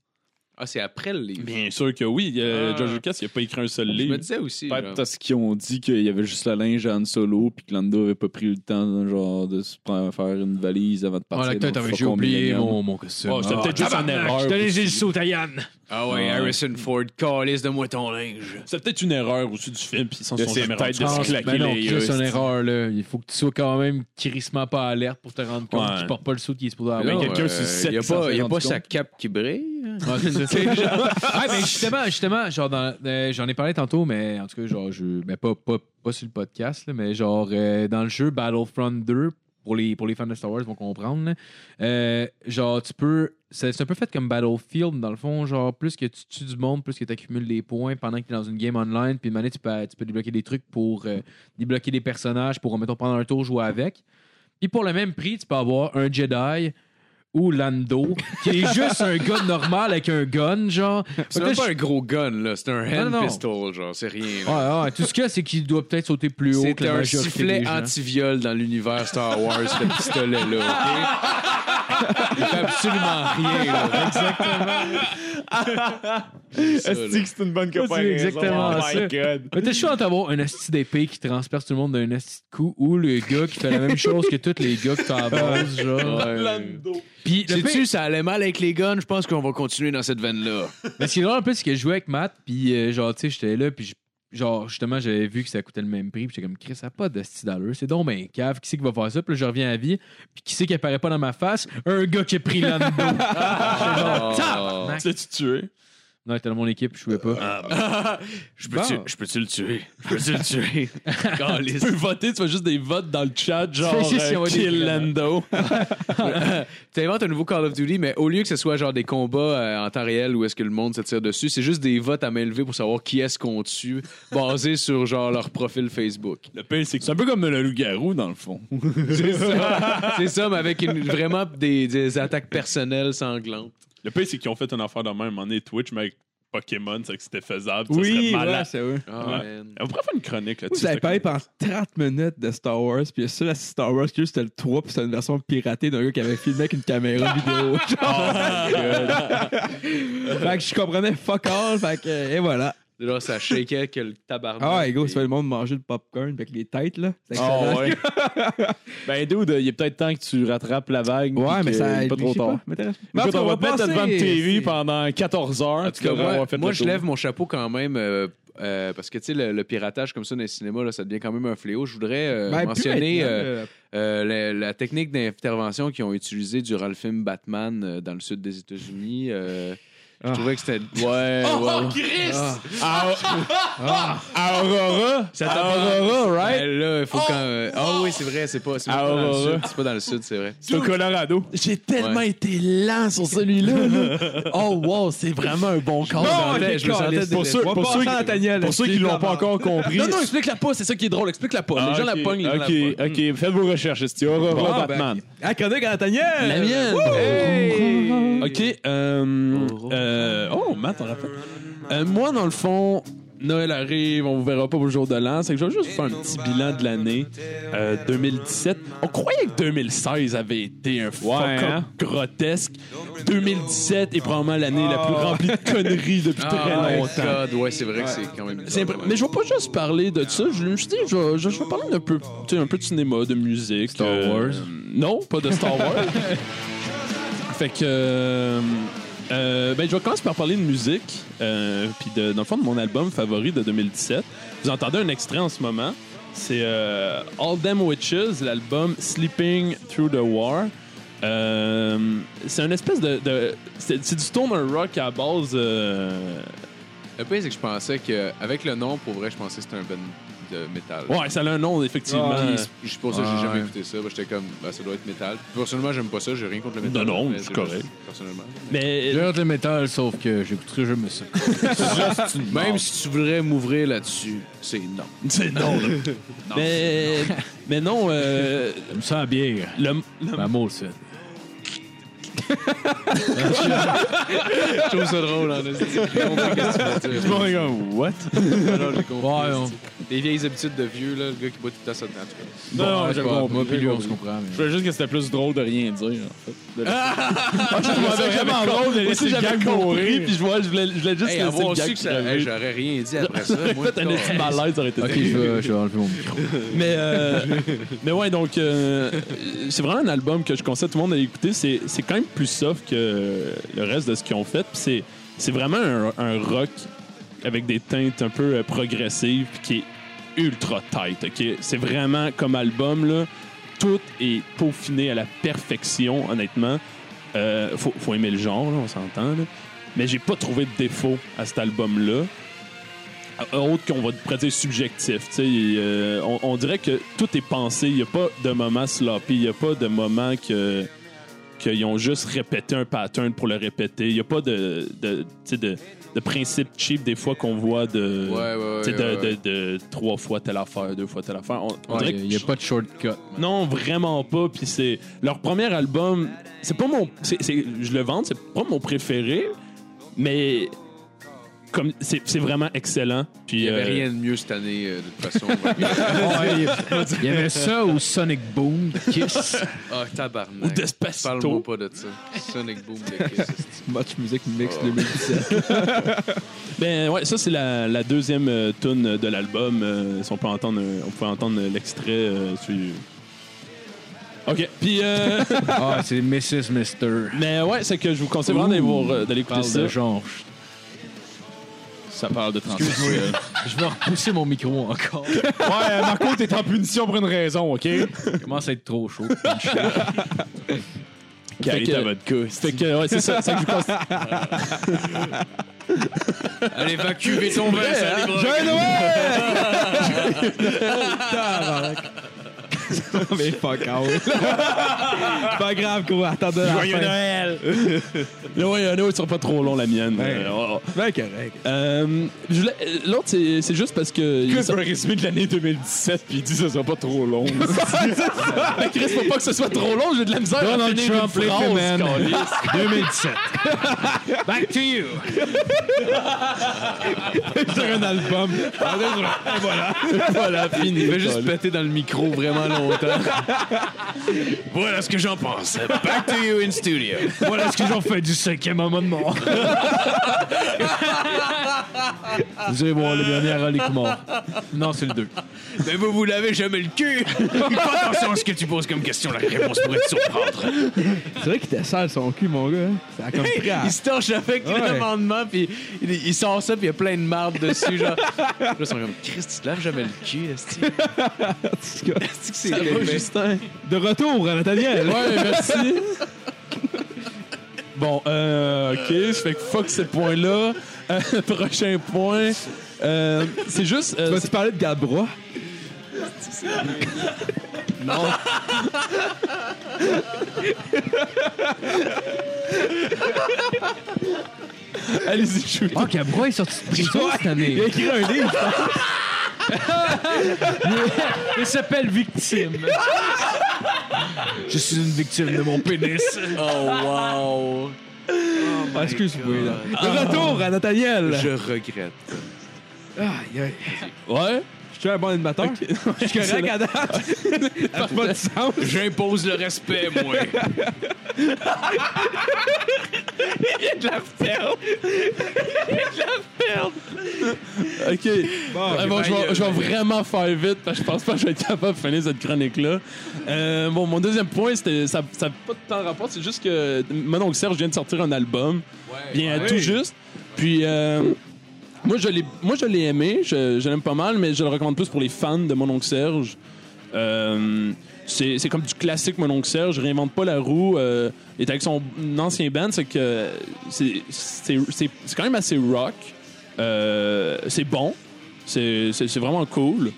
Speaker 15: Ah, c'est après le livre.
Speaker 4: Bien sûr que oui.
Speaker 15: Ah.
Speaker 4: Euh, George Lucas, il n'a pas écrit un seul
Speaker 15: Je me
Speaker 4: livre.
Speaker 15: disais aussi
Speaker 6: Peut-être
Speaker 15: genre,
Speaker 6: parce qu'ils ont dit qu'il y avait juste le linge à Han Solo puis que Lando avait pas pris le temps genre, de se prendre- faire une valise avant de
Speaker 1: Oh,
Speaker 6: partir.
Speaker 1: l'acteur,
Speaker 6: dans le
Speaker 1: t'avais j'ai
Speaker 6: fucking
Speaker 1: oublié
Speaker 6: Millennium.
Speaker 1: mon, mon costume.
Speaker 4: Oh, c'était
Speaker 1: Ah,
Speaker 4: peut-être juste une erreur.
Speaker 1: Je te
Speaker 4: aussi.
Speaker 1: laissé le saut à Yann.
Speaker 15: Ah ouais, Harrison Ford, calisse de moi ton linge.
Speaker 4: C'est peut-être une erreur aussi du film, puis ils s'en
Speaker 6: De
Speaker 4: sont
Speaker 6: ses
Speaker 4: jamais
Speaker 6: têtes
Speaker 4: rendus
Speaker 6: de
Speaker 4: compte.
Speaker 6: se claquer
Speaker 1: Ben non,
Speaker 6: les
Speaker 1: Chris,
Speaker 6: yeux,
Speaker 1: c'est une
Speaker 6: sti.
Speaker 1: erreur, là. Il faut que tu sois quand même crissement pas alerte pour te rendre compte
Speaker 4: Ouais.
Speaker 1: qu'il porte pas le saut qu'il est supposé avoir.
Speaker 15: Non,
Speaker 6: quelqu'un
Speaker 15: euh,
Speaker 6: sur le set
Speaker 15: y a
Speaker 6: qui s'en
Speaker 15: pas,
Speaker 6: serait
Speaker 15: y a
Speaker 6: rendu
Speaker 15: pas sa
Speaker 6: compte.
Speaker 15: cape qui brille. hein?
Speaker 1: Ah, c'est ça. Ouais, mais justement, justement, genre, dans- euh, j'en ai parlé tantôt, mais en tout cas, genre, je, mais pas, pas, pas sur le podcast, là, mais genre, euh, dans le jeu Battlefront 2, pour les, pour les fans de Star Wars vont comprendre, là, euh, genre, tu peux. C'est c'est un peu fait comme Battlefield, dans le fond, genre, plus que tu tues du monde, plus que tu accumules des points pendant que tu es dans une game online, puis maintenant, tu peux, tu peux débloquer des trucs pour euh, débloquer des personnages pour, mettons, pendant un tour, jouer avec. Puis pour le même prix, tu peux avoir un Jedi ou Lando, qui est juste un gars normal avec un gun, genre. Fait
Speaker 15: C'est
Speaker 1: que
Speaker 15: même
Speaker 1: là,
Speaker 15: pas
Speaker 1: je-
Speaker 15: un gros gun, là. C'est un
Speaker 1: Non,
Speaker 15: hand
Speaker 1: non, Ah, non.
Speaker 15: pistol, genre. C'est rien. là.
Speaker 1: Ouais, ouais, tout ce qu'il y a, c'est qu'il doit peut-être sauter plus haut que
Speaker 15: C'était
Speaker 1: la
Speaker 15: un
Speaker 1: majorité des
Speaker 15: sifflet
Speaker 1: gens.
Speaker 15: anti-viol dans l'univers Star Wars, ce
Speaker 1: Ah,
Speaker 15: pistolet-là, OK? Il fait absolument rien, là. Exactement.
Speaker 6: Esti que c'est une bonne comparaison.
Speaker 1: exactement
Speaker 6: Oh
Speaker 1: ça.
Speaker 6: my god.
Speaker 1: Mais t'es chaud d'avoir un asti d'épée qui transperce tout le monde d'un asti de coup ou le gars qui fait la même chose que tous les gars que t'avances, genre. Puis le pire-
Speaker 15: Sais-tu, ça allait mal avec les guns. Je pense qu'on va continuer dans cette veine-là.
Speaker 1: Mais ce qui est drôle un peu, c'est que je jouais avec Matt, puis euh, genre, tu sais, j'étais là, puis je- genre, justement, j'avais vu que ça coûtait le même prix, puis j'étais comme, Chris, ça a pas de style d'allure, c'est donc ben cave, qui c'est qui va faire ça, puis là, je reviens à vie, puis qui c'est qui apparaît pas dans ma face? Un gars qui a pris Lando. J'étais genre, Tabarnak.
Speaker 4: Tu l'as-tu tué? Ah,
Speaker 18: Non, il était dans mon équipe, je pouvais pas.
Speaker 6: Je peux-tu
Speaker 1: Bon.
Speaker 6: je peux-tu le tuer? Je peux-tu le tuer?
Speaker 4: Tu
Speaker 6: Caliste.
Speaker 4: peux voter, tu fais juste des votes dans le chat, genre
Speaker 19: Si, si, si, on
Speaker 4: euh,
Speaker 19: va
Speaker 4: Kill
Speaker 19: dire-
Speaker 4: Lando.
Speaker 5: T'inventes un nouveau Call of Duty, mais au lieu que ce soit genre des combats euh, en temps réel où est-ce que le monde se tire dessus, c'est juste des votes à main levée pour savoir qui est-ce qu'on tue, basé sur genre leur profil Facebook.
Speaker 4: Le pire, c'est que
Speaker 6: C'est un peu comme le loup-garou, dans le fond.
Speaker 5: C'est ça, c'est ça mais avec une- vraiment des, des attaques personnelles sanglantes.
Speaker 4: Le pire, c'est qu'ils ont fait une affaire de même en Twitch, mais avec Pokémon, c'est que c'était faisable. ça
Speaker 1: Oui,
Speaker 4: serait
Speaker 1: voilà,
Speaker 4: malade.
Speaker 1: c'est eux.
Speaker 5: Ah,
Speaker 4: Ouais.
Speaker 5: man.
Speaker 4: On pourrait faire une chronique
Speaker 1: Vous
Speaker 4: là-dessus.
Speaker 1: savez
Speaker 4: c'est
Speaker 1: pas pendant 30 minutes de Star Wars, puis ça, la Star Wars, que c'était le 3, puis c'était une version piratée d'un gars qui avait filmé avec une caméra vidéo. fait que je comprenais fuck all, fait que, euh, et voilà.
Speaker 5: Là, ça shakeait que le tabarnak.
Speaker 1: Ah ouais, go, ça fait le monde manger le popcorn avec les têtes, là. C'est excellent.
Speaker 6: Oh, ouais. ben, dude, il est peut-être temps que tu rattrapes la vague.
Speaker 1: ouais.
Speaker 6: puis
Speaker 1: mais
Speaker 6: que-
Speaker 1: ça.
Speaker 6: il est pas
Speaker 1: je
Speaker 6: trop
Speaker 1: sais
Speaker 6: tard.
Speaker 1: m'intéresse pas. Mais en
Speaker 6: Écoute,
Speaker 1: tout cas,
Speaker 6: on va te mettre
Speaker 1: passer-
Speaker 6: devant le TV
Speaker 1: c'est-
Speaker 6: pendant 14 heures.
Speaker 5: En tout cas, moi, moi, je lève
Speaker 6: mon.
Speaker 5: mon chapeau quand même euh, euh, parce que tu sais le, le piratage comme ça dans les cinémas là, ça devient quand même un fléau. Je voudrais euh,
Speaker 1: Ben, plus
Speaker 5: mentionner
Speaker 1: maintenant,
Speaker 5: euh,
Speaker 1: là.
Speaker 5: euh, la, la technique d'intervention qu'ils ont utilisée durant le film Batman euh, dans le sud des États-Unis. euh, Je trouvais que c'était ouais, Ah. ouais, ouais. Ah.
Speaker 6: Aurora! Ça Aurora, right?
Speaker 5: Ben là, il faut quand euh, ah oui, c'est vrai, c'est pas c'est même pas dans le sud, c'est pas dans le sud, c'est vrai.
Speaker 6: C'est au Colorado.
Speaker 4: J'ai tellement
Speaker 5: Ouais.
Speaker 4: été lent sur celui-là. là. oh, wow, c'est vraiment un bon
Speaker 5: Je
Speaker 4: corps.
Speaker 5: me
Speaker 1: Non,
Speaker 5: sentais-
Speaker 1: ok,
Speaker 5: je me sentais
Speaker 1: caliste.
Speaker 5: délai-
Speaker 6: Pour ceux,
Speaker 1: On va
Speaker 6: pour
Speaker 1: passer
Speaker 6: ceux,
Speaker 1: à Nathaniel,
Speaker 6: pour ceux qui
Speaker 1: c'est
Speaker 6: l'ont
Speaker 1: la
Speaker 6: pas
Speaker 1: merde.
Speaker 6: encore compris.
Speaker 4: Non, non, explique-la pas, c'est ça qui est drôle. Explique-la pas.
Speaker 6: Ah,
Speaker 4: les gens
Speaker 6: ok,
Speaker 4: la pognent, les gens la
Speaker 6: Ok,
Speaker 4: pognent.
Speaker 6: ok, faites vos recherches. C'est Aurora
Speaker 1: Ah, ben,
Speaker 6: Batman.
Speaker 1: Ah, chronique à Nathaniel!
Speaker 4: La mienne.
Speaker 5: Hey!
Speaker 4: OK. euh, euh, oh, Matt, on rappelle. Euh, moi, dans le fond, Noël arrive, on vous verra pas pour le jour de l'an. C'est que je vais juste faire un petit bilan de l'année euh, 2017. On croyait que 2016 avait été un fuck
Speaker 6: Ouais, hein?
Speaker 4: grotesque. 2017 est probablement l'année la plus remplie de conneries depuis très
Speaker 5: my
Speaker 4: longtemps.
Speaker 5: God, ouais, c'est vrai que c'est quand même
Speaker 4: C'est impr- Mais je vais pas juste parler de ça. Je me suis dit, je vais, je- je vais parler d'un peu, tu sais, un peu de cinéma, de musique. Star
Speaker 18: Wars.
Speaker 4: Non, pas de Star Wars. fait que. euh, euh, ben, je vais commencer par parler de musique, euh, puis de, dans le fond de mon album favori de 2017. Vous entendez un extrait en ce moment. C'est euh, All Them Witches, l'album Sleeping Through the War. Euh, c'est une espèce de. de- c'est c'est du stoner rock à base. euh,
Speaker 5: Le pire c'est que je pensais que avec le nom pour vrai, je pensais que c'était un band de métal.
Speaker 4: Ouais, ça a un nom, effectivement.
Speaker 5: Puis, c'est- je pense que j'ai jamais écouté ça. Moi, J'étais comme, bah, ça doit être métal. Personnellement, j'aime pas ça. J'ai rien contre le métal.
Speaker 4: Non, non,
Speaker 5: mais
Speaker 4: c'est
Speaker 5: j'aime
Speaker 4: correct.
Speaker 5: ça, Personnellement.
Speaker 4: Mais
Speaker 18: J'ai hâte le métal, sauf que j'écouterai jamais ça.
Speaker 5: Même si tu voudrais m'ouvrir là-dessus, c'est non.
Speaker 4: c'est non. là. mais mais non. euh,
Speaker 18: Je me sens bien.
Speaker 4: le, le-
Speaker 18: Ma mot, ça.
Speaker 5: Je trouve ça drôle,
Speaker 18: hein,
Speaker 5: en esti. J'ai compris qu'est-ce que tu veux dire.
Speaker 6: What?
Speaker 5: Ah non, j'ai compris.
Speaker 18: Ouais, on-
Speaker 5: Les vieilles habitudes de vieux, là, le gars qui boit tout le temps ça dedans. en tout cas.
Speaker 6: Non, non, je comprends.
Speaker 18: Moi puis lui, on se comprend. mais-
Speaker 6: Je veux juste que c'était plus drôle de rien dire.
Speaker 4: j'avais com-
Speaker 6: vraiment
Speaker 4: moi
Speaker 6: drôle de
Speaker 4: aussi,
Speaker 6: laisser le
Speaker 4: j'avais
Speaker 6: gag
Speaker 4: compris,
Speaker 6: mourir.
Speaker 4: puis je vois, je voulais, je voulais juste
Speaker 5: Hey,
Speaker 4: laisser
Speaker 5: avoir
Speaker 4: le gag
Speaker 5: su que ça- hey,
Speaker 4: crever.
Speaker 5: j'aurais rien dit après ça. moi,
Speaker 4: Fait un
Speaker 5: le
Speaker 4: petit malaise, ça aurait été
Speaker 18: Ok, je vais, je vais enlever mon micro.
Speaker 4: mais, euh, mais ouais, donc, euh, c'est vraiment un album que je conseille à tout le monde d'aller écouter. C'est c'est quand même plus soft que le reste de ce qu'ils ont fait. Puis c'est- c'est vraiment un, un rock avec des teintes un peu euh, progressives puis qui est ultra tight. ok? C'est vraiment comme album, là, tout est peaufiné à la perfection, honnêtement. Euh, faut, faut aimer le genre, là, on s'entend. là. Mais j'ai pas trouvé de défaut à cet album-là Euh, autre qu'on va pourrait dire subjectif. tu sais, euh, on, on dirait que tout est pensé. Il n'y a pas de moment sloppy. Il n'y a pas de moment que qu'ils ont juste répété un pattern pour le répéter. Il n'y a pas de, de, tu sais, de, de principe cheap des fois qu'on voit de,
Speaker 5: Ouais, ouais, ouais,
Speaker 4: tu sais, de,
Speaker 5: ouais, ouais.
Speaker 4: de- de trois fois telle affaire, deux fois telle affaire. On, on dirait
Speaker 18: Il n'y a
Speaker 4: que-
Speaker 18: pas de shortcut.
Speaker 4: non, vraiment pas. Puis c'est leur premier album. C'est pas mon. c'est- c'est- je le vends, c'est pas mon préféré, mais comme c'est c'est vraiment excellent. Puis
Speaker 5: Il n'y avait
Speaker 4: euh,
Speaker 5: rien de mieux cette année, euh, de toute façon.
Speaker 18: Il y avait ça ou Sonic Boom, Kiss.
Speaker 5: Ah,
Speaker 4: ou
Speaker 5: tabarnak.
Speaker 4: Despacito.
Speaker 5: Parle-moi pas de ça. Sonic Boom de Kiss. esti.
Speaker 1: Much Music Mix
Speaker 15: Ah.
Speaker 5: Oh.
Speaker 1: 2017.
Speaker 4: Ben ouais, ça c'est la, la deuxième euh, tune de l'album. Euh, si on peut entendre, euh, on peut entendre l'extrait. euh, sur- Ok. Puis euh,
Speaker 18: Ah, c'est Mrs. Mister.
Speaker 4: mais ouais, c'est que je vous conseille vraiment d'aller voir, euh, d'aller écouter
Speaker 18: Parle
Speaker 4: ça.
Speaker 18: de genre.
Speaker 6: Ça parle de transition.
Speaker 18: Excuse-moi. Je vais repousser mon micro encore.
Speaker 6: Ouais, Marco, t'es en punition pour une raison, ok?
Speaker 18: Il commence à être trop chaud.
Speaker 6: Carré
Speaker 4: que-
Speaker 6: ta vodka.
Speaker 4: Fait que, ouais, c'est ça. ça que je pense.
Speaker 15: Allez, évacuer ton vin, ça livre.
Speaker 2: Joyeux Noël! Tabarnak. Mais fuck out. C'est pas grave qu'on va attendre la fin.
Speaker 4: Noël! Le Joyeux Noël sera pas trop long, la mienne.
Speaker 2: Ouais.
Speaker 4: Euh, oh.
Speaker 2: Ben correct.
Speaker 4: Euh, je voulais- euh, L'autre, c'est c'est juste parce que. il
Speaker 6: Il
Speaker 4: est
Speaker 6: fait un résumé de l'année 2017 puis il dit que ce sera pas trop long.
Speaker 4: Mais Chris, faut pas que ce soit trop long, j'ai de la misère à
Speaker 6: Donald
Speaker 4: finir
Speaker 6: Trump,
Speaker 4: une
Speaker 6: les
Speaker 4: phrase,
Speaker 6: femmes.
Speaker 4: câlisse.
Speaker 6: 2017.
Speaker 15: Back to you.
Speaker 2: Sur un album.
Speaker 4: Voilà, fini.
Speaker 15: Il va juste péter dans le micro vraiment longtemps.
Speaker 6: Voilà ce que j'en pense.
Speaker 15: Back to you in studio.
Speaker 6: Voilà ce que j'en fais du cinquième amendement.
Speaker 4: Vous allez voir le dernier à mort. Non, c'est le 2.
Speaker 15: Mais Ben, vous vous lavez jamais le cul.
Speaker 6: Fais attention à ce que tu poses comme question, la réponse pourrait te surprendre.
Speaker 2: C'est vrai qu'il était sale son cul, mon gars. hein. Ça a comme pris à-
Speaker 15: Il se torche avec
Speaker 2: Ouais.
Speaker 15: l'amendement, puis il, il sort ça, puis il y a plein de marde dessus. Genre, là, ils sont comme, Christ, tu te laves jamais le cul, Esti. Esti que c'est laid, mais-
Speaker 2: De retour à Nathaniel.
Speaker 4: Ouais, merci. Bon, euh, ok, fait que fuck ce point-là. Euh, prochain point. Euh, c'est juste. euh,
Speaker 2: Vas-tu parler de Gabra?
Speaker 4: Allez-y, shoot.
Speaker 1: Oh, Cabra est sorti de prison cette année.
Speaker 2: Il a écrit un livre.
Speaker 1: Il s'appelle Victime. Je suis une victime de mon pénis.
Speaker 15: Oh, wow.
Speaker 2: Ah, Excuse-moi.
Speaker 15: God.
Speaker 2: là. De retour à Nathaniel.
Speaker 15: Je regrette.
Speaker 4: Ouais.
Speaker 2: Je suis un bon animateur. Je suis correct à date. Ça fait pas de sens.
Speaker 15: J'impose le respect, moi.
Speaker 4: Ok. Ouais,
Speaker 15: ben,
Speaker 4: bon, je
Speaker 15: euh,
Speaker 4: vais- je vais vraiment faire vite parce que je pense pas que je vais être capable de finir cette chronique-là. Euh, bon, mon deuxième point, c'était ça n'a pas de temps rapport, c'est juste que mon oncle Serge vient de sortir un album. bien tout juste. Puis euh, moi, je l'ai, moi, je l'ai aimé, je, je l'aime pas mal, mais je le recommande plus pour les fans de mon oncle Serge. Euh, c'est, c'est comme du classique mon oncle Serge, réinvente pas la roue. euh, il est avec son ancien band, c'est que c'est, c'est, c'est- c'est quand même assez rock. Euh, c'est bon, c'est, c'est- c'est vraiment cool.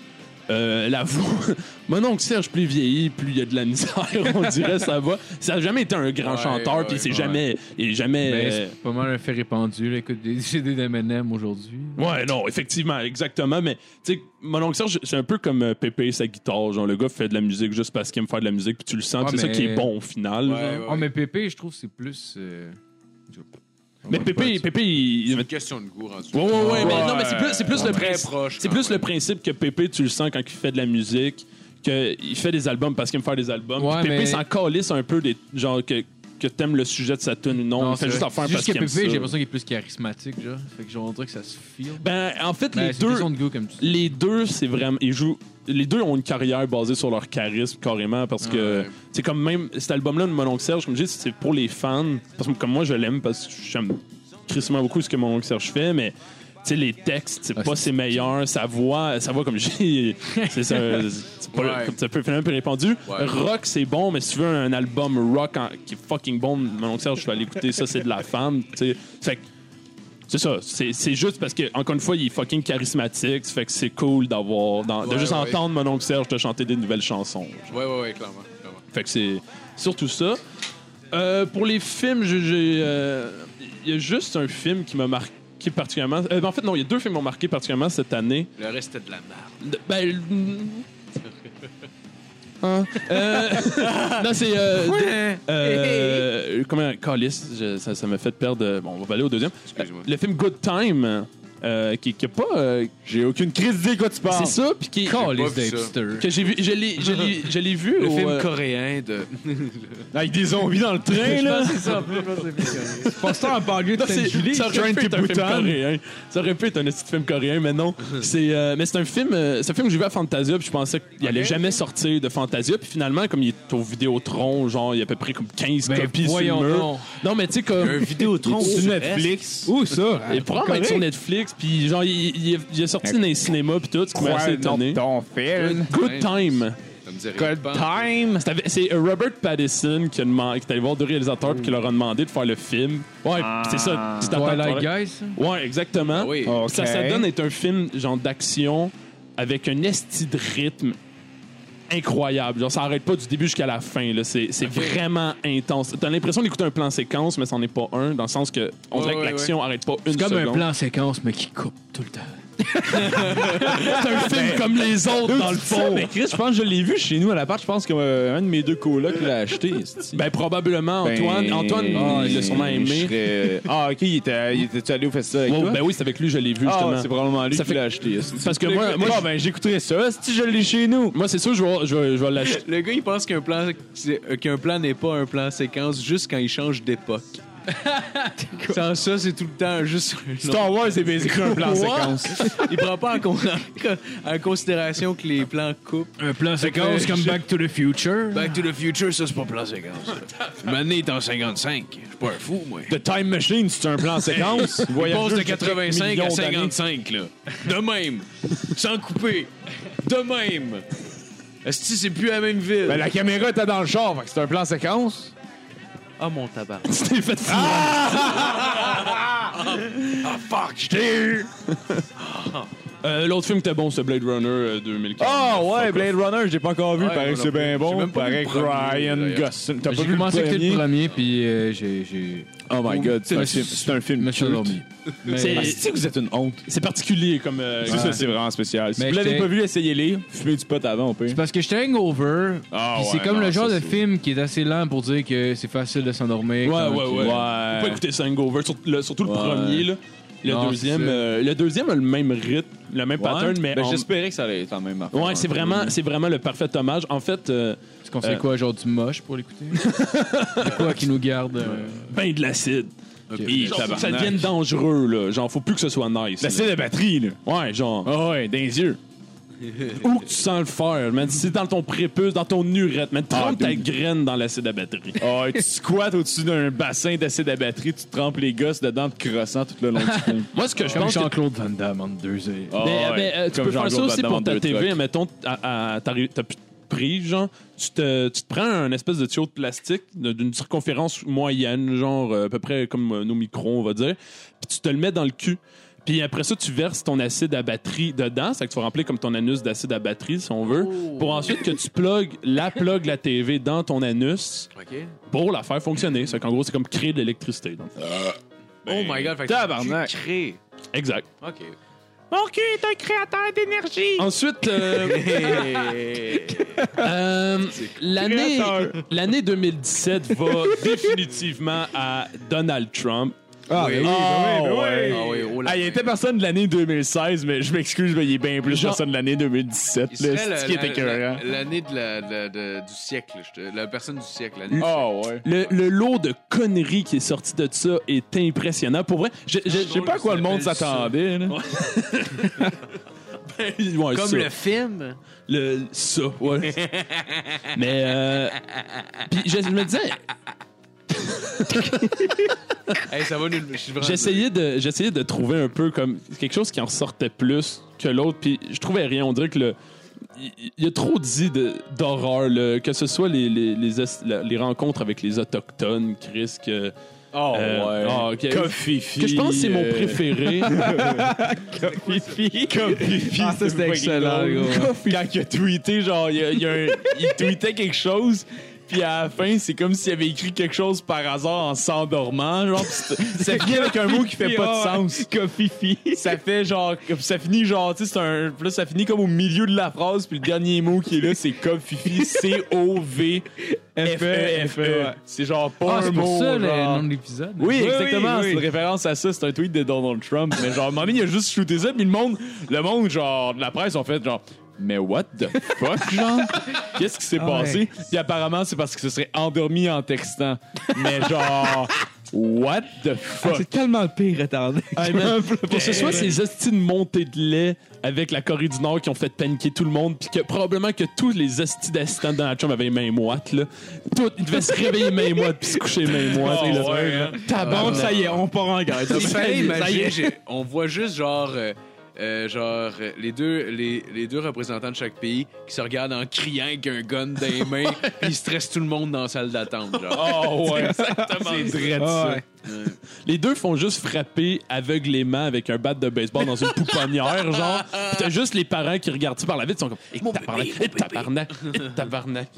Speaker 4: Euh, la voix. Mon oncle Serge, plus il vieillit, plus il y a de la misère, on dirait sa voix. Ça n'a jamais été un grand
Speaker 15: Ouais,
Speaker 4: chanteur,
Speaker 15: ouais,
Speaker 4: puis c'est
Speaker 15: ouais.
Speaker 4: jamais. Il est jamais
Speaker 1: Ben,
Speaker 4: euh,
Speaker 1: c'est pas mal un fait répandu. là. Écoute, des CD d'M&M aujourd'hui.
Speaker 4: Ouais, non, effectivement, exactement. Mais, tu sais, mon oncle Serge, c'est un peu comme euh, Pépé et sa guitare. Genre, le gars fait de la musique juste parce qu'il aime faire de la musique, puis tu le sens,
Speaker 1: Ouais,
Speaker 4: puis c'est ça qui
Speaker 1: mais-
Speaker 4: est bon au final. genre.
Speaker 15: Ouais, ouais.
Speaker 1: Oh, mais Pépé, je trouve que c'est plus. euh,
Speaker 4: Mais Pépé, Pépé, il. il-
Speaker 15: une question de goût rendu.
Speaker 4: Ouais, ouais, ouais, mais
Speaker 6: Ouais.
Speaker 4: non, mais c'est plus, c'est plus le
Speaker 15: Très
Speaker 4: principe.
Speaker 15: proche.
Speaker 4: C'est
Speaker 15: quand
Speaker 4: plus le
Speaker 15: même.
Speaker 4: principe que Pépé, tu le sens quand il fait de la musique, qu'il fait des albums parce qu'il aime faire des albums.
Speaker 1: Ouais,
Speaker 4: Puis Pépé
Speaker 1: mais-
Speaker 4: s'en calisse un peu des. Genre, que, que t'aimes le sujet de sa tune ou non. il
Speaker 1: c'est
Speaker 4: fait juste
Speaker 1: vrai.
Speaker 4: en faire
Speaker 1: C'est
Speaker 4: parce
Speaker 1: juste que
Speaker 4: qu'il aime
Speaker 1: Pépé,
Speaker 4: ça.
Speaker 1: j'ai l'impression qu'il est plus charismatique, genre. Fait que genre, on dirait que ça se file.
Speaker 4: Ben, en fait,
Speaker 1: Ben,
Speaker 4: les
Speaker 1: c'est une
Speaker 4: deux.
Speaker 1: question de goût, comme tu dis.
Speaker 4: les deux, c'est vraiment. Ils jouent. Les deux ont une carrière basée sur leur charisme, carrément, parce que
Speaker 15: Ouais.
Speaker 4: c'est comme même cet album-là de Mon Oncle Serge, comme je dis, c'est pour les fans. Parce que comme moi, je l'aime parce que j'aime tristement beaucoup ce que Mon Oncle Serge fait, mais. tu sais les textes, c'est
Speaker 1: Ah,
Speaker 4: pas
Speaker 1: c'est-
Speaker 4: ses meilleurs, sa voix, sa voix comme je dis, c'est ça, c'est pas
Speaker 15: Ouais.
Speaker 4: comme ça peut un peu répandu.
Speaker 15: Ouais.
Speaker 4: Rock, c'est bon, mais si tu veux un album rock en- qui est fucking bon, mon oncle Serge, je vais aller écouter ça, c'est de la femme, tu sais. Fait que c'est ça. C'est c'est juste parce que, encore une fois, il est fucking charismatique. Ça fait que c'est cool d'avoir. d'en- de
Speaker 15: Ouais,
Speaker 4: juste
Speaker 15: ouais.
Speaker 4: entendre mon oncle Serge te chanter des nouvelles chansons.
Speaker 15: Ouais, ouais, ouais, clairement. clairement.
Speaker 4: Fait que c'est surtout ça. Euh, pour les films, j'ai- j'ai. euh, Il y a juste un film qui m'a marqué particulièrement. euh, en fait, non, il y a deux films qui m'ont marqué particulièrement cette année.
Speaker 15: Le reste, c'était de la merde.
Speaker 4: De- Ben. mm. Hein? Euh, non, c'est. euh, de- euh, comment. Calice, je- ça ça m'a fait perdre. euh, Bon, on va aller au deuxième.
Speaker 15: Excuse-moi.
Speaker 4: Le film Good Time, euh, qui, qui a pas. euh,
Speaker 6: J'ai aucune crise d'idée de quoi tu
Speaker 4: c'est
Speaker 6: parles.
Speaker 4: ça, puis qui.
Speaker 1: Oh, les
Speaker 15: pas vu ça.
Speaker 1: hipsters.
Speaker 4: Que j'ai vu, je l'ai, je l'ai, je l'ai vu.
Speaker 15: Le
Speaker 4: au,
Speaker 15: film
Speaker 4: euh,
Speaker 15: coréen de.
Speaker 4: Ah,
Speaker 6: Avec des zombies dans le train, là.
Speaker 2: Pas ça en banlieue de
Speaker 4: non, c'est-
Speaker 2: Saint-Julie.
Speaker 4: ça aurait pu être un film coréen. Ça aurait pu être un petit film coréen, mais non. C'est, euh, mais c'est un film, euh, c'est un film que j'ai vu à Fantasia, puis je pensais qu'il allait jamais sortir de Fantasia, puis finalement, comme il est au Vidéotron, genre, il y a à peu près comme 15
Speaker 1: Ben,
Speaker 4: copies sur le
Speaker 1: voyons
Speaker 4: mur.
Speaker 1: donc.
Speaker 4: Non, mais tu sais, comme.
Speaker 6: Vidéotron sur Netflix.
Speaker 2: Où ça?
Speaker 4: Il pourrait même être sur Netflix, puis genre, il, il, il est- il est sorti dans les cinémas, puis tout, ce qui m'a assez étonné.
Speaker 6: ton film.
Speaker 4: Good Time.
Speaker 15: Ça me me dirait.
Speaker 6: Good time!
Speaker 4: C'est avec- C'est Robert Pattinson qui, a demandé- qui est allé voir deux réalisateurs puis qui leur a demandé de faire le film. Ouais, pis c'est ça. C'est à
Speaker 1: Twilight
Speaker 4: part-
Speaker 1: Guys, ça?
Speaker 4: Ouais, exactement.
Speaker 15: Ah oui.
Speaker 4: Puis Ça,
Speaker 6: Ok.
Speaker 4: ça donne est un film genre d'action avec un esti de rythme incroyable. Genre, ça arrête pas du début jusqu'à la fin. là. C'est c'est vraiment intense. T'as l'impression d'écouter un plan séquence, mais c'en est pas un, dans le sens que on
Speaker 15: Ouais,
Speaker 4: dirait que
Speaker 15: ouais,
Speaker 4: l'action arrête pas une
Speaker 1: c'est comme un
Speaker 4: seconde.
Speaker 1: plan séquence, mais qui coupe tout le temps.
Speaker 4: C'est un
Speaker 15: Ben,
Speaker 4: film comme les autres, dans le fond.
Speaker 6: Mais Chris, je pense que je l'ai vu chez nous à l'appart. Je pense qu'un de mes deux colocs l'a acheté. esti.
Speaker 4: Ben, probablement, Antoine.
Speaker 6: Ben,
Speaker 4: Antoine, il l'a sûrement
Speaker 6: je
Speaker 4: aimé.
Speaker 6: serais- Ah, ok, il était, il était tu allé au festival avec
Speaker 4: Oh,
Speaker 6: toi?
Speaker 4: ben oui, c'est avec lui, je l'ai vu,
Speaker 6: Ah,
Speaker 4: justement.
Speaker 6: c'est probablement lui
Speaker 4: Ça
Speaker 6: qui
Speaker 4: fait-
Speaker 6: l'a acheté. esti.
Speaker 4: Parce que moi, moi,
Speaker 6: Ah,
Speaker 4: je-
Speaker 6: ben j'écouterais ça. Si je l'ai chez nous.
Speaker 4: moi c'est sûr, je vais, je vais, je vais l'acheter.
Speaker 15: Le gars, il pense qu'un plan, c'est- euh, qu'un plan n'est pas un plan séquence juste quand il change d'époque. Sans ça, c'est tout le temps juste. un autre-
Speaker 6: Star Wars, c'est basically un plan séquence.
Speaker 15: Il prend pas en, con- en considération que les plans coupent.
Speaker 1: Un plan séquence comme Back to the Future.
Speaker 15: Back to the Future, ça, c'est pas plan séquence. Maintenant, il est en 55. Je suis pas un fou, moi.
Speaker 6: The Time Machine, c'est un plan séquence.
Speaker 15: Il passe de
Speaker 6: Voyageur,
Speaker 15: 85 à
Speaker 6: millions d'années.
Speaker 15: 55, là. De même. Sans couper. De même. Est-ce que c'est plus la même ville?
Speaker 6: Ben, la caméra était dans le char, fait que c'est un plan séquence.
Speaker 5: Ah, mon tabac.
Speaker 4: Euh, L'autre film qui était bon, c'est Blade Runner euh, 2015.
Speaker 6: Ah ouais, Blade Runner, je l'ai pas encore vu.
Speaker 15: Ouais,
Speaker 6: Pareil
Speaker 15: moi
Speaker 6: que
Speaker 15: non
Speaker 6: c'est
Speaker 15: plus.
Speaker 6: bien
Speaker 15: J'ai
Speaker 6: bon.
Speaker 15: même pas vu
Speaker 6: Pareil
Speaker 15: le
Speaker 6: que
Speaker 15: premier,
Speaker 4: Oh,
Speaker 6: Ryan
Speaker 15: d'ailleurs.
Speaker 4: Ben,
Speaker 6: Gosling. T'as pas
Speaker 1: J'ai
Speaker 6: vu le
Speaker 1: commencé à écouter le
Speaker 6: premier?
Speaker 1: premier, puis euh, j'ai- j'ai.
Speaker 6: Oh my god, c'est
Speaker 1: Je
Speaker 6: un
Speaker 1: me
Speaker 6: film-
Speaker 1: suis-
Speaker 6: c'est un
Speaker 1: Je
Speaker 6: film.
Speaker 1: me suis endormi. Mais-
Speaker 4: C'est-
Speaker 6: Si vous êtes une honte.
Speaker 4: C'est particulier comme. euh,
Speaker 6: C'est ça, c'est vraiment spécial. Si
Speaker 1: Mais
Speaker 6: vous l'avez
Speaker 1: j'étais-
Speaker 6: pas vu, essayez-les. Fumez du pot avant, on peut.
Speaker 1: C'est parce que j'étais hangover.
Speaker 6: Ah,
Speaker 1: puis
Speaker 6: ouais,
Speaker 1: c'est comme
Speaker 6: non,
Speaker 1: le genre
Speaker 6: ça,
Speaker 1: de
Speaker 6: c'est-
Speaker 1: film qui est assez lent pour dire que c'est facile de s'endormir.
Speaker 4: Ouais,
Speaker 1: quand
Speaker 4: ouais,
Speaker 1: tu-
Speaker 4: ouais. Faut pas écouter Sangover, surtout le, surtout le
Speaker 6: Ouais.
Speaker 4: premier. Là. Le,
Speaker 1: Non,
Speaker 4: deuxième,
Speaker 1: c'est ça.
Speaker 4: euh, le deuxième a le même rythme, le même pattern, mais.
Speaker 6: Ben,
Speaker 4: en-
Speaker 6: J'espérais que ça allait être en même affaire.
Speaker 4: Ouais, c'est vraiment, c'est vraiment le parfait hommage. En fait, euh,
Speaker 1: Est-ce qu'on sait
Speaker 4: Euh.
Speaker 1: quoi, genre du moche pour l'écouter C'est quoi qui nous garde euh,
Speaker 4: ben de l'acide. Et genre, faut que ça
Speaker 6: tabarnak.
Speaker 4: devienne dangereux, là. Genre, faut plus que ce soit nice.
Speaker 6: La
Speaker 4: là.
Speaker 6: scène de batterie, là.
Speaker 4: Ouais, genre.
Speaker 6: Ah ouais, dans les yeux.
Speaker 4: Où que tu sens le faire, man. C'est dans ton prépuce, dans ton urette, man.
Speaker 6: Ah,
Speaker 4: Trempe ta
Speaker 6: dude.
Speaker 4: graine dans l'acide à batterie.
Speaker 6: Ah, ouais, tu squattes au-dessus d'un bassin d'acide à batterie, tu trempes les gosses dedans, te crossant tout le long du film.
Speaker 4: Moi, ce que je
Speaker 1: Comme
Speaker 4: pense que
Speaker 1: Jean-Claude Van Damme en deux heures.
Speaker 6: Ah,
Speaker 4: Mais,
Speaker 6: ouais,
Speaker 4: mais, euh, tu
Speaker 6: comme
Speaker 4: peux faire ça
Speaker 6: Jean-Claude
Speaker 4: aussi
Speaker 6: Van Damme
Speaker 4: pour
Speaker 6: en
Speaker 4: ta
Speaker 6: deux
Speaker 4: TV.
Speaker 6: trucks.
Speaker 4: Mettons, à- à- t'arrives- t'as plus de prix, genre, tu te, tu te prends un espèce de tuyau de plastique de- d'une circonférence moyenne, genre euh, à peu près comme euh, nos microns, on va dire, puis tu te le mets dans le cul. Puis après ça, tu verses ton acide à batterie dedans, c'est que tu vas remplir comme ton anus d'acide à batterie, si on veut,
Speaker 15: Oh.
Speaker 4: pour ensuite que tu plugues la plug la TV dans ton anus pour la faire fonctionner. C'est qu'en gros, c'est comme créer de l'électricité. dans le fond.
Speaker 15: Oh my god, fait que
Speaker 6: Tabarnak.
Speaker 15: tu crées.
Speaker 4: Exact.
Speaker 15: OK.
Speaker 4: Ensuite, euh, Euh, l'année l'année 2017 va définitivement à Donald Trump.
Speaker 6: Ah,
Speaker 15: Oui.
Speaker 6: ben oui, ben oui, ben oui.
Speaker 15: Ah oui, oh la
Speaker 6: Ah, il
Speaker 15: main.
Speaker 6: était personne de l'année 2016, mais je m'excuse, mais il est bien plus
Speaker 4: Genre-
Speaker 6: personne de l'année 2017.
Speaker 15: Il
Speaker 6: là,
Speaker 15: serait
Speaker 6: c'est
Speaker 15: la-
Speaker 6: qui est
Speaker 15: la-
Speaker 6: écœurant.
Speaker 15: la- l'année de la- de la- de- du siècle. je te- La personne du siècle. l'année du
Speaker 6: Ah ouais.
Speaker 4: Le, le lot de conneries qui est sorti de ça est impressionnant. Pour vrai, je, je-
Speaker 6: Je sais pas à quoi le monde s'attendait. là.
Speaker 4: ouais,
Speaker 15: Comme
Speaker 4: ça.
Speaker 15: le film.
Speaker 4: Le- ça, ouais. Mais euh, puis je, je me disais,
Speaker 15: Hey, ça va nul. je suis vraiment
Speaker 4: j'essayais de j'essayais de trouver un peu comme quelque chose qui en sortait plus que l'autre, puis je trouvais rien. On dirait que le il il y a trop dit de- d'horreur, là, que ce soit les, les, les, est- la- les rencontres avec les Autochtones, Chris, que,
Speaker 6: Ah
Speaker 4: Euh,
Speaker 6: ouais.
Speaker 4: ah, ok.
Speaker 6: Comme Fifi.
Speaker 4: que je pense que c'est mon
Speaker 6: euh,
Speaker 4: préféré.
Speaker 6: Comme Fifi.
Speaker 2: Ah, ça, c'était
Speaker 6: c'est
Speaker 2: excellent,
Speaker 6: fucking drôle.
Speaker 2: gros.
Speaker 6: Quand il a tweeté, genre, il, y a- il y a un- il tweetait quelque chose. Puis à la fin, c'est comme s'il avait écrit quelque chose par hasard en s'endormant. Genre, pis c'est- ça finit avec un mot qui fait pas de sens.
Speaker 2: Comme Fifi.
Speaker 6: ça fait genre comme ça finit genre tu sais c'est un puis là ça finit comme au milieu de la phrase puis le dernier mot qui est là c'est comme fifi C O V F E F E
Speaker 2: ouais.
Speaker 6: c'est genre pas
Speaker 1: Ah,
Speaker 6: un
Speaker 1: c'est
Speaker 6: mot
Speaker 1: pour ça le
Speaker 6: genre.
Speaker 1: nom de l'épisode.
Speaker 6: oui,
Speaker 2: Oui,
Speaker 6: exactement,
Speaker 2: oui,
Speaker 6: c'est
Speaker 2: oui.
Speaker 6: une référence à ça, c'est un tweet de Donald Trump, mais genre maman il a juste shooté ça puis le monde le monde genre de la presse ont fait genre mais what the fuck genre qu'est-ce qui
Speaker 4: Ah
Speaker 6: s'est passé Puis apparemment c'est parce que ce serait endormi en textant. Mais genre what the fuck
Speaker 2: C'est tellement pire, attendez.
Speaker 1: Ah,
Speaker 4: Pour ce soit ces hosties de montée de lait avec la Corée du Nord qui ont fait paniquer tout le monde, puis que probablement que tous les hosties d'assistants de Donald Trump avaient les mains moites, là. Tout, ils devaient se réveiller mains moites puis se coucher mains moites.
Speaker 6: Ah,
Speaker 4: là.
Speaker 6: ouais, hein.
Speaker 2: Bon, ça y est, on part en guerre.
Speaker 5: ben,
Speaker 15: Il fallait imaginer, j'ai- on voit juste genre euh,
Speaker 5: euh, genre euh, les deux, les, les deux représentants de chaque pays qui se regardent en criant avec un gun dans les mains, puis ils stressent tout le monde dans la salle d'attente. Genre.
Speaker 4: Oh, ouais.
Speaker 3: Ah, ouais.
Speaker 4: Les deux font juste frapper aveuglément avec un bat de baseball dans une pouponnière, genre. Pis t'as juste les parents qui regardent ça par la vitre, ils sont comme Eh, tabarnak, eh, tabarnak, eh, tabarnak.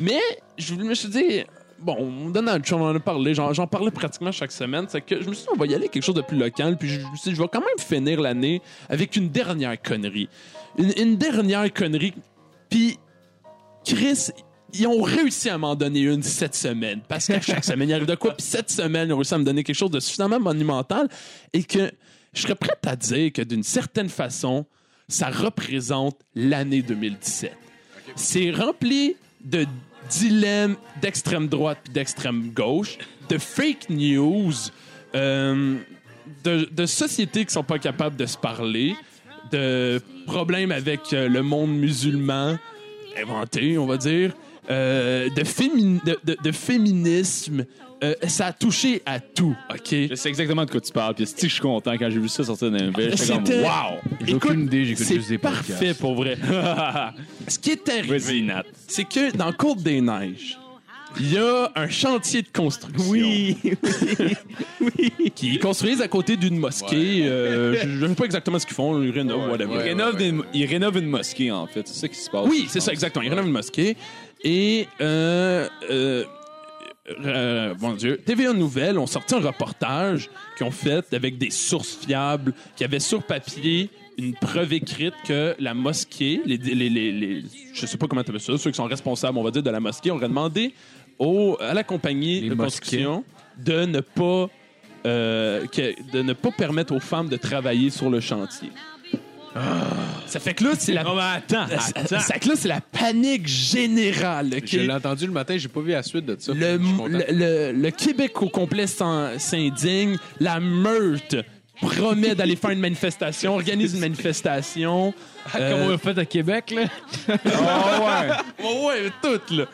Speaker 4: Mais je me suis dit, bon, Donald Trump on en a parlé, j'en j'en parlais pratiquement chaque semaine, c'est que je me suis dit, on va y aller avec quelque chose de plus local, puis je me suis dit, je vais quand même finir l'année avec une dernière connerie. Une, une dernière connerie. Puis Chris, ils ont réussi à m'en donner une cette semaine. Parce qu'à chaque semaine, il arrive de quoi? Puis cette semaine, ils ont réussi à me donner quelque chose de suffisamment monumental et que je serais prêt à dire que d'une certaine façon, ça représente l'année 2017. C'est rempli de dilemmes d'extrême droite puis d'extrême gauche, de fake news, euh, de, de sociétés qui sont pas capables de se parler, de problèmes avec euh, le monde musulman, inventé, on va dire, euh, de, fémini- de, de- de féminisme. Euh, ça a touché à tout, OK?
Speaker 6: Je sais exactement de quoi tu parles. Puis si je suis content quand j'ai vu ça sortir d'un nouvelle, j'étais comme
Speaker 4: C'était-
Speaker 6: wow.
Speaker 1: J'ai
Speaker 4: Écoute,
Speaker 1: aucune idée, j'écoute juste
Speaker 4: C'est
Speaker 1: des podcasts.
Speaker 4: parfait pour vrai. Ce qui est terrible,
Speaker 6: Vas-y Nat.
Speaker 4: c'est que dans Côte des Neiges, il y a un chantier de construction.
Speaker 3: Oui.
Speaker 4: Qui construisent à côté d'une mosquée. euh, je ne sais pas exactement ce qu'ils font, ils rénovent, whatever.
Speaker 6: Il rénove, des- il rénove une mosquée en fait, c'est ça qui se passe.
Speaker 4: Oui,
Speaker 6: je
Speaker 4: c'est
Speaker 6: pense.
Speaker 4: ça, exactement. Il rénove une mosquée. Et, euh, euh, euh, mon Dieu, TVA Nouvelles ont sorti un reportage qu'ils ont fait avec des sources fiables, qui avaient sur papier une preuve écrite que la mosquée, les, les, les- les- je sais pas comment tu ça, ceux qui sont responsables, on va dire, de la mosquée, on aurait demandé au, à la compagnie
Speaker 1: Les
Speaker 4: de construction de ne pas euh, que- de ne pas permettre aux femmes de travailler sur le chantier. Ça fait que là, c'est la... Ça fait que là, c'est la panique générale. ok?
Speaker 5: Je l'ai entendu le matin, j'ai pas vu la suite de ça.
Speaker 4: Le,
Speaker 5: Je suis content.
Speaker 4: le- le- le Québec au complet s'en- s'indigne. La meute promet d'aller faire une manifestation, organise une manifestation.
Speaker 1: Comme on
Speaker 4: Euh,
Speaker 1: l'a fait à Québec, là.
Speaker 4: oh, ouais, ouais, tout, là.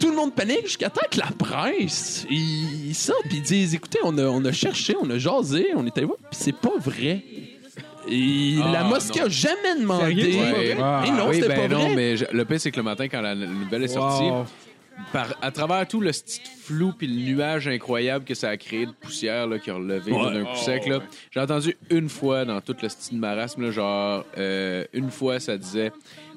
Speaker 4: Tout le monde panique jusqu'à temps que la presse, ils ils sortent puis ils disent écoutez, on a, on a cherché, on a jasé, on est allé voir, puis c'est pas vrai. Et la
Speaker 5: Ah,
Speaker 4: mosquée
Speaker 5: non.
Speaker 4: a jamais demandé.
Speaker 3: Sérieux,
Speaker 5: Ouais.
Speaker 4: Eh non,
Speaker 5: oui,
Speaker 4: c'était pas
Speaker 5: ben non,
Speaker 4: vrai.
Speaker 5: mais je- le pire, c'est que le matin, quand la nouvelle est sortie, par, à travers tout le petit flou puis le nuage incroyable que ça a créé de poussière là, qui a relevé là, d'un coup sec,
Speaker 4: Oh,
Speaker 5: là, j'ai entendu une fois dans tout le style marasme, là, genre, euh, une fois, ça disait...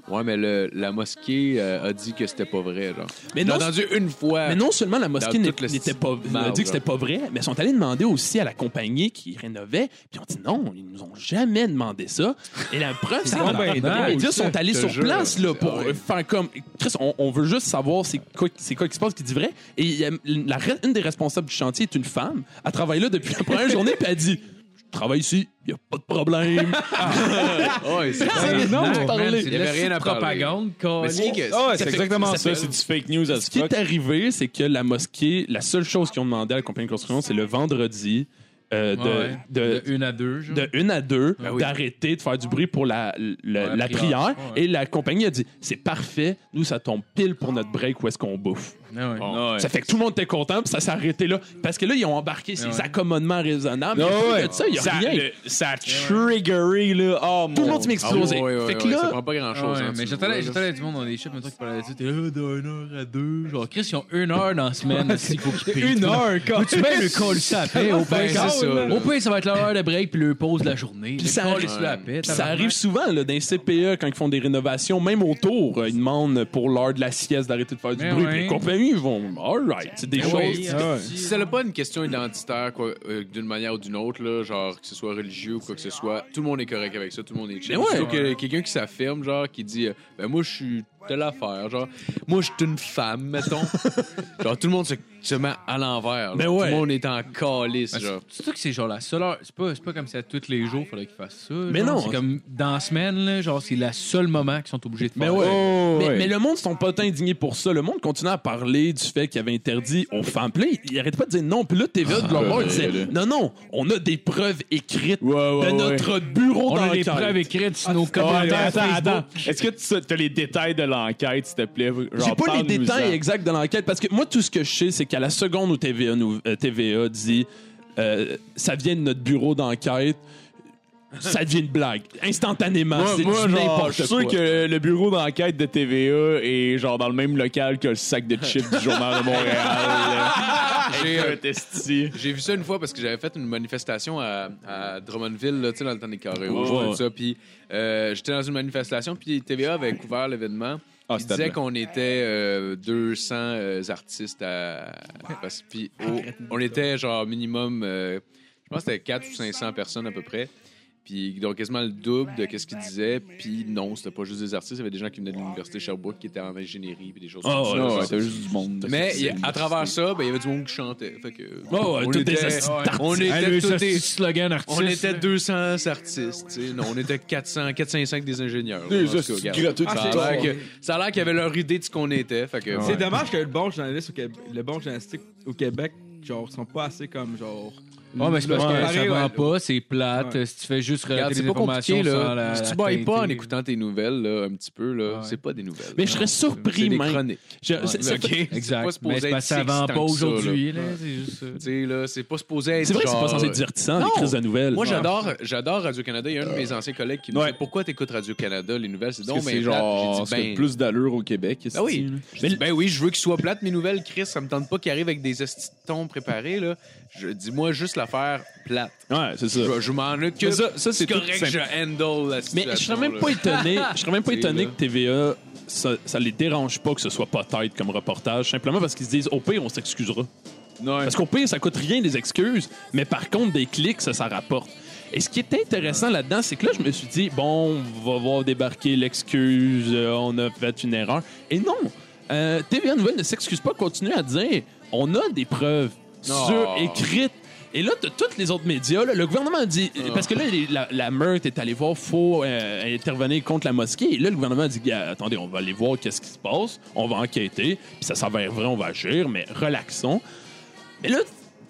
Speaker 5: Ouais, mais le- la mosquée euh, a dit que c'était pas vrai, genre.
Speaker 4: Mais
Speaker 5: J'ai
Speaker 4: non,
Speaker 5: entendu une fois.
Speaker 4: Mais non seulement la mosquée
Speaker 5: Dans
Speaker 4: n'est-
Speaker 5: tout le
Speaker 4: n'était
Speaker 5: style
Speaker 4: pas,
Speaker 5: marbre,
Speaker 4: a dit que c'était
Speaker 5: là.
Speaker 4: pas vrai, mais ils sont allés demander aussi à la compagnie qui rénovait, puis on dit non, ils nous ont jamais demandé ça. Et la preuve, c'est
Speaker 3: donc
Speaker 4: que
Speaker 3: ben
Speaker 4: les
Speaker 3: drôle,
Speaker 4: médias sont allés
Speaker 5: je te
Speaker 4: sur
Speaker 5: jure. Ah
Speaker 4: place là, pour
Speaker 5: Ouais.
Speaker 4: euh, faire comme Chris, on, on veut juste savoir c'est quoi, c'est quoi qui se passe, qui dit vrai. Et il y a- la re- une des responsables du chantier est une femme. Elle travaille là depuis la première journée, puis elle dit je travaille ici, il n'y a pas de problème.
Speaker 5: Ouais, c'est
Speaker 3: Ah,
Speaker 5: vrai.
Speaker 3: non.
Speaker 1: Man,
Speaker 4: parler.
Speaker 1: c'est
Speaker 5: Il y
Speaker 1: de
Speaker 5: avait
Speaker 1: la
Speaker 5: rien à
Speaker 1: propagande,
Speaker 5: Mais ce qui est
Speaker 1: câlisse.
Speaker 5: que-
Speaker 6: Ah ouais,
Speaker 4: Ça
Speaker 6: c'est
Speaker 4: fait-
Speaker 6: exactement
Speaker 4: ça
Speaker 6: ça,
Speaker 4: fait-
Speaker 6: c'est du fake news à
Speaker 4: Ce qui
Speaker 6: ce
Speaker 4: est arrivé, c'est que la mosquée, la seule chose qu'ils ont demandé à la compagnie de construction, c'est le vendredi euh, de-
Speaker 1: Ouais, ouais.
Speaker 4: de,
Speaker 1: De une à deux, genre.
Speaker 4: de une à deux
Speaker 5: Ben oui.
Speaker 4: d'arrêter de faire du bruit pour la, la,
Speaker 1: Ouais,
Speaker 4: la prière.
Speaker 1: prière. Ouais.
Speaker 4: Et la compagnie a dit c'est parfait, nous ça tombe pile pour notre break où est-ce qu'on bouffe.
Speaker 1: Ah ouais.
Speaker 4: Ça fait que tout le monde était content, puis ça s'est arrêté là. Parce que là, ils ont embarqué ces
Speaker 1: Ouais.
Speaker 4: accommodements raisonnables. Mais au lieu de ça, il y a rien.
Speaker 6: le- ça a triggeré, là. Oh,
Speaker 4: Tout le
Speaker 6: mon
Speaker 4: monde s'est explosé. fait que
Speaker 5: ça
Speaker 4: là,
Speaker 5: prend pas grand
Speaker 1: Ah
Speaker 5: chose.
Speaker 1: ouais, mais j'attendais j'attendais du monde dans les shops, maintenant qu'ils parlaient là-dessus, t'es là, d'une heure à deux. Genre, Chris, ils ont une heure dans la semaine, aussi, il faut qu'ils prient.
Speaker 3: Une heure, quand
Speaker 1: Tu peux le call ça après, au
Speaker 5: Ben,
Speaker 1: pire.
Speaker 5: c'est ça, là.
Speaker 1: Au pire, ça va être l'heure de break puis le pause de la journée.
Speaker 4: Puis ça arrive-
Speaker 1: sur la paix.
Speaker 4: Puis ça arrive souvent là, dans les CPE E quand ils font des rénovations, même autour, euh, ils demandent pour l'heure de la sieste d'arrêter de faire du
Speaker 1: Mais
Speaker 4: bruit.
Speaker 1: ouais.
Speaker 4: Puis les compagnies ils vont, all right, c'est des choses.
Speaker 5: oui.
Speaker 3: Ah ouais.
Speaker 5: Si c'est pas une question identitaire, quoi, euh, d'une manière ou d'une autre, là, genre que ce soit religieux ou quoi que ce soit, tout le monde est correct avec ça, tout le monde est
Speaker 4: Mais
Speaker 5: chill.
Speaker 4: ouais.
Speaker 5: Sauf que quelqu'un qui s'affirme, genre, qui dit, euh, ben moi je suis telle affaire, genre, moi je suis une femme, mettons. genre, tout le monde se, se met à l'envers. là.
Speaker 4: Mais ouais.
Speaker 5: Tout le monde est en calice, genre.
Speaker 1: Surtout que Ah, c'est genre la seule heure. C'est pas, c'est pas comme si à tous les jours, il fallait qu'ils fassent ça.
Speaker 4: Mais
Speaker 1: genre.
Speaker 4: non.
Speaker 1: C'est comme dans la semaine, là, genre, c'est le seul moment qu'ils sont obligés de
Speaker 4: Mais
Speaker 1: faire.
Speaker 4: ouais. mais,
Speaker 6: ouais.
Speaker 4: mais le monde sont pas tant indignés pour ça. Le monde continue à parler du fait qu'il avait interdit aux femmes. Puis là, il- il arrête pas de dire non. Puis là, TVA de leur bord, il disait non, non, on a des preuves écrites de notre bureau
Speaker 1: On a des
Speaker 4: d'enquête.
Speaker 1: preuves écrites
Speaker 20: Ah,
Speaker 1: sur nos
Speaker 6: Ouais, mais
Speaker 1: commentaires.
Speaker 6: attends,
Speaker 1: Facebook.
Speaker 6: attends. Est-ce que tu as les détails de l'enquête, s'il te plaît?
Speaker 4: J'ai
Speaker 6: Genre,
Speaker 4: pas les
Speaker 6: parle-nous-en.
Speaker 4: détails exacts de l'enquête parce que moi, tout ce que je sais, c'est qu'à la seconde où TVA, nous- euh, TVA dit euh, ça vient de notre bureau d'enquête, ça devient une blague. Instantanément,
Speaker 6: Moi,
Speaker 4: c'est
Speaker 6: moi,
Speaker 4: du
Speaker 6: genre, je
Speaker 4: n'importe
Speaker 6: suis sûr
Speaker 4: quoi.
Speaker 6: que le bureau d'enquête de TVA est genre dans le même local que le sac de chips du Journal de Montréal.
Speaker 5: J'ai, euh,
Speaker 6: Écoute, esti.
Speaker 5: J'ai vu ça une fois parce que j'avais fait une manifestation à, à Drummondville, là, tu sais, dans le temps des carrés.
Speaker 6: Ouais,
Speaker 5: rouges, tout
Speaker 6: ouais.
Speaker 5: ça. Puis euh, j'étais dans une manifestation, puis TVA avait couvert l'événement.
Speaker 6: Ah,
Speaker 5: Ils
Speaker 6: c'était
Speaker 5: disaient
Speaker 6: blanc.
Speaker 5: qu'on était euh, 200 euh, artistes à. parce- puis au- on était genre minimum, euh, je pense que c'était 4 ou 500 personnes à peu près. Puis donc quasiment le double de qu'est-ce qu'ils disaient. Puis non, c'était pas juste des artistes, il y avait des gens qui venaient de l'université Sherbrooke qui étaient en ingénierie, puis des choses
Speaker 4: Ah,
Speaker 6: Ah
Speaker 5: comme
Speaker 6: ouais,
Speaker 5: ça.
Speaker 6: t'as juste du monde.
Speaker 5: Mais il y a- à travers ça, ben, il y avait du monde qui chantait. Fait que,
Speaker 4: Oh, ouais,
Speaker 5: on,
Speaker 4: toutes
Speaker 5: était,
Speaker 4: des astuces
Speaker 5: on était
Speaker 1: Hey, le
Speaker 5: tous des-
Speaker 1: ce slogan artiste.
Speaker 5: on était 200 artistes. tu sais. Non, on était 400, 405 des ingénieurs.
Speaker 6: Des
Speaker 5: En tout cas,
Speaker 6: hosties
Speaker 5: regarde.
Speaker 6: gratteux de
Speaker 20: Ah,
Speaker 5: ça,
Speaker 6: bâtard.
Speaker 5: a l'air que- ça a l'air qu'ils avaient leur idée de ce qu'on était. Fait que,
Speaker 20: C'est dommage que le bon journaliste au Québec, le bon journalistique au Québec, genre, sont pas assez comme genre.
Speaker 1: Ouais, mais c'est parce
Speaker 20: Ouais,
Speaker 1: que ça
Speaker 20: pareil,
Speaker 1: vend
Speaker 20: ouais.
Speaker 1: pas, c'est plate.
Speaker 20: Ouais.
Speaker 1: Si tu fais juste
Speaker 5: Regarde,
Speaker 1: relater
Speaker 5: c'est
Speaker 1: les
Speaker 5: pas
Speaker 1: informations
Speaker 5: compliqué,
Speaker 1: sans
Speaker 5: là.
Speaker 1: la-
Speaker 5: Si tu
Speaker 1: la
Speaker 5: bailles pas en
Speaker 1: qualité.
Speaker 5: écoutant tes nouvelles, là, un petit peu, là,
Speaker 1: Ouais.
Speaker 5: c'est pas des nouvelles.
Speaker 4: Mais je serais
Speaker 5: c'est
Speaker 4: surpris,
Speaker 5: des
Speaker 4: même.
Speaker 5: chroniques.
Speaker 4: Je- c'est-
Speaker 5: C'est
Speaker 4: c'est-
Speaker 1: Exact.
Speaker 5: pas
Speaker 1: Mais
Speaker 5: supposé
Speaker 1: c'est
Speaker 5: être
Speaker 1: parce que ça
Speaker 5: si
Speaker 1: vend
Speaker 5: excitant
Speaker 1: pas
Speaker 5: que ça, là.
Speaker 1: aujourd'hui. là, C'est juste ça.
Speaker 5: Tu sais, là, c'est pas supposé être.
Speaker 4: C'est vrai que c'est
Speaker 5: genre- euh,
Speaker 4: pas censé être divertissant, les
Speaker 5: Non.
Speaker 4: crises de nouvelles.
Speaker 5: Moi,
Speaker 4: Ouais.
Speaker 5: j'adore, j'adore Radio-Canada. Il y a un de mes anciens collègues qui me dit Pourquoi t'écoutes Radio-Canada Les nouvelles, c'est
Speaker 6: Parce
Speaker 5: donc
Speaker 6: que
Speaker 5: mais
Speaker 6: c'est genre c'est
Speaker 5: ben,
Speaker 6: plus d'allure au Québec. esti.
Speaker 5: Ben oui. Je dis, ben oui, je veux qu'ils soient plates, mes nouvelles, Chris. Ça me tente pas qu'ils arrivent avec des estitons préparés, là. Je dis-moi juste l'affaire plate.
Speaker 6: Ouais, c'est ça.
Speaker 5: Je, je m'en occupe.
Speaker 6: Mais ça- ça, c'est tout
Speaker 5: correct,
Speaker 6: simple.
Speaker 5: je handle la
Speaker 4: Mais
Speaker 5: situation.
Speaker 4: je serais même
Speaker 5: là.
Speaker 4: pas étonné. Je serais même pas
Speaker 5: C'est
Speaker 4: étonné
Speaker 5: là.
Speaker 4: que TVA, ça, ça les dérange pas que ce soit pas tête comme reportage, simplement parce qu'ils se disent au pire, on s'excusera. Parce qu'au pire, ça coûte rien des excuses, mais par contre, des clics, ça, ça rapporte. Et ce qui est intéressant là-dedans, c'est que là, je me suis dit, bon, on va voir débarquer l'excuse, euh, on a fait une erreur. Et non, euh, TVA Nouvelle ne s'excuse pas, continue à dire, on a des preuves
Speaker 5: Non.
Speaker 4: sur écrites. Et là, de tous les autres médias, là, le gouvernement a dit, parce que là, les- la, la meurthe est allée voir, faut euh, intervenir contre la mosquée. Et là, le gouvernement a dit, Gars, attendez, on va aller voir qu'est-ce qui se passe, on va enquêter, puis ça s'avère vrai, on va agir, mais relaxons. Mais là,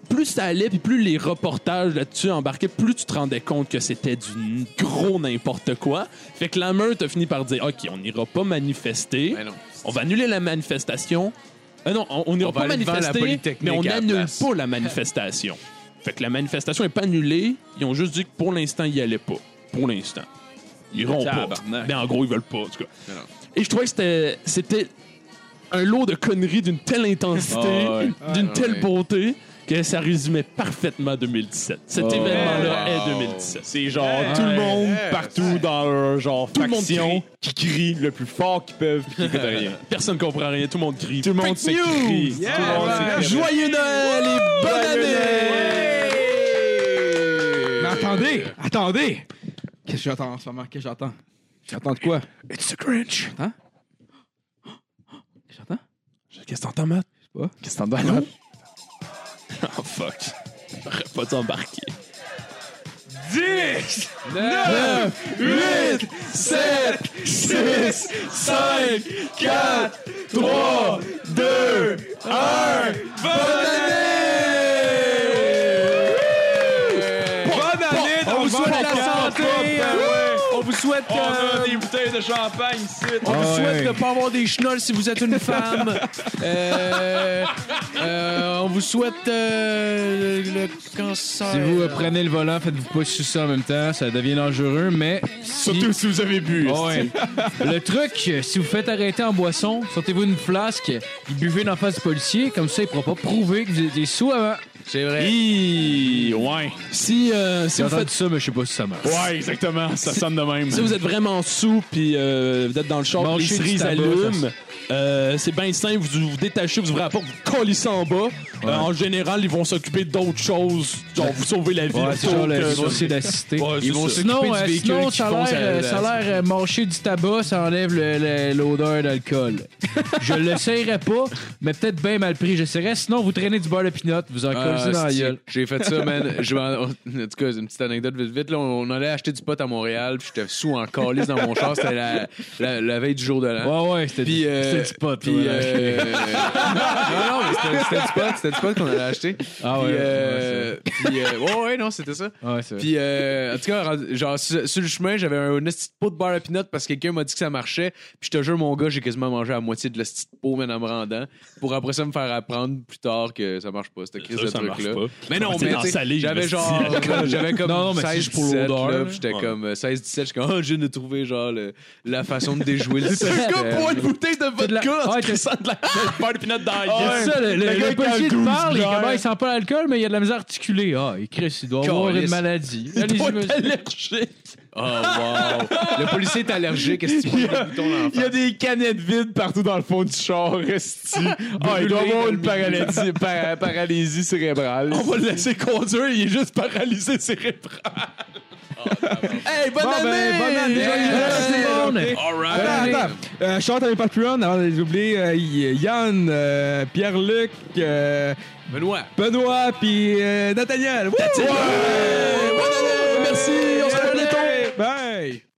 Speaker 4: plus ça allait, puis plus les reportages là-dessus embarquaient, plus tu te rendais compte que c'était du n- gros n'importe quoi. Fait que la meute a fini par dire OK, on n'ira pas manifester.
Speaker 5: Ben non.
Speaker 4: on va annuler la manifestation. Ah non, on on n'ira
Speaker 5: va
Speaker 4: pas
Speaker 5: aller devant la
Speaker 4: manifester,
Speaker 5: Polytechnique
Speaker 4: mais on
Speaker 5: à la
Speaker 4: n'annule
Speaker 5: place.
Speaker 4: pas la manifestation. fait que la manifestation n'est pas annulée. Ils ont juste dit que pour l'instant, ils n'y allaient pas. Pour l'instant. Ils iront pas.
Speaker 6: Tabarnak.
Speaker 4: Mais en gros, ils veulent pas, en tout cas.
Speaker 5: Mais non.
Speaker 4: Et je trouvais que c'était- c'était un lot de conneries d'une telle intensité,
Speaker 6: Ah ouais.
Speaker 4: d'une
Speaker 5: Ah
Speaker 4: telle
Speaker 5: ouais.
Speaker 4: beauté, que ça résumait parfaitement 2017. Cet
Speaker 6: Oh.
Speaker 4: événement-là
Speaker 5: Wow.
Speaker 4: est 2017.
Speaker 6: C'est genre
Speaker 20: Hey.
Speaker 6: tout le monde
Speaker 5: Hey.
Speaker 6: partout dans leur genre
Speaker 4: le monde
Speaker 6: faction qui crie le plus fort qu'ils peuvent puis qui écoute rien.
Speaker 4: Personne comprend rien, tout le monde crie.
Speaker 6: Tout le monde
Speaker 4: Fake news!
Speaker 6: s'écrit.
Speaker 20: Yeah,
Speaker 6: tout le monde
Speaker 20: ouais.
Speaker 6: s'écrit.
Speaker 4: Joyeux Noël et bonne année!
Speaker 20: Mais attendez, attendez! Qu'est-ce que j'attends en ce moment? Qu'est-ce que j'attends? J'attends de quoi?
Speaker 4: It's a Grinch.
Speaker 20: J'attends?
Speaker 4: Qu'est-ce que t'entends, Matt?
Speaker 6: Qu'est-ce que t'en donnes?
Speaker 4: Oh fuck. J'aurais pas dû embarquer.
Speaker 6: 8, 7, 6, 5, 4, 3, 2, 1, bonne année!
Speaker 20: Bonne année!
Speaker 6: On vous souhaite
Speaker 20: bonne
Speaker 6: la
Speaker 20: année.
Speaker 6: santé! On vous souhaite... ben On
Speaker 5: euh,
Speaker 6: a des bouteilles de champagne ici! Ah
Speaker 5: On vous souhaite de ne pas avoir des chenolles si vous êtes une femme. Euh, euh, on vous souhaite euh, le cancer.
Speaker 1: Si vous euh, prenez le volant, faites-vous pas sucer en même temps, ça devient dangereux, mais. si-
Speaker 6: Surtout si vous avez bu.
Speaker 1: Ah ouais. Le truc, euh, si vous faites arrêter en boisson, sortez-vous une flasque et buvez d'en face du policier, comme ça, il pourra pas prouver que vous étiez sous avant.
Speaker 5: C'est vrai.
Speaker 6: Hi, ouais.
Speaker 4: Si, euh, si
Speaker 1: J'ai
Speaker 4: vous
Speaker 1: entendu
Speaker 4: faites
Speaker 1: ça, mais je sais pas si ça marche.
Speaker 6: Ouais, exactement. Ça sonne de même.
Speaker 4: Si vous êtes vraiment sous puis euh, vous êtes dans le char,
Speaker 1: Mangez
Speaker 4: les
Speaker 1: du
Speaker 4: cerises
Speaker 1: tabac,
Speaker 4: allument,
Speaker 1: ça.
Speaker 4: euh, c'est bien simple, vous vous détachez, vous ouvrez la porte, vous collissez en bas. Euh, en général, ils vont s'occuper d'autres choses, genre vous sauver la vie.
Speaker 1: Ouais, c'est
Speaker 4: plutôt
Speaker 1: genre
Speaker 4: que-
Speaker 1: le dossier d'assister.
Speaker 4: Ouais, c'est ça.
Speaker 1: Sinon,
Speaker 5: du
Speaker 1: euh,
Speaker 5: véhicule
Speaker 1: sinon
Speaker 5: qui
Speaker 1: ça a
Speaker 5: fonce
Speaker 1: l'air,
Speaker 5: à la-
Speaker 1: euh, ça a l'air euh, marcher du tabac, ça enlève le- le- l'odeur d'alcool. je l'essayerais pas, mais peut-être bien mal pris, j'essaierais. Sinon, vous traînez du beurre de pinot, vous en
Speaker 5: Ah,
Speaker 1: collez dans la
Speaker 5: c'est-
Speaker 1: gueule.
Speaker 5: J'ai fait ça, man. Je vais en... en tout cas, une petite anecdote vite vite. Là, on allait acheter du pot à Montréal, puis j'étais sous en calice dans mon char. C'était la, la, la veille du jour de l'an.
Speaker 1: Ouais, ouais, c'était
Speaker 5: Puis,
Speaker 1: du,
Speaker 5: euh,
Speaker 1: c'était du pot.
Speaker 5: Puis,
Speaker 1: ouais.
Speaker 5: euh, non, non, mais c'était- c'était du pot, c'était du pot qu'on allait acheter.
Speaker 1: Ah
Speaker 5: puis,
Speaker 1: ouais,
Speaker 5: euh, puis, euh, ouais, ouais, non, c'était ça.
Speaker 1: Ouais, c'est
Speaker 5: Puis, euh, en tout cas, rendu- genre, sur, sur le chemin, j'avais un petit pot de beurre à pinot parce que quelqu'un m'a dit que ça marchait. Puis, je te jure, mon gars, j'ai quasiment mangé à moitié de la petite pot, mais en me rendant. Pour après ça me faire apprendre plus tard que ça marche pas. C'était crise de
Speaker 4: ça
Speaker 5: truc-là.
Speaker 4: marche pas.
Speaker 5: Mais non,
Speaker 4: T'es
Speaker 5: mais
Speaker 4: dans
Speaker 5: tu sais,
Speaker 4: sa ligue,
Speaker 5: j'avais
Speaker 4: mais
Speaker 5: genre j'avais comme
Speaker 21: Non, mais c'est
Speaker 5: 16
Speaker 21: juste pour
Speaker 5: 17
Speaker 21: l'odeur,
Speaker 5: là,
Speaker 21: là.
Speaker 5: puis j'étais comme euh, 16 17, j'étais comme oh, je viens de trouver genre le- la façon de déjouer le système.
Speaker 4: une bouteille de
Speaker 21: de la- Ouais, t'as-
Speaker 4: de la beurre de peanut dans la
Speaker 21: Ah,
Speaker 4: gueule.
Speaker 21: c'est ça, le, le- le
Speaker 4: Le gars qui a
Speaker 21: policier te
Speaker 4: 12
Speaker 21: parle, il, est
Speaker 4: bières.
Speaker 21: comme, Ah, il sent pas l'alcool, mais il a de la misère articulée. Ah, il crie, il doit avoir
Speaker 5: Calisse.
Speaker 21: une maladie.
Speaker 4: Il
Speaker 21: Allez-y,
Speaker 4: doit
Speaker 21: monsieur.
Speaker 4: être allergique.
Speaker 5: Oh wow. Le policier est allergique, est-ce qu'il prend le bouton dans la
Speaker 4: Il y a
Speaker 5: face?
Speaker 4: des canettes vides partout dans le fond du char, esti. Ah, il doit avoir une paralysie, para- paralysie cérébrale. On va le laisser conduire, il est juste paralysé cérébrale. hey, bonne
Speaker 1: Bon, ben, bonne année, joyeux Noël,
Speaker 21: tout le monde.
Speaker 1: ok?
Speaker 5: All
Speaker 1: Euh,
Speaker 5: right.
Speaker 1: attends, euh, je chante à mes Patreons avant de les oublier. euh, Y- Yann, euh, Pierre-Luc, euh,
Speaker 5: Benoît.
Speaker 1: Benoît, puis euh, Nathaniel. Wouh! Ouais!
Speaker 4: Merci, on se revoit bientôt.
Speaker 1: Bye!